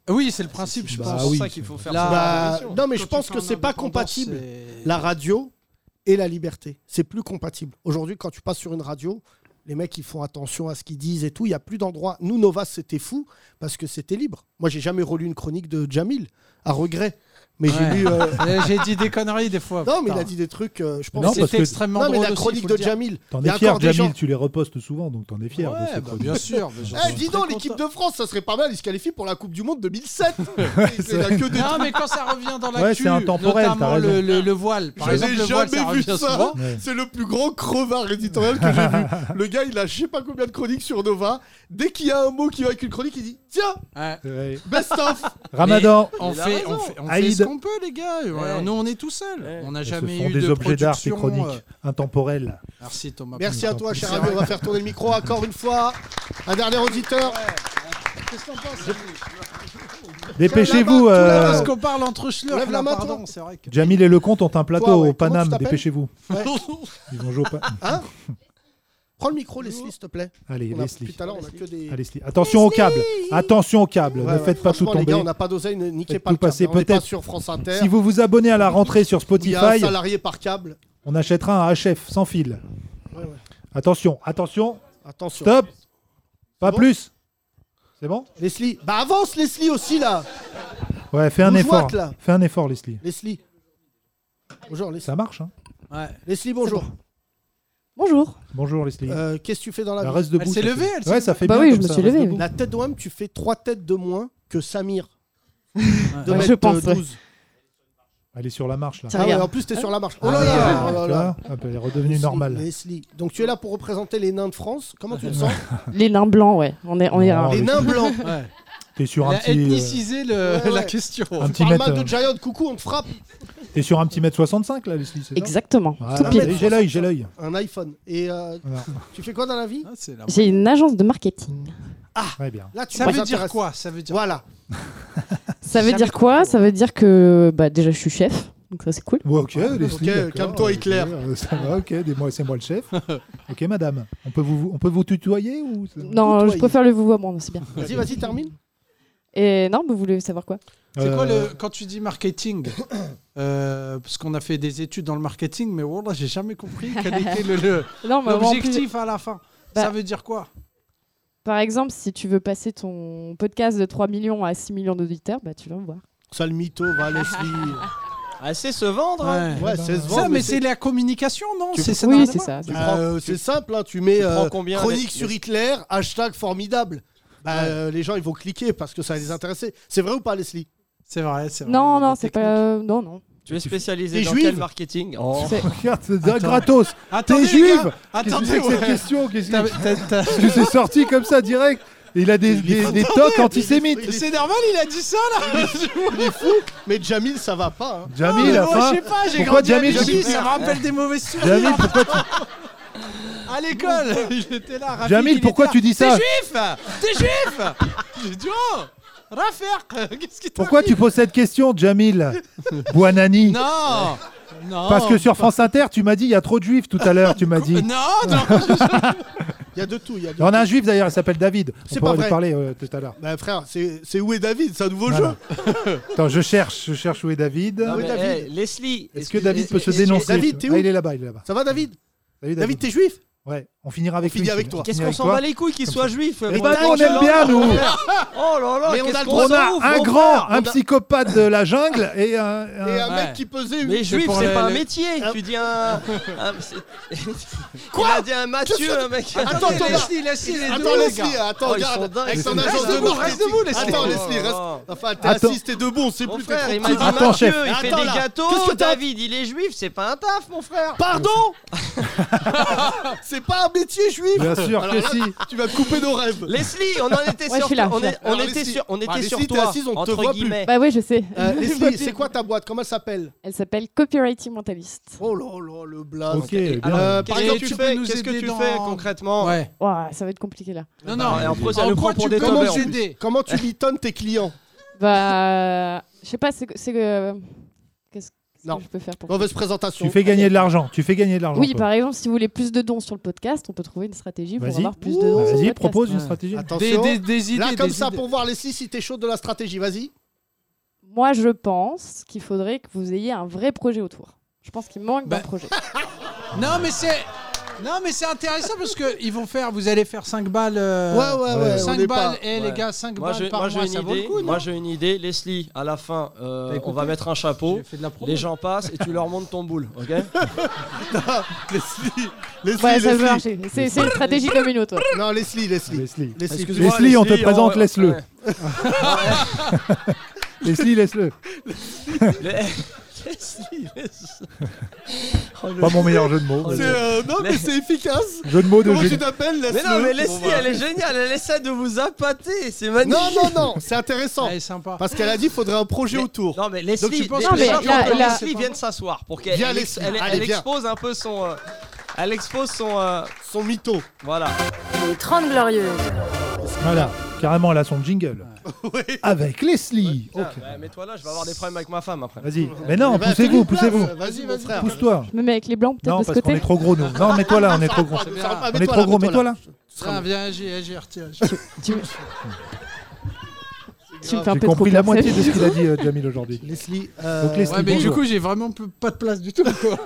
[SPEAKER 6] Bah,
[SPEAKER 10] Oui, c'est le principe,
[SPEAKER 2] Bah
[SPEAKER 10] je
[SPEAKER 5] pense. C'est pour ça qu'il faut faire cette révolution.
[SPEAKER 6] Non, mais je
[SPEAKER 5] Quand
[SPEAKER 6] pense
[SPEAKER 5] tu
[SPEAKER 6] que
[SPEAKER 5] fais
[SPEAKER 6] c'est
[SPEAKER 5] en
[SPEAKER 6] pas
[SPEAKER 5] indépendance,
[SPEAKER 6] compatible.
[SPEAKER 5] c'est-
[SPEAKER 6] La radio et la liberté, c'est plus compatible. Aujourd'hui, quand tu passes sur une radio, les mecs ils font attention à ce qu'ils disent et tout. Il y a plus d'endroits. Nous, Nova, c'était fou parce que c'était libre. Moi, j'ai jamais relu une chronique de Jamil à regret, mais
[SPEAKER 10] Ouais.
[SPEAKER 6] j'ai lu.
[SPEAKER 10] *laughs*
[SPEAKER 6] euh,
[SPEAKER 10] J'ai dit des conneries des fois.
[SPEAKER 6] Non, mais
[SPEAKER 10] putain.
[SPEAKER 6] il a dit des trucs. euh, je pense
[SPEAKER 10] Non,
[SPEAKER 6] que-
[SPEAKER 10] parce que- extrêmement
[SPEAKER 6] Non, mais
[SPEAKER 10] drôle
[SPEAKER 6] la
[SPEAKER 10] aussi,
[SPEAKER 6] chronique
[SPEAKER 10] faut
[SPEAKER 6] de
[SPEAKER 10] le dire.
[SPEAKER 6] Jamil.
[SPEAKER 2] T'en
[SPEAKER 6] il y a
[SPEAKER 2] es fier,
[SPEAKER 6] encore des
[SPEAKER 2] Jamil,
[SPEAKER 6] gens-
[SPEAKER 2] tu les repostes souvent, donc t'en es fier. de ces
[SPEAKER 10] bah,
[SPEAKER 2] chroniques.
[SPEAKER 10] bien sûr,
[SPEAKER 2] *laughs*
[SPEAKER 10] mais j'en
[SPEAKER 6] Eh, dis donc, l'équipe de France, ça serait pas mal. Ils se qualifient pour la Coupe du
[SPEAKER 10] *laughs*
[SPEAKER 6] Monde 2007. Il y a que des
[SPEAKER 10] Non,
[SPEAKER 6] trucs.
[SPEAKER 10] mais quand ça revient dans
[SPEAKER 2] Ouais,
[SPEAKER 10] l'actu,
[SPEAKER 2] c'est intemporel,
[SPEAKER 10] notamment
[SPEAKER 2] t'as raison.
[SPEAKER 10] le, le- le voile. Par
[SPEAKER 6] Je
[SPEAKER 10] exemple,
[SPEAKER 6] n'ai
[SPEAKER 10] le voile, ça
[SPEAKER 6] jamais vu
[SPEAKER 10] revient souvent.
[SPEAKER 6] ça. C'est le plus grand crevard éditorial que
[SPEAKER 10] *laughs*
[SPEAKER 6] j'ai vu. Le gars, il a je sais pas combien de chroniques sur Nova. Dès qu'il y a un mot qui va avec une chronique, il dit Tiens,
[SPEAKER 2] Ouais.
[SPEAKER 10] *laughs*
[SPEAKER 6] best of
[SPEAKER 2] *laughs* Ramadan.
[SPEAKER 10] Mais On
[SPEAKER 2] Il a
[SPEAKER 10] fait,
[SPEAKER 2] raison.
[SPEAKER 10] on fait, on fait
[SPEAKER 2] Aïd.
[SPEAKER 10] ce qu'on peut, les gars. Ouais, Nous, on est tout seuls. On n'a
[SPEAKER 2] Ce
[SPEAKER 10] jamais
[SPEAKER 2] sont
[SPEAKER 10] eu
[SPEAKER 2] des
[SPEAKER 10] de
[SPEAKER 2] objets d'art, ces
[SPEAKER 10] production,
[SPEAKER 2] chroniques
[SPEAKER 10] euh,
[SPEAKER 2] intemporelles.
[SPEAKER 10] Merci, Thomas.
[SPEAKER 6] Merci à toi, cher
[SPEAKER 10] C'est
[SPEAKER 6] ami. On
[SPEAKER 10] vrai.
[SPEAKER 6] va faire tourner le micro encore une fois. Un dernier auditeur.
[SPEAKER 10] Qu'est-ce que t'en penses
[SPEAKER 2] Dépêchez-vous,
[SPEAKER 10] Là-bas, tout là-bas,
[SPEAKER 2] euh,
[SPEAKER 10] Parce qu'on parle entre schlurfs.
[SPEAKER 6] Lève la
[SPEAKER 10] là,
[SPEAKER 6] main,
[SPEAKER 10] pardon,
[SPEAKER 6] toi.
[SPEAKER 10] c'est vrai que-
[SPEAKER 2] Jamil et Lecomte ont un plateau
[SPEAKER 10] Toi, ouais, comment
[SPEAKER 2] au
[SPEAKER 10] tu
[SPEAKER 2] Paname,
[SPEAKER 10] t'appelles
[SPEAKER 6] *laughs*
[SPEAKER 2] dépêchez-vous.
[SPEAKER 6] Ouais.
[SPEAKER 2] Ils vont jouer au Paname.
[SPEAKER 6] Hein Prends le micro, Leslie, s'il te plaît.
[SPEAKER 2] Allez,
[SPEAKER 6] On a-
[SPEAKER 2] Leslie.
[SPEAKER 6] Depuis tout à l'heure, on a que des.
[SPEAKER 2] Ah, Leslie. Attention au câble. Attention au câble.
[SPEAKER 6] Ouais,
[SPEAKER 2] ne
[SPEAKER 6] ouais,
[SPEAKER 2] faites pas tout
[SPEAKER 6] franchement,
[SPEAKER 2] tomber.
[SPEAKER 6] Les gars, on n'a pas d'oseille, ne- niquez
[SPEAKER 2] Faites
[SPEAKER 6] pas le
[SPEAKER 2] tout passer.
[SPEAKER 6] câble. On est pas
[SPEAKER 2] Peut-être.
[SPEAKER 6] sur France Inter.
[SPEAKER 2] Si vous vous abonnez à la rentrée sur
[SPEAKER 6] Où Il y a un
[SPEAKER 2] Spotify,
[SPEAKER 6] salarié par câble.
[SPEAKER 2] on achètera un HF sans fil.
[SPEAKER 6] Ouais, ouais.
[SPEAKER 2] Attention, attention.
[SPEAKER 6] Attention.
[SPEAKER 2] Stop. Pas
[SPEAKER 6] bon
[SPEAKER 2] plus. C'est bon
[SPEAKER 6] Leslie. Bah avance, Leslie aussi, là.
[SPEAKER 2] Ouais, fais un
[SPEAKER 6] Bourgeois,
[SPEAKER 2] effort.
[SPEAKER 6] là.
[SPEAKER 2] Fais un effort, Leslie.
[SPEAKER 6] Leslie. Bonjour, Leslie.
[SPEAKER 2] Ça marche. Hein
[SPEAKER 6] Ouais. Leslie, bonjour.
[SPEAKER 15] Bonjour.
[SPEAKER 2] Bonjour, Leslie.
[SPEAKER 6] Euh, Qu'est-ce que tu fais dans la
[SPEAKER 2] Elle
[SPEAKER 6] vie
[SPEAKER 2] reste debout, Elle s'est ça levée, fait- elle s'est ouais, ça levée. fait
[SPEAKER 15] Bah
[SPEAKER 2] bien
[SPEAKER 15] oui, je
[SPEAKER 2] comme
[SPEAKER 15] me
[SPEAKER 2] ça,
[SPEAKER 15] suis
[SPEAKER 2] reste
[SPEAKER 15] levée.
[SPEAKER 2] debout.
[SPEAKER 6] La tête d'OM, tu fais trois têtes de moins que
[SPEAKER 2] *laughs*
[SPEAKER 6] Samir. De
[SPEAKER 2] Ouais.
[SPEAKER 6] mètre,
[SPEAKER 2] Je pense,
[SPEAKER 6] euh,
[SPEAKER 2] ouais.
[SPEAKER 6] 12.
[SPEAKER 2] Elle est sur la marche, là.
[SPEAKER 6] Ah ouais, en plus, t'es sur la marche. Oh là là, oh là là.
[SPEAKER 2] Tu vois Hop, Elle est redevenue *laughs* normale.
[SPEAKER 6] Leslie. Donc tu es là pour représenter les nains de France. Comment tu te
[SPEAKER 2] *laughs*
[SPEAKER 6] sens
[SPEAKER 15] Les nains blancs, ouais. On est, on est
[SPEAKER 2] Non,
[SPEAKER 15] rare.
[SPEAKER 6] Les nains
[SPEAKER 2] *laughs*
[SPEAKER 6] blancs.
[SPEAKER 2] T'es sur un petit. euh,
[SPEAKER 6] Ouais, ouais.
[SPEAKER 2] Un
[SPEAKER 6] Tu
[SPEAKER 2] petit
[SPEAKER 6] parles
[SPEAKER 2] mètre,
[SPEAKER 6] mal
[SPEAKER 2] euh,
[SPEAKER 6] de Giant, coucou, on te
[SPEAKER 2] *laughs*
[SPEAKER 6] frappe.
[SPEAKER 2] T'es sur un petit mètre 65 là, Leslie, c'est ça
[SPEAKER 15] Exactement.
[SPEAKER 2] Voilà,
[SPEAKER 15] Tout pile.
[SPEAKER 2] allez, J'ai l'œil, j'ai l'œil.
[SPEAKER 6] Un iPhone. Et euh,
[SPEAKER 2] Voilà.
[SPEAKER 6] tu fais quoi dans Ah, la vie
[SPEAKER 15] J'ai une agence de
[SPEAKER 2] *laughs*
[SPEAKER 15] marketing.
[SPEAKER 2] Très bien.
[SPEAKER 6] Là, tu
[SPEAKER 1] Ça
[SPEAKER 6] nous
[SPEAKER 1] veut dire
[SPEAKER 6] intéresses.
[SPEAKER 1] quoi Ça veut dire
[SPEAKER 6] Voilà.
[SPEAKER 15] Ça veut dire quoi Ça veut dire que bah, déjà je suis chef, donc ça c'est cool.
[SPEAKER 2] Ouais, ok, Leslie.
[SPEAKER 6] Ok,
[SPEAKER 2] d'accord,
[SPEAKER 6] calme-toi,
[SPEAKER 2] *laughs*
[SPEAKER 6] Hitler.
[SPEAKER 2] euh, ça va, ok, dis- moi, c'est moi
[SPEAKER 6] *laughs*
[SPEAKER 2] le chef. ok, madame. On peut vous, on peut vous tutoyer ou
[SPEAKER 15] Non, je préfère le vouvoiement, c'est bien.
[SPEAKER 6] Vas-y, vas-y, termine.
[SPEAKER 15] Et non, mais vous voulez savoir quoi
[SPEAKER 1] C'est
[SPEAKER 2] Euh,
[SPEAKER 1] quoi
[SPEAKER 6] Euh.
[SPEAKER 1] le quand tu dis marketing *coughs* euh, Parce qu'on a fait des études dans le marketing, mais voilà, j'ai jamais compris quel était le- le-
[SPEAKER 15] Non, mais en plus-
[SPEAKER 1] l'objectif à la fin. Ça
[SPEAKER 15] Bah,
[SPEAKER 1] veut dire quoi
[SPEAKER 15] Par exemple, si tu veux passer ton podcast de 3 millions à 6 millions d'auditeurs, bah tu vas me voir.
[SPEAKER 6] Sale mytho, va, Leslie.
[SPEAKER 5] Ah, c'est se vendre hein.
[SPEAKER 6] Ouais, c'est se
[SPEAKER 1] Ça,
[SPEAKER 6] vendre,
[SPEAKER 1] mais
[SPEAKER 6] mais
[SPEAKER 1] c'est
[SPEAKER 6] c'est-
[SPEAKER 1] la communication, non
[SPEAKER 6] Tu-
[SPEAKER 1] ça
[SPEAKER 6] Oui,
[SPEAKER 1] n'a rien à
[SPEAKER 6] c'est
[SPEAKER 1] voir.
[SPEAKER 6] ça, Tu prends- Euh, c'est simple, hein, tu mets
[SPEAKER 5] tu prends
[SPEAKER 6] euh,
[SPEAKER 5] combien,
[SPEAKER 6] chronique
[SPEAKER 5] Leslie
[SPEAKER 6] sur Hitler, hashtag formidable. Bah, euh, les gens, ils vont cliquer parce que ça va les intéresser. C'est vrai ou pas, Leslie
[SPEAKER 1] C'est vrai, c'est
[SPEAKER 15] Non, non, c'est pas. euh, Non, non.
[SPEAKER 5] Tu es spécialisé
[SPEAKER 6] Les
[SPEAKER 5] dans
[SPEAKER 6] Juifs
[SPEAKER 5] quel marketing Oh.
[SPEAKER 15] C'est-
[SPEAKER 2] Regarde, c'est direct
[SPEAKER 5] Attends.
[SPEAKER 2] gratos.
[SPEAKER 5] Attendez,
[SPEAKER 2] T'es
[SPEAKER 5] les
[SPEAKER 2] juive
[SPEAKER 5] gars,
[SPEAKER 2] Qu'est-ce que
[SPEAKER 5] attendez,
[SPEAKER 2] c'est que cette
[SPEAKER 5] ouais.
[SPEAKER 2] question Qu'est-ce
[SPEAKER 5] T'as-
[SPEAKER 2] que-
[SPEAKER 5] t'as- t'as-
[SPEAKER 2] Qu'est-ce que c'est sorti comme ça direct Il a des, des, des tocs antisémites.
[SPEAKER 1] C'est normal, il a dit ça là
[SPEAKER 6] *laughs* Il est fou, mais Jamil, ça va pas. hein.
[SPEAKER 2] Jamil,
[SPEAKER 1] mais
[SPEAKER 2] la
[SPEAKER 1] moi,
[SPEAKER 2] fin.
[SPEAKER 1] Je sais pas, j'ai
[SPEAKER 2] Pourquoi
[SPEAKER 1] grandi
[SPEAKER 2] Jamil
[SPEAKER 1] à Vichy,
[SPEAKER 2] tu-
[SPEAKER 1] ça me rappelle des mauvais souvenirs.
[SPEAKER 2] Jamil, pourquoi tu-
[SPEAKER 1] À l'école,
[SPEAKER 6] *laughs*
[SPEAKER 1] il était là. Rafik,
[SPEAKER 2] Jamil,
[SPEAKER 1] il était
[SPEAKER 2] pourquoi
[SPEAKER 1] là.
[SPEAKER 2] tu dis
[SPEAKER 1] T'es
[SPEAKER 2] ça
[SPEAKER 1] juif T'es
[SPEAKER 2] *laughs*
[SPEAKER 1] juif J'ai dit, oh Rafik,
[SPEAKER 6] *laughs*
[SPEAKER 1] qu'est-ce qui t'a
[SPEAKER 2] Pourquoi tu poses cette question, Jamil Buanani
[SPEAKER 1] Non Non
[SPEAKER 2] Parce que sur France Inter, tu m'as dit il y a trop de juifs tout à l'heure, tu m'as dit.
[SPEAKER 1] Non,
[SPEAKER 2] *laughs*
[SPEAKER 1] non
[SPEAKER 6] Oh, Il y a de tout, il y a de
[SPEAKER 2] On a un
[SPEAKER 6] tout.
[SPEAKER 2] juif d'ailleurs, il s'appelle David. On
[SPEAKER 6] C'est
[SPEAKER 2] pourra
[SPEAKER 6] pas
[SPEAKER 2] lui
[SPEAKER 6] vrai.
[SPEAKER 2] parler euh, tout à l'heure.
[SPEAKER 6] Bah, frère, c'est c'est Où est David C'est un nouveau
[SPEAKER 2] Voilà.
[SPEAKER 6] jeu.
[SPEAKER 2] Attends, je cherche, je cherche où est David.
[SPEAKER 5] Non, mais, eh,
[SPEAKER 6] David.
[SPEAKER 5] Leslie,
[SPEAKER 2] Est-ce que
[SPEAKER 5] excuse-
[SPEAKER 2] David peut se
[SPEAKER 5] est-ce que-
[SPEAKER 2] dénoncer
[SPEAKER 6] David, t'es où
[SPEAKER 2] Ah, Il est là-bas, il est là-bas.
[SPEAKER 6] Ça va, David
[SPEAKER 2] Salut,
[SPEAKER 6] David, t'es juif
[SPEAKER 2] Ouais, on finira avec
[SPEAKER 6] On finit
[SPEAKER 2] lui,
[SPEAKER 6] avec
[SPEAKER 2] on
[SPEAKER 6] toi.
[SPEAKER 2] finit
[SPEAKER 5] eh. Qu'est-ce qu'on
[SPEAKER 2] avec
[SPEAKER 5] s'en
[SPEAKER 2] toi.
[SPEAKER 5] bat les couilles qu'il soit juif
[SPEAKER 2] Eh ben, nous, on aime bien, nous.
[SPEAKER 5] *laughs* Oh là là,
[SPEAKER 6] Mais on a
[SPEAKER 5] qu'est-ce
[SPEAKER 6] le
[SPEAKER 5] qu'on
[SPEAKER 6] droit
[SPEAKER 5] s'en
[SPEAKER 2] On a
[SPEAKER 5] ouvre,
[SPEAKER 2] un
[SPEAKER 5] mon
[SPEAKER 2] grand,
[SPEAKER 5] frère
[SPEAKER 2] un psychopathe de la jungle et un.
[SPEAKER 6] Et un
[SPEAKER 5] Ouais.
[SPEAKER 6] mec qui pesait 8
[SPEAKER 5] Mais juif,
[SPEAKER 2] pour
[SPEAKER 5] c'est
[SPEAKER 2] le-
[SPEAKER 5] pas un
[SPEAKER 2] le-
[SPEAKER 5] métier.
[SPEAKER 6] Euh,
[SPEAKER 5] Tu dis un. un-
[SPEAKER 6] *laughs*
[SPEAKER 5] c'est- Il a dit un Mathieu, un mec.
[SPEAKER 6] Attends, attends,
[SPEAKER 1] Leslie, Leslie, les
[SPEAKER 6] attends,
[SPEAKER 1] deux,
[SPEAKER 6] Leslie,
[SPEAKER 1] les gars.
[SPEAKER 6] attends,
[SPEAKER 5] Oh, ils sont
[SPEAKER 6] regarde,
[SPEAKER 5] dingues,
[SPEAKER 6] avec
[SPEAKER 5] ils
[SPEAKER 6] ton
[SPEAKER 5] sont
[SPEAKER 6] agence
[SPEAKER 5] dingues.
[SPEAKER 6] de
[SPEAKER 5] Reste debout,
[SPEAKER 6] marketing.
[SPEAKER 5] reste debout, Leslie.
[SPEAKER 6] Attends,
[SPEAKER 5] Oh,
[SPEAKER 6] Leslie, reste.
[SPEAKER 5] oh.
[SPEAKER 6] *laughs* Enfin, t'es
[SPEAKER 2] Attends.
[SPEAKER 6] assis, t'es debout, c'est
[SPEAKER 5] Mon
[SPEAKER 6] plus
[SPEAKER 5] frère,
[SPEAKER 6] t'es
[SPEAKER 5] il
[SPEAKER 6] trop
[SPEAKER 5] m'a dit
[SPEAKER 6] petit.
[SPEAKER 2] Attends,
[SPEAKER 5] Mathieu,
[SPEAKER 2] chef.
[SPEAKER 5] il fait
[SPEAKER 6] Attends,
[SPEAKER 5] des
[SPEAKER 6] là. Qu'est-ce que
[SPEAKER 5] gâteaux.
[SPEAKER 6] t'as-
[SPEAKER 5] David, il est juif, c'est pas un taf, mon frère.
[SPEAKER 6] Pardon C'est pas un métier juif
[SPEAKER 2] Bien sûr
[SPEAKER 6] Alors
[SPEAKER 2] que
[SPEAKER 6] là,
[SPEAKER 2] si.
[SPEAKER 6] Tu vas couper nos rêves
[SPEAKER 5] Leslie, on en était
[SPEAKER 15] Ouais, je
[SPEAKER 5] sur
[SPEAKER 15] suis là,
[SPEAKER 5] on
[SPEAKER 15] je suis
[SPEAKER 5] est-
[SPEAKER 15] là.
[SPEAKER 5] on
[SPEAKER 6] Alors,
[SPEAKER 5] était
[SPEAKER 6] Leslie-
[SPEAKER 5] sur on
[SPEAKER 6] Ah,
[SPEAKER 5] était sur
[SPEAKER 6] Leslie, t'es
[SPEAKER 5] toi
[SPEAKER 6] assise, on te
[SPEAKER 5] entre
[SPEAKER 6] voit plus.
[SPEAKER 5] guillemets.
[SPEAKER 15] Bah oui, je sais. *laughs*
[SPEAKER 6] Euh, Leslie, c'est quoi ta boîte Comment elle s'appelle
[SPEAKER 15] Elle s'appelle Copywriting Mentaliste.
[SPEAKER 6] Oh là là, le blaze
[SPEAKER 2] Ok, bien.
[SPEAKER 5] Alors,
[SPEAKER 6] Euh,
[SPEAKER 5] qu'est-ce
[SPEAKER 6] par
[SPEAKER 5] que
[SPEAKER 6] exemple,
[SPEAKER 5] tu
[SPEAKER 6] tu
[SPEAKER 5] fais
[SPEAKER 6] peux nous
[SPEAKER 5] Qu'est-ce que
[SPEAKER 6] aider
[SPEAKER 5] tu
[SPEAKER 6] dans-
[SPEAKER 5] fais concrètement
[SPEAKER 1] Ouais.
[SPEAKER 15] Ouah, ça va être compliqué là.
[SPEAKER 1] Non, non,
[SPEAKER 5] et après, ça
[SPEAKER 1] en
[SPEAKER 5] le
[SPEAKER 1] quoi
[SPEAKER 5] prend pour
[SPEAKER 1] tu-
[SPEAKER 5] des
[SPEAKER 1] comment
[SPEAKER 5] teubés, en
[SPEAKER 1] tu
[SPEAKER 5] plus.
[SPEAKER 1] aider
[SPEAKER 6] Comment tu mitonnes tes clients
[SPEAKER 15] Bah, je sais pas, c'est que- c'est que. Qu'est-ce qu'est-ce
[SPEAKER 6] Non.
[SPEAKER 15] que je peux faire pour
[SPEAKER 6] Mauvaise présentation.
[SPEAKER 2] Tu fais gagner de l'argent. Tu fais gagner de l'argent.
[SPEAKER 15] Oui,
[SPEAKER 2] toi.
[SPEAKER 15] par exemple, si vous voulez plus de dons sur le podcast, on peut trouver une stratégie pour
[SPEAKER 2] Vas-y.
[SPEAKER 15] avoir plus de dons. sur le
[SPEAKER 2] Vas-y,
[SPEAKER 15] podcast.
[SPEAKER 2] propose une stratégie.
[SPEAKER 6] Attention.
[SPEAKER 1] Des- des- des
[SPEAKER 6] Là,
[SPEAKER 1] idées,
[SPEAKER 6] comme
[SPEAKER 1] des
[SPEAKER 6] ça,
[SPEAKER 1] idées.
[SPEAKER 6] pour voir Leslie si t'es chaude de la stratégie, vas-y.
[SPEAKER 15] Moi, je pense qu'il faudrait que vous ayez un vrai projet autour. Je pense qu'il manque
[SPEAKER 1] Bah,
[SPEAKER 15] d'un projet.
[SPEAKER 1] *laughs* Non, mais c'est. Non mais c'est intéressant parce que ils vont faire, vous allez faire 5 balles.
[SPEAKER 6] Ouais, ouais, ouais, on
[SPEAKER 1] 5
[SPEAKER 6] est
[SPEAKER 1] balles,
[SPEAKER 6] pas.
[SPEAKER 1] et les gars, 5
[SPEAKER 5] Euh, Moi,
[SPEAKER 1] balles
[SPEAKER 5] j'ai-
[SPEAKER 1] par
[SPEAKER 5] moi, j'ai
[SPEAKER 1] mois,
[SPEAKER 5] une
[SPEAKER 1] ça vaut
[SPEAKER 5] idée.
[SPEAKER 1] le coup. non
[SPEAKER 5] moi j'ai une idée. Leslie, à la fin, euh,
[SPEAKER 6] Bah,
[SPEAKER 1] T'as écouté
[SPEAKER 5] on va mettre un chapeau.
[SPEAKER 1] J'ai fait de la promo.
[SPEAKER 5] Les gens passent et tu leur montres ton boule,
[SPEAKER 6] *laughs*
[SPEAKER 5] ok
[SPEAKER 6] Leslie, Leslie,
[SPEAKER 15] Ouais, ça
[SPEAKER 6] Leslie.
[SPEAKER 15] peut marcher. C'est c'est une stratégie comme une autre. ouais.
[SPEAKER 6] Non, Leslie, Leslie.
[SPEAKER 2] Leslie.
[SPEAKER 6] Leslie,
[SPEAKER 5] Excuse-moi,
[SPEAKER 2] Leslie, on te
[SPEAKER 5] Leslie,
[SPEAKER 2] présente,
[SPEAKER 5] on-
[SPEAKER 2] laisse-le.
[SPEAKER 5] ouais.
[SPEAKER 2] *laughs*
[SPEAKER 6] *laughs*
[SPEAKER 2] Leslie, laisse-le.
[SPEAKER 5] Leslie, laisse- Oh, le-
[SPEAKER 2] Pas mon meilleur jeu de mots. mais
[SPEAKER 6] C'est,
[SPEAKER 2] bon.
[SPEAKER 6] euh, non, mais c'est efficace.
[SPEAKER 2] Jeu de mots de
[SPEAKER 6] Comment
[SPEAKER 2] génie.
[SPEAKER 6] tu t'appelles
[SPEAKER 5] Mais non,
[SPEAKER 6] laisse-le.
[SPEAKER 5] mais
[SPEAKER 6] On
[SPEAKER 5] Leslie,
[SPEAKER 6] va-
[SPEAKER 5] elle est géniale. Elle essaie de vous appâter. C'est magnifique.
[SPEAKER 6] bah. Non, non, non, c'est intéressant.
[SPEAKER 1] Elle est sympa.
[SPEAKER 6] Parce qu'elle a dit faudrait un projet
[SPEAKER 5] Mais-
[SPEAKER 6] autour.
[SPEAKER 5] Non mais Leslie,
[SPEAKER 6] Donc tu penses
[SPEAKER 5] les-
[SPEAKER 6] que
[SPEAKER 5] les
[SPEAKER 6] les
[SPEAKER 5] gens
[SPEAKER 6] gens
[SPEAKER 5] qui
[SPEAKER 6] la-
[SPEAKER 5] ont
[SPEAKER 6] la-
[SPEAKER 5] Leslie viennent s'asseoir pour qu'elle
[SPEAKER 6] Viens,
[SPEAKER 5] elle,
[SPEAKER 6] Leslie.
[SPEAKER 5] elle-
[SPEAKER 6] Allez,
[SPEAKER 5] elle
[SPEAKER 6] viens.
[SPEAKER 5] expose un peu son euh, elle expose son euh,
[SPEAKER 6] Son mytho.
[SPEAKER 5] voilà.
[SPEAKER 16] Les 30 Glorieuses.
[SPEAKER 2] Voilà. Carrément, elle a son jingle. Avec Leslie.
[SPEAKER 5] Putain,
[SPEAKER 2] Ok.
[SPEAKER 5] ouais, Mets-toi là, je vais avoir des problèmes avec ma femme après.
[SPEAKER 2] Vas-y. Mais non, poussez-vous, poussez-vous. Pousse-toi.
[SPEAKER 15] Je me mets avec les blancs, peut-être
[SPEAKER 2] Non,
[SPEAKER 15] de ce
[SPEAKER 2] parce qu'on
[SPEAKER 15] côté.
[SPEAKER 2] est trop gros, nous. Non,
[SPEAKER 1] *laughs*
[SPEAKER 2] mets-toi là, on est trop gros.
[SPEAKER 1] Ça va pas,
[SPEAKER 2] On est trop gros, mets-toi là.
[SPEAKER 1] Ça, eh, viens, agis, agis, agis, agis.
[SPEAKER 15] Tu me fais un
[SPEAKER 2] J'ai
[SPEAKER 15] peu trop
[SPEAKER 2] compris la
[SPEAKER 15] peur,
[SPEAKER 2] moitié de ce
[SPEAKER 15] celle-ci.
[SPEAKER 2] qu'il a dit, euh, Jamil, aujourd'hui.
[SPEAKER 6] Leslie. euh,
[SPEAKER 2] Donc, Leslie,
[SPEAKER 1] ouais, mais du
[SPEAKER 2] bonjour.
[SPEAKER 1] coup, j'ai vraiment peu- pas de place du tout. quoi.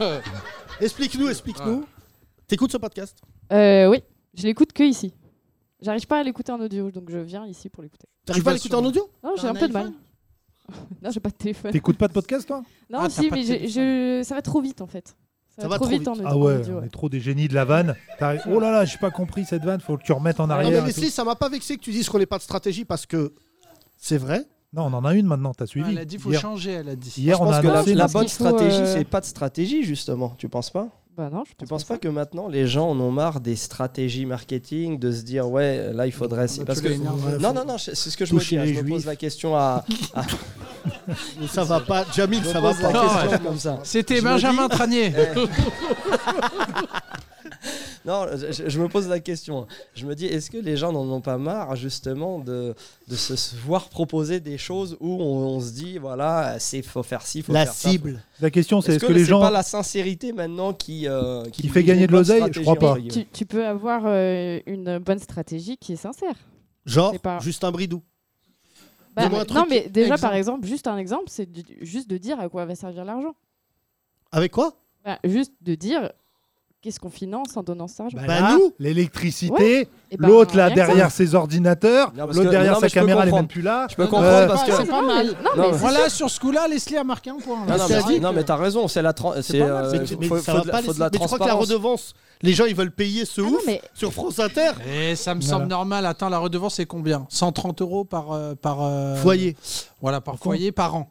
[SPEAKER 6] Explique-nous, explique-nous. T'écoutes ce podcast
[SPEAKER 15] Euh, oui, je l'écoute que ici. J'arrive pas à l'écouter en audio, donc je viens ici pour l'écouter.
[SPEAKER 6] T'arrives pas à l'écouter en audio
[SPEAKER 15] Non, j'ai
[SPEAKER 6] T'as
[SPEAKER 15] un
[SPEAKER 6] un
[SPEAKER 15] peu de mal. *laughs* non, j'ai pas de téléphone.
[SPEAKER 2] T'écoutes pas de podcast, toi
[SPEAKER 15] Non,
[SPEAKER 2] Ah, t'as
[SPEAKER 15] si,
[SPEAKER 2] pas de
[SPEAKER 15] mais j'ai- je... ça va trop vite en fait. Ça, va, trop vite, en audio.
[SPEAKER 2] Ah ouais,
[SPEAKER 15] en audio,
[SPEAKER 2] on est trop des génies de la vanne. T'arrives- Oh là là, j'ai pas compris cette vanne, faut que tu remettes en
[SPEAKER 6] Non,
[SPEAKER 2] arrière.
[SPEAKER 6] mais
[SPEAKER 2] et
[SPEAKER 6] Leslie,
[SPEAKER 2] tout.
[SPEAKER 6] ça m'a pas vexé que tu dises qu'on n'ait pas de stratégie parce que c'est vrai.
[SPEAKER 2] Non, on en a une maintenant, t'as
[SPEAKER 6] Ah,
[SPEAKER 2] suivi.
[SPEAKER 6] elle a dit, faut changer, elle a dit.
[SPEAKER 2] Hier,
[SPEAKER 5] Je
[SPEAKER 2] on
[SPEAKER 5] pense
[SPEAKER 2] a
[SPEAKER 5] que la,
[SPEAKER 2] annoncé
[SPEAKER 5] la
[SPEAKER 2] notre-
[SPEAKER 5] bonne
[SPEAKER 15] qu'il faut,
[SPEAKER 5] stratégie,
[SPEAKER 15] euh,
[SPEAKER 5] c'est pas de stratégie, justement. Tu penses pas
[SPEAKER 15] Bah non, je
[SPEAKER 5] Tu penses pas que maintenant les gens en ont marre des stratégies marketing, de se dire ouais là il faudrait
[SPEAKER 6] bah,
[SPEAKER 5] parce
[SPEAKER 6] tu
[SPEAKER 5] que
[SPEAKER 6] les énerves, ouais,
[SPEAKER 5] non
[SPEAKER 6] faut
[SPEAKER 5] non non c'est c'est ce que je me dis,
[SPEAKER 6] toucher
[SPEAKER 5] hein,
[SPEAKER 6] les
[SPEAKER 5] je me pose la question
[SPEAKER 6] *laughs*
[SPEAKER 5] à, à-
[SPEAKER 6] Ça va pas, Jamil,
[SPEAKER 5] Je me
[SPEAKER 6] ça va
[SPEAKER 5] pose la
[SPEAKER 6] pas.
[SPEAKER 5] question
[SPEAKER 6] Non, ouais.
[SPEAKER 5] comme ça.
[SPEAKER 1] C'était
[SPEAKER 5] Je me
[SPEAKER 1] Benjamin
[SPEAKER 5] dis-
[SPEAKER 1] Tranier. *laughs*
[SPEAKER 5] Eh. Non, je, je me pose la question. Je me dis, est-ce que les gens n'en ont pas marre justement de, de se voir proposer des choses où on, on se dit, voilà, c'est faut faire ci, faut
[SPEAKER 2] La
[SPEAKER 5] faire ça.
[SPEAKER 2] cible. La question, c'est est-ce que les
[SPEAKER 5] c'est
[SPEAKER 2] gens-
[SPEAKER 5] pas la sincérité maintenant qui euh,
[SPEAKER 2] Qui fait gagner de
[SPEAKER 5] bonne
[SPEAKER 2] l'oseille,
[SPEAKER 5] stratégie,
[SPEAKER 2] je
[SPEAKER 5] hein.
[SPEAKER 2] crois pas.
[SPEAKER 5] entre guillemets
[SPEAKER 15] Tu, tu peux avoir euh, une bonne stratégie qui est sincère.
[SPEAKER 6] Genre,
[SPEAKER 15] C'est pas-
[SPEAKER 6] juste un bridou.
[SPEAKER 15] Bah,
[SPEAKER 6] Dis-moi un
[SPEAKER 15] non,
[SPEAKER 6] truc.
[SPEAKER 15] mais déjà, par
[SPEAKER 6] Exemple.
[SPEAKER 15] exemple, juste un exemple, c'est du- juste de dire à quoi va servir l'argent.
[SPEAKER 6] Avec quoi
[SPEAKER 15] Bah, juste de dire qu'est-ce qu'on finance en donnant cet argent.
[SPEAKER 2] Bah là, L'électricité,
[SPEAKER 15] Ouais. Et ben,
[SPEAKER 2] l'autre là
[SPEAKER 15] rien que ça.
[SPEAKER 2] derrière ses ordinateurs,
[SPEAKER 5] Non, parce
[SPEAKER 2] l'autre
[SPEAKER 5] que-
[SPEAKER 2] derrière
[SPEAKER 5] non,
[SPEAKER 2] sa
[SPEAKER 5] mais je peux
[SPEAKER 2] caméra, elle est
[SPEAKER 5] comprendre.
[SPEAKER 2] même plus là.
[SPEAKER 5] Je peux comprendre
[SPEAKER 2] Euh,
[SPEAKER 5] parce que-
[SPEAKER 1] C'est pas mal.
[SPEAKER 5] Non, mais c'est
[SPEAKER 1] voilà,
[SPEAKER 5] sûr.
[SPEAKER 1] sur ce coup-là, Leslie a marqué un point.
[SPEAKER 6] Ah,
[SPEAKER 5] Non,
[SPEAKER 1] là.
[SPEAKER 5] non,
[SPEAKER 1] C'est-à-dire
[SPEAKER 5] mais,
[SPEAKER 1] que-
[SPEAKER 5] non, mais t'as raison, c'est la tran-
[SPEAKER 6] C'est
[SPEAKER 5] c'est
[SPEAKER 6] pas mal,
[SPEAKER 5] euh,
[SPEAKER 6] mais,
[SPEAKER 5] faut-
[SPEAKER 6] mais
[SPEAKER 5] faut
[SPEAKER 6] ça
[SPEAKER 5] de
[SPEAKER 6] va
[SPEAKER 5] la-
[SPEAKER 6] pas
[SPEAKER 5] faut de
[SPEAKER 6] Leslie.
[SPEAKER 5] la
[SPEAKER 6] Mais tu crois que la
[SPEAKER 5] transparence.
[SPEAKER 6] redevance, les gens ils veulent payer
[SPEAKER 15] Ah
[SPEAKER 6] ce ouf sur France Inter
[SPEAKER 1] Et ça me
[SPEAKER 6] Voilà.
[SPEAKER 1] semble normal. Attends, la redevance, c'est combien 130 euros par, euh, par euh,
[SPEAKER 6] Foyer.
[SPEAKER 1] Voilà, par foyer par an.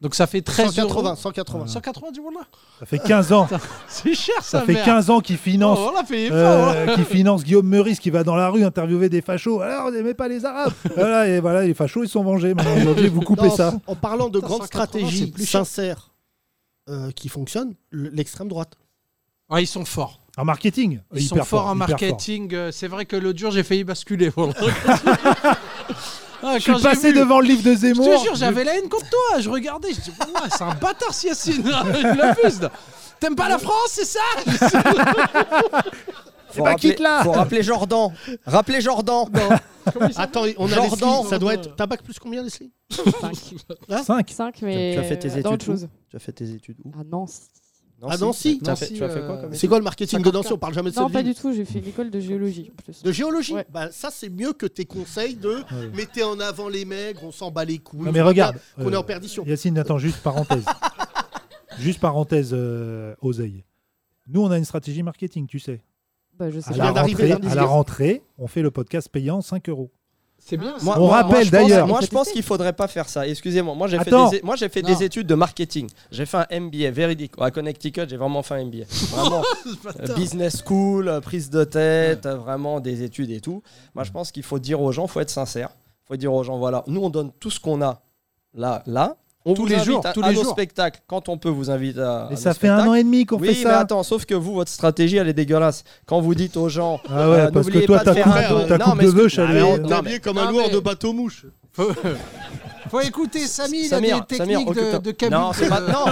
[SPEAKER 1] Donc ça fait 13
[SPEAKER 6] 180,
[SPEAKER 1] euros.
[SPEAKER 6] 180.
[SPEAKER 1] 180 du monde là
[SPEAKER 2] Ça fait
[SPEAKER 1] *laughs*
[SPEAKER 2] 15 ans.
[SPEAKER 1] C'est cher ça.
[SPEAKER 2] Ça fait 15 ans qu'il finance,
[SPEAKER 1] Oh, on l'a payé pas, ouais.
[SPEAKER 2] qui finance Guillaume Meurice qui va dans la rue interviewer des fachos. Alors, vous n'aimez pas les *laughs* Arabes voilà, et voilà, les fachos, ils sont vengés. Maintenant, aujourd'hui, vous coupez
[SPEAKER 6] Non,
[SPEAKER 2] ça.
[SPEAKER 6] En parlant de
[SPEAKER 1] Putain,
[SPEAKER 6] grandes
[SPEAKER 1] 180, c'est
[SPEAKER 6] stratégies
[SPEAKER 1] plus cher.
[SPEAKER 6] sincères euh, qui fonctionnent, l- l'extrême droite.
[SPEAKER 1] Ah, ils sont forts.
[SPEAKER 2] En marketing.
[SPEAKER 5] Euh,
[SPEAKER 1] Ils sont
[SPEAKER 2] hyper
[SPEAKER 1] forts
[SPEAKER 2] fort,
[SPEAKER 1] en
[SPEAKER 2] hyper fort.
[SPEAKER 1] marketing. Euh, C'est vrai que le dur, j'ai failli
[SPEAKER 5] *laughs*
[SPEAKER 1] basculer. voilà. Ah,
[SPEAKER 2] Je
[SPEAKER 1] quand
[SPEAKER 2] suis
[SPEAKER 1] j'ai
[SPEAKER 2] passé
[SPEAKER 1] vu-
[SPEAKER 2] devant le livre de
[SPEAKER 1] Je
[SPEAKER 2] Zemmour.
[SPEAKER 1] te jure, j'avais la haine contre toi. Je regardais, je dis, Ouah, c'est un bâtard, ce Yacine.
[SPEAKER 6] *laughs*
[SPEAKER 1] Il abuse. T'aimes pas la France, c'est
[SPEAKER 5] *laughs*
[SPEAKER 1] ça
[SPEAKER 5] Faut
[SPEAKER 6] bah,
[SPEAKER 5] rappeler-
[SPEAKER 6] quitte-la.
[SPEAKER 5] Faut rappeler Jordan. Rappelez Jordan.
[SPEAKER 1] *laughs*
[SPEAKER 6] Attends, on a
[SPEAKER 5] Jordan.
[SPEAKER 6] Leslie, ça doit être t'as bac plus
[SPEAKER 1] *laughs*
[SPEAKER 6] combien Leslie 5.
[SPEAKER 2] 5
[SPEAKER 15] 5,
[SPEAKER 5] Tu
[SPEAKER 15] mais.
[SPEAKER 5] as fait tes
[SPEAKER 15] euh, dans autre
[SPEAKER 5] études où
[SPEAKER 15] chose.
[SPEAKER 5] Tu as fait tes études où
[SPEAKER 15] À Nancy.
[SPEAKER 6] Ah, Nancy. Ah,
[SPEAKER 5] T'as fait- Tu as fait quoi comme
[SPEAKER 6] C'est
[SPEAKER 5] études
[SPEAKER 6] quoi le marketing de
[SPEAKER 15] 54.
[SPEAKER 6] Nancy On parle jamais de
[SPEAKER 15] Non,
[SPEAKER 6] cette
[SPEAKER 15] pas
[SPEAKER 6] ville.
[SPEAKER 15] du tout, j'ai fait une école de géologie. en plus.
[SPEAKER 6] De géologie bah, Ça, c'est mieux que tes conseils de mettez en avant les maigres, on s'en bat les couilles.
[SPEAKER 2] Ah, Non mais regarde,
[SPEAKER 6] On est
[SPEAKER 2] euh,
[SPEAKER 6] en perdition.
[SPEAKER 2] Yacine, attends, juste
[SPEAKER 1] *laughs*
[SPEAKER 2] parenthèse. juste parenthèse, euh, oseille. Nous, on a une stratégie marketing, tu sais.
[SPEAKER 15] Bah, je sais
[SPEAKER 2] À
[SPEAKER 15] pas.
[SPEAKER 2] la, rentrée,
[SPEAKER 15] d'arriver,
[SPEAKER 2] à
[SPEAKER 15] là.
[SPEAKER 2] la rentrée, on fait le podcast payant 5 euros.
[SPEAKER 1] C'est bien.
[SPEAKER 2] On rappelle
[SPEAKER 5] je pense-
[SPEAKER 2] d'ailleurs-
[SPEAKER 5] Moi, je pense qu'il faudrait pas faire ça. Excusez-moi. Moi, j'ai fait,
[SPEAKER 2] Attends.
[SPEAKER 5] des, moi, j'ai fait
[SPEAKER 2] Non.
[SPEAKER 5] des études de marketing. J'ai fait un MBA véridique à Connecticut. J'ai vraiment fait un MBA.
[SPEAKER 1] *laughs*
[SPEAKER 5] Vraiment euh, business school, euh, prise de tête, euh, vraiment des études et tout. Moi, je pense qu'il faut dire aux gens, faut être sincère. Faut dire aux gens, voilà, nous, on donne tout ce qu'on a là, là. On
[SPEAKER 1] Tous
[SPEAKER 5] vous
[SPEAKER 1] les
[SPEAKER 5] invite
[SPEAKER 1] jours,
[SPEAKER 5] à,
[SPEAKER 1] tous
[SPEAKER 5] à
[SPEAKER 1] les
[SPEAKER 5] nos
[SPEAKER 1] jours.
[SPEAKER 5] spectacles quand on peut vous inviter à. à
[SPEAKER 2] Et
[SPEAKER 5] nos
[SPEAKER 2] ça fait un
[SPEAKER 5] spectacles.
[SPEAKER 2] an et demi qu'on
[SPEAKER 5] Oui,
[SPEAKER 2] fait
[SPEAKER 5] mais
[SPEAKER 2] ça.
[SPEAKER 5] attends, sauf que vous, votre stratégie, elle est dégueulasse. Quand vous dites aux gens,
[SPEAKER 2] Ah ouais, parce que
[SPEAKER 5] n'oubliez
[SPEAKER 2] toi,
[SPEAKER 5] pas
[SPEAKER 2] ta
[SPEAKER 5] de faire
[SPEAKER 2] coupe-
[SPEAKER 5] un don.
[SPEAKER 2] ta
[SPEAKER 5] Non,
[SPEAKER 2] coupe
[SPEAKER 5] mais
[SPEAKER 2] de
[SPEAKER 5] ce que-
[SPEAKER 2] bœuf,
[SPEAKER 1] Ah,
[SPEAKER 2] elle est-
[SPEAKER 5] Alors,
[SPEAKER 2] t'es
[SPEAKER 5] non,
[SPEAKER 6] habillé
[SPEAKER 5] mais-
[SPEAKER 6] comme un
[SPEAKER 5] non,
[SPEAKER 6] loueur
[SPEAKER 5] mais-
[SPEAKER 6] de bateau mouche.
[SPEAKER 1] Faut écouter Samy, il a
[SPEAKER 5] Samir,
[SPEAKER 1] des
[SPEAKER 5] Samir,
[SPEAKER 1] techniques de,
[SPEAKER 5] occupe-toi.
[SPEAKER 1] de cabine.
[SPEAKER 5] Non, c'est pas,
[SPEAKER 1] de-
[SPEAKER 10] *laughs*
[SPEAKER 5] non,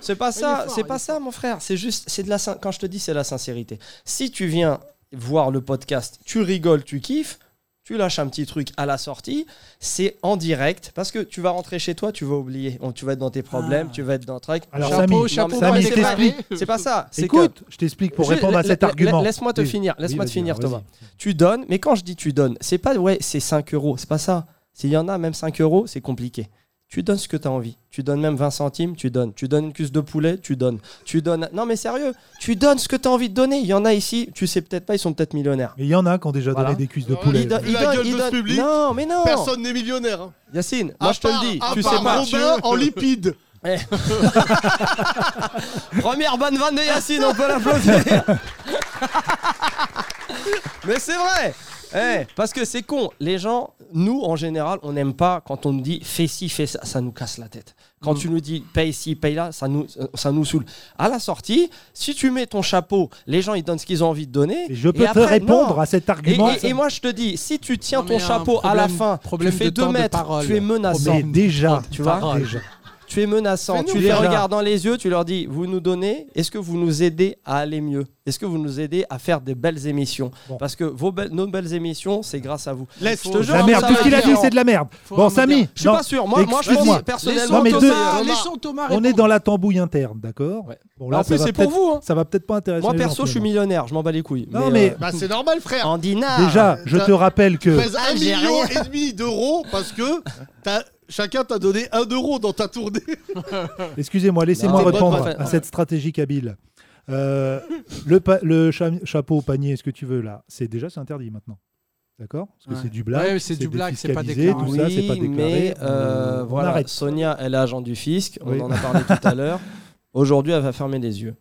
[SPEAKER 5] c'est pas
[SPEAKER 1] Il est
[SPEAKER 5] ça,
[SPEAKER 1] fort,
[SPEAKER 5] c'est pas ça, mon frère. C'est juste, c'est de la, sin- quand je te dis, c'est la sincérité. Si tu viens voir le podcast, tu rigoles, tu kiffes, tu lâches un petit truc à la sortie, c'est en direct, parce que tu vas rentrer chez toi, tu vas oublier, Oh, tu vas être dans tes problèmes, tu vas être dans truc.
[SPEAKER 2] Ah. Alors, Samy, Samy, je t'explique.
[SPEAKER 5] C'est pas ça. c'est que-
[SPEAKER 2] Écoute, je t'explique pour
[SPEAKER 5] je-
[SPEAKER 2] répondre à
[SPEAKER 5] la-
[SPEAKER 2] cet
[SPEAKER 5] la- la-
[SPEAKER 2] argument.
[SPEAKER 5] Laisse-moi te
[SPEAKER 2] Oui.
[SPEAKER 5] finir,
[SPEAKER 2] Oui,
[SPEAKER 5] laisse-moi te
[SPEAKER 2] vas-y,
[SPEAKER 5] finir,
[SPEAKER 2] vas-y.
[SPEAKER 5] Thomas. Tu donnes, mais quand je dis tu donnes, c'est pas ouais, c'est 5 euros, c'est pas ça. S'il y en a même 5 euros, c'est compliqué. Tu donnes ce que tu as envie. Tu donnes même 20 centimes, tu donnes. Tu donnes une cuisse de poulet, tu donnes. Tu donnes. Non, mais sérieux, tu donnes ce que tu as envie de donner. Il y en a ici, tu sais peut-être pas, ils sont peut-être millionnaires.
[SPEAKER 2] Mais il y en a qui ont déjà donné des cuisses de poulet.
[SPEAKER 5] Il donne-
[SPEAKER 6] Vu Euh, la
[SPEAKER 5] donne-
[SPEAKER 6] gueule
[SPEAKER 5] il
[SPEAKER 6] de ce
[SPEAKER 5] donne-
[SPEAKER 6] public,
[SPEAKER 5] Non, mais non.
[SPEAKER 6] personne n'est millionnaire. hein.
[SPEAKER 5] Yacine,
[SPEAKER 6] À
[SPEAKER 5] moi je te
[SPEAKER 6] part-
[SPEAKER 5] le dis,
[SPEAKER 6] à
[SPEAKER 5] tu
[SPEAKER 6] part
[SPEAKER 5] sais pas.
[SPEAKER 6] Robin en
[SPEAKER 5] lipide. *laughs* Première bonne vanne de Yacine, on peut l'applaudir. *laughs* Mais c'est vrai. Eh, parce que c'est con. Les gens, nous, en général, on n'aime pas quand on nous dit fais ci, fais ça, ça nous casse la tête.
[SPEAKER 6] Mm.
[SPEAKER 5] Quand tu nous dis paye ci, paye là, ça nous, euh, ça nous saoule. À la sortie, si tu mets ton chapeau, les gens, ils donnent ce qu'ils ont envie de donner.
[SPEAKER 2] je peux te répondre à cet
[SPEAKER 5] Et-
[SPEAKER 2] argument.
[SPEAKER 5] Et, et moi, je te dis, si tu tiens
[SPEAKER 2] Non, mais
[SPEAKER 5] ton
[SPEAKER 2] il y a un
[SPEAKER 5] chapeau à la
[SPEAKER 2] problème-
[SPEAKER 5] fin,
[SPEAKER 2] problème
[SPEAKER 5] tu fais
[SPEAKER 2] de temps
[SPEAKER 5] deux
[SPEAKER 2] de
[SPEAKER 5] mètres,
[SPEAKER 2] parole.
[SPEAKER 5] tu es menaçant.
[SPEAKER 2] Mais déjà,
[SPEAKER 5] tu vois,
[SPEAKER 2] parole. Déjà.
[SPEAKER 5] Oh, tu es menaçant.
[SPEAKER 2] Fais-nous
[SPEAKER 5] Tu les
[SPEAKER 2] déjà.
[SPEAKER 5] regardes dans les yeux, tu leur dis, vous nous donnez, est-ce que vous nous aidez à aller mieux Est-ce que vous nous aidez à faire des belles émissions Parce que vos belles- nos belles émissions, c'est grâce à vous.
[SPEAKER 2] Laisse-
[SPEAKER 5] Je te jure,
[SPEAKER 2] la
[SPEAKER 5] ça
[SPEAKER 2] merde.
[SPEAKER 5] va
[SPEAKER 2] Tout ce qu'il a
[SPEAKER 5] être
[SPEAKER 2] dit,
[SPEAKER 5] différent.
[SPEAKER 2] c'est de la merde. Bon, Samy,
[SPEAKER 5] Je suis
[SPEAKER 2] non,
[SPEAKER 5] pas sûr. Moi, moi, je pense
[SPEAKER 2] excuse-moi.
[SPEAKER 5] personnellement.
[SPEAKER 2] Non, mais deux-
[SPEAKER 5] laissons Thomas
[SPEAKER 2] On est dans la tambouille interne, d'accord Bon, là,
[SPEAKER 5] En
[SPEAKER 2] ça
[SPEAKER 5] plus,
[SPEAKER 2] va
[SPEAKER 5] c'est pour
[SPEAKER 2] peut-être-
[SPEAKER 5] vous, hein.
[SPEAKER 2] Ça va peut-être pas intéresser.
[SPEAKER 5] Moi,
[SPEAKER 2] les gens,
[SPEAKER 5] perso, je suis
[SPEAKER 2] finalement.
[SPEAKER 5] millionnaire, je m'en bats les couilles.
[SPEAKER 2] Non, mais- euh,
[SPEAKER 6] Bah, c'est normal, frère.
[SPEAKER 5] En dinard.
[SPEAKER 2] Déjà, je te rappelle
[SPEAKER 6] Tu
[SPEAKER 2] que.
[SPEAKER 6] pèses Ah, un million et demi d'euros parce que t'as- chacun t'a donné un euro dans ta tournée.
[SPEAKER 2] *laughs*
[SPEAKER 5] euh,
[SPEAKER 2] Excusez-moi, laissez-moi
[SPEAKER 6] Non, c'est bonne
[SPEAKER 2] répondre
[SPEAKER 6] bonne
[SPEAKER 2] à
[SPEAKER 6] fin.
[SPEAKER 2] cette stratégie kabyle. Euh, le pa- le cha- chapeau, panier, ce que tu veux là, c'est déjà c'est interdit maintenant. D'accord Parce que
[SPEAKER 5] Ouais.
[SPEAKER 2] c'est du blague.
[SPEAKER 5] Ouais, mais c'est du blague, c'est pas
[SPEAKER 2] défiscalisé,
[SPEAKER 5] déclaré.
[SPEAKER 2] Tout ça, c'est pas
[SPEAKER 5] Oui,
[SPEAKER 2] déclaré.
[SPEAKER 5] mais, euh,
[SPEAKER 2] on
[SPEAKER 5] voilà,
[SPEAKER 2] arrête.
[SPEAKER 5] Sonia, elle est agent du fisc. On
[SPEAKER 2] Oui.
[SPEAKER 5] en a parlé tout
[SPEAKER 2] *laughs*
[SPEAKER 5] à l'heure. Aujourd'hui, elle va fermer les yeux.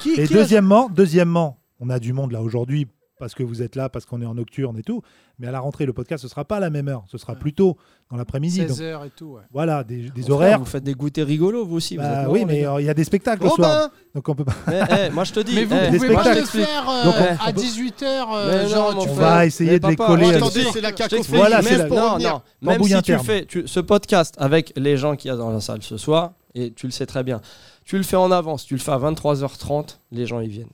[SPEAKER 5] Qui-
[SPEAKER 2] et
[SPEAKER 5] qui a-
[SPEAKER 2] deuxièmement, deuxièmement, on a du monde là aujourd'hui parce que vous êtes là, parce qu'on est en nocturne et tout. Mais à la rentrée, le podcast, ce sera pas à la même heure. Ce sera plus tôt dans l'après-midi. donc-
[SPEAKER 1] 16h et tout, ouais.
[SPEAKER 2] Voilà, des, des
[SPEAKER 5] Frère,
[SPEAKER 2] horaires.
[SPEAKER 5] Vous faites des goûters rigolos, vous aussi. vous
[SPEAKER 2] Bah
[SPEAKER 5] êtes
[SPEAKER 2] oui,
[SPEAKER 5] marrants, les
[SPEAKER 2] mais
[SPEAKER 5] gars.
[SPEAKER 2] euh, il y a des spectacles le
[SPEAKER 5] Robin *laughs*
[SPEAKER 2] soir. Donc on peut pas.
[SPEAKER 5] Eh, eh, moi je te dis,
[SPEAKER 1] Mais vous
[SPEAKER 5] eh,
[SPEAKER 1] pouvez
[SPEAKER 2] des
[SPEAKER 1] pas
[SPEAKER 2] spectacles.
[SPEAKER 1] le faire euh,
[SPEAKER 2] Donc, on-
[SPEAKER 1] à 18h,
[SPEAKER 5] Mais
[SPEAKER 1] genre
[SPEAKER 5] non,
[SPEAKER 1] tu
[SPEAKER 5] mon
[SPEAKER 2] on
[SPEAKER 1] fais-
[SPEAKER 2] va essayer
[SPEAKER 5] Mais
[SPEAKER 2] de les
[SPEAKER 5] papa,
[SPEAKER 2] coller. euh.
[SPEAKER 5] moi, je
[SPEAKER 2] avec-
[SPEAKER 5] t'explique. Je t'explique.
[SPEAKER 2] Voilà,
[SPEAKER 5] Même-
[SPEAKER 2] c'est la
[SPEAKER 5] non, non, Même
[SPEAKER 2] tambouille
[SPEAKER 5] si tu
[SPEAKER 2] interne.
[SPEAKER 5] fais tu- ce podcast avec les gens qu'il y a dans la salle ce soir, et tu le sais très bien, tu le fais en avance, tu le fais à 23h30, les gens ils viennent.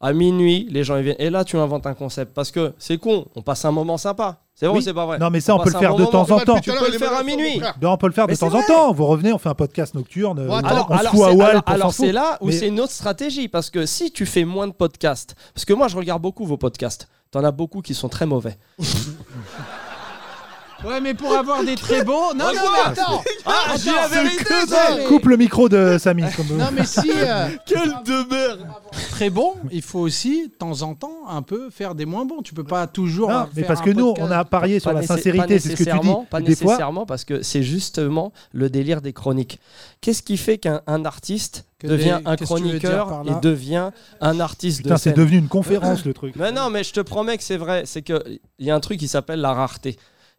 [SPEAKER 5] À minuit, les gens ils viennent. Et là, tu inventes un concept parce que c'est con, on passe un moment sympa. C'est vrai
[SPEAKER 2] Oui.
[SPEAKER 5] ou c'est pas vrai
[SPEAKER 2] Non, mais ça, on peut
[SPEAKER 5] passe
[SPEAKER 2] le
[SPEAKER 5] un
[SPEAKER 2] faire
[SPEAKER 5] bon
[SPEAKER 2] de
[SPEAKER 5] moment.
[SPEAKER 2] temps en temps.
[SPEAKER 5] Tu peux le faire à minuit.
[SPEAKER 2] Non, on peut le faire
[SPEAKER 5] Mais
[SPEAKER 2] de temps
[SPEAKER 5] c'est
[SPEAKER 2] en
[SPEAKER 5] vrai.
[SPEAKER 2] temps. Vous revenez, on fait un podcast nocturne. euh,
[SPEAKER 5] alors,
[SPEAKER 2] on se
[SPEAKER 5] alors,
[SPEAKER 2] fout à
[SPEAKER 5] c'est-
[SPEAKER 2] Wall
[SPEAKER 5] alors-
[SPEAKER 2] pour s'en
[SPEAKER 5] alors, c'est
[SPEAKER 2] foutre.
[SPEAKER 5] là où
[SPEAKER 2] Mais-
[SPEAKER 5] c'est une autre stratégie parce que si tu fais moins de podcasts, parce que moi je regarde beaucoup vos podcasts, t'en as beaucoup qui sont très mauvais.
[SPEAKER 1] Ouais, mais pour avoir des très bons. Non, non,
[SPEAKER 5] Regarde.
[SPEAKER 1] mais attends
[SPEAKER 5] Ah,
[SPEAKER 1] Attends,
[SPEAKER 5] dis la
[SPEAKER 1] c'est
[SPEAKER 5] vérité,
[SPEAKER 1] que
[SPEAKER 5] ça.
[SPEAKER 1] dalle.
[SPEAKER 2] Coupe le micro de Samy. comme-
[SPEAKER 1] Non, mais si. euh,
[SPEAKER 2] *laughs*
[SPEAKER 10] euh,
[SPEAKER 6] Quelle demeure
[SPEAKER 1] Très bon, il faut aussi, de temps en temps, un peu faire des moins bons. Tu peux pas toujours.
[SPEAKER 2] Non,
[SPEAKER 1] euh,
[SPEAKER 2] mais
[SPEAKER 1] faire
[SPEAKER 2] parce
[SPEAKER 1] un
[SPEAKER 2] que nous,
[SPEAKER 1] podcast.
[SPEAKER 2] on a parié sur
[SPEAKER 5] Pas
[SPEAKER 2] la
[SPEAKER 5] nécess-
[SPEAKER 2] sincérité,
[SPEAKER 5] pas
[SPEAKER 2] c'est ce que tu dis.
[SPEAKER 5] nécessairement, Pas
[SPEAKER 2] Et des fois-
[SPEAKER 5] nécessairement, parce que c'est justement le délire des chroniques. Qu'est-ce qui fait qu'un un artiste
[SPEAKER 2] Que
[SPEAKER 5] devient
[SPEAKER 2] des-
[SPEAKER 5] un
[SPEAKER 2] qu'est-ce que tu veux dire
[SPEAKER 5] chroniqueur
[SPEAKER 2] par
[SPEAKER 5] et
[SPEAKER 2] là
[SPEAKER 5] devient un artiste
[SPEAKER 2] Putain,
[SPEAKER 5] de
[SPEAKER 2] c'est
[SPEAKER 5] scène
[SPEAKER 2] devenu une conférence, le truc.
[SPEAKER 5] *laughs* Mais non, mais je te promets que c'est vrai. C'est que il y a un truc qui s'appelle la rareté.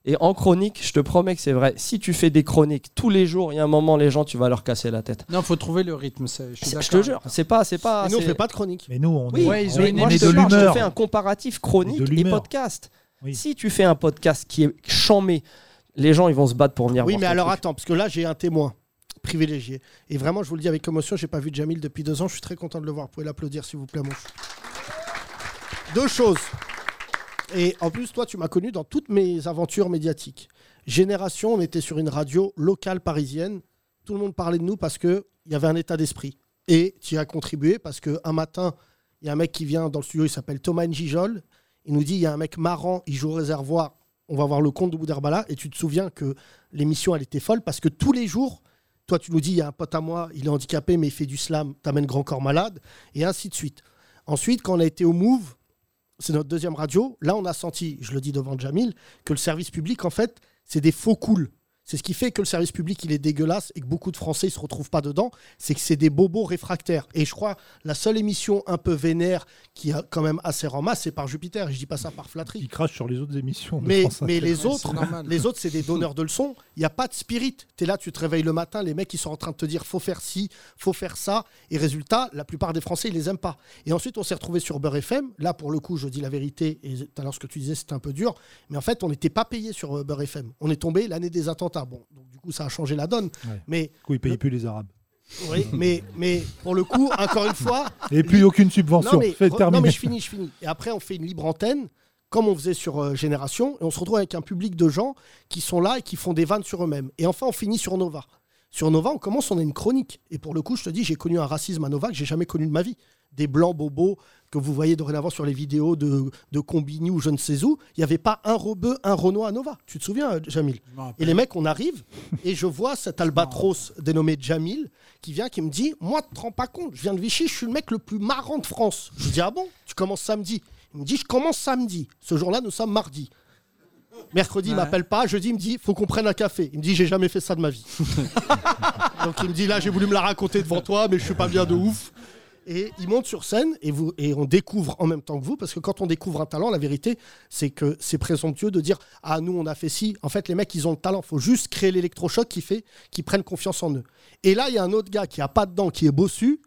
[SPEAKER 5] Et en chronique, je te promets que c'est vrai. Si tu fais des chroniques tous les jours, il y a un moment, les gens, tu vas leur casser la tête.
[SPEAKER 1] Non, faut trouver le rythme. ça, Je, suis
[SPEAKER 5] C'est-
[SPEAKER 1] d'accord.
[SPEAKER 5] Je te jure, c'est pas, c'est pas.
[SPEAKER 1] Et nous, on
[SPEAKER 5] c'est-
[SPEAKER 1] fait pas de chronique.
[SPEAKER 2] Mais nous, on
[SPEAKER 5] Oui,
[SPEAKER 2] est,
[SPEAKER 5] ouais, ils
[SPEAKER 2] on
[SPEAKER 5] ont
[SPEAKER 2] est-
[SPEAKER 5] une
[SPEAKER 2] on est
[SPEAKER 5] énergie
[SPEAKER 2] de
[SPEAKER 5] de marche. Je te
[SPEAKER 2] l'humeur.
[SPEAKER 5] fais un comparatif
[SPEAKER 2] De
[SPEAKER 5] chronique et
[SPEAKER 2] l'humeur.
[SPEAKER 5] podcast. Si tu fais un podcast qui est chamé, les gens ils vont se battre pour venir
[SPEAKER 6] Oui,
[SPEAKER 5] voir
[SPEAKER 6] mais
[SPEAKER 5] ton
[SPEAKER 6] alors
[SPEAKER 5] truc.
[SPEAKER 6] attends, parce que là, j'ai un témoin privilégié. Et vraiment, je vous le dis avec émotion, j'ai pas vu Jamil depuis deux ans. Je suis très content de le voir. Vous pouvez l'applaudir, s'il vous plaît, mon chou. Deux choses. Et en plus, toi, tu m'as connu dans toutes mes aventures médiatiques. Génération, on était sur une radio locale parisienne. Tout le monde parlait de nous parce qu'il y avait un état d'esprit. Et tu y as contribué parce qu'un matin, il y a un mec qui vient dans le studio, il s'appelle Thomas Njijol. Il nous dit il y a un mec marrant, il joue au réservoir. On va voir le compte de Boudherbala. Et tu te souviens que l'émission, elle était folle parce que tous les jours, toi, tu nous dis il y a un pote à moi, il est handicapé, mais il fait du slam, t'amènes grand corps malade, et ainsi de suite. Ensuite, quand on a été au Move, c'est notre deuxième radio. Là, on a senti, je le dis devant Jamil, que le service public, en fait, c'est des faux cools. C'est ce qui fait que le service public, il est dégueulasse et que beaucoup de Français ne se retrouvent pas dedans. C'est que c'est des bobos réfractaires. Et je crois, la seule émission un peu vénère qui a quand même assez en masse, c'est par Jupiter. Et je dis pas ça par flatterie.
[SPEAKER 2] Il crache sur les autres émissions. de
[SPEAKER 6] Mais,
[SPEAKER 2] France
[SPEAKER 6] mais
[SPEAKER 2] Inter.
[SPEAKER 6] les autres, les autres, c'est des donneurs de leçons. Il n'y a pas de spirit. Tu es là, tu te réveilles le matin, les mecs, ils sont en train de te dire faut faire ci, faut faire ça. Et résultat, la plupart des Français, ils les aiment pas. Et ensuite, on s'est retrouvé sur Beurre FM. Là, pour le coup, je dis la vérité. Et tout à l'heure, ce que tu disais, c'était un peu dur. Mais en fait, on n'était pas payé sur euh, Beurre FM. On est tombé l'année des attentats. Bon, donc du coup, ça a changé la donne.
[SPEAKER 2] Ouais.
[SPEAKER 6] Mais,
[SPEAKER 2] Du coup, ils payent plus les Arabes.
[SPEAKER 6] oui, mais, mais pour le coup, encore une fois,
[SPEAKER 2] Et puis aucune subvention.
[SPEAKER 6] non mais,
[SPEAKER 2] Faites
[SPEAKER 6] re-
[SPEAKER 2] terminer.
[SPEAKER 6] non, mais je finis, je finis. Et après, on fait une libre antenne, comme on faisait sur euh, Génération, et on se retrouve avec un public de gens qui sont là et qui font des vannes sur eux-mêmes. Et enfin, on finit sur Nova. Sur Nova, on commence, on a une chronique. Et pour le coup, je te dis, j'ai connu un racisme à Nova que j'ai jamais connu de ma vie. Des blancs bobos que vous voyez dorénavant sur les vidéos de, de Combini ou je ne sais où. Il n'y avait pas un rebeu, un Renault à Nova. Tu te souviens, euh, Jamil Et les mecs, on arrive et je vois cet albatros dénommé Jamil qui vient, qui me dit Moi, tu te rends pas compte, je viens de Vichy, je suis le mec le plus marrant de France. Je lui dis Ah bon Tu commences samedi Il me dit Je commence samedi. Ce jour-là, nous sommes mardi. Mercredi, il
[SPEAKER 5] Ouais.
[SPEAKER 6] m'appelle pas. Jeudi, il me dit Faut qu'on prenne un café. Il me dit J'ai jamais fait ça de ma vie. Donc il me dit Là, j'ai voulu me la raconter devant toi, mais je suis pas bien de ouf. Et il monte sur scène et, vous, et on découvre en même temps que vous, parce que quand on découvre un talent, la vérité, c'est que c'est présomptueux de dire Ah, nous, on a fait ci. En fait, les mecs, ils ont le talent. faut juste créer l'électrochoc qui fait qu'ils prennent confiance en eux. Et là, il y a un autre gars qui a pas dedans, qui est bossu.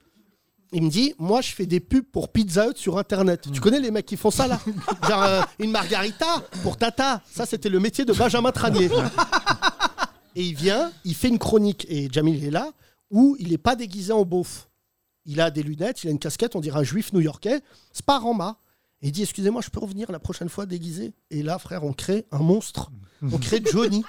[SPEAKER 6] Il me dit Moi, je fais des pubs pour Pizza Hut sur Internet. Tu connais les mecs qui font ça, là Genre euh, une margarita pour Tata. Ça, c'était le métier de Benjamin Tranier. Et il vient, il fait une chronique, et Jamil est là, où il n'est pas déguisé en beauf. Il a des lunettes, il a une casquette, on dirait un juif new-yorkais, c'est pas Rama. Et il dit Excusez-moi, je peux revenir la prochaine fois déguisé Et là, frère, on crée un monstre. On crée Johnny.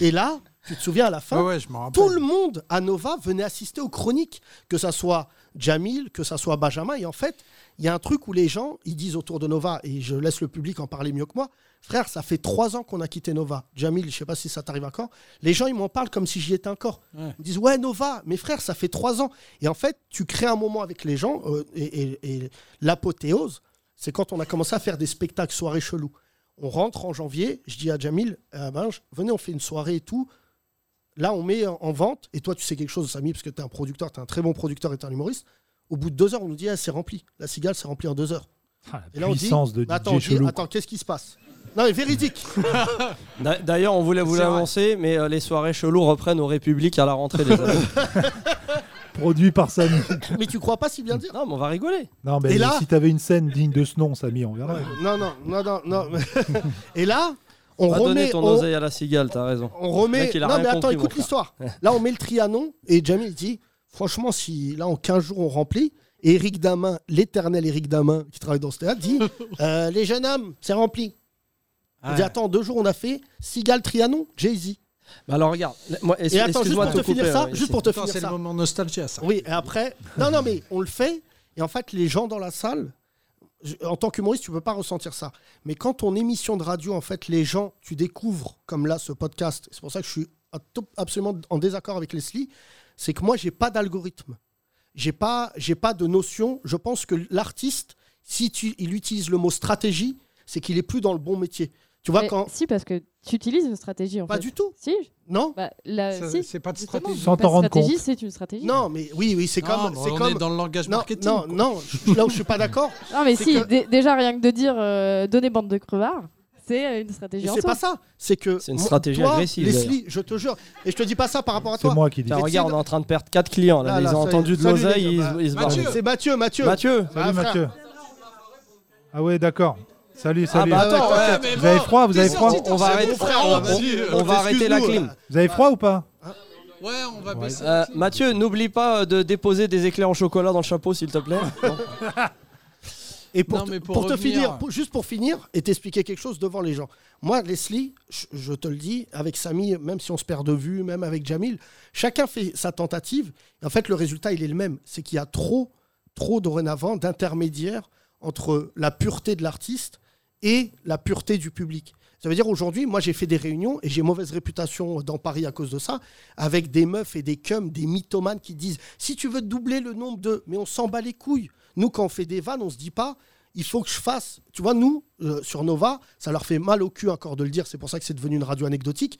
[SPEAKER 6] et là, tu te souviens à la fin,
[SPEAKER 1] Ouais, ouais, je m'en rappelle.
[SPEAKER 6] tout le monde à Nova venait assister aux chroniques, que ça soit Jamil, que ça soit Benjamin. Et en fait, il y a un truc où les gens, ils disent autour de Nova, et je laisse le public en parler mieux que moi. Frère, ça fait trois ans qu'on a quitté Nova. Jamil, je sais pas si ça t'arrive encore. Les gens, ils m'en parlent comme si j'y étais encore. Ils disent ouais Nova, mais frère, ça fait trois ans. Et en fait, tu crées un moment avec les gens. euh, et et- et l'apothéose, c'est quand on a commencé à faire des spectacles soirées chelous. On rentre en janvier. Je dis à Jamil, euh, Benj, venez, on fait une soirée et tout. Là, on met en- en vente, et toi, tu sais quelque chose, Samy, parce que tu es un producteur, tu es un très bon producteur et tu un humoriste. Au bout de deux heures, on nous dit, Ah, c'est rempli. La cigale, c'est rempli en deux heures.
[SPEAKER 2] Ah,
[SPEAKER 6] et là, on dit,
[SPEAKER 2] puissance de
[SPEAKER 6] Mais attends,
[SPEAKER 2] DJ
[SPEAKER 6] on dit,
[SPEAKER 2] chelou,
[SPEAKER 6] attends, qu'est-ce qui se passe Non, mais
[SPEAKER 2] *laughs*
[SPEAKER 6] véridique
[SPEAKER 5] D'a- D'ailleurs, on voulait vous
[SPEAKER 6] C'est vrai.
[SPEAKER 5] l'annoncer, mais euh, les soirées cheloues reprennent aux Républiques à la rentrée des années.
[SPEAKER 2] Produit par Samy.
[SPEAKER 6] Mais tu crois pas si bien dire
[SPEAKER 5] Non, mais on va rigoler.
[SPEAKER 2] Non, mais
[SPEAKER 6] Et là-
[SPEAKER 2] si t'avais une scène digne de ce nom, Samy, on verrait.
[SPEAKER 6] Non, non, non, non, non.
[SPEAKER 2] *laughs*
[SPEAKER 6] et là, *laughs* on
[SPEAKER 5] va
[SPEAKER 6] remet.
[SPEAKER 5] donner ton
[SPEAKER 6] on-
[SPEAKER 5] oseille à la cigale, t'as raison.
[SPEAKER 6] on remet.
[SPEAKER 5] Mec, il a
[SPEAKER 6] Non,
[SPEAKER 5] rien
[SPEAKER 6] mais attends,
[SPEAKER 5] compris, mon
[SPEAKER 6] écoute
[SPEAKER 5] frère.
[SPEAKER 6] l'histoire. Là, on met le Trianon et Jamil dit Franchement, si là, en 15 jours, on remplit. Et Eric Damin, l'éternel Eric Damin, qui travaille dans ce
[SPEAKER 5] *laughs*
[SPEAKER 6] théâtre, dit Euh, Les jeunes hommes, c'est rempli. On
[SPEAKER 5] Ouais.
[SPEAKER 6] dit Attends, deux jours, on a fait Cigale Trianon, Jay-Z.
[SPEAKER 5] Bah alors regarde, moi,
[SPEAKER 6] Et attends, juste
[SPEAKER 5] excuse-moi
[SPEAKER 6] pour
[SPEAKER 5] de
[SPEAKER 6] te
[SPEAKER 5] te couper, euh,
[SPEAKER 6] finir ça,
[SPEAKER 5] ouais,
[SPEAKER 6] juste
[SPEAKER 5] c'est-
[SPEAKER 6] pour te
[SPEAKER 5] Attends,
[SPEAKER 6] finir
[SPEAKER 5] c'est
[SPEAKER 6] ça.
[SPEAKER 5] le moment.
[SPEAKER 1] nostalgie à ça.
[SPEAKER 6] Oui, et après, non, non, mais on le fait. Et en fait, les gens dans la salle, je- en tant qu'humoriste, tu peux pas ressentir ça. Mais quand ton émission de radio, en fait, les gens, tu découvres, comme là, ce podcast, c'est pour ça que je suis a- to- absolument en désaccord avec Leslie, c'est que moi, j'ai pas d'algorithme. J'ai pas, j'ai pas de notion. Je pense que l'artiste, si tu, il utilise le mot stratégie, c'est qu'il est plus dans le bon métier. Tu vois,
[SPEAKER 15] Mais
[SPEAKER 6] quand.
[SPEAKER 15] Si, parce que tu utilises une stratégie en
[SPEAKER 6] Pas
[SPEAKER 15] fait.
[SPEAKER 6] du tout.
[SPEAKER 15] Si
[SPEAKER 6] Non
[SPEAKER 1] Ça, c'est pas de stratégie.
[SPEAKER 15] Sans
[SPEAKER 1] Sans
[SPEAKER 15] t'en
[SPEAKER 1] t'en
[SPEAKER 15] rendre
[SPEAKER 1] rendre
[SPEAKER 15] stratégie,
[SPEAKER 1] compte.
[SPEAKER 15] Ah, c'est une stratégie.
[SPEAKER 6] Non, mais oui, oui, c'est
[SPEAKER 1] Non,
[SPEAKER 6] comme.
[SPEAKER 1] mais
[SPEAKER 6] c'est
[SPEAKER 1] on
[SPEAKER 6] comme...
[SPEAKER 1] est dans le langage
[SPEAKER 6] non,
[SPEAKER 1] marketing,
[SPEAKER 6] Non,
[SPEAKER 1] quoi.
[SPEAKER 6] non, je- là où je suis pas d'accord.
[SPEAKER 15] *laughs* Non, mais
[SPEAKER 6] c'est
[SPEAKER 15] si,
[SPEAKER 6] que-
[SPEAKER 15] dé- déjà rien que de dire euh, donner bande de crevards, c'est euh, une stratégie
[SPEAKER 6] Mais
[SPEAKER 15] en
[SPEAKER 6] c'est
[SPEAKER 15] soi.
[SPEAKER 6] pas ça. C'est que.
[SPEAKER 5] C'est une
[SPEAKER 6] moi-
[SPEAKER 5] stratégie
[SPEAKER 6] toi,
[SPEAKER 5] agressive,
[SPEAKER 6] Leslie,
[SPEAKER 5] d'ailleurs.
[SPEAKER 6] je te jure. Et je te dis pas ça par rapport à toi. Ah,
[SPEAKER 5] Tiens, regarde, on est en train de perdre 4 clients. Là,
[SPEAKER 6] Là,
[SPEAKER 5] ils
[SPEAKER 6] là,
[SPEAKER 5] ont
[SPEAKER 6] ça y est.
[SPEAKER 5] entendu de
[SPEAKER 6] Salut,
[SPEAKER 5] l'oseille,
[SPEAKER 6] les
[SPEAKER 5] ils,
[SPEAKER 6] gars. Bah,
[SPEAKER 5] ils se
[SPEAKER 6] Mathieu.
[SPEAKER 5] barrent.
[SPEAKER 6] C'est Mathieu, Mathieu.
[SPEAKER 5] Mathieu.
[SPEAKER 6] Ah,
[SPEAKER 2] Salut
[SPEAKER 6] frère.
[SPEAKER 2] Mathieu. Ah ouais, d'accord. Salut,
[SPEAKER 5] Ah
[SPEAKER 2] salut.
[SPEAKER 5] bah attends, ouais, mais
[SPEAKER 2] vous avez
[SPEAKER 5] bon,
[SPEAKER 2] froid, vous
[SPEAKER 5] t'es
[SPEAKER 2] avez froid.
[SPEAKER 5] sorti ton On va cerveau, arrêter- frère, on- vas-y, on- euh, on va arrêter la excuse-nous, clim. là.
[SPEAKER 2] Vous avez froid ou pas
[SPEAKER 1] Ouais, on va baisser.
[SPEAKER 5] Euh, Mathieu, n'oublie pas euh, de déposer des éclairs en chocolat dans le chapeau, s'il te
[SPEAKER 6] *laughs*
[SPEAKER 5] plaît. Bon.
[SPEAKER 6] Et pour,
[SPEAKER 1] Non,
[SPEAKER 6] te-
[SPEAKER 1] mais pour
[SPEAKER 6] pour te
[SPEAKER 1] revenir-
[SPEAKER 6] finir, pour- juste pour finir et t'expliquer quelque chose devant les gens. Moi, Leslie, je, je te le dis, avec Samy, même si on se perd de vue, même avec Jamil, chacun fait sa tentative. Et en fait, le résultat, il est le même. C'est qu'il y a trop, trop dorénavant d'intermédiaires entre la pureté de l'artiste et la pureté du public. Ça veut dire aujourd'hui, moi j'ai fait des réunions et j'ai mauvaise réputation dans Paris à cause de ça, avec des meufs et des cums, des mythomanes qui disent si tu veux doubler le nombre de. Mais on s'en bat les couilles. Nous, quand on fait des vannes, on se dit pas il faut que je fasse. Tu vois, nous, euh, sur Nova, ça leur fait mal au cul encore de le dire, c'est pour ça que c'est devenu une radio anecdotique.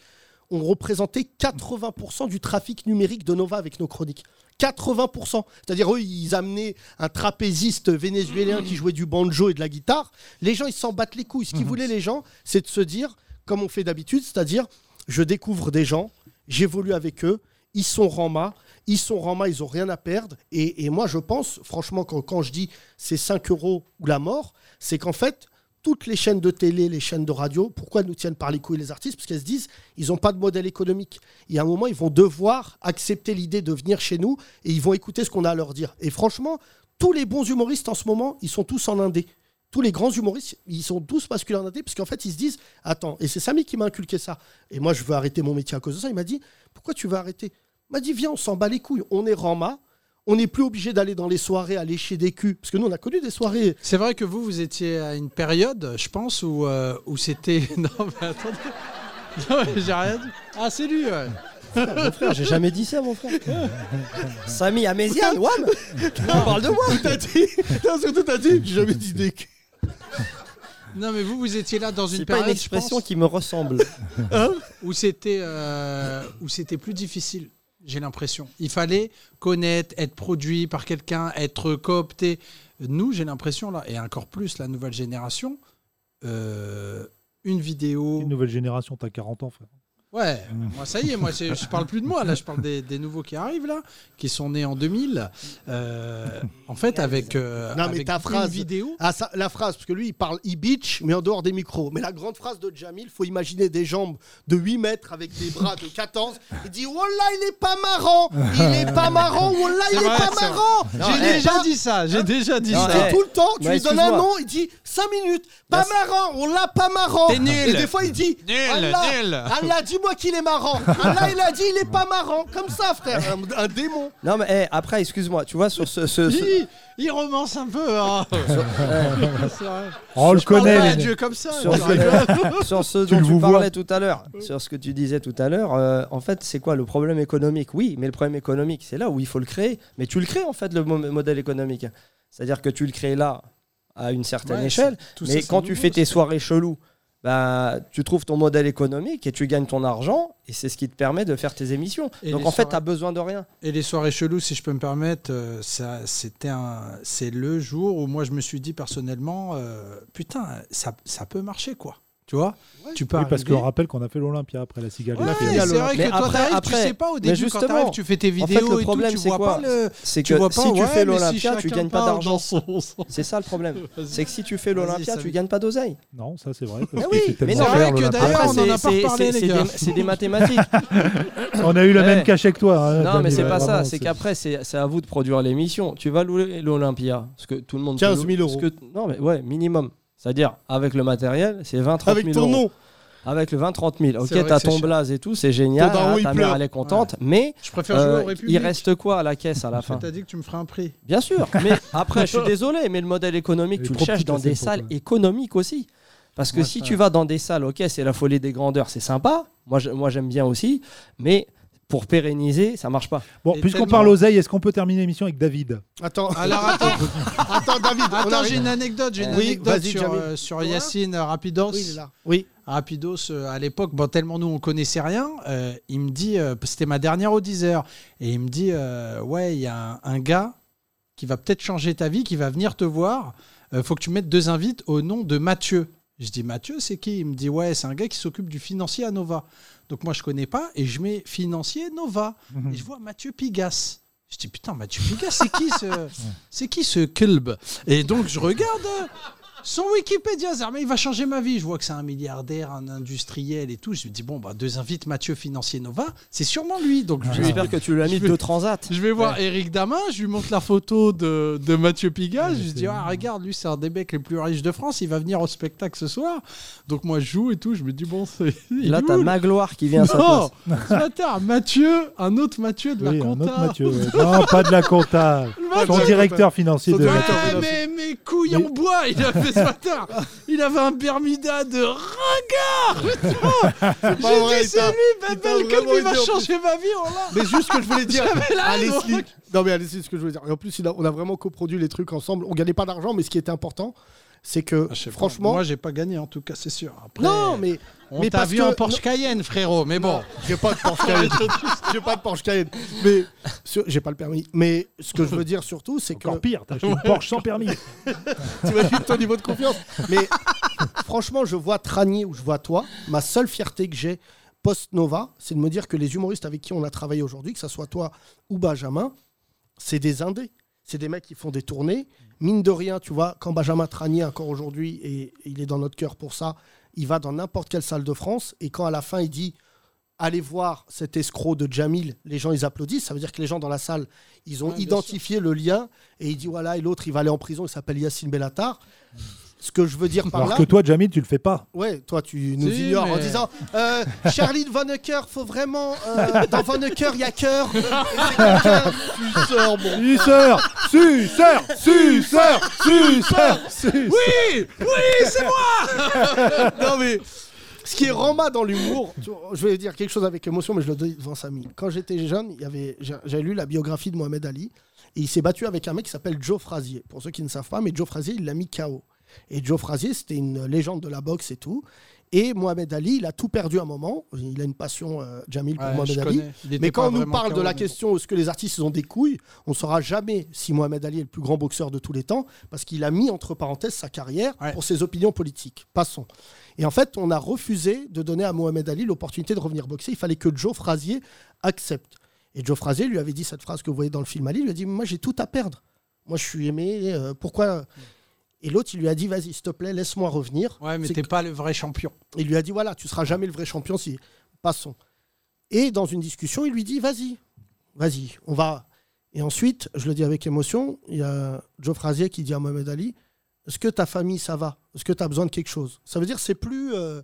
[SPEAKER 6] On représentait 80% du trafic numérique de Nova avec nos chroniques. 80%. C'est-à-dire, eux, ils amenaient un trapéziste vénézuélien qui jouait du banjo et de la guitare. Les gens, ils s'en battent les couilles. Ce qu'ils voulaient, les gens, c'est de se dire, comme on fait d'habitude, c'est-à-dire, je découvre des gens, j'évolue avec eux, ils sont Rama, ils sont Rama, ils ont rien à perdre. Et, et moi, je pense, franchement, quand, quand je dis c'est 5 euros ou la mort, c'est qu'en fait, toutes les chaînes de télé, les chaînes de radio, pourquoi elles nous tiennent par les couilles les artistes Parce qu'elles se disent, ils n'ont pas de modèle économique. Il y a un moment, ils vont devoir accepter l'idée de venir chez nous et ils vont écouter ce qu'on a à leur dire. Et franchement, tous les bons humoristes en ce moment, ils sont tous en indé tous les grands humoristes, ils sont tous masculins en indé, parce qu'en fait, ils se disent Attends, et c'est Samy qui m'a inculqué ça. Et moi, je veux arrêter mon métier à cause de ça. Il m'a dit Pourquoi tu veux arrêter Il m'a dit Viens, on s'en bat les couilles. On est Rama. On n'est plus obligé d'aller dans les soirées, aller chez des culs. Parce que nous, on a connu des soirées.
[SPEAKER 1] C'est vrai que vous, vous étiez à une période, je pense, où, euh, où c'était. *laughs* Non, mais attendez. Non, mais j'ai rien dit. Ah, c'est lui, ouais.
[SPEAKER 5] *laughs* Ah, Mon frère,
[SPEAKER 6] *laughs*
[SPEAKER 5] j'ai jamais dit ça, mon frère. Samy Amézian,
[SPEAKER 6] *laughs*
[SPEAKER 5] wam On parle de moi
[SPEAKER 6] T'as dit *laughs* Non, surtout, t'as dit J'ai jamais dit des culs.
[SPEAKER 1] Non, mais vous, vous étiez là dans une
[SPEAKER 5] C'est pas
[SPEAKER 1] période.
[SPEAKER 5] une
[SPEAKER 1] *laughs*
[SPEAKER 5] expression
[SPEAKER 1] je pense, Hein,
[SPEAKER 5] qui me ressemble.
[SPEAKER 1] où c'était euh, où c'était plus difficile.
[SPEAKER 10] j'ai l'impression. Il fallait connaître, être produit par quelqu'un, être coopté. Nous, j'ai l'impression, là, et encore plus la nouvelle génération, euh, une vidéo.
[SPEAKER 2] Une nouvelle génération, t'as 40 ans, frère.
[SPEAKER 10] Ouais, moi ça y est, moi c'est- je parle plus de moi là, je parle des, des nouveaux qui arrivent là, qui sont nés en 2000. Euh, en fait, avec, euh,
[SPEAKER 6] Non, mais
[SPEAKER 10] avec
[SPEAKER 6] ta
[SPEAKER 10] une
[SPEAKER 6] phrase.
[SPEAKER 10] vidéo.
[SPEAKER 6] Ah, ça- la phrase, parce que lui, il parle e-beach, mais en dehors des micros. Mais la grande phrase de Jamil, faut imaginer des jambes de 8 mètres avec des bras de 14. Il dit Wallah, il est pas marrant Il est pas marrant Wallah, il
[SPEAKER 10] C'est
[SPEAKER 6] est
[SPEAKER 10] vrai,
[SPEAKER 6] pas
[SPEAKER 10] c'est vrai.
[SPEAKER 6] marrant eh.
[SPEAKER 10] J'ai
[SPEAKER 6] Il est
[SPEAKER 10] déjà
[SPEAKER 6] pas-
[SPEAKER 10] dit ça, j'ai déjà dit
[SPEAKER 6] Il
[SPEAKER 10] ça.
[SPEAKER 6] dit eh. tout le temps, oh, tu
[SPEAKER 10] Ouais,
[SPEAKER 6] lui donnes un
[SPEAKER 10] excuse-moi.
[SPEAKER 6] nom, il dit 5 minutes, pas marrant, on l'a pas marrant.
[SPEAKER 10] T'es nul.
[SPEAKER 6] Et des fois il dit Ah,
[SPEAKER 10] Nul,
[SPEAKER 6] Allah,
[SPEAKER 10] nul.
[SPEAKER 6] Allah dis-moi qu'il est marrant. Allah il a dit il est pas marrant. Comme ça frère, un, un démon.
[SPEAKER 5] Non, mais eh, après, excuse-moi, tu vois, sur ce. ce- ce-
[SPEAKER 10] Il, il romance
[SPEAKER 5] *laughs*
[SPEAKER 10] un peu. hein. C'est vrai.
[SPEAKER 5] Oh, On
[SPEAKER 10] Je parle pas à Dieu comme ça.
[SPEAKER 5] Sur
[SPEAKER 10] il
[SPEAKER 5] ce,
[SPEAKER 10] rigole.
[SPEAKER 5] *laughs* sur ce dont tu parlais tout à l'heure, sur ce que tu disais tout à l'heure, euh, en fait, c'est quoi le problème économique Oui, mais le problème économique, c'est là où il faut le créer. Mais tu le crées, en fait, le mo- modèle économique. C'est-à-dire que tu le crées là, à une certaine
[SPEAKER 10] Ouais,
[SPEAKER 5] échelle.
[SPEAKER 10] c'est- tout ça,
[SPEAKER 5] Mais
[SPEAKER 10] c'est
[SPEAKER 5] quand tu
[SPEAKER 10] nouveau,
[SPEAKER 5] fais tes soirées cheloues, bah, tu trouves ton modèle économique et tu gagnes ton argent et c'est ce qui te permet de faire tes émissions.
[SPEAKER 10] Et
[SPEAKER 5] Donc
[SPEAKER 10] les
[SPEAKER 5] en fait,
[SPEAKER 10] soirées-
[SPEAKER 5] tu as besoin de rien.
[SPEAKER 10] Et les soirées cheloues, si je peux me permettre, euh, ça, c'était un, c'est le jour où moi je me suis dit personnellement, euh, putain, ça, ça peut marcher quoi. Tu vois Tu peux
[SPEAKER 2] Oui, parce qu'on
[SPEAKER 10] arriver-
[SPEAKER 2] rappelle qu'on a fait l'Olympia après la cigale.
[SPEAKER 10] Ouais,
[SPEAKER 2] et la
[SPEAKER 10] c'est
[SPEAKER 2] fièvre.
[SPEAKER 10] vrai que
[SPEAKER 5] Mais
[SPEAKER 10] toi,
[SPEAKER 5] après-
[SPEAKER 10] t'arrives, tu
[SPEAKER 5] après-
[SPEAKER 10] sais pas au
[SPEAKER 5] mais
[SPEAKER 10] début
[SPEAKER 5] justement,
[SPEAKER 10] quand t'arrives, tu fais tes
[SPEAKER 5] en fait,
[SPEAKER 10] vidéos
[SPEAKER 5] le
[SPEAKER 10] et
[SPEAKER 5] problème,
[SPEAKER 10] tout, tu
[SPEAKER 5] c'est
[SPEAKER 10] vois
[SPEAKER 5] quoi
[SPEAKER 10] pas le,
[SPEAKER 5] C'est que
[SPEAKER 10] vois
[SPEAKER 5] si
[SPEAKER 10] pas,
[SPEAKER 5] tu
[SPEAKER 10] ouais,
[SPEAKER 5] fais
[SPEAKER 10] mais si
[SPEAKER 5] l'Olympia, tu
[SPEAKER 10] chacun
[SPEAKER 5] gagnes pas
[SPEAKER 10] parle
[SPEAKER 5] d'argent.
[SPEAKER 10] dans son- son-
[SPEAKER 5] C'est ça le problème.
[SPEAKER 10] *laughs* Vas-y.
[SPEAKER 5] C'est que si tu fais
[SPEAKER 10] Vas-y,
[SPEAKER 5] l'Olympia,
[SPEAKER 10] Samy.
[SPEAKER 5] tu gagnes pas d'oseille.
[SPEAKER 2] Non, ça c'est vrai.
[SPEAKER 5] Mais
[SPEAKER 2] parce que
[SPEAKER 5] Ah oui,
[SPEAKER 2] c'est
[SPEAKER 5] mais
[SPEAKER 2] tellement
[SPEAKER 5] non,
[SPEAKER 2] cher,
[SPEAKER 5] que
[SPEAKER 2] l'Olympia.
[SPEAKER 5] d'ailleurs, on en a pas
[SPEAKER 10] reparlé, les gars.
[SPEAKER 5] C'est des *laughs* mathématiques.
[SPEAKER 2] *laughs* On a eu le
[SPEAKER 5] Eh.
[SPEAKER 2] même cachet que toi. hein,
[SPEAKER 5] Non, mais
[SPEAKER 2] Daniel,
[SPEAKER 5] c'est pas ça.
[SPEAKER 2] vraiment,
[SPEAKER 5] C'est qu'après, c'est c'est à vous de produire l'émission. Tu vas louer l'Olympia. Parce que tout le monde. peut
[SPEAKER 6] 15
[SPEAKER 5] louer-
[SPEAKER 6] 000
[SPEAKER 5] parce
[SPEAKER 6] euros.
[SPEAKER 5] que- non, mais ouais, minimum. C'est-à-dire, avec le matériel, c'est 20 30
[SPEAKER 6] Avec
[SPEAKER 5] 000 euros.
[SPEAKER 6] ton nom.
[SPEAKER 5] Avec le 20 30 000.
[SPEAKER 6] C'est vrai
[SPEAKER 5] Ok,
[SPEAKER 6] que
[SPEAKER 5] t'as
[SPEAKER 6] c'est
[SPEAKER 5] ton
[SPEAKER 6] cher.
[SPEAKER 5] blaze et tout, c'est génial.
[SPEAKER 6] Ton daron,
[SPEAKER 5] hein,
[SPEAKER 6] il
[SPEAKER 5] ta mère,
[SPEAKER 6] pleure.
[SPEAKER 5] elle est contente. Mais euh,
[SPEAKER 10] Je préfère jouer en
[SPEAKER 5] il
[SPEAKER 10] République.
[SPEAKER 5] reste quoi à la caisse à la fin
[SPEAKER 10] T'as dit que tu me ferais un prix.
[SPEAKER 5] Bien
[SPEAKER 6] *laughs*
[SPEAKER 5] sûr, mais après, je suis désolé, mais le modèle économique, tu le
[SPEAKER 10] trop
[SPEAKER 5] cherches
[SPEAKER 10] petite,
[SPEAKER 5] dans
[SPEAKER 10] la scène
[SPEAKER 5] des
[SPEAKER 10] pour
[SPEAKER 5] salles
[SPEAKER 10] toi.
[SPEAKER 5] économiques aussi. Parce que
[SPEAKER 10] Ouais,
[SPEAKER 5] si
[SPEAKER 10] ça-
[SPEAKER 5] tu vas dans des salles, ok, c'est la folie des grandeurs, c'est sympa, moi je- moi, j'aime bien aussi, mais pour pérenniser, ça marche pas.
[SPEAKER 2] Bon, puisqu'on parle oseille, est-ce qu'on peut terminer l'émission avec David
[SPEAKER 6] Attends,
[SPEAKER 10] Alors attends,
[SPEAKER 2] *laughs*
[SPEAKER 5] *laughs*
[SPEAKER 6] attends David, on
[SPEAKER 10] attends,
[SPEAKER 6] arrive.
[SPEAKER 10] j'ai une anecdote, j'ai une
[SPEAKER 6] Oui,
[SPEAKER 10] anecdote
[SPEAKER 6] vas-y,
[SPEAKER 10] sur,
[SPEAKER 6] Jamil.
[SPEAKER 10] euh, sur Yacine euh, Rapidos.
[SPEAKER 6] Oui, il est là.
[SPEAKER 10] Oui. Rapidos, euh, à l'époque, bon, tellement nous on connaissait rien, euh, il me dit, euh, c'était ma dernière au 10 heures, et il me dit, euh, ouais, il y a un, un gars qui va peut-être changer ta vie, qui va venir te voir, euh, faut que tu mettes deux invites au nom de Mathieu. Je dis Mathieu, c'est qui Il me dit ouais, c'est un gars qui s'occupe du financier à Nova. Donc moi je connais pas et je mets financier
[SPEAKER 6] *laughs*
[SPEAKER 10] Nova et je vois Mathieu Pigas. Je dis putain Mathieu Pigas, c'est qui
[SPEAKER 6] *laughs*
[SPEAKER 10] ce c'est qui ce club Et donc je regarde euh, son Wikipédia, zar, mais il va changer ma vie. Je vois que c'est un milliardaire, un industriel et tout. Je me dis bon bah deux invites Mathieu financier Nova, c'est sûrement lui. Donc je-
[SPEAKER 5] J'espère que tu l'as mis deux transats.
[SPEAKER 10] je vais voir Eric Damin, je lui montre la photo de, de Mathieu Pigas, je lui dis ah, regarde, lui c'est un des mecs les plus riches de France, il va venir au spectacle ce soir. Donc moi je joue et tout, je me dis bon c'est il
[SPEAKER 5] Là,
[SPEAKER 10] est
[SPEAKER 5] t'as
[SPEAKER 10] où, le-
[SPEAKER 5] Magloire qui vient à sa
[SPEAKER 10] Non,
[SPEAKER 5] place.
[SPEAKER 10] ce matin, Mathieu, un autre Mathieu de
[SPEAKER 2] Oui,
[SPEAKER 10] la
[SPEAKER 2] un
[SPEAKER 10] compta.
[SPEAKER 2] autre Mathieu. ouais. Euh, Non, pas de la compta. Son
[SPEAKER 10] euh,
[SPEAKER 2] directeur financier
[SPEAKER 10] Ouais,
[SPEAKER 2] de.
[SPEAKER 10] Eh, mais mes couilles en bois, il a
[SPEAKER 2] *laughs*
[SPEAKER 10] fait ce matin. Il avait un Bermuda de ringard. putain.
[SPEAKER 6] *laughs* C'est pas vrai,
[SPEAKER 10] J'ai
[SPEAKER 6] il
[SPEAKER 10] dit c'est
[SPEAKER 6] t'a-
[SPEAKER 10] lui,
[SPEAKER 6] il t'a
[SPEAKER 10] Babel,
[SPEAKER 6] vraiment
[SPEAKER 10] comme il va
[SPEAKER 6] aidé en
[SPEAKER 10] changer ma vie. oh là.
[SPEAKER 6] Mais juste ce que je voulais *laughs* dire
[SPEAKER 10] J'avais la
[SPEAKER 6] à
[SPEAKER 10] haine,
[SPEAKER 6] Leslie-
[SPEAKER 10] moi.
[SPEAKER 6] Non mais à Leslie, ce que je voulais dire. Et en plus, il a- on a vraiment coproduit les trucs ensemble. On gagnait pas d'argent, mais ce qui était important, c'est que franchement,
[SPEAKER 10] Moi, j'ai Ah, pas gagné, en tout cas, c'est sûr. Après,
[SPEAKER 6] non, mais
[SPEAKER 10] on
[SPEAKER 6] mais
[SPEAKER 10] t'a
[SPEAKER 6] parce
[SPEAKER 10] vu
[SPEAKER 6] que-
[SPEAKER 10] en Porsche Cayenne, frérot, mais bon.
[SPEAKER 6] J'ai pas de Porsche Cayenne. *laughs* J'ai pas de Porsche Cayenne. Mais sur- j'ai pas le permis. Mais ce que je veux dire surtout, c'est que.
[SPEAKER 2] Encore pire, t'as acheté une Porsche sans permis.
[SPEAKER 6] *laughs* T'imagines ton niveau de confiance. Mais franchement, je vois Tranier ou je vois toi. Ma seule fierté que j'ai post-Nova, c'est de me dire que les humoristes avec qui on a travaillé aujourd'hui, que ce soit toi ou Benjamin, c'est des indés. C'est des mecs qui font des tournées. Mine de rien, tu vois, quand Benjamin Tranier, encore aujourd'hui, et il est dans notre cœur pour ça, il va dans n'importe quelle salle de France. Et quand à la fin, il dit allez voir cet escroc de Jamil, les gens ils applaudissent, ça veut dire que les gens dans la salle, ils ont
[SPEAKER 10] Ouais, bien
[SPEAKER 6] identifié le lien et il dit voilà et l'autre il va aller en prison, il s'appelle Yacine Bellatar. Ce que je veux dire par
[SPEAKER 2] Alors
[SPEAKER 6] là
[SPEAKER 2] que toi, Jamil, tu le fais pas.
[SPEAKER 6] Ouais, toi tu nous
[SPEAKER 2] Si,
[SPEAKER 6] ignores en
[SPEAKER 2] mais-
[SPEAKER 6] disant euh, Charlie de Vonnecker, faut vraiment
[SPEAKER 1] *laughs*
[SPEAKER 6] euh, dans Vonnecker il y
[SPEAKER 10] *laughs*
[SPEAKER 6] a cœur. Et c'est quelqu'un- Suceur, bon.
[SPEAKER 2] Suceur, suceur, suceur, suceur, suceur.
[SPEAKER 10] Oui, oui, c'est moi.
[SPEAKER 6] *laughs* non mais ce qui est ramba dans l'humour, tu vois, je vais dire quelque chose avec émotion, mais je le dis devant Samy. Quand j'étais jeune, il y avait, j'ai- j'avais lu la biographie de Mohamed Ali et il s'est battu avec un mec qui s'appelle Joe Frazier. Pour ceux qui ne savent pas, mais Joe Frazier, il l'a mis KO. Et Joe Frazier, c'était une légende de la boxe et tout. Et Mohamed Ali, il a tout perdu à un moment. Il a une passion, euh, Jamil, pour
[SPEAKER 1] Ouais,
[SPEAKER 6] Mohamed
[SPEAKER 1] je
[SPEAKER 6] Ali.
[SPEAKER 1] connais. Il était
[SPEAKER 6] Mais
[SPEAKER 1] pas
[SPEAKER 6] quand on nous
[SPEAKER 1] vraiment
[SPEAKER 6] parle de
[SPEAKER 1] KO,
[SPEAKER 6] la
[SPEAKER 1] mais bon.
[SPEAKER 6] question est-ce que les artistes ils ont des couilles, on ne saura jamais si Mohamed Ali est le plus grand boxeur de tous les temps, parce qu'il a mis entre parenthèses sa carrière pour ses opinions politiques. Passons. Et en fait, on a refusé de donner à Mohamed Ali l'opportunité de revenir boxer. Il fallait que Joe Frazier accepte. Et Joe Frazier lui avait dit cette phrase que vous voyez dans le film Ali. Il lui a dit Moi, j'ai tout à perdre. Moi, je suis aimé. euh, pourquoi Et l'autre, il lui a dit Vas-y, s'il te plaît, laisse-moi revenir.
[SPEAKER 10] Ouais, mais
[SPEAKER 6] C'est
[SPEAKER 10] t'es
[SPEAKER 6] que-
[SPEAKER 10] pas le vrai champion.
[SPEAKER 6] il lui a dit voilà, tu seras jamais le vrai champion si. Passons. Et dans une discussion, il lui dit vas-y, vas-y, on va. Et ensuite, je le dis avec émotion, il y a Joe Frazier qui dit à Mohamed Ali est-ce que ta famille ça va Est-ce que tu as besoin de quelque chose Ça veut dire c'est plus. euh,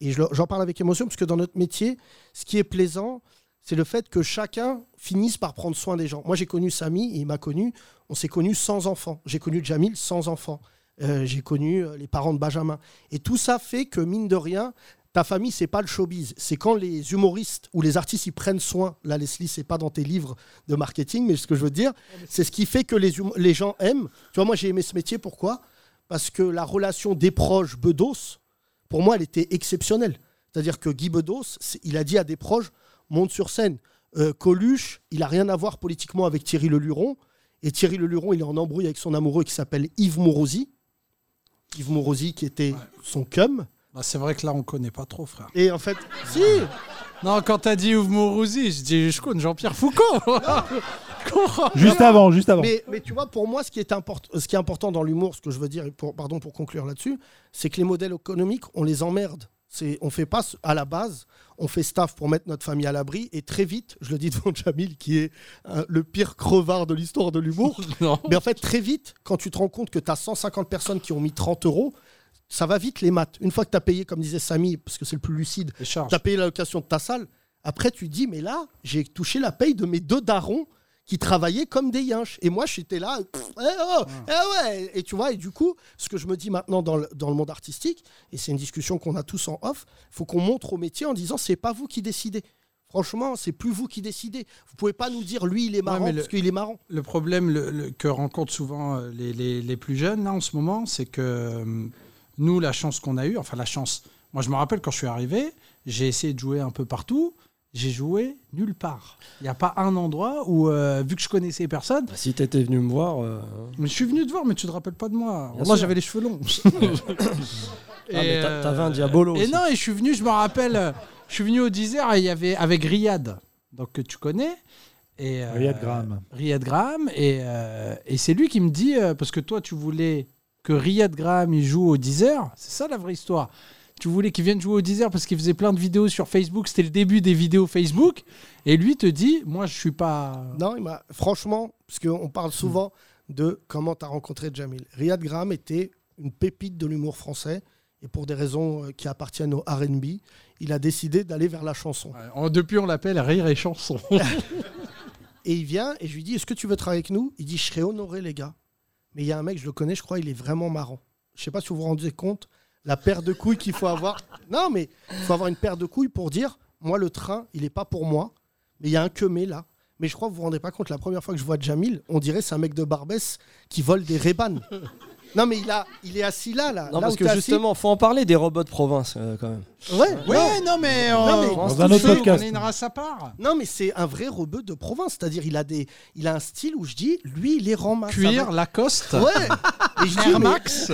[SPEAKER 6] Et je le- j'en parle avec émotion parce que dans notre métier, ce qui est plaisant, c'est le fait que chacun finisse par prendre soin des gens. Moi, j'ai connu Samy, et il m'a connu. On s'est connus sans enfants. J'ai connu Jamil sans enfants. Euh, j'ai connu euh, les parents de Benjamin. Et tout ça fait que, mine de rien, ta famille, c'est pas le showbiz. C'est quand les humoristes ou les artistes, ils prennent soin. Là, Leslie, c'est pas dans tes livres de marketing, mais ce que je veux dire, c'est ce qui fait que les, hum- les gens aiment. Tu vois, moi, j'ai aimé ce métier. Pourquoi Parce que la relation des proches Bedos, pour moi, elle était exceptionnelle. C'est-à-dire que Guy Bedos, c'est- il a dit à des proches, monte sur scène. Euh, Coluche, il a rien à voir politiquement avec Thierry Leluron. Et Thierry Leluron, il est en embrouille avec son amoureux qui s'appelle Yves Morosi. Yves Morosi qui était son cum.
[SPEAKER 10] Bah, c'est vrai que là, on connaît pas trop, frère.
[SPEAKER 6] Et en fait, si
[SPEAKER 10] Non, quand t'as dit Ouvre Mourouzi, je dis je connais Jean-Pierre Foucault.
[SPEAKER 6] *laughs*
[SPEAKER 2] Juste avant, juste avant.
[SPEAKER 6] Mais, mais tu vois, pour moi, ce qui est, import- ce qui est important dans l'humour, ce que je veux dire, et pour, pardon pour conclure là-dessus, c'est que les modèles économiques, on les emmerde. C'est, on fait pas ce- à la base, on fait staff pour mettre notre famille à l'abri et très vite, je le dis devant *laughs* Jamil qui est euh, le pire crevard de l'histoire
[SPEAKER 10] *laughs*
[SPEAKER 6] de l'humour. Mais en fait, très vite, quand tu te rends compte que tu as 150 personnes qui ont mis 30 euros, ça va vite les maths. Une fois que tu as payé, comme disait Samy, parce que c'est le plus lucide, tu as payé l'allocation de ta salle, après tu dis, mais là, j'ai touché la paye de mes deux darons qui travaillaient comme des yinches. Et moi, j'étais là, pff, eh oh, eh ouais. Et tu vois, et du coup, ce que je me dis maintenant dans le, dans le monde artistique, et c'est une discussion qu'on a tous en off, faut qu'on montre au métier en disant, c'est pas vous qui décidez. Franchement, c'est plus vous qui décidez. Vous pouvez pas nous dire, lui, il est marrant,
[SPEAKER 10] Ouais, mais le-
[SPEAKER 6] parce qu'il est marrant.
[SPEAKER 10] Le problème le- le- que rencontrent souvent euh, les, les- les plus jeunes là, en ce moment, c'est que euh, nous, la chance qu'on a eue, enfin la chance, moi je me rappelle quand je suis arrivé, j'ai essayé de jouer un peu partout, j'ai joué nulle part. Il n'y a pas un endroit où, euh, vu que je connaissais personne...
[SPEAKER 5] Bah, Si t'étais venu me voir. euh,
[SPEAKER 10] Mais je suis venu te voir, mais tu te rappelles pas de moi.
[SPEAKER 5] Bien
[SPEAKER 10] moi
[SPEAKER 5] sûr.
[SPEAKER 10] j'avais les cheveux
[SPEAKER 5] *laughs*
[SPEAKER 10] longs.
[SPEAKER 5] Ah, mais t'a-
[SPEAKER 10] euh,
[SPEAKER 5] t'avais un diabolo
[SPEAKER 10] Et
[SPEAKER 5] aussi.
[SPEAKER 10] non, et je suis venu, je me rappelle, euh, je suis venu au Désert et il y avait avec Riyad, donc que tu connais. Et, euh,
[SPEAKER 2] Riyad Graham.
[SPEAKER 10] Riyad Graham, et, euh, et c'est lui qui me dit, euh, parce que toi tu voulais que Riyad Graham il joue au Deezer, c'est ça la vraie histoire. Tu voulais qu'il vienne jouer au Deezer parce qu'il faisait plein de vidéos sur Facebook, c'était le début des vidéos Facebook, et lui te dit, moi je suis pas... euh.
[SPEAKER 6] Non, il m'a- franchement, parce qu'on parle souvent de comment tu as rencontré Jamil. Riyad Graham était une pépite de l'humour français. Et pour des raisons euh, qui appartiennent au RB, il a décidé d'aller vers la chanson.
[SPEAKER 10] En- Depuis on l'appelle Rire et
[SPEAKER 6] *laughs*
[SPEAKER 10] Chanson.
[SPEAKER 6] Et il vient et je lui dis Est-ce que tu veux travailler avec nous Il dit Je serais honoré, les gars. Mais il y a un mec, je le connais, je crois, il est vraiment marrant. Je sais pas si vous vous rendez compte la paire de couilles qu'il faut avoir. *laughs* Non, mais il faut avoir une paire de couilles pour dire Moi, le train, il est pas pour moi. Mais il y a un que mais là. Mais je crois que vous vous rendez pas compte, la première fois que je vois Jamil, on dirait c'est un mec de Barbès qui vole
[SPEAKER 5] *laughs*
[SPEAKER 6] des rébanes. Non, mais il, a, il est assis là, là.
[SPEAKER 5] Non,
[SPEAKER 6] Là
[SPEAKER 5] parce
[SPEAKER 6] où
[SPEAKER 5] que
[SPEAKER 6] t'es assis.
[SPEAKER 5] justement, faut en parler des robots de province euh, quand même.
[SPEAKER 6] Ouais,
[SPEAKER 10] Ouais, non, mais, euh,
[SPEAKER 6] Non,
[SPEAKER 10] Dans un autre podcast. on est une race à part.
[SPEAKER 6] Non, mais c'est un vrai rebeu de province. C'est-à-dire, il a des, il a un style où je dis, lui, il est rama.
[SPEAKER 10] Cuir, Lacoste. *laughs*
[SPEAKER 6] Ouais.
[SPEAKER 10] Air Max,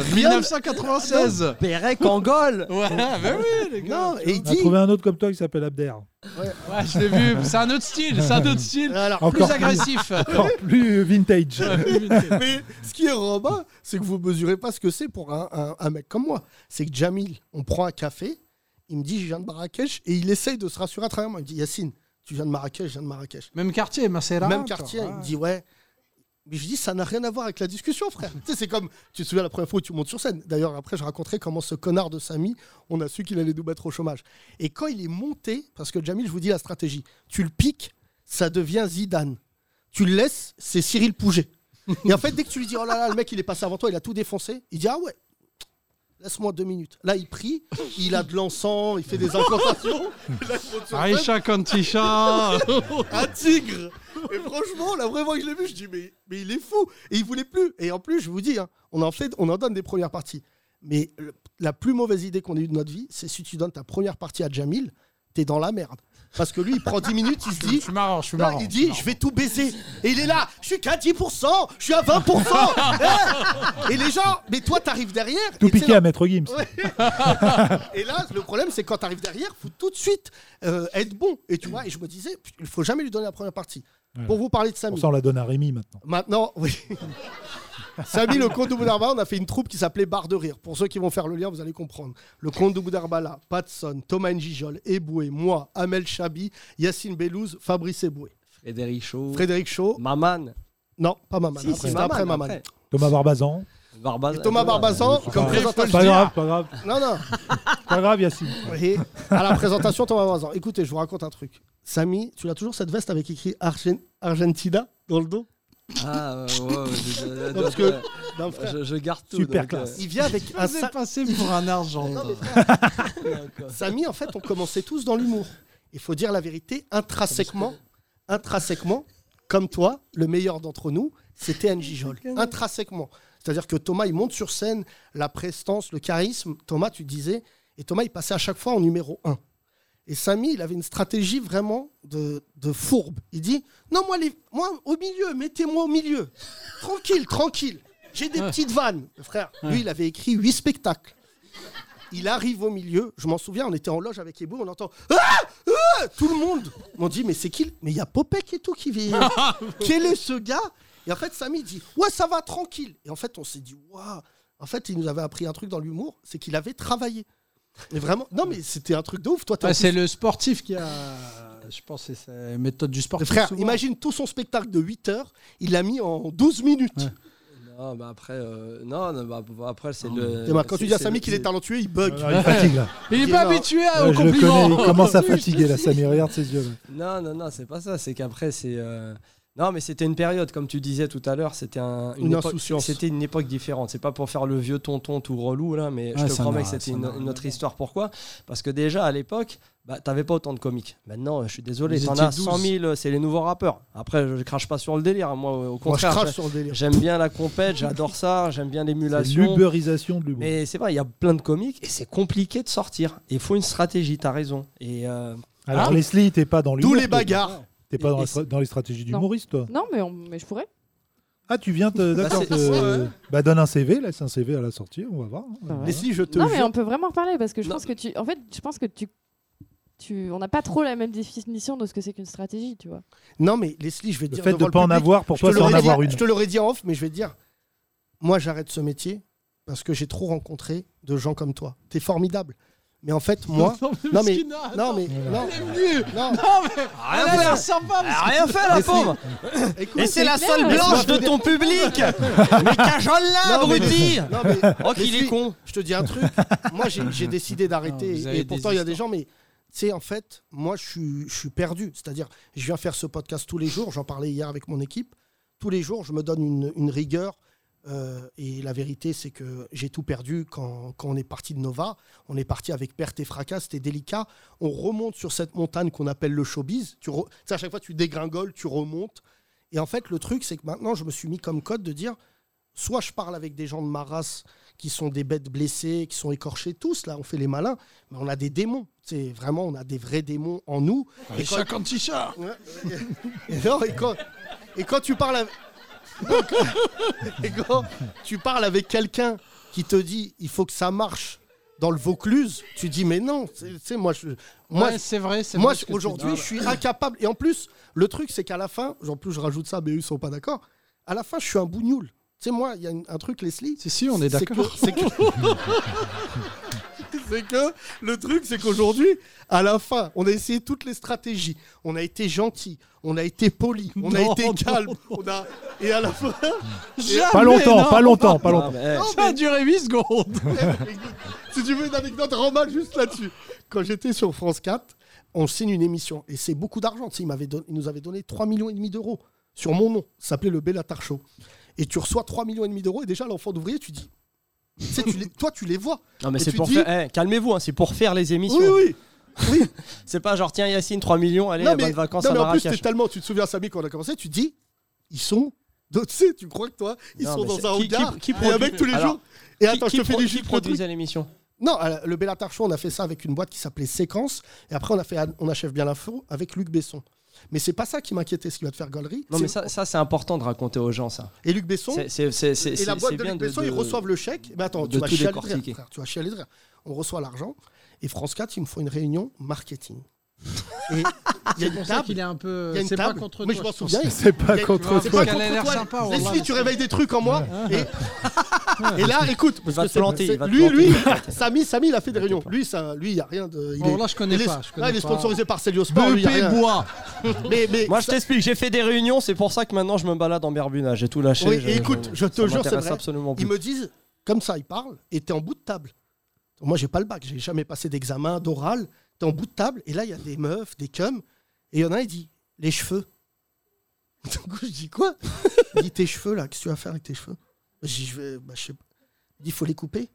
[SPEAKER 6] Ah,
[SPEAKER 10] 1996.
[SPEAKER 5] Pérec Angol.
[SPEAKER 10] Ouais, bah oui, les gars.
[SPEAKER 6] Non, et il
[SPEAKER 2] On a
[SPEAKER 6] dit.
[SPEAKER 2] trouvé un autre comme toi qui s'appelle Abder.
[SPEAKER 10] Ouais, je l'ai vu. C'est un autre style, c'est un autre style.
[SPEAKER 2] Encore
[SPEAKER 10] plus agressif.
[SPEAKER 2] *laughs* encore plus vintage.
[SPEAKER 6] *laughs* mais ce qui est Romain, c'est que vous mesurez pas ce que c'est pour un, un- un mec comme moi. C'est que Jamil, on prend un café, il me dit je viens de Marrakech et il essaye de se rassurer à travers moi. Il me dit Yacine, tu viens de Marrakech, je viens de Marrakech.
[SPEAKER 10] Même quartier, Marcella.
[SPEAKER 6] Même quartier, il me dit ouais. Mais je dis ça n'a rien à voir avec la discussion, frère. tu sais, c'est comme tu te souviens la première fois où tu montes sur scène. D'ailleurs, après, je raconterai comment ce connard de Samy, on a su qu'il allait nous mettre au chômage. Et quand il est monté, parce que Jamil, je vous dis la stratégie, tu le piques, ça devient Zidane. Tu le laisses, c'est Cyril Pouget. Et en fait, dès que tu lui dis, oh là là, le mec, il est passé avant toi, il a tout défoncé, il dit, ah ouais, Laisse-moi deux minutes. Là, il prie, il a de l'encens, il
[SPEAKER 10] *laughs*
[SPEAKER 6] fait des incantations.
[SPEAKER 1] *laughs* Aïcha Kantisha
[SPEAKER 6] *laughs* Un tigre Et franchement, la vraie fois que je l'ai vu, je dis, mais, mais il est fou Et il voulait plus Et en plus, je vous dis, hein, on, en fait, on en donne des premières parties. Mais le- la plus mauvaise idée qu'on ait eue de notre vie, c'est si tu donnes ta première partie à Jamil, t'es dans la merde. Parce que lui, il prend 10 minutes, il se dit. Je suis
[SPEAKER 1] marrant, je suis
[SPEAKER 6] marrant. Il dit, je vais tout baiser. Et il est là, je suis qu'à 10%, je suis à 20%.
[SPEAKER 1] *laughs*
[SPEAKER 6] Hein et les gens, mais toi, t'arrives derrière.
[SPEAKER 2] Tout
[SPEAKER 6] et tu sais,
[SPEAKER 2] piqué à Maître Gims.
[SPEAKER 6] Ouais. et là, le problème, c'est quand t'arrives derrière, faut tout de suite euh, être bon. Et tu vois, et je me disais, putain, il faut jamais lui donner la première partie.
[SPEAKER 2] Voilà.
[SPEAKER 6] Pour vous parler de
[SPEAKER 2] Pour
[SPEAKER 6] Samy.
[SPEAKER 2] ça, on la donne à Rémi maintenant.
[SPEAKER 6] Maintenant, oui. Samy, le comte de Boudarba, on a fait une troupe qui s'appelait Barre de Rire. Pour ceux qui vont faire le lien, vous allez comprendre. Le comte de Boudarbala, Patson, Thomas Njijol, Eboué, moi, Amel Chabi, Yacine Bellouz, Fabrice Eboué.
[SPEAKER 5] Frédéric Chaud.
[SPEAKER 6] Frédéric Chaud.
[SPEAKER 5] Maman.
[SPEAKER 6] Non, pas Maman.
[SPEAKER 5] Si,
[SPEAKER 6] après,
[SPEAKER 5] si,
[SPEAKER 6] c'est
[SPEAKER 5] Maman,
[SPEAKER 6] après Maman.
[SPEAKER 5] après.
[SPEAKER 2] Thomas Barbazan.
[SPEAKER 5] Barba-
[SPEAKER 6] Et Thomas Barbazan, comme
[SPEAKER 2] Pas grave,
[SPEAKER 6] présentation.
[SPEAKER 2] pas grave, pas grave.
[SPEAKER 6] Non, non.
[SPEAKER 2] *laughs* Pas grave, Yacine.
[SPEAKER 6] Oui. À la présentation, Thomas Barbazan. Écoutez, je vous raconte un truc. Samy, tu as toujours cette veste avec écrit Argen- Argentina dans le dos
[SPEAKER 5] Ah, ouais, ouais, ouais, je- je-
[SPEAKER 6] Non,
[SPEAKER 5] donc,
[SPEAKER 6] parce que-
[SPEAKER 5] euh,
[SPEAKER 6] non, frère.
[SPEAKER 5] je, je garde tout. donc, euh,
[SPEAKER 6] Il
[SPEAKER 5] *laughs*
[SPEAKER 6] vient avec un sac.
[SPEAKER 1] passer pour un argent. *laughs*
[SPEAKER 6] Samy, en fait, on commençait tous dans l'humour. Il faut dire la vérité intrinsèquement. Intrinsèquement, comme toi, le meilleur d'entre nous, c'était Anne Gijol. Intrinsèquement. C'est-à-dire que Thomas, il monte sur scène, la prestance, le charisme. Thomas, tu disais. Et Thomas, il passait à chaque fois en numéro 1. Et Samy, il avait une stratégie vraiment de, de fourbe. Il dit Non, moi, les, moi au milieu, mettez-moi au milieu. Tranquille, tranquille. J'ai des petites vannes. Le frère, lui, il avait écrit huit spectacles. Il arrive au milieu, je m'en souviens, on était en loge avec Ebou, on entend Ah Ah Tout le monde On dit Mais c'est qui le- Mais il y a Popek et tout qui vient. Quel est ce gars Et en fait, Samy dit Ouais, ça va, tranquille. Et en fait, on s'est dit Waouh En fait, il nous avait appris un truc dans l'humour, c'est qu'il avait travaillé. Mais vraiment, non, mais c'était un truc de ouf. Toi, t'as-
[SPEAKER 1] Ouais, c'est le sportif qui a. euh, Je pense que c'est la méthode du sportif.
[SPEAKER 6] Frère,
[SPEAKER 1] souvent.
[SPEAKER 6] imagine tout son spectacle de 8 heures, il l'a mis en 12 minutes.
[SPEAKER 5] Non, mais après, euh, non, non, bah, bah, après c'est le.
[SPEAKER 6] Et bah, quand tu
[SPEAKER 5] c'est-
[SPEAKER 6] dis à
[SPEAKER 5] c'est
[SPEAKER 6] Samy
[SPEAKER 5] le-
[SPEAKER 6] qu'il est talentueux, il bug.
[SPEAKER 2] non, il fatigue, là.
[SPEAKER 1] Il est pas habitué à-
[SPEAKER 2] Ouais,
[SPEAKER 1] aux
[SPEAKER 2] je le
[SPEAKER 1] compliments.
[SPEAKER 2] connais, il
[SPEAKER 5] *laughs*
[SPEAKER 2] commence à fatiguer là, Samy. Regarde ses yeux. là.
[SPEAKER 5] Non, non, non, c'est pas ça. C'est qu'après, c'est. euh, Non, mais c'était une période, comme tu disais tout à l'heure, c'était un-
[SPEAKER 6] Une
[SPEAKER 5] époque-
[SPEAKER 6] insouciance.
[SPEAKER 5] C'était une époque différente. C'est pas pour faire le vieux tonton tout relou là, mais
[SPEAKER 1] Ouais,
[SPEAKER 5] je te
[SPEAKER 1] ça
[SPEAKER 5] promets
[SPEAKER 1] n'a-
[SPEAKER 5] que c'était
[SPEAKER 1] ça
[SPEAKER 5] une,
[SPEAKER 1] n'a
[SPEAKER 5] une autre histoire. Pourquoi Parce que déjà à l'époque, bah, t'avais pas autant de comiques. Maintenant, je suis désolé,
[SPEAKER 1] Vous
[SPEAKER 5] t'en
[SPEAKER 1] étiez
[SPEAKER 5] as 100 000. C'est les nouveaux rappeurs. Après, je, je crache pas sur le délire. Moi, au contraire,
[SPEAKER 6] crache
[SPEAKER 5] je-
[SPEAKER 6] sur le délire.
[SPEAKER 5] J'aime bien la compète, j'adore ça. J'aime bien
[SPEAKER 2] C'est
[SPEAKER 5] l'émulation.
[SPEAKER 2] l'ubérisation de l'humour.
[SPEAKER 5] Mais c'est vrai, il y a plein de comiques et c'est compliqué de sortir. Il faut une stratégie. T'as raison. Et euh,
[SPEAKER 2] Alors,
[SPEAKER 5] hein
[SPEAKER 2] Leslie, t'es pas dans l'humour.
[SPEAKER 5] les
[SPEAKER 2] t'es-
[SPEAKER 5] bagarres.
[SPEAKER 2] T'es pas dans,
[SPEAKER 5] Et-
[SPEAKER 2] la
[SPEAKER 5] et
[SPEAKER 2] stra-
[SPEAKER 5] c'est-
[SPEAKER 2] dans les stratégies
[SPEAKER 15] Non.
[SPEAKER 2] d'humoriste, toi.
[SPEAKER 15] Non, mais, on- mais je pourrais.
[SPEAKER 2] Ah, tu viens te.
[SPEAKER 5] Bah,
[SPEAKER 2] D'accord.
[SPEAKER 5] c'est-
[SPEAKER 2] te-
[SPEAKER 5] c'est-
[SPEAKER 2] Bah, donne un CV, laisse un CV à la sortie, on va voir.
[SPEAKER 5] Bah, *laughs*
[SPEAKER 6] Leslie, je te
[SPEAKER 15] non, mais
[SPEAKER 6] jure.
[SPEAKER 15] on peut vraiment parler parce que je pense que tu. En fait, je pense que tu. tu on n'a pas trop la même définition de ce que c'est qu'une stratégie, tu vois.
[SPEAKER 6] Non, mais Leslie, je vais te
[SPEAKER 2] Le
[SPEAKER 6] dire.
[SPEAKER 2] fait de
[SPEAKER 6] devant
[SPEAKER 2] pas en
[SPEAKER 6] public,
[SPEAKER 2] avoir, pour
[SPEAKER 6] je
[SPEAKER 2] toi,
[SPEAKER 6] te
[SPEAKER 2] c'est en
[SPEAKER 6] l'aurais dit-
[SPEAKER 2] avoir une.
[SPEAKER 6] Je te l'aurais dit en off, mais je vais te dire moi, j'arrête ce métier parce que j'ai trop rencontré de gens comme toi. T'es formidable. Mais en fait,
[SPEAKER 1] *laughs*
[SPEAKER 6] *laughs* moi. non, mais. Non, mais. Non, non.
[SPEAKER 5] elle
[SPEAKER 6] Ah
[SPEAKER 5] a l'air
[SPEAKER 1] sympa,
[SPEAKER 5] Elle a Ah, rien fait, la pauvre
[SPEAKER 6] *laughs* Écoute,
[SPEAKER 5] Et c'est la
[SPEAKER 6] clair.
[SPEAKER 5] seule blanche de
[SPEAKER 6] Laisse-moi te
[SPEAKER 5] ton
[SPEAKER 6] dire- *laughs*
[SPEAKER 5] public Mais cajole-la,
[SPEAKER 6] Non, mais-
[SPEAKER 5] abruti
[SPEAKER 6] Non, *laughs* mais-
[SPEAKER 5] Oh, qu'il est
[SPEAKER 6] Leslie,
[SPEAKER 5] con
[SPEAKER 6] Je te dis un truc. Moi, j'ai j'ai décidé
[SPEAKER 1] Non,
[SPEAKER 6] d'arrêter.
[SPEAKER 1] vous
[SPEAKER 6] et-
[SPEAKER 1] avez
[SPEAKER 6] Et,
[SPEAKER 1] des
[SPEAKER 6] pourtant, il y a des gens, mais tu sais, en fait, moi, je suis, je suis perdu. C'est-à-dire, je viens faire ce podcast tous les jours. J'en parlais hier avec mon équipe. Tous les jours, je me donne une, une rigueur. euh, et la vérité, c'est que j'ai tout perdu quand, quand on est parti de Nova. On est parti avec perte et fracas, c'était délicat. On remonte sur cette montagne qu'on appelle le showbiz. Tu re- tu sais, à chaque fois, tu dégringoles, tu remontes. Et en fait, le truc, c'est que maintenant, je me suis mis comme code de dire soit je parle avec des gens de ma race qui sont des bêtes blessées, qui sont écorchés tous, là, on fait les malins, mais on a des démons. C'est vraiment, on a des vrais démons en nous.
[SPEAKER 1] Et
[SPEAKER 6] quand-
[SPEAKER 1] chacun de
[SPEAKER 6] *laughs*
[SPEAKER 1] Chicha.
[SPEAKER 6] Ouais, ouais. Et, non, et quand, et quand tu parles avec, et quand- *laughs* et quand tu parles avec quelqu'un qui te dit il faut que ça marche dans le Vaucluse, tu dis mais non, c'est- tu sais, moi je. Moi,
[SPEAKER 1] Ouais, c'est vrai, c'est
[SPEAKER 6] Moi
[SPEAKER 1] vrai ce que tu
[SPEAKER 6] aujourd'hui
[SPEAKER 1] dis.
[SPEAKER 6] je suis incapable. Et en plus, le truc c'est qu'à la fin, en plus je rajoute ça, mais eux ils sont pas d'accord. À la fin, je suis un bougnoule. Tu sais, moi, il y a une- un truc, Leslie.
[SPEAKER 1] Si, si, on est d'accord.
[SPEAKER 6] C'est que,
[SPEAKER 1] *laughs*
[SPEAKER 6] *laughs* c'est que le truc, c'est qu'aujourd'hui, à la fin, on a essayé toutes les stratégies. On a été gentil, on a été poli, on a
[SPEAKER 1] Non,
[SPEAKER 6] été
[SPEAKER 1] non,
[SPEAKER 6] calme, on a et à la
[SPEAKER 1] *laughs*
[SPEAKER 6] fin.
[SPEAKER 2] Pas longtemps, pas longtemps, pas longtemps.
[SPEAKER 1] Ça a duré 8 secondes.
[SPEAKER 6] *laughs*
[SPEAKER 1] *laughs*
[SPEAKER 6] si tu veux une anecdote remballe juste là-dessus. Quand j'étais sur France 4, on signe une émission et c'est beaucoup d'argent. Tu sais, Il, m'avait don- il nous avait donné 3 millions et demi d'euros sur mon nom. Ça s'appelait le Bellatar Show. Et tu reçois 3 millions et demi d'euros et déjà l'enfant d'ouvrier, tu dis Tu sais, tu les- toi, tu les vois.
[SPEAKER 5] Non, mais
[SPEAKER 6] Et
[SPEAKER 5] c'est
[SPEAKER 6] tu
[SPEAKER 5] pour
[SPEAKER 6] dis-
[SPEAKER 5] faire. eh, Calmez-vous, hein, c'est pour faire les émissions.
[SPEAKER 6] Oui,
[SPEAKER 5] *laughs*
[SPEAKER 6] oui. oui.
[SPEAKER 5] c'est pas genre, tiens, Yacine, 3 millions, allez,
[SPEAKER 6] non, mais,
[SPEAKER 5] euh, bonnes vacances
[SPEAKER 6] non,
[SPEAKER 5] à
[SPEAKER 6] mais en plus, t'es
[SPEAKER 5] Marrakech.
[SPEAKER 6] tellement. Tu te souviens, Samy, quand on a commencé, tu te dis, ils sont. *laughs* Donc, tu sais, tu crois que toi, ils
[SPEAKER 5] Non,
[SPEAKER 6] sont
[SPEAKER 5] mais c'est-
[SPEAKER 6] dans un
[SPEAKER 5] qui- qui-
[SPEAKER 6] hangar.
[SPEAKER 5] qui
[SPEAKER 6] et un
[SPEAKER 5] produit-
[SPEAKER 6] mec tous les
[SPEAKER 5] Alors,
[SPEAKER 6] jours. Et
[SPEAKER 5] qui-
[SPEAKER 6] attends,
[SPEAKER 5] qui
[SPEAKER 6] je te
[SPEAKER 5] pro-
[SPEAKER 6] finis
[SPEAKER 5] qui
[SPEAKER 6] juste le
[SPEAKER 5] produisait
[SPEAKER 6] truc.
[SPEAKER 5] l'émission
[SPEAKER 6] Non, euh, le Bellatar Show, on a fait ça avec une boîte qui s'appelait Séquence. Et après, on a fait, on achève bien l'info avec Luc Besson. Mais c'est pas ça qui m'inquiétait, ce qui va te faire galerie.
[SPEAKER 5] Non, mais
[SPEAKER 6] C'est-
[SPEAKER 5] ça, ça, c'est important de raconter aux gens, ça.
[SPEAKER 6] Et Luc Besson
[SPEAKER 5] C'est- c'est- c'est- c'est-
[SPEAKER 6] Et la
[SPEAKER 5] c'est-
[SPEAKER 6] boîte
[SPEAKER 5] c'est
[SPEAKER 6] de
[SPEAKER 5] bien
[SPEAKER 6] Luc Besson,
[SPEAKER 5] de-
[SPEAKER 6] ils reçoivent le chèque. Mais attends,
[SPEAKER 5] de
[SPEAKER 6] tu vas,
[SPEAKER 5] tout
[SPEAKER 6] chialer de rire,
[SPEAKER 5] décortiquer.
[SPEAKER 6] frère, tu vas chialer de rire. On reçoit l'argent et France 4, ils me font une réunion marketing. Et il y a
[SPEAKER 10] C'est
[SPEAKER 6] une
[SPEAKER 10] pour ça
[SPEAKER 6] table.
[SPEAKER 10] qu'il est un peu-
[SPEAKER 6] il y a une
[SPEAKER 10] c'est pas
[SPEAKER 6] table.
[SPEAKER 10] contre
[SPEAKER 6] Moi,
[SPEAKER 10] toi,
[SPEAKER 6] je m'en
[SPEAKER 10] je pense.
[SPEAKER 6] souviens.
[SPEAKER 10] C'est pas
[SPEAKER 6] Il y a-
[SPEAKER 10] contre
[SPEAKER 6] c'est
[SPEAKER 10] toi.
[SPEAKER 6] pas
[SPEAKER 10] Parce qu'elle a l'air
[SPEAKER 6] toi.
[SPEAKER 10] sympa, on va
[SPEAKER 6] Leslie,
[SPEAKER 10] voir.
[SPEAKER 6] tu réveilles des trucs en moi. Et, et là, écoute,
[SPEAKER 5] Il va
[SPEAKER 6] parce
[SPEAKER 5] te
[SPEAKER 6] que
[SPEAKER 5] planter,
[SPEAKER 6] c'est-
[SPEAKER 5] il va te
[SPEAKER 6] lui,
[SPEAKER 5] planter.
[SPEAKER 6] lui, *laughs* Samy, Samy, il a fait des réunions. Lui, ça, lui, il y a rien de. Il
[SPEAKER 5] Bon, là, je connais
[SPEAKER 6] il est-
[SPEAKER 5] pas, je connais
[SPEAKER 6] là, il est
[SPEAKER 5] pas.
[SPEAKER 6] sponsorisé par Celio Sport. lui, il y a rien. *laughs* Mais, mais
[SPEAKER 5] Moi, je t'explique, j'ai fait des réunions, c'est pour ça que maintenant je me balade en berbunage. J'ai tout lâché.
[SPEAKER 6] Oui,
[SPEAKER 5] je-
[SPEAKER 6] et écoute, je
[SPEAKER 5] ça
[SPEAKER 6] te jure, c'est
[SPEAKER 5] m'intéresse
[SPEAKER 6] vrai.
[SPEAKER 5] absolument plus.
[SPEAKER 6] Ils me disent, comme ça, ils parlent, et t'es en bout de table. Moi, j'ai pas le bac, j'ai jamais passé d'examen, d'oral. T'es en bout de table, et là, il y a des meufs, des cums, et il y en a un, il dit, les cheveux. *laughs* Du coup, je dis quoi Il dit, tes cheveux, là, qu'est-ce que tu vas faire avec tes cheveux Je dis, je vais, bah, je sais pas. Il dit, faut les couper.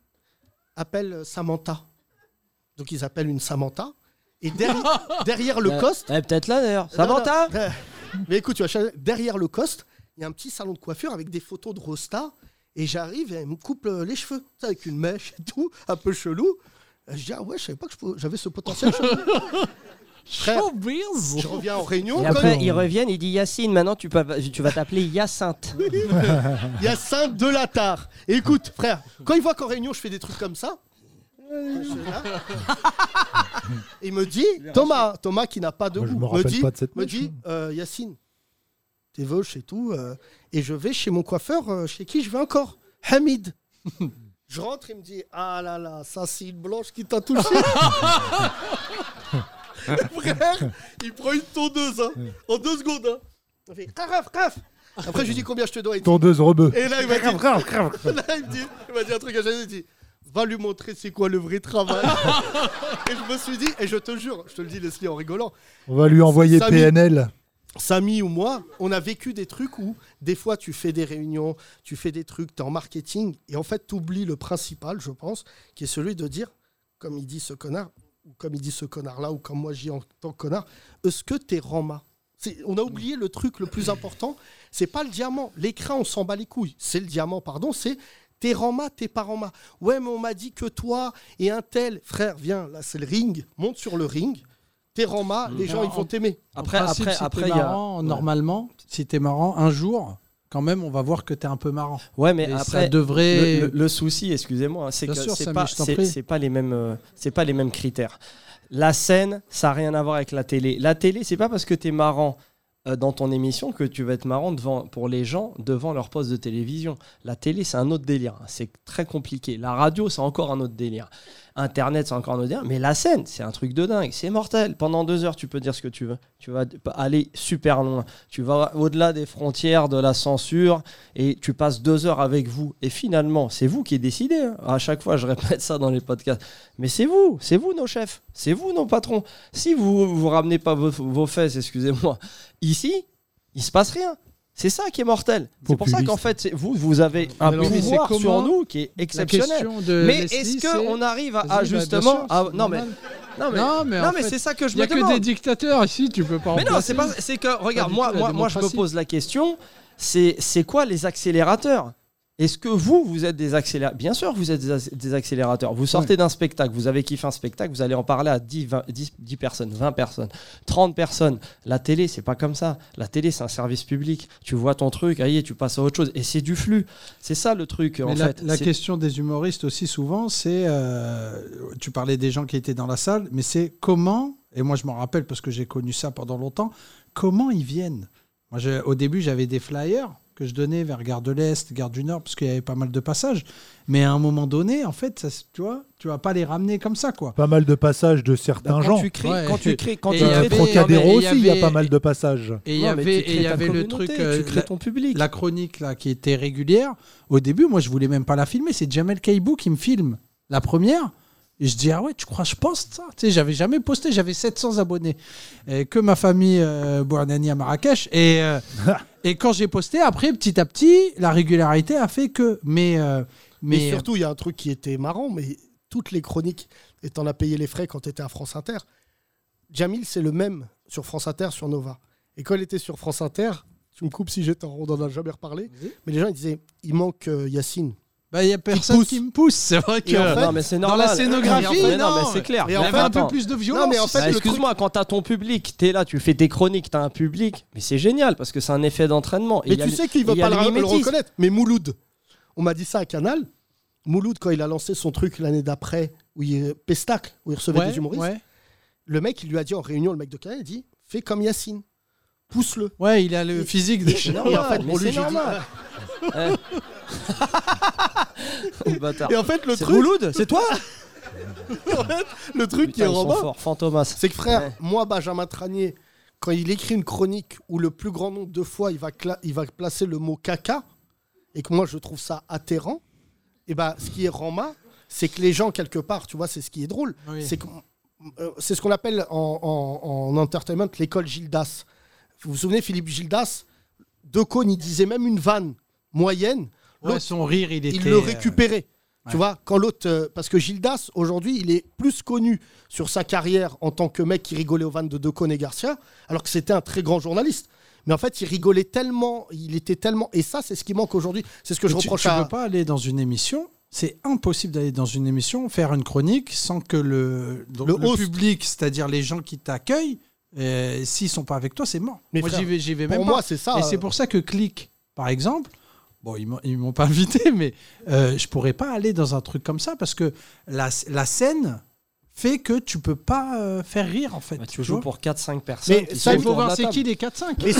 [SPEAKER 6] Appelle euh, Samantha. Donc, ils appellent une Samantha. Et derrière,
[SPEAKER 5] *laughs*
[SPEAKER 6] derrière le
[SPEAKER 5] Ouais.
[SPEAKER 6] coste,
[SPEAKER 5] Ouais, peut-être là d'ailleurs. Samantha
[SPEAKER 6] non, non. *laughs* Mais écoute, tu vas chercher- derrière le coste, il y a un petit salon de coiffure avec des photos de Rosta. Et j'arrive et elle me coupe euh, les cheveux, tu sais, avec une mèche et tout, un peu chelou. Euh, Je dis, ah ouais, je savais pas que je pouvais- j'avais ce potentiel. Frère, je reviens en réunion.
[SPEAKER 5] Et
[SPEAKER 6] comme-
[SPEAKER 5] après, ils reviennent, ils disent Yacine, maintenant tu, peux- tu vas t'appeler Yacinthe.
[SPEAKER 6] *laughs* Il y a Saint de la tare. Et Écoute, frère, quand ils voient qu'en réunion, je fais des trucs comme ça, il me dit, Thomas, Thomas qui n'a pas de
[SPEAKER 2] Moi, je
[SPEAKER 6] goût,
[SPEAKER 2] me
[SPEAKER 6] me
[SPEAKER 2] rappelle
[SPEAKER 6] dit,
[SPEAKER 2] pas de cette
[SPEAKER 6] me
[SPEAKER 2] mèche, hein.
[SPEAKER 6] dit euh, Yacine, t'es vauche et tout, euh, et je vais chez mon coiffeur, euh, chez qui je vais encore
[SPEAKER 2] *laughs*
[SPEAKER 6] Hamid. je rentre, il me dit, ah là là, ça c'est une blanche qui t'a touché. frère, *laughs* il prend une tondeuse, hein, en deux secondes. Hein. Il fait, Raf, Raf. Après, je lui dis combien je te dois. il dit-
[SPEAKER 2] Tondeuse rebeu.
[SPEAKER 6] Et là, il m'a dit,
[SPEAKER 2] Raf, raf,
[SPEAKER 6] *laughs*
[SPEAKER 2] raf.
[SPEAKER 6] Là, il me dit, il m'a dit un truc à Janine, il dit, va lui montrer c'est quoi le vrai travail.
[SPEAKER 5] *laughs*
[SPEAKER 6] et je me suis dit, et je te jure, je te le dis Leslie en rigolant,
[SPEAKER 2] On va lui envoyer
[SPEAKER 6] Samy.
[SPEAKER 2] PNL.
[SPEAKER 6] Samy ou moi, on a vécu des trucs où des fois tu fais des réunions, tu fais des trucs, tu es en marketing, et en fait tu oublies le principal, je pense, qui est celui de dire, comme il dit ce connard, ou comme il dit ce connard-là, ou comme moi j'y en tant que connard, est-ce que t'es Rama C'est- On a oublié le truc le plus important, c'est pas le diamant. L'écran, on s'en bat les couilles. C'est le diamant, pardon, c'est t'es Rama, t'es pas Rama. Ouais, mais on m'a dit que toi et un tel, frère, viens, là c'est le ring, monte sur le ring, t'es Rama, les gens ils vont t'aimer.
[SPEAKER 10] Après, après, après, marrant, normalement, si t'es marrant, un jour, quand même, on va voir que t'es un peu marrant.
[SPEAKER 5] Ouais, mais
[SPEAKER 10] Et
[SPEAKER 5] après,
[SPEAKER 10] ça devrait.
[SPEAKER 5] le, le- le souci, excusez-moi, hein, c'est
[SPEAKER 10] Bien
[SPEAKER 5] que
[SPEAKER 10] sûr,
[SPEAKER 5] c'est
[SPEAKER 10] Samy,
[SPEAKER 5] pas,
[SPEAKER 10] je t'en
[SPEAKER 5] c'est-
[SPEAKER 10] prie.
[SPEAKER 5] c'est pas les mêmes, euh, c'est pas les mêmes critères. La scène, ça n'a rien à voir avec la télé. La télé, c'est pas parce que t'es marrant euh, dans ton émission que tu vas être marrant devant, pour les gens devant leur poste de télévision. La télé, c'est un autre délire. hein, C'est très compliqué. La radio, c'est encore un autre délire. Internet, c'est encore un autre délire. Mais la scène, c'est un truc de dingue. C'est mortel. Pendant deux heures, tu peux dire ce que tu veux. Tu vas d- aller super loin. Tu vas au-delà des frontières de la censure et tu passes deux heures avec vous. Et finalement, c'est vous qui décidez. hein. À chaque fois, je répète ça dans les podcasts. Mais c'est vous. C'est vous nos chefs. C'est vous nos patrons. Si vous vous ramenez pas vos, vos fesses, excusez-moi, ici, il se passe rien. C'est ça qui est mortel. C'est pour ça
[SPEAKER 17] Populiste.
[SPEAKER 5] qu'en fait, c'est- vous, vous avez un
[SPEAKER 17] Alors, mais c'est
[SPEAKER 5] pouvoir
[SPEAKER 17] comment
[SPEAKER 5] sur nous qui est
[SPEAKER 17] La
[SPEAKER 5] exceptionnel.
[SPEAKER 17] question de
[SPEAKER 5] Mais
[SPEAKER 17] Leslie,
[SPEAKER 5] est-ce
[SPEAKER 17] c'est-
[SPEAKER 5] qu'on arrive à,
[SPEAKER 17] Vas-y,
[SPEAKER 5] à
[SPEAKER 17] bah, bien
[SPEAKER 5] justement.
[SPEAKER 17] sûr,
[SPEAKER 5] à-
[SPEAKER 17] c'est
[SPEAKER 5] Non, mais,
[SPEAKER 17] normal.
[SPEAKER 5] non, mais.
[SPEAKER 10] Non, mais
[SPEAKER 5] non,
[SPEAKER 10] en
[SPEAKER 5] mais
[SPEAKER 10] fait,
[SPEAKER 5] c'est ça que je
[SPEAKER 10] y
[SPEAKER 5] me
[SPEAKER 10] a
[SPEAKER 5] demande.
[SPEAKER 10] que des dictateurs ici, Ah, tu peux pas
[SPEAKER 5] Mais non,
[SPEAKER 10] remplacer.
[SPEAKER 5] c'est pas. C'est que regarde,
[SPEAKER 10] du
[SPEAKER 5] moi,
[SPEAKER 10] tout la
[SPEAKER 5] moi, moi, je me
[SPEAKER 10] démocratie.
[SPEAKER 5] pose la question. C'est c'est quoi les accélérateurs Est-ce que vous, vous êtes des accélérateurs Bien sûr, vous êtes des, ac- des accélérateurs. Vous sortez d'un spectacle, vous avez kiffé un spectacle, vous allez en parler à 10, 20, 10, 10 personnes, 20 personnes, 30 personnes. La télé, c'est pas comme ça. La télé, c'est un service public. Tu vois ton truc, allez, tu passes à autre chose. Et c'est du flux. C'est ça le truc, en
[SPEAKER 10] Mais la,
[SPEAKER 5] fait.
[SPEAKER 10] la
[SPEAKER 5] C'est-
[SPEAKER 10] question des humoristes aussi souvent, c'est, euh, tu parlais des gens qui étaient dans la salle, mais c'est comment, et moi je m'en rappelle parce que j'ai connu ça pendant longtemps, comment ils viennent. Moi, j'ai- au début, j'avais des flyers que je donnais vers Gare de l'Est, Gare du Nord, parce qu'il y avait pas mal de passages. Mais à un moment donné, en fait, ça, se- tu vois, tu vas pas les ramener comme ça, quoi.
[SPEAKER 2] Pas mal de passages de certains
[SPEAKER 10] Bah, quand
[SPEAKER 2] gens.
[SPEAKER 10] tu crées- Ouais. quand tu crées- quand
[SPEAKER 2] Et
[SPEAKER 10] tu
[SPEAKER 2] euh,
[SPEAKER 10] crées-
[SPEAKER 2] Trocadéro
[SPEAKER 10] Non, mais il y
[SPEAKER 2] aussi, il y a
[SPEAKER 10] avait-
[SPEAKER 2] pas mal de passages.
[SPEAKER 10] Et il y
[SPEAKER 5] Non, mais
[SPEAKER 10] avait,
[SPEAKER 5] tu crées
[SPEAKER 10] et il y
[SPEAKER 5] ta
[SPEAKER 10] avait le
[SPEAKER 5] communauté,
[SPEAKER 10] truc, euh,
[SPEAKER 5] tu crées
[SPEAKER 10] la,
[SPEAKER 5] ton public.
[SPEAKER 10] la chronique là qui était régulière. Au début, moi, je voulais même pas la filmer. C'est Jamel Kaibou qui me filme la première. Et je dis ah ouais, tu crois que je poste ça Tu sais, j'avais jamais posté, j'avais 700 abonnés Et que ma famille euh, Bouarnani à Marrakech. Et euh, et quand j'ai posté, après, petit à petit, la régularité a fait que. Mais euh,
[SPEAKER 6] Mais,
[SPEAKER 10] Mais-
[SPEAKER 6] *laughs* surtout, il y a un truc qui était marrant, mais toutes les chroniques, et t'en as payé les frais quand t'étais à France Inter. Jamil, c'est le même sur France Inter, sur Nova. Et quand il était sur France Inter, tu me coupes si j'ai tort, on n'en a jamais reparlé, mais les gens ils disaient il manque euh, Yacine.
[SPEAKER 10] Bah, il n'y a personne qui me pousse, c'est vrai que.
[SPEAKER 6] Et en fait-
[SPEAKER 5] euh, non, mais c'est normal.
[SPEAKER 10] Dans la scénographie,
[SPEAKER 5] Mais non,
[SPEAKER 10] non,
[SPEAKER 5] mais c'est clair.
[SPEAKER 10] Il y avait un peu plus de violence. Bah,
[SPEAKER 5] Non, mais en fait,
[SPEAKER 10] le truc-
[SPEAKER 5] excuse-moi, quand t'as ton public, t'es là, tu fais des chroniques, t'as un public, mais c'est génial parce que c'est un effet d'entraînement. Et
[SPEAKER 6] Mais
[SPEAKER 5] il y a
[SPEAKER 6] tu
[SPEAKER 5] le-
[SPEAKER 6] sais qu'il va
[SPEAKER 5] et il y a
[SPEAKER 6] pas le, le
[SPEAKER 5] mimétisme.
[SPEAKER 6] reconnaître. Mais Mouloud, on m'a dit ça à Canal. Mouloud, quand il a lancé son truc l'année d'après, où il pestacle, où il recevait
[SPEAKER 10] Ouais,
[SPEAKER 6] des humoristes,
[SPEAKER 10] ouais.
[SPEAKER 6] le mec, il lui a dit en réunion, le mec de Canal, il dit fais comme Yacine, pousse-le.
[SPEAKER 10] Ouais, il a le physique de
[SPEAKER 6] Et,
[SPEAKER 10] Normal,
[SPEAKER 6] en fait,
[SPEAKER 10] mais
[SPEAKER 6] bon, lui,
[SPEAKER 10] c'est
[SPEAKER 6] j'ai
[SPEAKER 5] *laughs*
[SPEAKER 6] dit-
[SPEAKER 10] normal.
[SPEAKER 5] bâtard.
[SPEAKER 6] Et en fait, le
[SPEAKER 5] C'est
[SPEAKER 6] truc.
[SPEAKER 5] Mouloud, c'est toi
[SPEAKER 6] *laughs* En fait, le truc qui est
[SPEAKER 5] Putain, ils sont
[SPEAKER 6] Robin,
[SPEAKER 5] forts, Fantomas.
[SPEAKER 6] c'est que frère,
[SPEAKER 5] Ouais.
[SPEAKER 6] moi, Benjamin Tranier, quand il écrit une chronique où le plus grand nombre de fois il va, cla- il va placer le mot caca, et que moi je trouve ça atterrant, et ben ce qui est Rama, c'est que les gens, quelque part, tu vois, c'est ce qui est drôle.
[SPEAKER 10] Oui.
[SPEAKER 6] C'est que- euh, c'est ce qu'on appelle en, en- en entertainment l'école Gildas. Vous vous souvenez, Philippe Gildas, De Caunes, il disait même une vanne moyenne.
[SPEAKER 10] Ouais,
[SPEAKER 6] L'autre,
[SPEAKER 10] son rire, il était,
[SPEAKER 6] le
[SPEAKER 10] euh,
[SPEAKER 6] récupérait. Tu vois, quand l'autre. euh, parce que Gildas, aujourd'hui, il est plus connu sur sa carrière en tant que mec qui rigolait aux vannes de Decaune et Garcia, alors que c'était un très grand journaliste. Mais en fait, il rigolait tellement, il était tellement. Et ça, c'est ce qui manque aujourd'hui. C'est ce que je
[SPEAKER 10] Mais tu-
[SPEAKER 6] reproche
[SPEAKER 10] tu,
[SPEAKER 6] à.
[SPEAKER 10] peux pas aller dans une émission. C'est impossible d'aller dans une émission, faire une chronique sans que le, donc le public, c'est-à-dire les gens qui t'accueillent, euh, s'ils sont pas avec toi, c'est mort.
[SPEAKER 6] Mais
[SPEAKER 10] moi,
[SPEAKER 6] frère,
[SPEAKER 10] j'y vais, j'y vais
[SPEAKER 6] pour
[SPEAKER 10] même
[SPEAKER 6] moi,
[SPEAKER 10] pas.
[SPEAKER 6] c'est ça,
[SPEAKER 10] Et
[SPEAKER 6] euh.
[SPEAKER 10] c'est pour ça que Click, par exemple, bon, ils m'ont- ils m'ont pas *laughs* invité, mais euh, je pourrais pas aller dans un truc comme ça parce que la, la scène fait que tu peux pas euh, faire rire en fait.
[SPEAKER 5] Bah, Tu joues pour 4-5 personnes.
[SPEAKER 10] Mais
[SPEAKER 5] qui
[SPEAKER 10] ça,
[SPEAKER 5] sont
[SPEAKER 10] il faut
[SPEAKER 5] autour de
[SPEAKER 10] voir *laughs*
[SPEAKER 5] la
[SPEAKER 10] c'est
[SPEAKER 5] table.
[SPEAKER 10] qui les 4-5.
[SPEAKER 5] C'est
[SPEAKER 6] euh,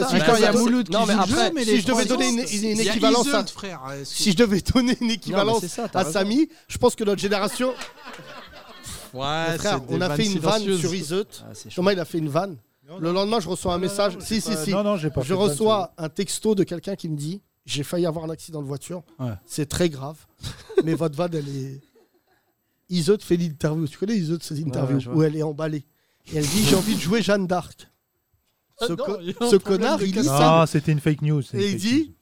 [SPEAKER 5] ça.
[SPEAKER 10] ça. Quand il y a Mouloud qui
[SPEAKER 5] Non, mais
[SPEAKER 10] joue le
[SPEAKER 5] après,
[SPEAKER 10] jeu, mais
[SPEAKER 6] si
[SPEAKER 10] les
[SPEAKER 6] je devais
[SPEAKER 10] trois
[SPEAKER 6] donner une,
[SPEAKER 10] autres,
[SPEAKER 6] une- une
[SPEAKER 10] il y a
[SPEAKER 6] équivalence
[SPEAKER 10] Iseut,
[SPEAKER 6] à,
[SPEAKER 10] frère, est-ce que-
[SPEAKER 6] si je devais donner une équivalence
[SPEAKER 10] c'est ça, t'as
[SPEAKER 6] à
[SPEAKER 10] raison.
[SPEAKER 6] Samy, je pense que notre génération.
[SPEAKER 10] Ouais,
[SPEAKER 6] Mon frère,
[SPEAKER 10] c'est des
[SPEAKER 6] on a fait
[SPEAKER 10] vannes
[SPEAKER 6] une vanne
[SPEAKER 10] silencieuses.
[SPEAKER 6] sur Iseut.
[SPEAKER 10] Ah, c'est chaud.
[SPEAKER 6] Thomas, il a fait une vanne. Le lendemain, je reçois un message. si, si,
[SPEAKER 2] pas-
[SPEAKER 6] si.
[SPEAKER 2] non, non, j'ai pas fait
[SPEAKER 6] je
[SPEAKER 2] de vanne
[SPEAKER 6] reçois un texto de quelqu'un qui me dit J'ai failli avoir un accident de voiture.
[SPEAKER 10] Ouais.
[SPEAKER 6] C'est très
[SPEAKER 2] *laughs*
[SPEAKER 6] grave. mais votre vanne, elle est. Iseut fait l'interview. Tu connais Iseut, ces interviews
[SPEAKER 10] ouais, je vois.
[SPEAKER 6] où elle est emballée. Et elle dit J'ai envie de jouer Jeanne d'Arc.
[SPEAKER 10] Ah
[SPEAKER 6] Ce,
[SPEAKER 10] non,
[SPEAKER 6] co-
[SPEAKER 10] il y a un
[SPEAKER 6] ce
[SPEAKER 10] problème
[SPEAKER 6] connard,
[SPEAKER 10] de
[SPEAKER 6] il lit
[SPEAKER 2] Non,
[SPEAKER 6] ça.
[SPEAKER 2] Ah, c'était une fake news. c'est une
[SPEAKER 6] Et il
[SPEAKER 2] fake
[SPEAKER 6] dit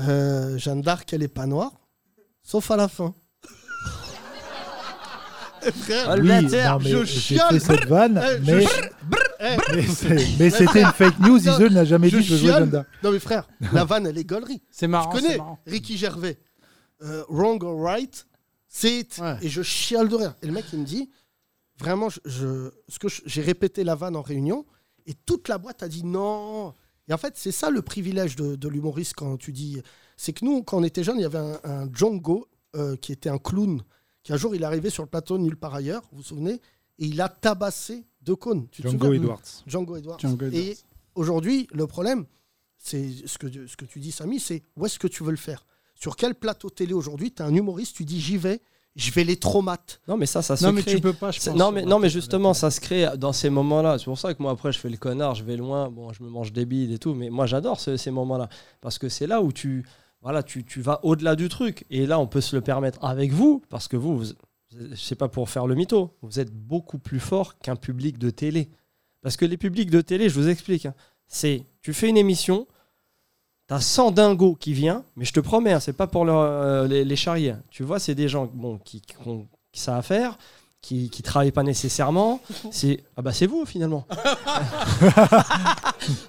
[SPEAKER 6] Euh, Jeanne d'Arc, elle est pas noire, sauf à la fin. Eh, frère,
[SPEAKER 2] news. Oui, non, mais
[SPEAKER 6] je
[SPEAKER 2] j'ai
[SPEAKER 6] chiale.
[SPEAKER 2] fait cette vanne,
[SPEAKER 6] Eh, je
[SPEAKER 2] mais,
[SPEAKER 6] chi- Eh.
[SPEAKER 2] mais c'est- mais c'était une fake news.
[SPEAKER 6] *laughs* Non,
[SPEAKER 2] Iseul n'a jamais dit
[SPEAKER 6] je
[SPEAKER 2] que je jouais
[SPEAKER 6] chiale.
[SPEAKER 2] Janda.
[SPEAKER 6] Non mais frère, la vanne elle est gaulerie.
[SPEAKER 10] C'est marrant,
[SPEAKER 6] Je connais
[SPEAKER 10] c'est marrant.
[SPEAKER 6] Ricky Gervais. Euh, wrong or right, c'est it. Et je chiale de rire. Et le mec il me dit vraiment je, je- ce que je- j'ai répété la vanne en réunion et toute la boîte a dit non. Et en fait c'est ça le privilège de, de l'humoriste quand tu dis c'est que nous quand on était jeunes il y avait un, un Django euh, qui était un clown qui un jour il est arrivé sur le plateau de nulle part ailleurs vous vous souvenez et il a tabassé deux cônes. Tu te
[SPEAKER 2] Django
[SPEAKER 6] souviens
[SPEAKER 2] Edwards.
[SPEAKER 6] Django Edwards.
[SPEAKER 2] Django Edwards.
[SPEAKER 6] Et aujourd'hui, le problème, c'est ce que, ce que tu dis, Samy, c'est où est-ce que tu veux le faire Sur quel plateau télé aujourd'hui, tu es un humoriste, tu dis j'y vais, je vais les traumates.
[SPEAKER 5] Non, mais ça, ça se
[SPEAKER 6] Non, mais
[SPEAKER 5] crée.
[SPEAKER 6] tu peux pas, je
[SPEAKER 5] C'est-
[SPEAKER 6] pense,
[SPEAKER 5] Non, mais,
[SPEAKER 6] sur
[SPEAKER 5] non,
[SPEAKER 6] un
[SPEAKER 5] mais justement, ça se crée dans ces moments-là. C'est pour ça que moi, après, je fais le connard, je vais loin, bon, je me mange des bides et tout. Mais moi, j'adore ce- ces moments-là. Parce que c'est là où tu, voilà, tu, tu vas au-delà du truc. Et là, on peut se le permettre avec vous, parce que vous, vous je sais pas pour faire le mytho, vous êtes beaucoup plus fort qu'un public de télé. Parce que les publics de télé, je vous explique, hein, c'est tu fais une émission, T'as 100 dingos qui vient, mais je te promets, hein, c'est pas pour leur, euh, les, les charrier. Tu vois, c'est des gens bon, qui, qui ont qui ça à faire, qui, qui travaillent pas nécessairement. C'est ah bah c'est vous finalement.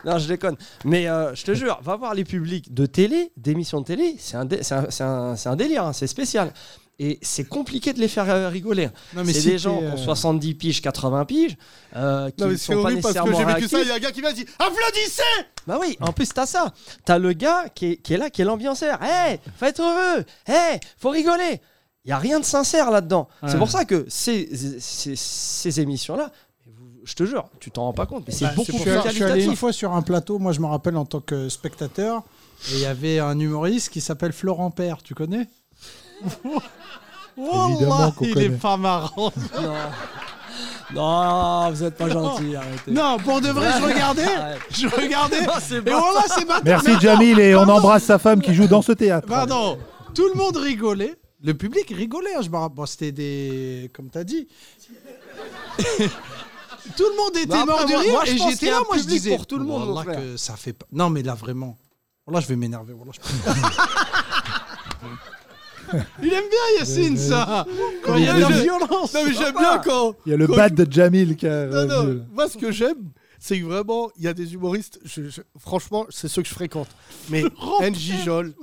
[SPEAKER 5] non, je déconne. Mais euh, je te jure, va voir les publics de télé, d'émissions de télé, c'est un, dé- c'est un, c'est un- c'est un délire, hein, c'est spécial. Et c'est compliqué de les faire euh, rigoler.
[SPEAKER 10] Non, mais
[SPEAKER 5] C'est
[SPEAKER 10] si
[SPEAKER 5] des gens
[SPEAKER 10] t'es,
[SPEAKER 5] qui ont
[SPEAKER 10] euh,
[SPEAKER 5] 70 piges, 80 piges, euh, qui
[SPEAKER 6] *laughs* Non,
[SPEAKER 5] ne
[SPEAKER 6] mais c'est
[SPEAKER 5] sont pas
[SPEAKER 6] horrible parce que
[SPEAKER 5] nécessairement
[SPEAKER 6] j'ai vécu ça,
[SPEAKER 5] réactifs.
[SPEAKER 6] il y a un gars qui m'a dit applaudissez
[SPEAKER 5] Bah oui, en plus t'as ça. T'as le gars qui est, qui est là, qui est l'ambianceur. Hé, faut être heureux. Hé, faut rigoler. Il y a rien de sincère là-dedans. C'est
[SPEAKER 10] Ouais.
[SPEAKER 5] pour ça que ces, ces, ces émissions-là, vous- je te jure, tu t'en rends pas compte, mais c'est
[SPEAKER 10] Bah,
[SPEAKER 5] beaucoup
[SPEAKER 10] pour
[SPEAKER 5] plus
[SPEAKER 10] ça. Je suis allé une
[SPEAKER 5] qualitatif.
[SPEAKER 10] fois sur un plateau, moi je me rappelle en tant que spectateur, et il y avait un humoriste qui s'appelle Florent Père, tu connais Wallah,
[SPEAKER 5] qu'on
[SPEAKER 10] il
[SPEAKER 5] connaît.
[SPEAKER 10] est pas marrant.
[SPEAKER 5] Non. *laughs* Non, vous êtes pas gentil, arrêtez.
[SPEAKER 10] Non, pour de
[SPEAKER 5] *laughs*
[SPEAKER 10] vrai, je regardais, *laughs* je regardais.
[SPEAKER 5] Non, c'est
[SPEAKER 10] et
[SPEAKER 5] bon.
[SPEAKER 10] voilà, c'est
[SPEAKER 5] Ah,
[SPEAKER 10] maintenant.
[SPEAKER 2] Ah, Merci
[SPEAKER 10] maintenant,
[SPEAKER 2] Jamil et on embrasse sa femme qui joue dans ce théâtre.
[SPEAKER 10] Pardon, tout le monde rigolait. Le public rigolait, hein, je me rappelle. Bon, c'était des. Comme t'as dit. tout le monde était
[SPEAKER 5] Non, après,
[SPEAKER 10] mort de
[SPEAKER 5] moi-
[SPEAKER 10] rire
[SPEAKER 5] moi, je
[SPEAKER 10] et
[SPEAKER 5] pense qu'il
[SPEAKER 10] j'étais
[SPEAKER 5] y a
[SPEAKER 10] là,
[SPEAKER 5] un
[SPEAKER 10] moi je
[SPEAKER 5] public
[SPEAKER 10] disais.
[SPEAKER 5] pour tout le monde, mon
[SPEAKER 10] Wallah
[SPEAKER 5] frère.
[SPEAKER 10] que ça Oh fait pas. Non, mais là vraiment. Là, je vais m'énerver. Wallah, je peux-
[SPEAKER 1] Il aime bien Yacine, ça Quand il y a
[SPEAKER 6] Mais
[SPEAKER 1] de la
[SPEAKER 6] je-
[SPEAKER 1] violence
[SPEAKER 6] Non, mais j'aime bien quand.
[SPEAKER 2] Il y a le
[SPEAKER 6] quand
[SPEAKER 2] bad de Jamil qui a.
[SPEAKER 6] Non, non, moi ce que j'aime, c'est que vraiment, il y a des humoristes, je- je- franchement, c'est ceux que je fréquente.
[SPEAKER 2] *laughs*
[SPEAKER 6] Mais NJ Jol,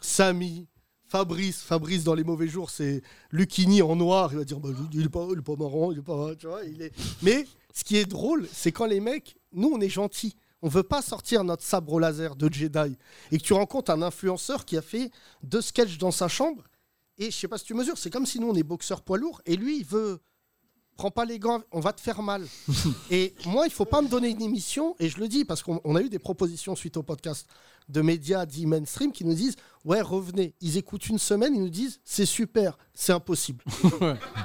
[SPEAKER 6] Samy, Fabrice, Fabrice dans les mauvais jours, c'est Lucini en noir, il va dire bah, il est pas, il est pas marrant, il est pas. Tu vois, il est... Mais ce qui est drôle, c'est quand les mecs, nous on est gentils. On veut pas sortir notre sabre laser de Jedi et que tu rencontres un influenceur qui a fait deux sketchs dans sa chambre et je sais pas si tu mesures, c'est comme si nous on est boxeur poids lourd et lui il veut prends pas les gants, on va te faire
[SPEAKER 2] *laughs*
[SPEAKER 6] mal. et moi, il faut pas me donner une émission, et je le dis parce qu'on on a eu des propositions suite au podcast de médias dits mainstream qui nous disent Ouais, revenez. Ils écoutent une semaine, ils nous disent C'est super, c'est
[SPEAKER 2] *laughs*
[SPEAKER 6] impossible.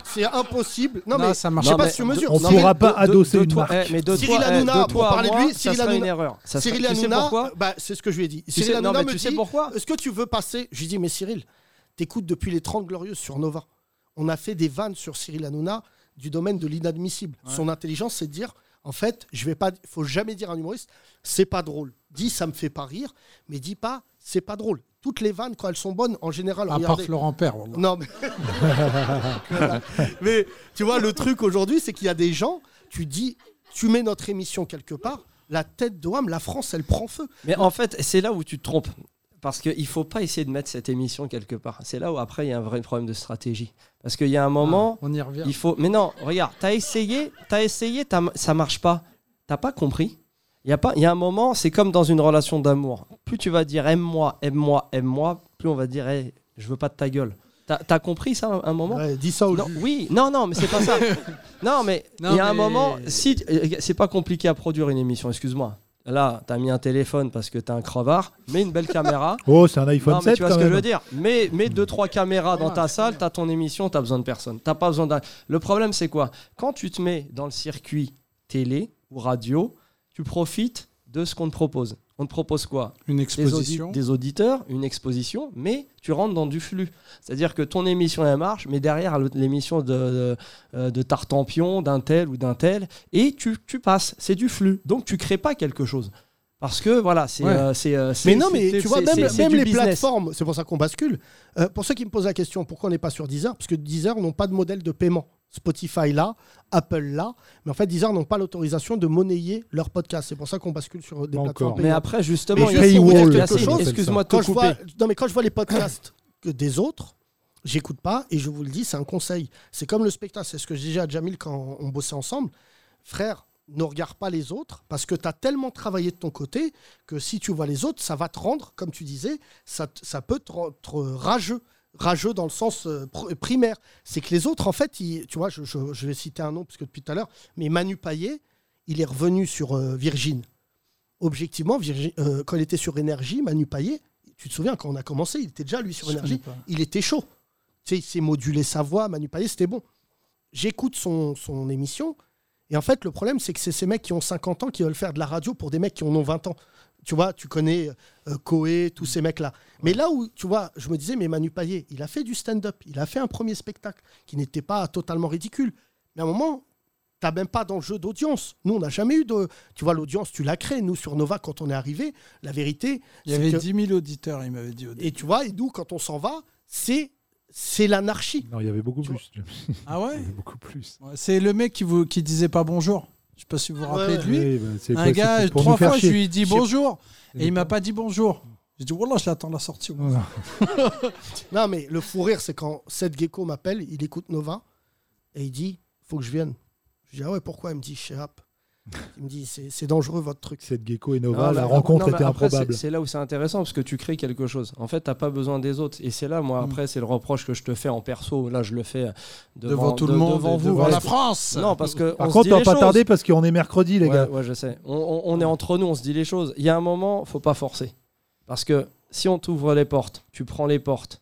[SPEAKER 6] c'est impossible. Non,
[SPEAKER 1] Non, ça
[SPEAKER 6] mais ça
[SPEAKER 1] marche
[SPEAKER 6] marche. Je sais
[SPEAKER 1] pas.
[SPEAKER 6] pas si tu
[SPEAKER 1] Non, mais
[SPEAKER 6] mesures.
[SPEAKER 2] on
[SPEAKER 6] Non,
[SPEAKER 2] pourra
[SPEAKER 6] mais
[SPEAKER 2] pas
[SPEAKER 6] de-
[SPEAKER 2] adosser
[SPEAKER 6] de-
[SPEAKER 2] une
[SPEAKER 6] toi-
[SPEAKER 2] marque.
[SPEAKER 6] eh, mais de
[SPEAKER 5] toi-
[SPEAKER 6] Cyril
[SPEAKER 5] eh,
[SPEAKER 6] Hanouna,
[SPEAKER 5] de
[SPEAKER 6] pour
[SPEAKER 5] toi à
[SPEAKER 6] parler de
[SPEAKER 5] moi,
[SPEAKER 6] lui,
[SPEAKER 5] ça
[SPEAKER 6] Cyril
[SPEAKER 5] serait une
[SPEAKER 6] Hanouna.
[SPEAKER 5] erreur. Ça serait-
[SPEAKER 6] Cyril
[SPEAKER 5] tu sais
[SPEAKER 6] Hanouna,
[SPEAKER 5] pourquoi
[SPEAKER 6] bah, c'est ce que je lui ai dit.
[SPEAKER 5] Tu
[SPEAKER 6] Cyril
[SPEAKER 5] sais- non,
[SPEAKER 6] Hanouna
[SPEAKER 5] mais
[SPEAKER 6] me
[SPEAKER 5] tu sais
[SPEAKER 6] dit,
[SPEAKER 5] pourquoi
[SPEAKER 6] Est-ce que tu veux passer Je lui dis, mais Cyril, t'écoutes depuis les 30 Glorieuses sur Nova. On a fait des vannes sur Cyril Hanouna du domaine de l'inadmissible. Son intelligence, c'est de dire, en fait, je vais pas, faut jamais dire à un humoriste, c'est pas drôle. Dis, ça me fait pas rire, mais dis pas, c'est pas drôle. Toutes les vannes, quand elles sont bonnes, en
[SPEAKER 1] À
[SPEAKER 6] général,
[SPEAKER 1] part
[SPEAKER 6] regardez-
[SPEAKER 1] Florent Père.
[SPEAKER 6] Non, mais... *laughs* Voilà. Mais tu vois, le truc aujourd'hui, c'est qu'il y a des gens, tu dis, tu mets notre émission quelque part, la tête de Wam, la France, elle prend feu.
[SPEAKER 5] Mais en fait, c'est là où tu te trompes. Parce qu'il ne faut pas essayer de mettre cette émission quelque part. C'est là où après, il y a un vrai problème de stratégie. Parce qu'il y a un moment.
[SPEAKER 1] Ah, on y revient.
[SPEAKER 5] Il faut... Mais non, regarde, tu as essayé, t'as essayé t'as... ça marche pas. T'as pas compris. Il y, a pas... il y a un moment, c'est comme dans une relation d'amour. Plus tu vas dire aime-moi, aime-moi, aime-moi, plus on va dire hey, je veux pas de ta gueule. T'as, t'as compris ça un moment
[SPEAKER 6] Dis ça
[SPEAKER 5] non, Oui, non, non, mais
[SPEAKER 1] *laughs*
[SPEAKER 5] c'est pas ça. non, mais
[SPEAKER 3] Non,
[SPEAKER 5] il y a un
[SPEAKER 3] mais-
[SPEAKER 5] moment, si euh, c'est pas compliqué à produire une émission, excuse-moi. Là, t'as mis un téléphone parce que t'es un crevard, mais une belle caméra.
[SPEAKER 2] *laughs* Oh, c'est un iPhone
[SPEAKER 5] non, mais
[SPEAKER 2] 7
[SPEAKER 5] tu vois
[SPEAKER 2] quand
[SPEAKER 5] ce que
[SPEAKER 2] même.
[SPEAKER 5] je veux dire. Mais mets deux trois caméras dans ta salle, t'as ton émission, t'as besoin de personne. T'as pas besoin d'un. Le problème c'est quoi Quand tu te mets dans le circuit télé ou radio, tu profites de ce qu'on te propose. On te propose quoi
[SPEAKER 1] Une
[SPEAKER 5] Des
[SPEAKER 1] exposition.
[SPEAKER 5] audi- Des, auditeurs, une exposition, mais tu rentres dans du flux. C'est-à-dire que ton émission elle marche, mais derrière le- l'émission de, de, euh, de Tartampion, d'un tel ou d'un tel, et tu, tu passes. C'est du flux. Donc tu crées pas quelque chose. Parce que voilà, c'est.
[SPEAKER 6] Ouais.
[SPEAKER 5] euh, c'est, euh, c'est-
[SPEAKER 6] mais non, mais
[SPEAKER 5] c'est-
[SPEAKER 6] tu vois,
[SPEAKER 5] c'est-
[SPEAKER 6] même,
[SPEAKER 5] c'est- c'est
[SPEAKER 6] même
[SPEAKER 5] du
[SPEAKER 6] les
[SPEAKER 5] business.
[SPEAKER 6] plateformes, c'est pour ça qu'on bascule. Euh, pour ceux qui me posent la question, pourquoi on n'est pas sur Deezer Parce que Deezer n'ont pas de modèle de paiement. Spotify là, Apple là, mais en fait Deezer n'ont pas l'autorisation de monnayer leur podcast. C'est pour ça qu'on bascule sur des plateformes.
[SPEAKER 5] Mais
[SPEAKER 6] payantes.
[SPEAKER 5] après, justement,
[SPEAKER 6] Mais
[SPEAKER 5] il y a-
[SPEAKER 6] juste pour vous dire
[SPEAKER 5] Paywall.
[SPEAKER 6] quelque
[SPEAKER 5] Yacine,
[SPEAKER 6] chose,
[SPEAKER 5] excuse-moi de te
[SPEAKER 6] quand je vois-
[SPEAKER 5] couper.
[SPEAKER 6] Non, mais quand je vois les podcasts que des autres, j'écoute pas et je vous le dis, c'est un conseil. C'est comme le spectacle, c'est ce que je disais à Jamil quand on bossait ensemble. Frère, ne regarde pas les autres parce que tu as tellement travaillé de ton côté que si tu vois les autres, ça va te rendre, comme tu disais, ça, t- ça peut te rendre rageux. Rageux dans le sens euh, pr- primaire. C'est que les autres, en fait, ils- tu vois, je, je- je vais citer un nom parce que depuis tout à l'heure, mais Manu Paillet, il est revenu sur euh, Virgin objectivement, Virgi- euh, quand il était sur Énergie, Manu Paillet, tu te souviens, quand on a commencé, il était déjà, lui, sur
[SPEAKER 18] Je
[SPEAKER 6] Énergie,
[SPEAKER 18] connais pas.
[SPEAKER 6] il était chaud. Tu sais, il s'est modulé sa voix, Manu Paillet, c'était bon. J'écoute son, son émission, et en fait, le problème, c'est que c'est ces mecs qui ont 50 ans qui veulent faire de la radio pour des mecs qui en ont 20 ans. Tu vois, tu connais euh, Coé, tous ces mecs-là. Mais là où, tu vois, je me disais, mais Manu Paillet, il a fait du stand-up, il a fait un premier spectacle qui n'était pas totalement ridicule. Mais à un moment, T'as même pas d'enjeu d'audience. Nous, on n'a jamais eu de. Tu vois, l'audience, tu l'as créée. Nous, sur Nova, quand on est arrivé, la vérité.
[SPEAKER 1] Il y
[SPEAKER 6] c'est
[SPEAKER 1] avait
[SPEAKER 6] que-
[SPEAKER 1] 10 000 auditeurs, il m'avait dit au
[SPEAKER 6] Et tu vois, et nous, quand on s'en va, c'est c'est l'anarchie.
[SPEAKER 2] Non, il y avait beaucoup plus.
[SPEAKER 1] Ah
[SPEAKER 2] *laughs*
[SPEAKER 1] ouais Beaucoup plus. C'est le mec qui, vous, qui disait pas bonjour. Je sais pas si vous vous rappelez
[SPEAKER 2] Ouais,
[SPEAKER 1] de lui.
[SPEAKER 2] ouais. Oui, bah, c'est
[SPEAKER 1] un
[SPEAKER 2] quoi,
[SPEAKER 1] gars,
[SPEAKER 2] c'était pour
[SPEAKER 1] trois
[SPEAKER 2] nous faire
[SPEAKER 1] fois, je
[SPEAKER 2] chier.
[SPEAKER 1] lui ai dit
[SPEAKER 2] Je sais pas.
[SPEAKER 1] bonjour.
[SPEAKER 2] Il
[SPEAKER 1] Et
[SPEAKER 2] est
[SPEAKER 1] il m'a pas dit bonjour. J'ai dit, voilà, je l'attends à la sortie. moi.
[SPEAKER 6] Non, mais le fou rire, c'est quand Seth Gecko m'appelle, il écoute Nova et il dit Faut que je vienne. Je dis Ah ouais, pourquoi Il me dit Sherap. Il me dit C'est c'est dangereux votre truc.
[SPEAKER 2] Seth Gecko et
[SPEAKER 5] Non,
[SPEAKER 2] Nova,
[SPEAKER 5] mais-
[SPEAKER 2] la rencontre
[SPEAKER 5] Ah, non, mais
[SPEAKER 2] était
[SPEAKER 5] après,
[SPEAKER 2] improbable.
[SPEAKER 5] C'est c'est là où c'est intéressant parce que tu crées quelque chose. En fait, t'as pas besoin des autres. Et c'est là,
[SPEAKER 6] Mm.
[SPEAKER 5] moi, après, c'est le reproche que je te fais en perso. Là, je le fais euh, devant,
[SPEAKER 1] Devant tout
[SPEAKER 5] de-
[SPEAKER 1] le monde
[SPEAKER 5] devant
[SPEAKER 1] et
[SPEAKER 5] vous,
[SPEAKER 1] devant
[SPEAKER 5] ouais.
[SPEAKER 1] la France.
[SPEAKER 5] Non, parce que
[SPEAKER 2] Par
[SPEAKER 5] on se
[SPEAKER 2] contre,
[SPEAKER 5] dit
[SPEAKER 2] on va
[SPEAKER 5] les
[SPEAKER 2] pas
[SPEAKER 5] choses.
[SPEAKER 2] tarder parce qu'on est mercredi, les
[SPEAKER 5] Ouais,
[SPEAKER 2] gars.
[SPEAKER 5] Ouais, je sais. On, on- on est entre nous, on se dit les choses. Il y a un moment, faut pas forcer. Parce que si on t'ouvre les portes, tu prends les portes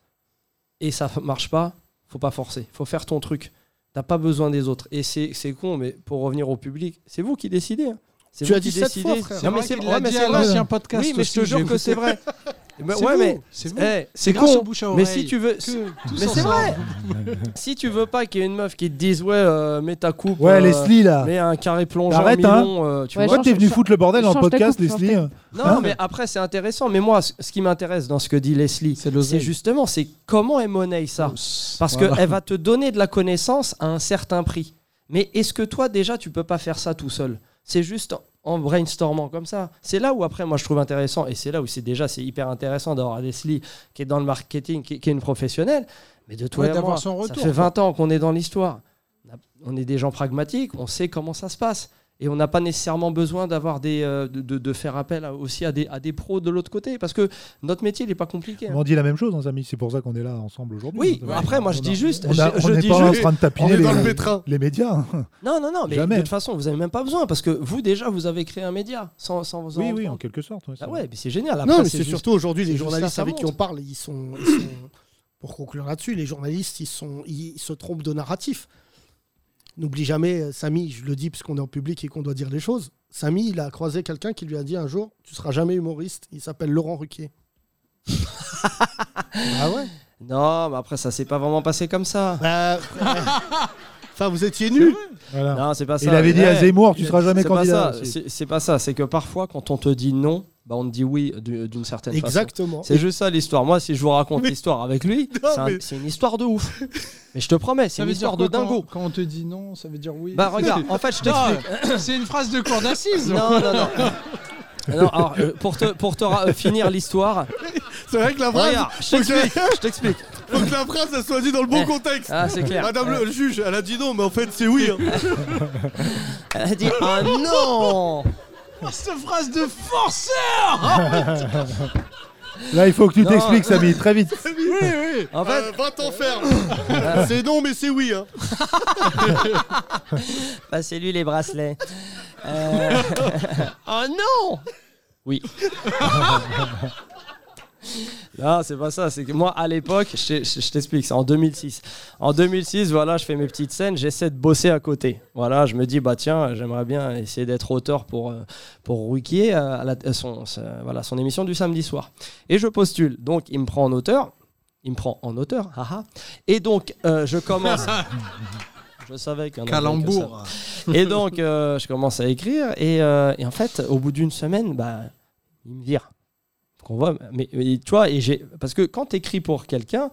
[SPEAKER 5] et ça f- marche pas, faut pas forcer. Faut faire ton truc. T'as pas besoin des autres. Et c'est c'est con, mais pour revenir au public, c'est vous qui décidez. hein. C'est
[SPEAKER 6] Tu
[SPEAKER 5] vous
[SPEAKER 6] as
[SPEAKER 5] qui
[SPEAKER 6] dit sept fois,
[SPEAKER 5] décidez.
[SPEAKER 6] frère.
[SPEAKER 5] Non, mais
[SPEAKER 6] C'est
[SPEAKER 5] c'est
[SPEAKER 6] vrai qu'il
[SPEAKER 5] ouais,
[SPEAKER 6] l'a
[SPEAKER 5] mais
[SPEAKER 6] dit à
[SPEAKER 5] c'est vrai.
[SPEAKER 6] l'ancien podcast
[SPEAKER 5] Oui, mais je
[SPEAKER 6] aussi,
[SPEAKER 5] te
[SPEAKER 6] j'ai
[SPEAKER 5] jure que
[SPEAKER 6] écouté.
[SPEAKER 5] c'est
[SPEAKER 6] *laughs*
[SPEAKER 5] vrai. Ben,
[SPEAKER 6] C'est
[SPEAKER 5] ouais,
[SPEAKER 6] vous,
[SPEAKER 5] mais
[SPEAKER 6] c'est vous.
[SPEAKER 5] eh,
[SPEAKER 6] C'est grâce
[SPEAKER 5] con.
[SPEAKER 6] au bouche à
[SPEAKER 5] Mais
[SPEAKER 6] oreille
[SPEAKER 5] si tu veux,
[SPEAKER 6] que tous
[SPEAKER 5] mais c'est
[SPEAKER 6] ensemble.
[SPEAKER 5] vrai. si tu veux pas qu'il y ait une meuf qui te dise ouais, euh, mets ta coupe.
[SPEAKER 2] Ouais,
[SPEAKER 5] euh,
[SPEAKER 2] Leslie, là.
[SPEAKER 5] Mets un carré plongeant.
[SPEAKER 2] Arrête, hein.
[SPEAKER 5] milon, euh, tu
[SPEAKER 2] Ouais,
[SPEAKER 5] vois.
[SPEAKER 2] change- Toi, t'es venu change- foutre le bordel dans le change ta podcast, coupe, change Leslie, ta coupe.
[SPEAKER 5] Non,
[SPEAKER 2] Hein
[SPEAKER 5] mais après c'est intéressant. Mais moi, ce ce qui m'intéresse dans ce que dit Leslie, c'est justement c'est comment elle monnaie ça. Parce
[SPEAKER 6] voilà.
[SPEAKER 5] que elle va te donner de la connaissance à un certain prix. Mais est-ce que toi, déjà, tu peux pas faire ça tout seul C'est juste en- en brainstormant comme ça. C'est là où, après, moi, je trouve intéressant, et c'est là où c'est déjà c'est hyper intéressant d'avoir Leslie qui est dans le marketing, qui, qui est une professionnelle, mais de toi
[SPEAKER 1] Ouais,
[SPEAKER 5] et à
[SPEAKER 1] d'avoir
[SPEAKER 5] moi,
[SPEAKER 1] son retour,
[SPEAKER 5] ça fait
[SPEAKER 1] quoi.
[SPEAKER 5] 20 ans qu'on est dans l'histoire. On a- On est des gens pragmatiques, on sait comment ça se passe. Et on n'a pas nécessairement besoin d'avoir des, euh, de, de- de faire appel à- aussi à des, à des pros de l'autre côté, parce que notre métier, il n'est pas compliqué. hein.
[SPEAKER 2] On m'en dit la même chose, hein, amis. C'est pour ça qu'on est là ensemble aujourd'hui.
[SPEAKER 5] Oui,
[SPEAKER 2] On
[SPEAKER 5] mais
[SPEAKER 2] a-
[SPEAKER 5] après, moi, je
[SPEAKER 2] on
[SPEAKER 5] dis
[SPEAKER 2] a-
[SPEAKER 5] juste-
[SPEAKER 2] On a-
[SPEAKER 5] je-
[SPEAKER 2] on
[SPEAKER 5] je
[SPEAKER 2] n'est
[SPEAKER 5] dis
[SPEAKER 2] pas en
[SPEAKER 5] juste-
[SPEAKER 2] train de tapiner
[SPEAKER 5] on est
[SPEAKER 2] les,
[SPEAKER 5] dans le pétrin.
[SPEAKER 2] les médias. hein.
[SPEAKER 5] *laughs* Non, non, non, mais
[SPEAKER 2] Jamais.
[SPEAKER 5] de toute façon, vous n'avez même pas besoin parce que vous, déjà, vous avez créé un média sans, sans vous en
[SPEAKER 2] Oui,
[SPEAKER 5] rendre
[SPEAKER 2] oui, en
[SPEAKER 5] compte.
[SPEAKER 2] quelque sorte. ouais, c'est
[SPEAKER 5] Ah
[SPEAKER 2] vrai.
[SPEAKER 5] ouais, mais c'est génial.
[SPEAKER 18] non,
[SPEAKER 5] Après,
[SPEAKER 18] mais c'est
[SPEAKER 5] juste-
[SPEAKER 18] surtout aujourd'hui
[SPEAKER 5] c'est
[SPEAKER 18] les
[SPEAKER 5] juste ça,
[SPEAKER 18] journalistes
[SPEAKER 5] ça
[SPEAKER 18] avec qui on
[SPEAKER 5] monte.
[SPEAKER 18] parle, ils sont, ils sont- *coughs* pour conclure là-dessus, les journalistes, ils sont, ils se trompent de narratif. N'oublie jamais, euh, Samy, je le dis parce qu'on est en public et qu'on doit dire les choses. Samy, il a croisé quelqu'un qui lui a dit un jour, tu seras jamais humoriste. Il s'appelle Laurent Ruquier. ah ouais.
[SPEAKER 5] Non, mais après, ça s'est pas vraiment passé comme ça.
[SPEAKER 18] Bah,
[SPEAKER 5] *laughs*
[SPEAKER 18] Enfin, vous étiez nus.
[SPEAKER 5] Non, c'est pas ça.
[SPEAKER 2] Il avait dit à
[SPEAKER 5] Ouais.
[SPEAKER 2] Zemmour, tu seras jamais
[SPEAKER 5] C'est pas
[SPEAKER 2] candidat.
[SPEAKER 5] ça,
[SPEAKER 2] aussi.
[SPEAKER 5] C'est c'est pas ça. C'est que parfois, quand on te dit non, bah, on te dit oui du- d'une certaine façon.
[SPEAKER 18] Exactement.
[SPEAKER 5] C'est juste ça l'histoire. Moi, si je vous raconte l'histoire
[SPEAKER 18] *laughs*
[SPEAKER 5] avec lui,
[SPEAKER 1] Non,
[SPEAKER 5] c'est un-
[SPEAKER 1] mais-
[SPEAKER 5] c'est une histoire de ouf. Mais je te promets, c'est
[SPEAKER 1] Ça
[SPEAKER 5] une
[SPEAKER 1] veut dire
[SPEAKER 5] histoire de
[SPEAKER 1] quoi quand-
[SPEAKER 5] dingo.
[SPEAKER 1] Quand on te dit non, ça veut dire oui.
[SPEAKER 5] Bah, regarde,
[SPEAKER 1] *laughs*
[SPEAKER 5] en fait, je t'explique.
[SPEAKER 1] Non, *coughs* C'est une phrase de cour d'assises. *laughs*
[SPEAKER 5] Non, non,
[SPEAKER 2] Euh,
[SPEAKER 5] non. Non, alors, euh, pour te, pour te ra- euh, finir
[SPEAKER 1] *laughs*
[SPEAKER 5] l'histoire.
[SPEAKER 14] C'est vrai que la phrase-
[SPEAKER 5] Regarde, je t'explique, je t'explique.
[SPEAKER 14] Faut que la phrase elle soit dit dans le bon
[SPEAKER 5] Eh.
[SPEAKER 14] contexte.
[SPEAKER 5] Ah, c'est clair.
[SPEAKER 14] Madame
[SPEAKER 5] Eh.
[SPEAKER 14] le juge, elle a dit non, mais en fait c'est oui. hein.
[SPEAKER 5] *laughs* Elle a dit Ah
[SPEAKER 14] *laughs*
[SPEAKER 5] non
[SPEAKER 1] Cette phrase de
[SPEAKER 14] hein.
[SPEAKER 1] forceur
[SPEAKER 2] Là, il faut que tu
[SPEAKER 1] Non.
[SPEAKER 2] t'expliques, Samy, très vite.
[SPEAKER 14] *laughs* Oui, oui.
[SPEAKER 5] En fait-
[SPEAKER 14] va t'en
[SPEAKER 5] *laughs*
[SPEAKER 14] faire. Euh, c'est non, mais c'est oui. hein.
[SPEAKER 5] *laughs* Passez-lui Bah, les bracelets. Euh, *laughs* oh non Oui. *laughs* Non, c'est pas ça. C'est que moi, à l'époque, je, t'ai- je- je t'explique, c'est en 2006. En 2006, voilà, je fais mes petites scènes, j'essaie de bosser à côté. Voilà, je me dis, bah tiens, j'aimerais bien essayer d'être auteur pour, euh, pour Ruquier euh, à la- à son, sa- voilà, son émission du samedi soir. Et je postule. Donc, il me prend en auteur. Il me prend en auteur, haha. Et donc, euh, je commence. Je savais qu'un
[SPEAKER 1] Calembour.
[SPEAKER 5] Et donc, euh, je commence à écrire. Et, euh, et en fait, au bout d'une semaine, bah, il me vire. Qu'on voit, mais, mais tu vois, et j'ai parce que quand t'écris pour quelqu'un,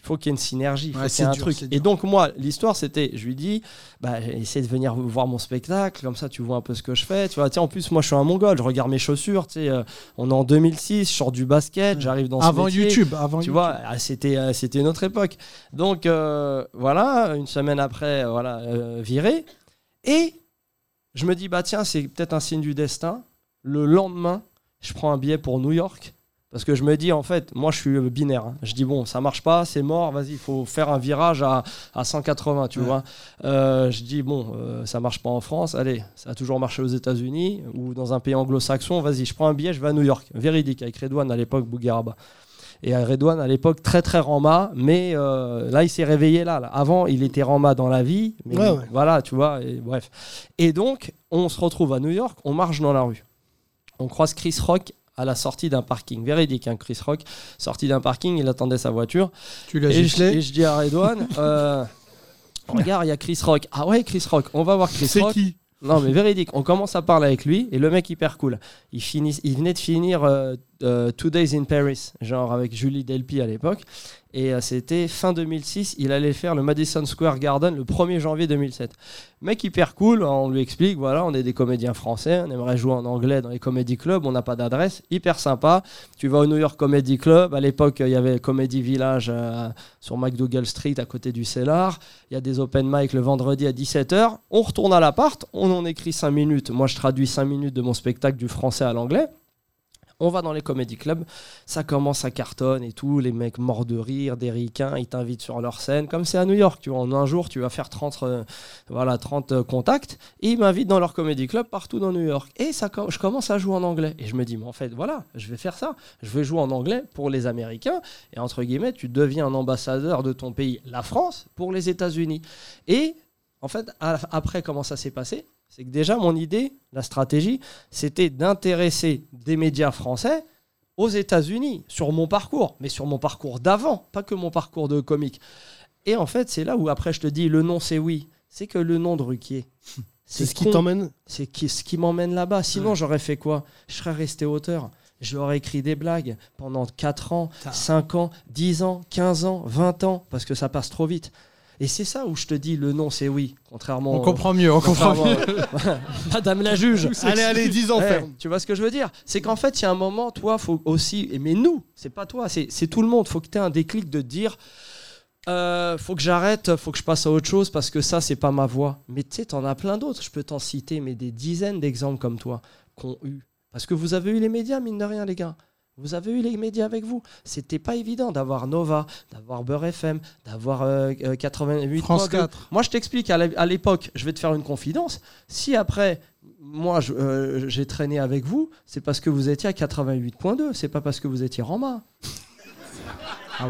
[SPEAKER 5] il faut qu'il y ait une synergie, il faut
[SPEAKER 1] Ouais,
[SPEAKER 5] qu'il y ait
[SPEAKER 1] c'est
[SPEAKER 5] un
[SPEAKER 1] dur,
[SPEAKER 5] truc.
[SPEAKER 1] c'est
[SPEAKER 5] Et donc moi, l'histoire c'était, je lui dis, bah essaie de venir voir mon spectacle, comme ça tu vois un peu ce que je fais. Tu vois, tiens, en plus moi je suis un Mongol, je regarde mes chaussures. Tu sais, euh, on est en 2006, je sors du basket, j'arrive dans ce
[SPEAKER 1] Avant
[SPEAKER 5] métier.
[SPEAKER 1] YouTube, avant
[SPEAKER 5] tu
[SPEAKER 1] YouTube.
[SPEAKER 5] vois, ah, c'était euh, c'était une autre époque. Donc euh, voilà, une semaine après, euh, voilà, euh, viré. Et je me dis, bah tiens, c'est peut-être un signe du destin. Le lendemain, je prends un billet pour New York. Parce que je me dis, en fait, moi, je suis euh, binaire. hein. Je dis, bon, ça marche pas, c'est mort, vas-y, il faut faire un virage à, à 180, tu vois. Euh, je dis, bon, euh, ça marche pas en France, allez, ça a toujours marché aux États-Unis ou dans un pays anglo-saxon, vas-y, je prends un billet, je vais à New York. Véridique, avec Redouane à l'époque, Bougaraba. Et euh, Redouane, à l'époque, très, très rama, mais euh, là, il s'est réveillé là, là. Avant, il était rama dans la vie, mais
[SPEAKER 18] Ouais, ouais.
[SPEAKER 5] voilà, tu vois, et bref. Et donc, on se retrouve à New York, on marche dans la rue. On croise Chris Rock à la sortie d'un parking. Véridique, hein, Chris Rock, sorti d'un parking, il attendait sa voiture.
[SPEAKER 1] Tu l'as
[SPEAKER 5] Et je-
[SPEAKER 1] giflé
[SPEAKER 5] Et je dis à Redouane,
[SPEAKER 1] *laughs*
[SPEAKER 5] euh, regarde, il y a Chris Rock. Ah ouais, Chris Rock, on va voir Chris
[SPEAKER 1] C'est
[SPEAKER 5] Rock.
[SPEAKER 1] qui
[SPEAKER 5] non mais véridique, on commence à parler avec lui et le mec hyper cool. Il, finit, il venait de finir euh, euh, Two Days in Paris, genre avec Julie Delpy à l'époque. Et euh, c'était fin 2006, il allait faire le Madison Square Garden le 1er janvier 2007. Mec hyper cool, on lui explique, voilà, on est des comédiens français, on aimerait jouer en anglais dans les comédie clubs, on n'a pas d'adresse, hyper sympa. Tu vas au New York Comedy Club, à l'époque il y avait Comedy Village euh, sur McDougall Street à côté du Cellar, il y a des open mic le vendredi à 17h, on retourne à l'appart, on en écrit 5 minutes, moi je traduis 5 minutes de mon spectacle du français à l'anglais. On va dans les comédie clubs, ça commence à cartonne et tout, les mecs morts de rire, des ricains, ils t'invitent sur leur scène, comme c'est à New York, tu vois, en un jour tu vas faire 30, euh, voilà, 30 euh, contacts, et ils m'invitent dans leur comédie club partout dans New York. Et ça, com- je commence à jouer en anglais, et je me dis, mais en fait, voilà, je vais faire ça, je vais jouer en anglais pour les Américains, et entre guillemets, tu deviens un ambassadeur de ton pays, la France, pour les États-Unis. Et en fait, a- après, comment ça s'est passé c'est que déjà, mon idée, la stratégie, c'était d'intéresser des médias français aux États-Unis sur mon parcours, mais sur mon parcours d'avant, pas que mon parcours de comique. Et en fait, c'est là où après je te dis le nom, c'est oui. C'est que le nom de Ruquier.
[SPEAKER 18] *laughs* C'est ce qui
[SPEAKER 5] con.
[SPEAKER 18] t'emmène
[SPEAKER 5] C'est qui- ce qui m'emmène là-bas. Sinon, j'aurais fait quoi Je serais resté auteur. Je leur ai écrit des blagues pendant 4 ans, 5 ans, 10 ans, 15 ans, 20 ans, parce que ça passe trop vite. Et c'est ça où je te dis le nom, c'est oui. Contrairement.
[SPEAKER 1] On comprend mieux, on comprend
[SPEAKER 5] contrairement- *laughs* Madame la juge.
[SPEAKER 1] Allez, allez, 10 ans,
[SPEAKER 5] Eh,
[SPEAKER 1] ferme.
[SPEAKER 5] Tu vois ce que je veux dire C'est qu'en fait, il y a un moment, toi, faut aussi. et Mais nous, c'est pas toi, c'est c'est tout le monde. Faut que tu aies un déclic de dire euh, faut que j'arrête, faut que je passe à autre chose parce que ça, c'est pas ma voie. Mais tu sais, t'en as plein d'autres. Je peux t'en citer, mais des dizaines d'exemples comme toi qu'ont eu. Parce que vous avez eu les médias, mine de rien, les gars. Vous avez eu les médias avec vous. C'était pas évident d'avoir Nova, d'avoir Beurre FM, d'avoir euh, euh, 88.
[SPEAKER 1] France 4.
[SPEAKER 5] Moi, je t'explique, à l'é- à l'époque, je vais te faire une confidence. Si après, moi, je- euh, j'ai traîné avec vous, c'est parce que vous étiez à 88.2, c'est pas parce que vous étiez en
[SPEAKER 2] *laughs*
[SPEAKER 5] main.
[SPEAKER 2] Ah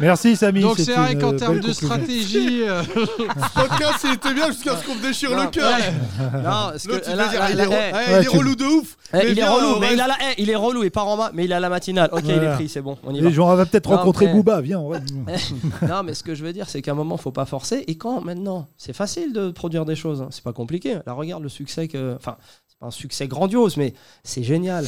[SPEAKER 2] Merci Samy.
[SPEAKER 1] Donc c'est
[SPEAKER 2] c'était
[SPEAKER 1] vrai
[SPEAKER 2] une euh,
[SPEAKER 1] qu'en
[SPEAKER 2] belle
[SPEAKER 1] termes de
[SPEAKER 2] conclusion.
[SPEAKER 1] stratégie. euh,
[SPEAKER 6] podcast, il était bien jusqu'à ce qu'on me déchire
[SPEAKER 5] Non,
[SPEAKER 6] le cœur.
[SPEAKER 5] ouais. Non, parce que
[SPEAKER 6] L'autre, il
[SPEAKER 5] là,
[SPEAKER 6] veut dire,
[SPEAKER 5] là,
[SPEAKER 6] ah, il
[SPEAKER 5] là,
[SPEAKER 6] est re-
[SPEAKER 5] eh,
[SPEAKER 6] ah,
[SPEAKER 5] ouais,
[SPEAKER 6] il est
[SPEAKER 5] tu-
[SPEAKER 6] relou de ouf.
[SPEAKER 5] Eh,
[SPEAKER 6] mais
[SPEAKER 5] il est
[SPEAKER 6] viens,
[SPEAKER 5] relou,
[SPEAKER 6] on
[SPEAKER 5] mais
[SPEAKER 6] reste-
[SPEAKER 5] il, a la- eh, il est relou, il part en bas, mais il a la matinale. Ok, il est
[SPEAKER 2] Voilà.
[SPEAKER 5] pris, c'est bon, on y
[SPEAKER 2] Les
[SPEAKER 5] va.
[SPEAKER 2] gens, on va peut-être
[SPEAKER 5] Non,
[SPEAKER 2] rencontrer
[SPEAKER 5] eh.
[SPEAKER 2] Booba, viens, on va.
[SPEAKER 5] *laughs* non, mais ce que je veux dire, c'est qu'à un moment, faut pas forcer. Et quand maintenant, c'est facile de produire des choses, hein. c'est pas compliqué. Là, regarde le succès que. Enfin, c'est pas un succès grandiose, mais c'est génial.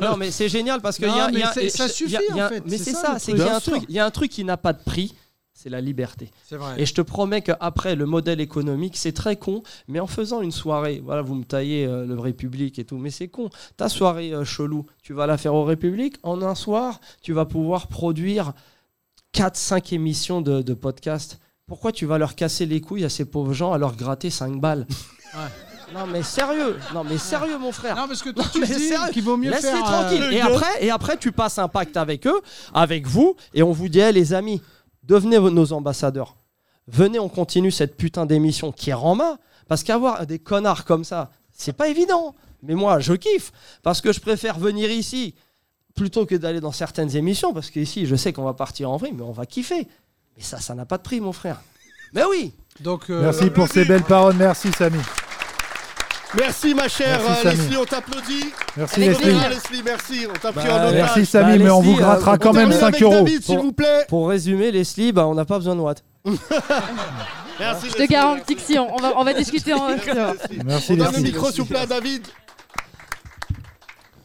[SPEAKER 5] non, mais c'est génial parce que
[SPEAKER 1] Non,
[SPEAKER 5] y a-
[SPEAKER 1] mais
[SPEAKER 5] y a-
[SPEAKER 1] c'est- ça
[SPEAKER 5] y a-
[SPEAKER 1] suffit,
[SPEAKER 5] y a-
[SPEAKER 1] en
[SPEAKER 5] y a-
[SPEAKER 1] fait.
[SPEAKER 5] Mais
[SPEAKER 1] C'est
[SPEAKER 5] c'est
[SPEAKER 1] ça,
[SPEAKER 5] ça,
[SPEAKER 1] le
[SPEAKER 5] c'est
[SPEAKER 1] truc.
[SPEAKER 5] qu'il y a
[SPEAKER 1] Bien
[SPEAKER 5] un
[SPEAKER 1] sûr.
[SPEAKER 5] truc- il y a un truc qui n'a pas de prix, c'est la liberté.
[SPEAKER 1] C'est vrai.
[SPEAKER 5] Et je te promets qu'après, le modèle économique, c'est très con, mais en faisant une soirée, voilà, vous me taillez euh, le République et tout, mais c'est con. Ta soirée euh, chelou, tu vas la faire au République, en un soir, tu vas pouvoir produire 4-5 émissions de, de podcast. Pourquoi tu vas leur casser les couilles à ces pauvres gens à leur gratter 5 balles *laughs* Non mais sérieux, non mais sérieux mon frère.
[SPEAKER 1] Non parce que toi
[SPEAKER 5] Non,
[SPEAKER 1] tu
[SPEAKER 5] mais
[SPEAKER 1] dis
[SPEAKER 5] sérieux,
[SPEAKER 1] qu'il vaut mieux
[SPEAKER 5] laisse-les
[SPEAKER 1] faire. euh,
[SPEAKER 5] tranquilles.
[SPEAKER 1] le
[SPEAKER 5] Et
[SPEAKER 1] gars-
[SPEAKER 5] après, et après, tu passes un pacte avec eux, avec vous, et on vous dit, Eh, les amis, devenez vos- nos ambassadeurs. Venez, on continue cette putain d'émission qui est en main, parce qu'avoir des connards comme ça, c'est pas évident. Mais moi, je kiffe, parce que je préfère venir ici plutôt que d'aller dans certaines émissions, parce qu'ici, je sais qu'on va partir en vrille, mais on va kiffer. Mais ça, ça n'a pas de prix, mon frère. Mais oui
[SPEAKER 1] Donc,
[SPEAKER 5] Euh,
[SPEAKER 2] Merci pour ces belles paroles, merci Samy.
[SPEAKER 6] Merci ma chère
[SPEAKER 2] Merci,
[SPEAKER 6] euh,
[SPEAKER 2] Samy.
[SPEAKER 6] Leslie, on t'applaudit.
[SPEAKER 2] Merci,
[SPEAKER 6] On
[SPEAKER 2] Leslie.
[SPEAKER 6] verra, Leslie, merci, on t'a pris
[SPEAKER 2] Bah,
[SPEAKER 6] en otage.
[SPEAKER 2] merci, Samy, mais on vous
[SPEAKER 6] euh,
[SPEAKER 2] grattera quand même 5 euros.
[SPEAKER 5] Pour- Pour résumer, Leslie, bah, on n'a pas besoin de Watt.
[SPEAKER 6] *laughs* Merci,
[SPEAKER 15] Je te garantis que si, on, on
[SPEAKER 6] *laughs*
[SPEAKER 15] va, on va discuter en.
[SPEAKER 2] Merci,
[SPEAKER 6] On donne le
[SPEAKER 2] Leslie.
[SPEAKER 6] micro s'il vous plaît à David.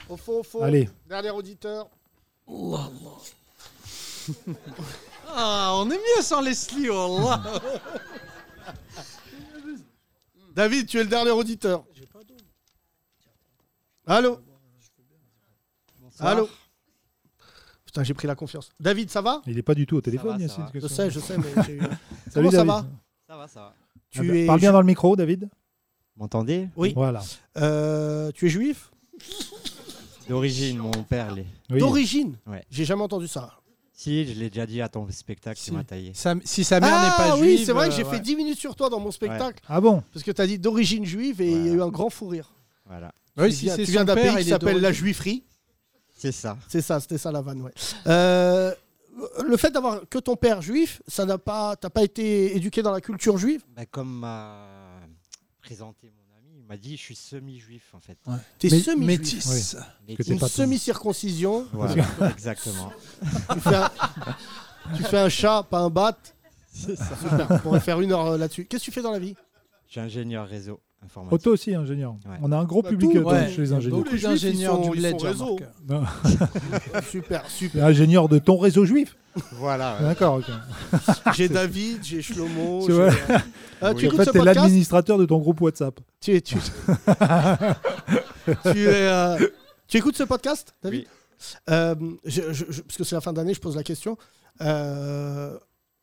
[SPEAKER 6] Au fond, au fond.
[SPEAKER 2] Allez.
[SPEAKER 6] Dernier auditeur.
[SPEAKER 1] Ah, on est mieux sans
[SPEAKER 6] *laughs*
[SPEAKER 1] Leslie, oh là.
[SPEAKER 6] David, tu es le dernier auditeur. Allô Allô Putain, j'ai pris la confiance. David, ça va
[SPEAKER 2] Il n'est pas du tout au téléphone,
[SPEAKER 6] va, ça
[SPEAKER 2] Yacine,
[SPEAKER 6] va.
[SPEAKER 2] ce que
[SPEAKER 6] Je
[SPEAKER 2] ça.
[SPEAKER 6] sais, je sais,
[SPEAKER 2] *laughs*
[SPEAKER 6] mais j'ai eu-
[SPEAKER 2] Salut,
[SPEAKER 6] Comment ça
[SPEAKER 2] David.
[SPEAKER 6] va
[SPEAKER 19] Ça va, ça va.
[SPEAKER 2] Ah
[SPEAKER 6] Tu
[SPEAKER 2] bah,
[SPEAKER 6] es
[SPEAKER 2] Parle bien dans le micro, David.
[SPEAKER 19] M'entendez
[SPEAKER 6] Oui.
[SPEAKER 2] Voilà.
[SPEAKER 6] Euh, tu es juif
[SPEAKER 19] D'origine, mon père l'est.
[SPEAKER 6] D'origine
[SPEAKER 19] Ouais.
[SPEAKER 6] J'ai jamais entendu ça.
[SPEAKER 19] Si, je l'ai déjà dit à ton spectacle, tu m'as taillé.
[SPEAKER 1] Sa- si sa mère n'est
[SPEAKER 6] Ah
[SPEAKER 1] pas
[SPEAKER 6] oui,
[SPEAKER 1] juive,
[SPEAKER 6] c'est vrai que j'ai
[SPEAKER 1] euh,
[SPEAKER 6] fait
[SPEAKER 1] ouais.
[SPEAKER 6] 10 minutes sur toi dans mon spectacle.
[SPEAKER 2] Ah bon
[SPEAKER 6] Parce que tu as dit d'origine juive et il y a eu un grand fou rire.
[SPEAKER 19] Voilà.
[SPEAKER 6] Tu viens- tu viens d'un pays qui s'appelle la juiferie.
[SPEAKER 19] C'est ça.
[SPEAKER 6] C'est ça, c'était ça la vanne, ouais. Euh, le fait d'avoir que ton père juif, ça n'a pas, t'as pas été éduqué dans la culture juive
[SPEAKER 19] Bah, comme m'a présenté mon ami, il m'a dit je suis semi-juif en fait.
[SPEAKER 6] T'es
[SPEAKER 19] Mais-
[SPEAKER 6] semi-juif.
[SPEAKER 19] métis. Oui. Que t'es
[SPEAKER 6] Une
[SPEAKER 19] pas tout.
[SPEAKER 6] semi-circoncision.
[SPEAKER 19] Voilà, exactement.
[SPEAKER 6] *laughs* tu, fais un, tu fais un chat, pas un bat.
[SPEAKER 19] C'est ça.
[SPEAKER 6] Super, on pourrait faire une heure euh, là-dessus. Qu'est-ce que tu fais dans la vie
[SPEAKER 19] Je suis ingénieur réseau informatique.
[SPEAKER 2] Auto aussi, ingénieur.
[SPEAKER 19] Ouais.
[SPEAKER 2] On a un gros
[SPEAKER 19] Bah,
[SPEAKER 2] public
[SPEAKER 19] tout,
[SPEAKER 2] auto
[SPEAKER 19] ouais.
[SPEAKER 2] chez les ingénieurs.
[SPEAKER 6] Tous les juifs, ils
[SPEAKER 1] ingénieurs
[SPEAKER 6] sont-
[SPEAKER 1] du
[SPEAKER 6] ils
[SPEAKER 1] bled,
[SPEAKER 6] sont
[SPEAKER 1] j'ai
[SPEAKER 6] réseau.
[SPEAKER 2] *laughs* Non.
[SPEAKER 6] *laughs*
[SPEAKER 2] *laughs*
[SPEAKER 6] super, super.
[SPEAKER 2] Ingénieur de ton réseau juif.
[SPEAKER 19] Voilà.
[SPEAKER 6] ouais.
[SPEAKER 2] D'accord, ok.
[SPEAKER 6] *laughs*
[SPEAKER 2] *laughs*
[SPEAKER 6] J'ai David, j'ai Shlomo.
[SPEAKER 2] Tu
[SPEAKER 6] j'ai-
[SPEAKER 2] vois
[SPEAKER 6] *laughs* Ah, tu
[SPEAKER 2] en
[SPEAKER 6] écoutes
[SPEAKER 2] fait,
[SPEAKER 6] ce
[SPEAKER 2] t'es
[SPEAKER 6] podcast
[SPEAKER 2] l'administrateur de ton groupe WhatsApp.
[SPEAKER 6] Tu es. Tu... tu, es, euh, tu écoutes ce podcast, David Euh, je- je- je- Parce que c'est la fin d'année, je pose la question. Euh,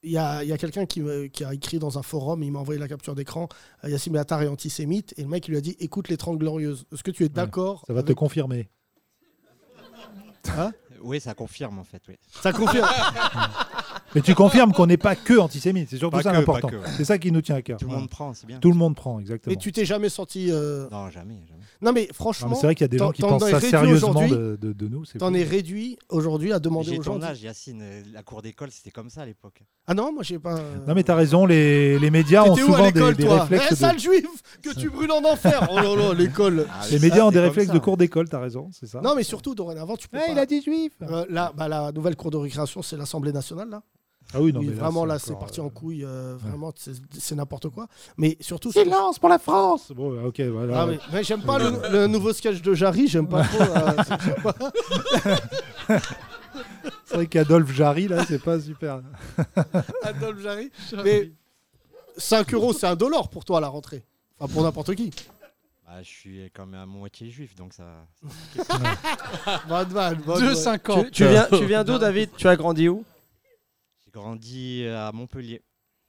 [SPEAKER 6] Il y a, il y a quelqu'un qui, me- qui a écrit dans un forum, il m'a envoyé la capture d'écran, euh, Yassine Bellatar est antisémite, et le mec il lui a dit écoute les 30 glorieuses. Est-ce que tu es d'accord
[SPEAKER 2] Ça va te
[SPEAKER 6] avec-
[SPEAKER 2] confirmer.
[SPEAKER 6] Hein
[SPEAKER 19] Oui, ça confirme en fait. Oui.
[SPEAKER 2] *laughs*
[SPEAKER 6] Ça confirme.
[SPEAKER 2] Mais tu confirmes qu'on n'est pas que antisémite, c'est surtout
[SPEAKER 6] Pas
[SPEAKER 2] ça
[SPEAKER 6] que,
[SPEAKER 2] l'important.
[SPEAKER 6] pas que.
[SPEAKER 2] C'est ça qui nous tient à cœur.
[SPEAKER 6] Tout le monde prend, c'est bien.
[SPEAKER 2] Tout le monde prend, exactement.
[SPEAKER 6] Mais tu t'es jamais senti. euh,
[SPEAKER 1] Non, jamais.
[SPEAKER 6] Non, mais franchement.
[SPEAKER 2] Non, mais c'est vrai qu'il y a des gens
[SPEAKER 6] t'en-
[SPEAKER 2] qui
[SPEAKER 6] t'en
[SPEAKER 2] pensent
[SPEAKER 6] es
[SPEAKER 2] ça
[SPEAKER 6] réduit
[SPEAKER 2] sérieusement
[SPEAKER 6] aujourd'hui-
[SPEAKER 2] de- de- de nous, c'est
[SPEAKER 6] T'en
[SPEAKER 2] fou.
[SPEAKER 6] es réduit aujourd'hui à demander
[SPEAKER 1] J'ai
[SPEAKER 6] aux gens.
[SPEAKER 1] ton âge, Yacine. euh, La cour d'école, c'était comme ça à l'époque.
[SPEAKER 6] Ah non, moi j'ai pas.
[SPEAKER 2] Non, mais t'as raison, les, les médias ont
[SPEAKER 6] T'étais où à
[SPEAKER 2] souvent des,
[SPEAKER 6] l'école,
[SPEAKER 2] des
[SPEAKER 6] toi
[SPEAKER 2] réflexes.
[SPEAKER 6] Eh,
[SPEAKER 2] de-
[SPEAKER 6] sale juif Que tu brûles en enfer Oh là là, l'école
[SPEAKER 19] Ah
[SPEAKER 2] les médias ont des réflexes de cours d'école, t'as raison, c'est ça.
[SPEAKER 6] Non, mais surtout, dorénavant, tu peux.
[SPEAKER 2] Ouais, il a dit juif
[SPEAKER 6] là, bah, La nouvelle cour de récréation, c'est l'Assemblée nationale, là.
[SPEAKER 2] Ah oui, non,
[SPEAKER 6] Oui,
[SPEAKER 2] mais là,
[SPEAKER 6] vraiment, là,
[SPEAKER 2] encore,
[SPEAKER 6] c'est parti en couille. euh, Vraiment, c'est c'est n'importe quoi. Mais surtout.
[SPEAKER 2] Silence pour la France Bon, ouais, ok, voilà.
[SPEAKER 6] Ah, mais, mais j'aime pas le, le nouveau sketch de Jarry, j'aime pas trop. euh, c'est- j'aime pas.
[SPEAKER 2] *laughs* C'est vrai qu'Adolphe Jarry, là, c'est pas super.
[SPEAKER 6] *laughs* Adolphe Jarry. Mais 5 euros, c'est un dollar pour toi à la rentrée. Enfin, pour n'importe qui.
[SPEAKER 1] Bah, je suis quand même à moitié juif, donc ça.
[SPEAKER 6] Bonne vanne, bonne vanne.
[SPEAKER 5] Tu, tu viens, tu viens d'où, David Tu as grandi où
[SPEAKER 1] J'ai grandi euh, à Montpellier.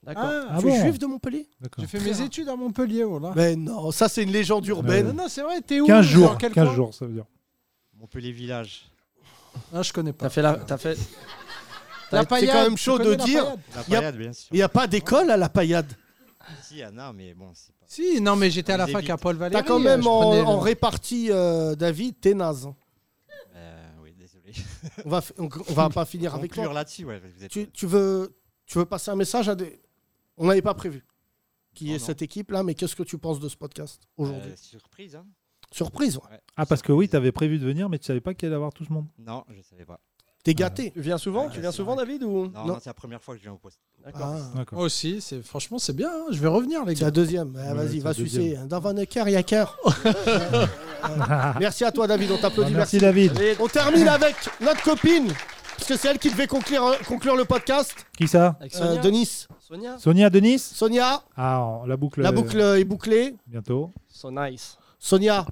[SPEAKER 5] D'accord.
[SPEAKER 10] Ah,
[SPEAKER 6] tu es juif de Montpellier
[SPEAKER 10] J'ai fait mes études à Montpellier, voilà.
[SPEAKER 6] Mais non, ça c'est une légende urbaine.
[SPEAKER 10] Non, non, c'est vrai, t'es où
[SPEAKER 2] 15
[SPEAKER 10] dans
[SPEAKER 2] Ah, jours,
[SPEAKER 10] quel
[SPEAKER 2] 15
[SPEAKER 10] coin
[SPEAKER 2] jours, ça veut dire.
[SPEAKER 1] Montpellier Village.
[SPEAKER 10] Ah, je connais pas.
[SPEAKER 5] T'as fait la. T'as fait.
[SPEAKER 6] La
[SPEAKER 5] t'as-
[SPEAKER 6] paillade, c'est quand même chaud de dire.
[SPEAKER 1] La
[SPEAKER 6] il y a-
[SPEAKER 1] paillade, bien sûr.
[SPEAKER 6] Il n'y a pas d'école à la paillade.
[SPEAKER 1] Si, Anna, mais bon, c'est pas.
[SPEAKER 10] Si, non, mais j'étais à la
[SPEAKER 1] Des
[SPEAKER 10] fac à
[SPEAKER 1] vides.
[SPEAKER 10] Paul
[SPEAKER 6] T'as
[SPEAKER 10] Valéry. euh,
[SPEAKER 6] quand même
[SPEAKER 10] je
[SPEAKER 6] en,
[SPEAKER 10] prenais le-
[SPEAKER 6] en répartie, euh, David, t'es naze.
[SPEAKER 1] Euh, oui, désolé.
[SPEAKER 6] *laughs* On va, fi- on, on va pas finir avec
[SPEAKER 1] Conclure
[SPEAKER 6] toi.
[SPEAKER 1] là-dessus, ouais, vous êtes- euh,
[SPEAKER 6] Tu, tu veux, tu veux passer un message à des. On n'avait pas prévu qui est cette équipe là, mais qu'est-ce que tu penses de ce podcast aujourd'hui
[SPEAKER 1] Euh, surprise, hein
[SPEAKER 6] Surprise, ouais.
[SPEAKER 2] Ah, parce que oui, t'avais prévu de venir, mais tu savais pas qu'il allait avoir tout ce monde.
[SPEAKER 1] Non, je savais pas.
[SPEAKER 6] T'es gâté.
[SPEAKER 5] Tu viens souvent
[SPEAKER 1] Ouais,
[SPEAKER 5] Tu viens
[SPEAKER 1] c'est
[SPEAKER 5] souvent,
[SPEAKER 1] vrai.
[SPEAKER 5] David ou...
[SPEAKER 1] Non, non, c'est la première fois que je viens au poste.
[SPEAKER 5] Ah,
[SPEAKER 10] Moi aussi, c'est franchement c'est bien. hein. Je vais revenir les gars.
[SPEAKER 6] C'est la deuxième. Eh, vas-y, va sucer. Dans Van Ecker, il y a cœur. Ah.
[SPEAKER 1] *laughs*
[SPEAKER 6] Merci à toi, David. On t'applaudit.
[SPEAKER 2] Ah, merci, David.
[SPEAKER 6] On termine avec notre copine, parce que c'est elle qui devait conclure, euh, conclure le podcast.
[SPEAKER 2] Qui ça
[SPEAKER 6] Avec Sonia. Euh, Denis.
[SPEAKER 5] Sonia.
[SPEAKER 2] Sonia Denis
[SPEAKER 6] Sonia.
[SPEAKER 2] Ah, on- la boucle. euh,
[SPEAKER 6] La boucle est bouclée.
[SPEAKER 2] Bientôt.
[SPEAKER 5] So nice.
[SPEAKER 6] Sonia.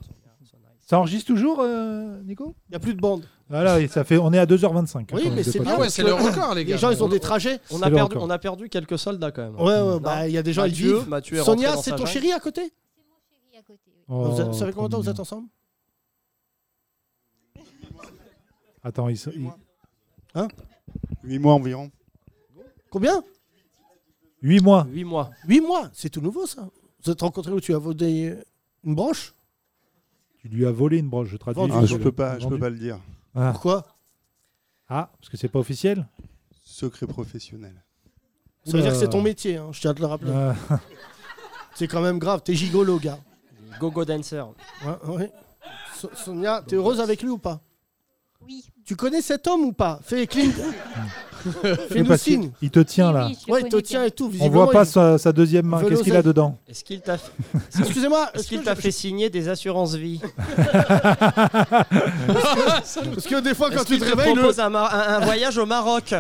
[SPEAKER 2] Ça enregistre toujours, euh, Nico
[SPEAKER 6] Il n'y a plus de bande.
[SPEAKER 2] Voilà, et ça fait, on est à 2h25.
[SPEAKER 6] Oui, mais c'est bien. parce que Les gens, ils ont des trajets.
[SPEAKER 5] On a, perdu, on a perdu quelques soldats quand même.
[SPEAKER 6] Ouais, ouais,
[SPEAKER 5] Non
[SPEAKER 6] bah, il y a des gens, ils
[SPEAKER 5] Mathieu,
[SPEAKER 6] vivent.
[SPEAKER 5] Mathieu est rentré
[SPEAKER 6] Sonia,
[SPEAKER 5] dans
[SPEAKER 6] c'est
[SPEAKER 5] sa
[SPEAKER 6] ton
[SPEAKER 5] jungle.
[SPEAKER 6] chéri à côté
[SPEAKER 2] Oh,
[SPEAKER 6] Vous êtes- Ça fait combien de temps que
[SPEAKER 2] trop
[SPEAKER 6] vous êtes
[SPEAKER 2] mignon.
[SPEAKER 6] ensemble
[SPEAKER 2] Attends, ils sont- ils-
[SPEAKER 6] Hein
[SPEAKER 20] 8 mois environ.
[SPEAKER 6] Combien
[SPEAKER 2] 8 mois.
[SPEAKER 5] 8 mois.
[SPEAKER 6] 8 mois, c'est tout nouveau ça. Vous êtes rencontrés où tu as volé une branche
[SPEAKER 2] Tu lui as volé une broche, je traduis.
[SPEAKER 20] Vendu. Ah, je peux pas- je peux
[SPEAKER 2] Vendu.
[SPEAKER 20] pas le dire.
[SPEAKER 2] Ah.
[SPEAKER 6] Pourquoi
[SPEAKER 2] Ah, parce que c'est pas officiel
[SPEAKER 20] Secret professionnel.
[SPEAKER 6] Ça veut
[SPEAKER 2] Oula.
[SPEAKER 6] dire que c'est ton métier, hein, je tiens à te le rappeler.
[SPEAKER 2] Ah.
[SPEAKER 6] *laughs* C'est quand même grave, t'es gigolo, gars.
[SPEAKER 5] Gogo dancer.
[SPEAKER 6] Ouais, ouais. So- Sonia, t'es heureuse avec lui ou pas Oui. Tu connais cet homme ou pas Fais
[SPEAKER 2] *laughs*
[SPEAKER 6] clean.
[SPEAKER 2] Oui,
[SPEAKER 6] Fais-nous
[SPEAKER 2] parce qu'il-
[SPEAKER 6] signe.
[SPEAKER 2] il te tient là.
[SPEAKER 6] Ouais, il te tient et tout.
[SPEAKER 2] On
[SPEAKER 6] visiblement,
[SPEAKER 2] voit pas
[SPEAKER 6] il-
[SPEAKER 2] sa, sa deuxième main.
[SPEAKER 6] veut
[SPEAKER 2] Qu'est-ce qu'il a
[SPEAKER 6] l'oseille.
[SPEAKER 2] dedans
[SPEAKER 5] Est-ce qu'il
[SPEAKER 2] *laughs*
[SPEAKER 5] t'a.
[SPEAKER 6] Excusez-moi,
[SPEAKER 5] Est-ce
[SPEAKER 6] est-ce
[SPEAKER 5] qu'il
[SPEAKER 6] que
[SPEAKER 5] t'a
[SPEAKER 6] je-
[SPEAKER 5] fait signer des assurances *laughs* vie
[SPEAKER 6] Parce que des fois, quand
[SPEAKER 5] Est-ce
[SPEAKER 6] tu
[SPEAKER 5] qu'il
[SPEAKER 6] te
[SPEAKER 5] te
[SPEAKER 6] réveilles, le-
[SPEAKER 5] propose un, mar- un- un voyage au *laughs* Maroc.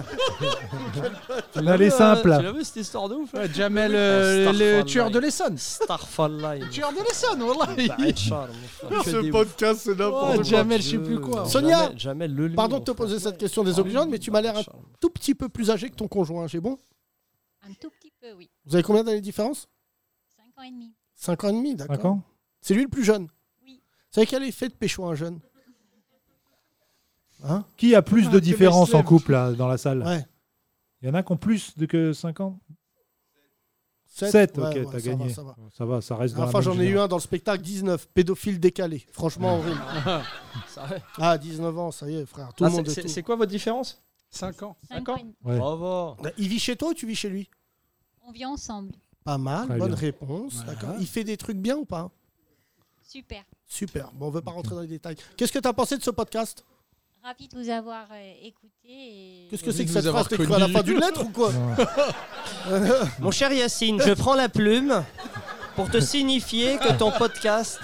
[SPEAKER 2] On a les simples.
[SPEAKER 5] Tu l'as vu cette histoire de ouf hein Ah
[SPEAKER 10] Ouais, Jamel, euh, le- le tueur de l'Essonne.
[SPEAKER 5] Starfall Line.
[SPEAKER 10] Tueur de l'Essonne, voilà.
[SPEAKER 6] *laughs* Ce podcast, c'est n'importe quoi.
[SPEAKER 10] Oh, Jamel, je sais plus quoi. hein.
[SPEAKER 6] Sonia,
[SPEAKER 5] Jamais- jamais le lion,
[SPEAKER 6] pardon de te poser cette question désobligeante, mais tu m'as l'air un tout petit peu plus âgé que ton conjoint, c'est bon
[SPEAKER 4] Un tout petit peu, oui.
[SPEAKER 6] Vous avez combien d'années de différence
[SPEAKER 4] 5 ans et demi.
[SPEAKER 6] 5 ans et demi, d'accord.
[SPEAKER 2] Cinq ans
[SPEAKER 6] C'est lui le plus jeune Vous savez quel effet de pécho un jeune Hein
[SPEAKER 2] Qui a plus
[SPEAKER 6] Ah,
[SPEAKER 2] de
[SPEAKER 6] que
[SPEAKER 2] différence en
[SPEAKER 6] Meslem.
[SPEAKER 2] couple là, dans la salle
[SPEAKER 6] Ouais.
[SPEAKER 2] Il y en a qui ont plus de que 5 ans
[SPEAKER 6] Sept,
[SPEAKER 2] 7,
[SPEAKER 6] ouais,
[SPEAKER 2] ok,
[SPEAKER 6] ouais,
[SPEAKER 2] t'as
[SPEAKER 6] ça
[SPEAKER 2] gagné.
[SPEAKER 6] va, ça va.
[SPEAKER 2] ça reste dans
[SPEAKER 6] Enfin,
[SPEAKER 2] la
[SPEAKER 6] j'en
[SPEAKER 2] même
[SPEAKER 6] ai eu
[SPEAKER 2] génération.
[SPEAKER 6] un dans le spectacle 19, pédophile décalé. Franchement,
[SPEAKER 2] *laughs*
[SPEAKER 5] *laughs*
[SPEAKER 6] horrible. ah, 19 ans, ça y est, frère. Tout
[SPEAKER 5] Ah,
[SPEAKER 6] le monde
[SPEAKER 5] c'est-
[SPEAKER 6] est
[SPEAKER 5] c'est-
[SPEAKER 6] tout.
[SPEAKER 5] c'est quoi votre différence
[SPEAKER 10] 5 ans.
[SPEAKER 5] 5 ans
[SPEAKER 2] Ouais.
[SPEAKER 5] Bravo.
[SPEAKER 6] Il vit chez toi ou tu vis chez lui
[SPEAKER 4] On vit ensemble.
[SPEAKER 6] Pas mal,
[SPEAKER 2] Très
[SPEAKER 6] bonne
[SPEAKER 2] bien.
[SPEAKER 6] réponse. D'accord. Il fait des trucs bien ou pas
[SPEAKER 4] Super.
[SPEAKER 6] Super. Bon, on veut pas rentrer dans les détails. Qu'est-ce que tu as pensé de ce podcast
[SPEAKER 4] Ravi de vous avoir euh, écouté. et-
[SPEAKER 6] Qu'est-ce que c'est que cette phrase T'es cru à la fin d'une lettre
[SPEAKER 5] *laughs*
[SPEAKER 6] ou quoi *laughs*
[SPEAKER 5] Mon cher Yacine, je prends la plume pour te signifier que ton podcast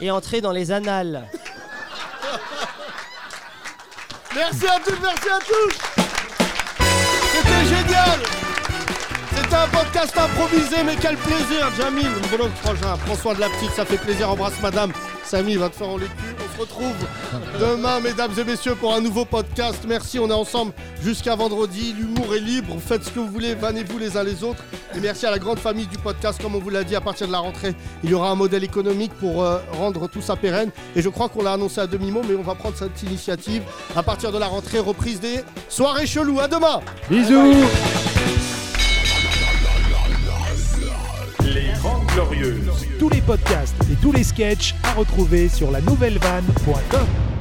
[SPEAKER 5] est entré dans les annales.
[SPEAKER 6] Merci à toutes, merci à tous C'était génial C'était un podcast improvisé, mais quel plaisir, Jamil Bon, donc, prends soin de la petite, ça fait plaisir, embrasse madame. Samy va te faire en cul. On se retrouve demain, mesdames et messieurs, pour un nouveau podcast. Merci, on est ensemble jusqu'à vendredi. L'humour est libre. Faites ce que vous voulez, vannez-vous les uns les autres. Et merci à la grande famille du podcast. Comme on vous l'a dit, à partir de la rentrée, il y aura un modèle économique pour euh, rendre tout ça pérenne. Et je crois qu'on l'a annoncé à demi-mot, mais on va prendre cette initiative. À partir de la rentrée, reprise des soirées cheloues. À demain
[SPEAKER 2] Bisous
[SPEAKER 21] Les Grandes Glorieuses. Tous les podcasts et tous les sketchs à retrouver sur la nouvelle vanne.com.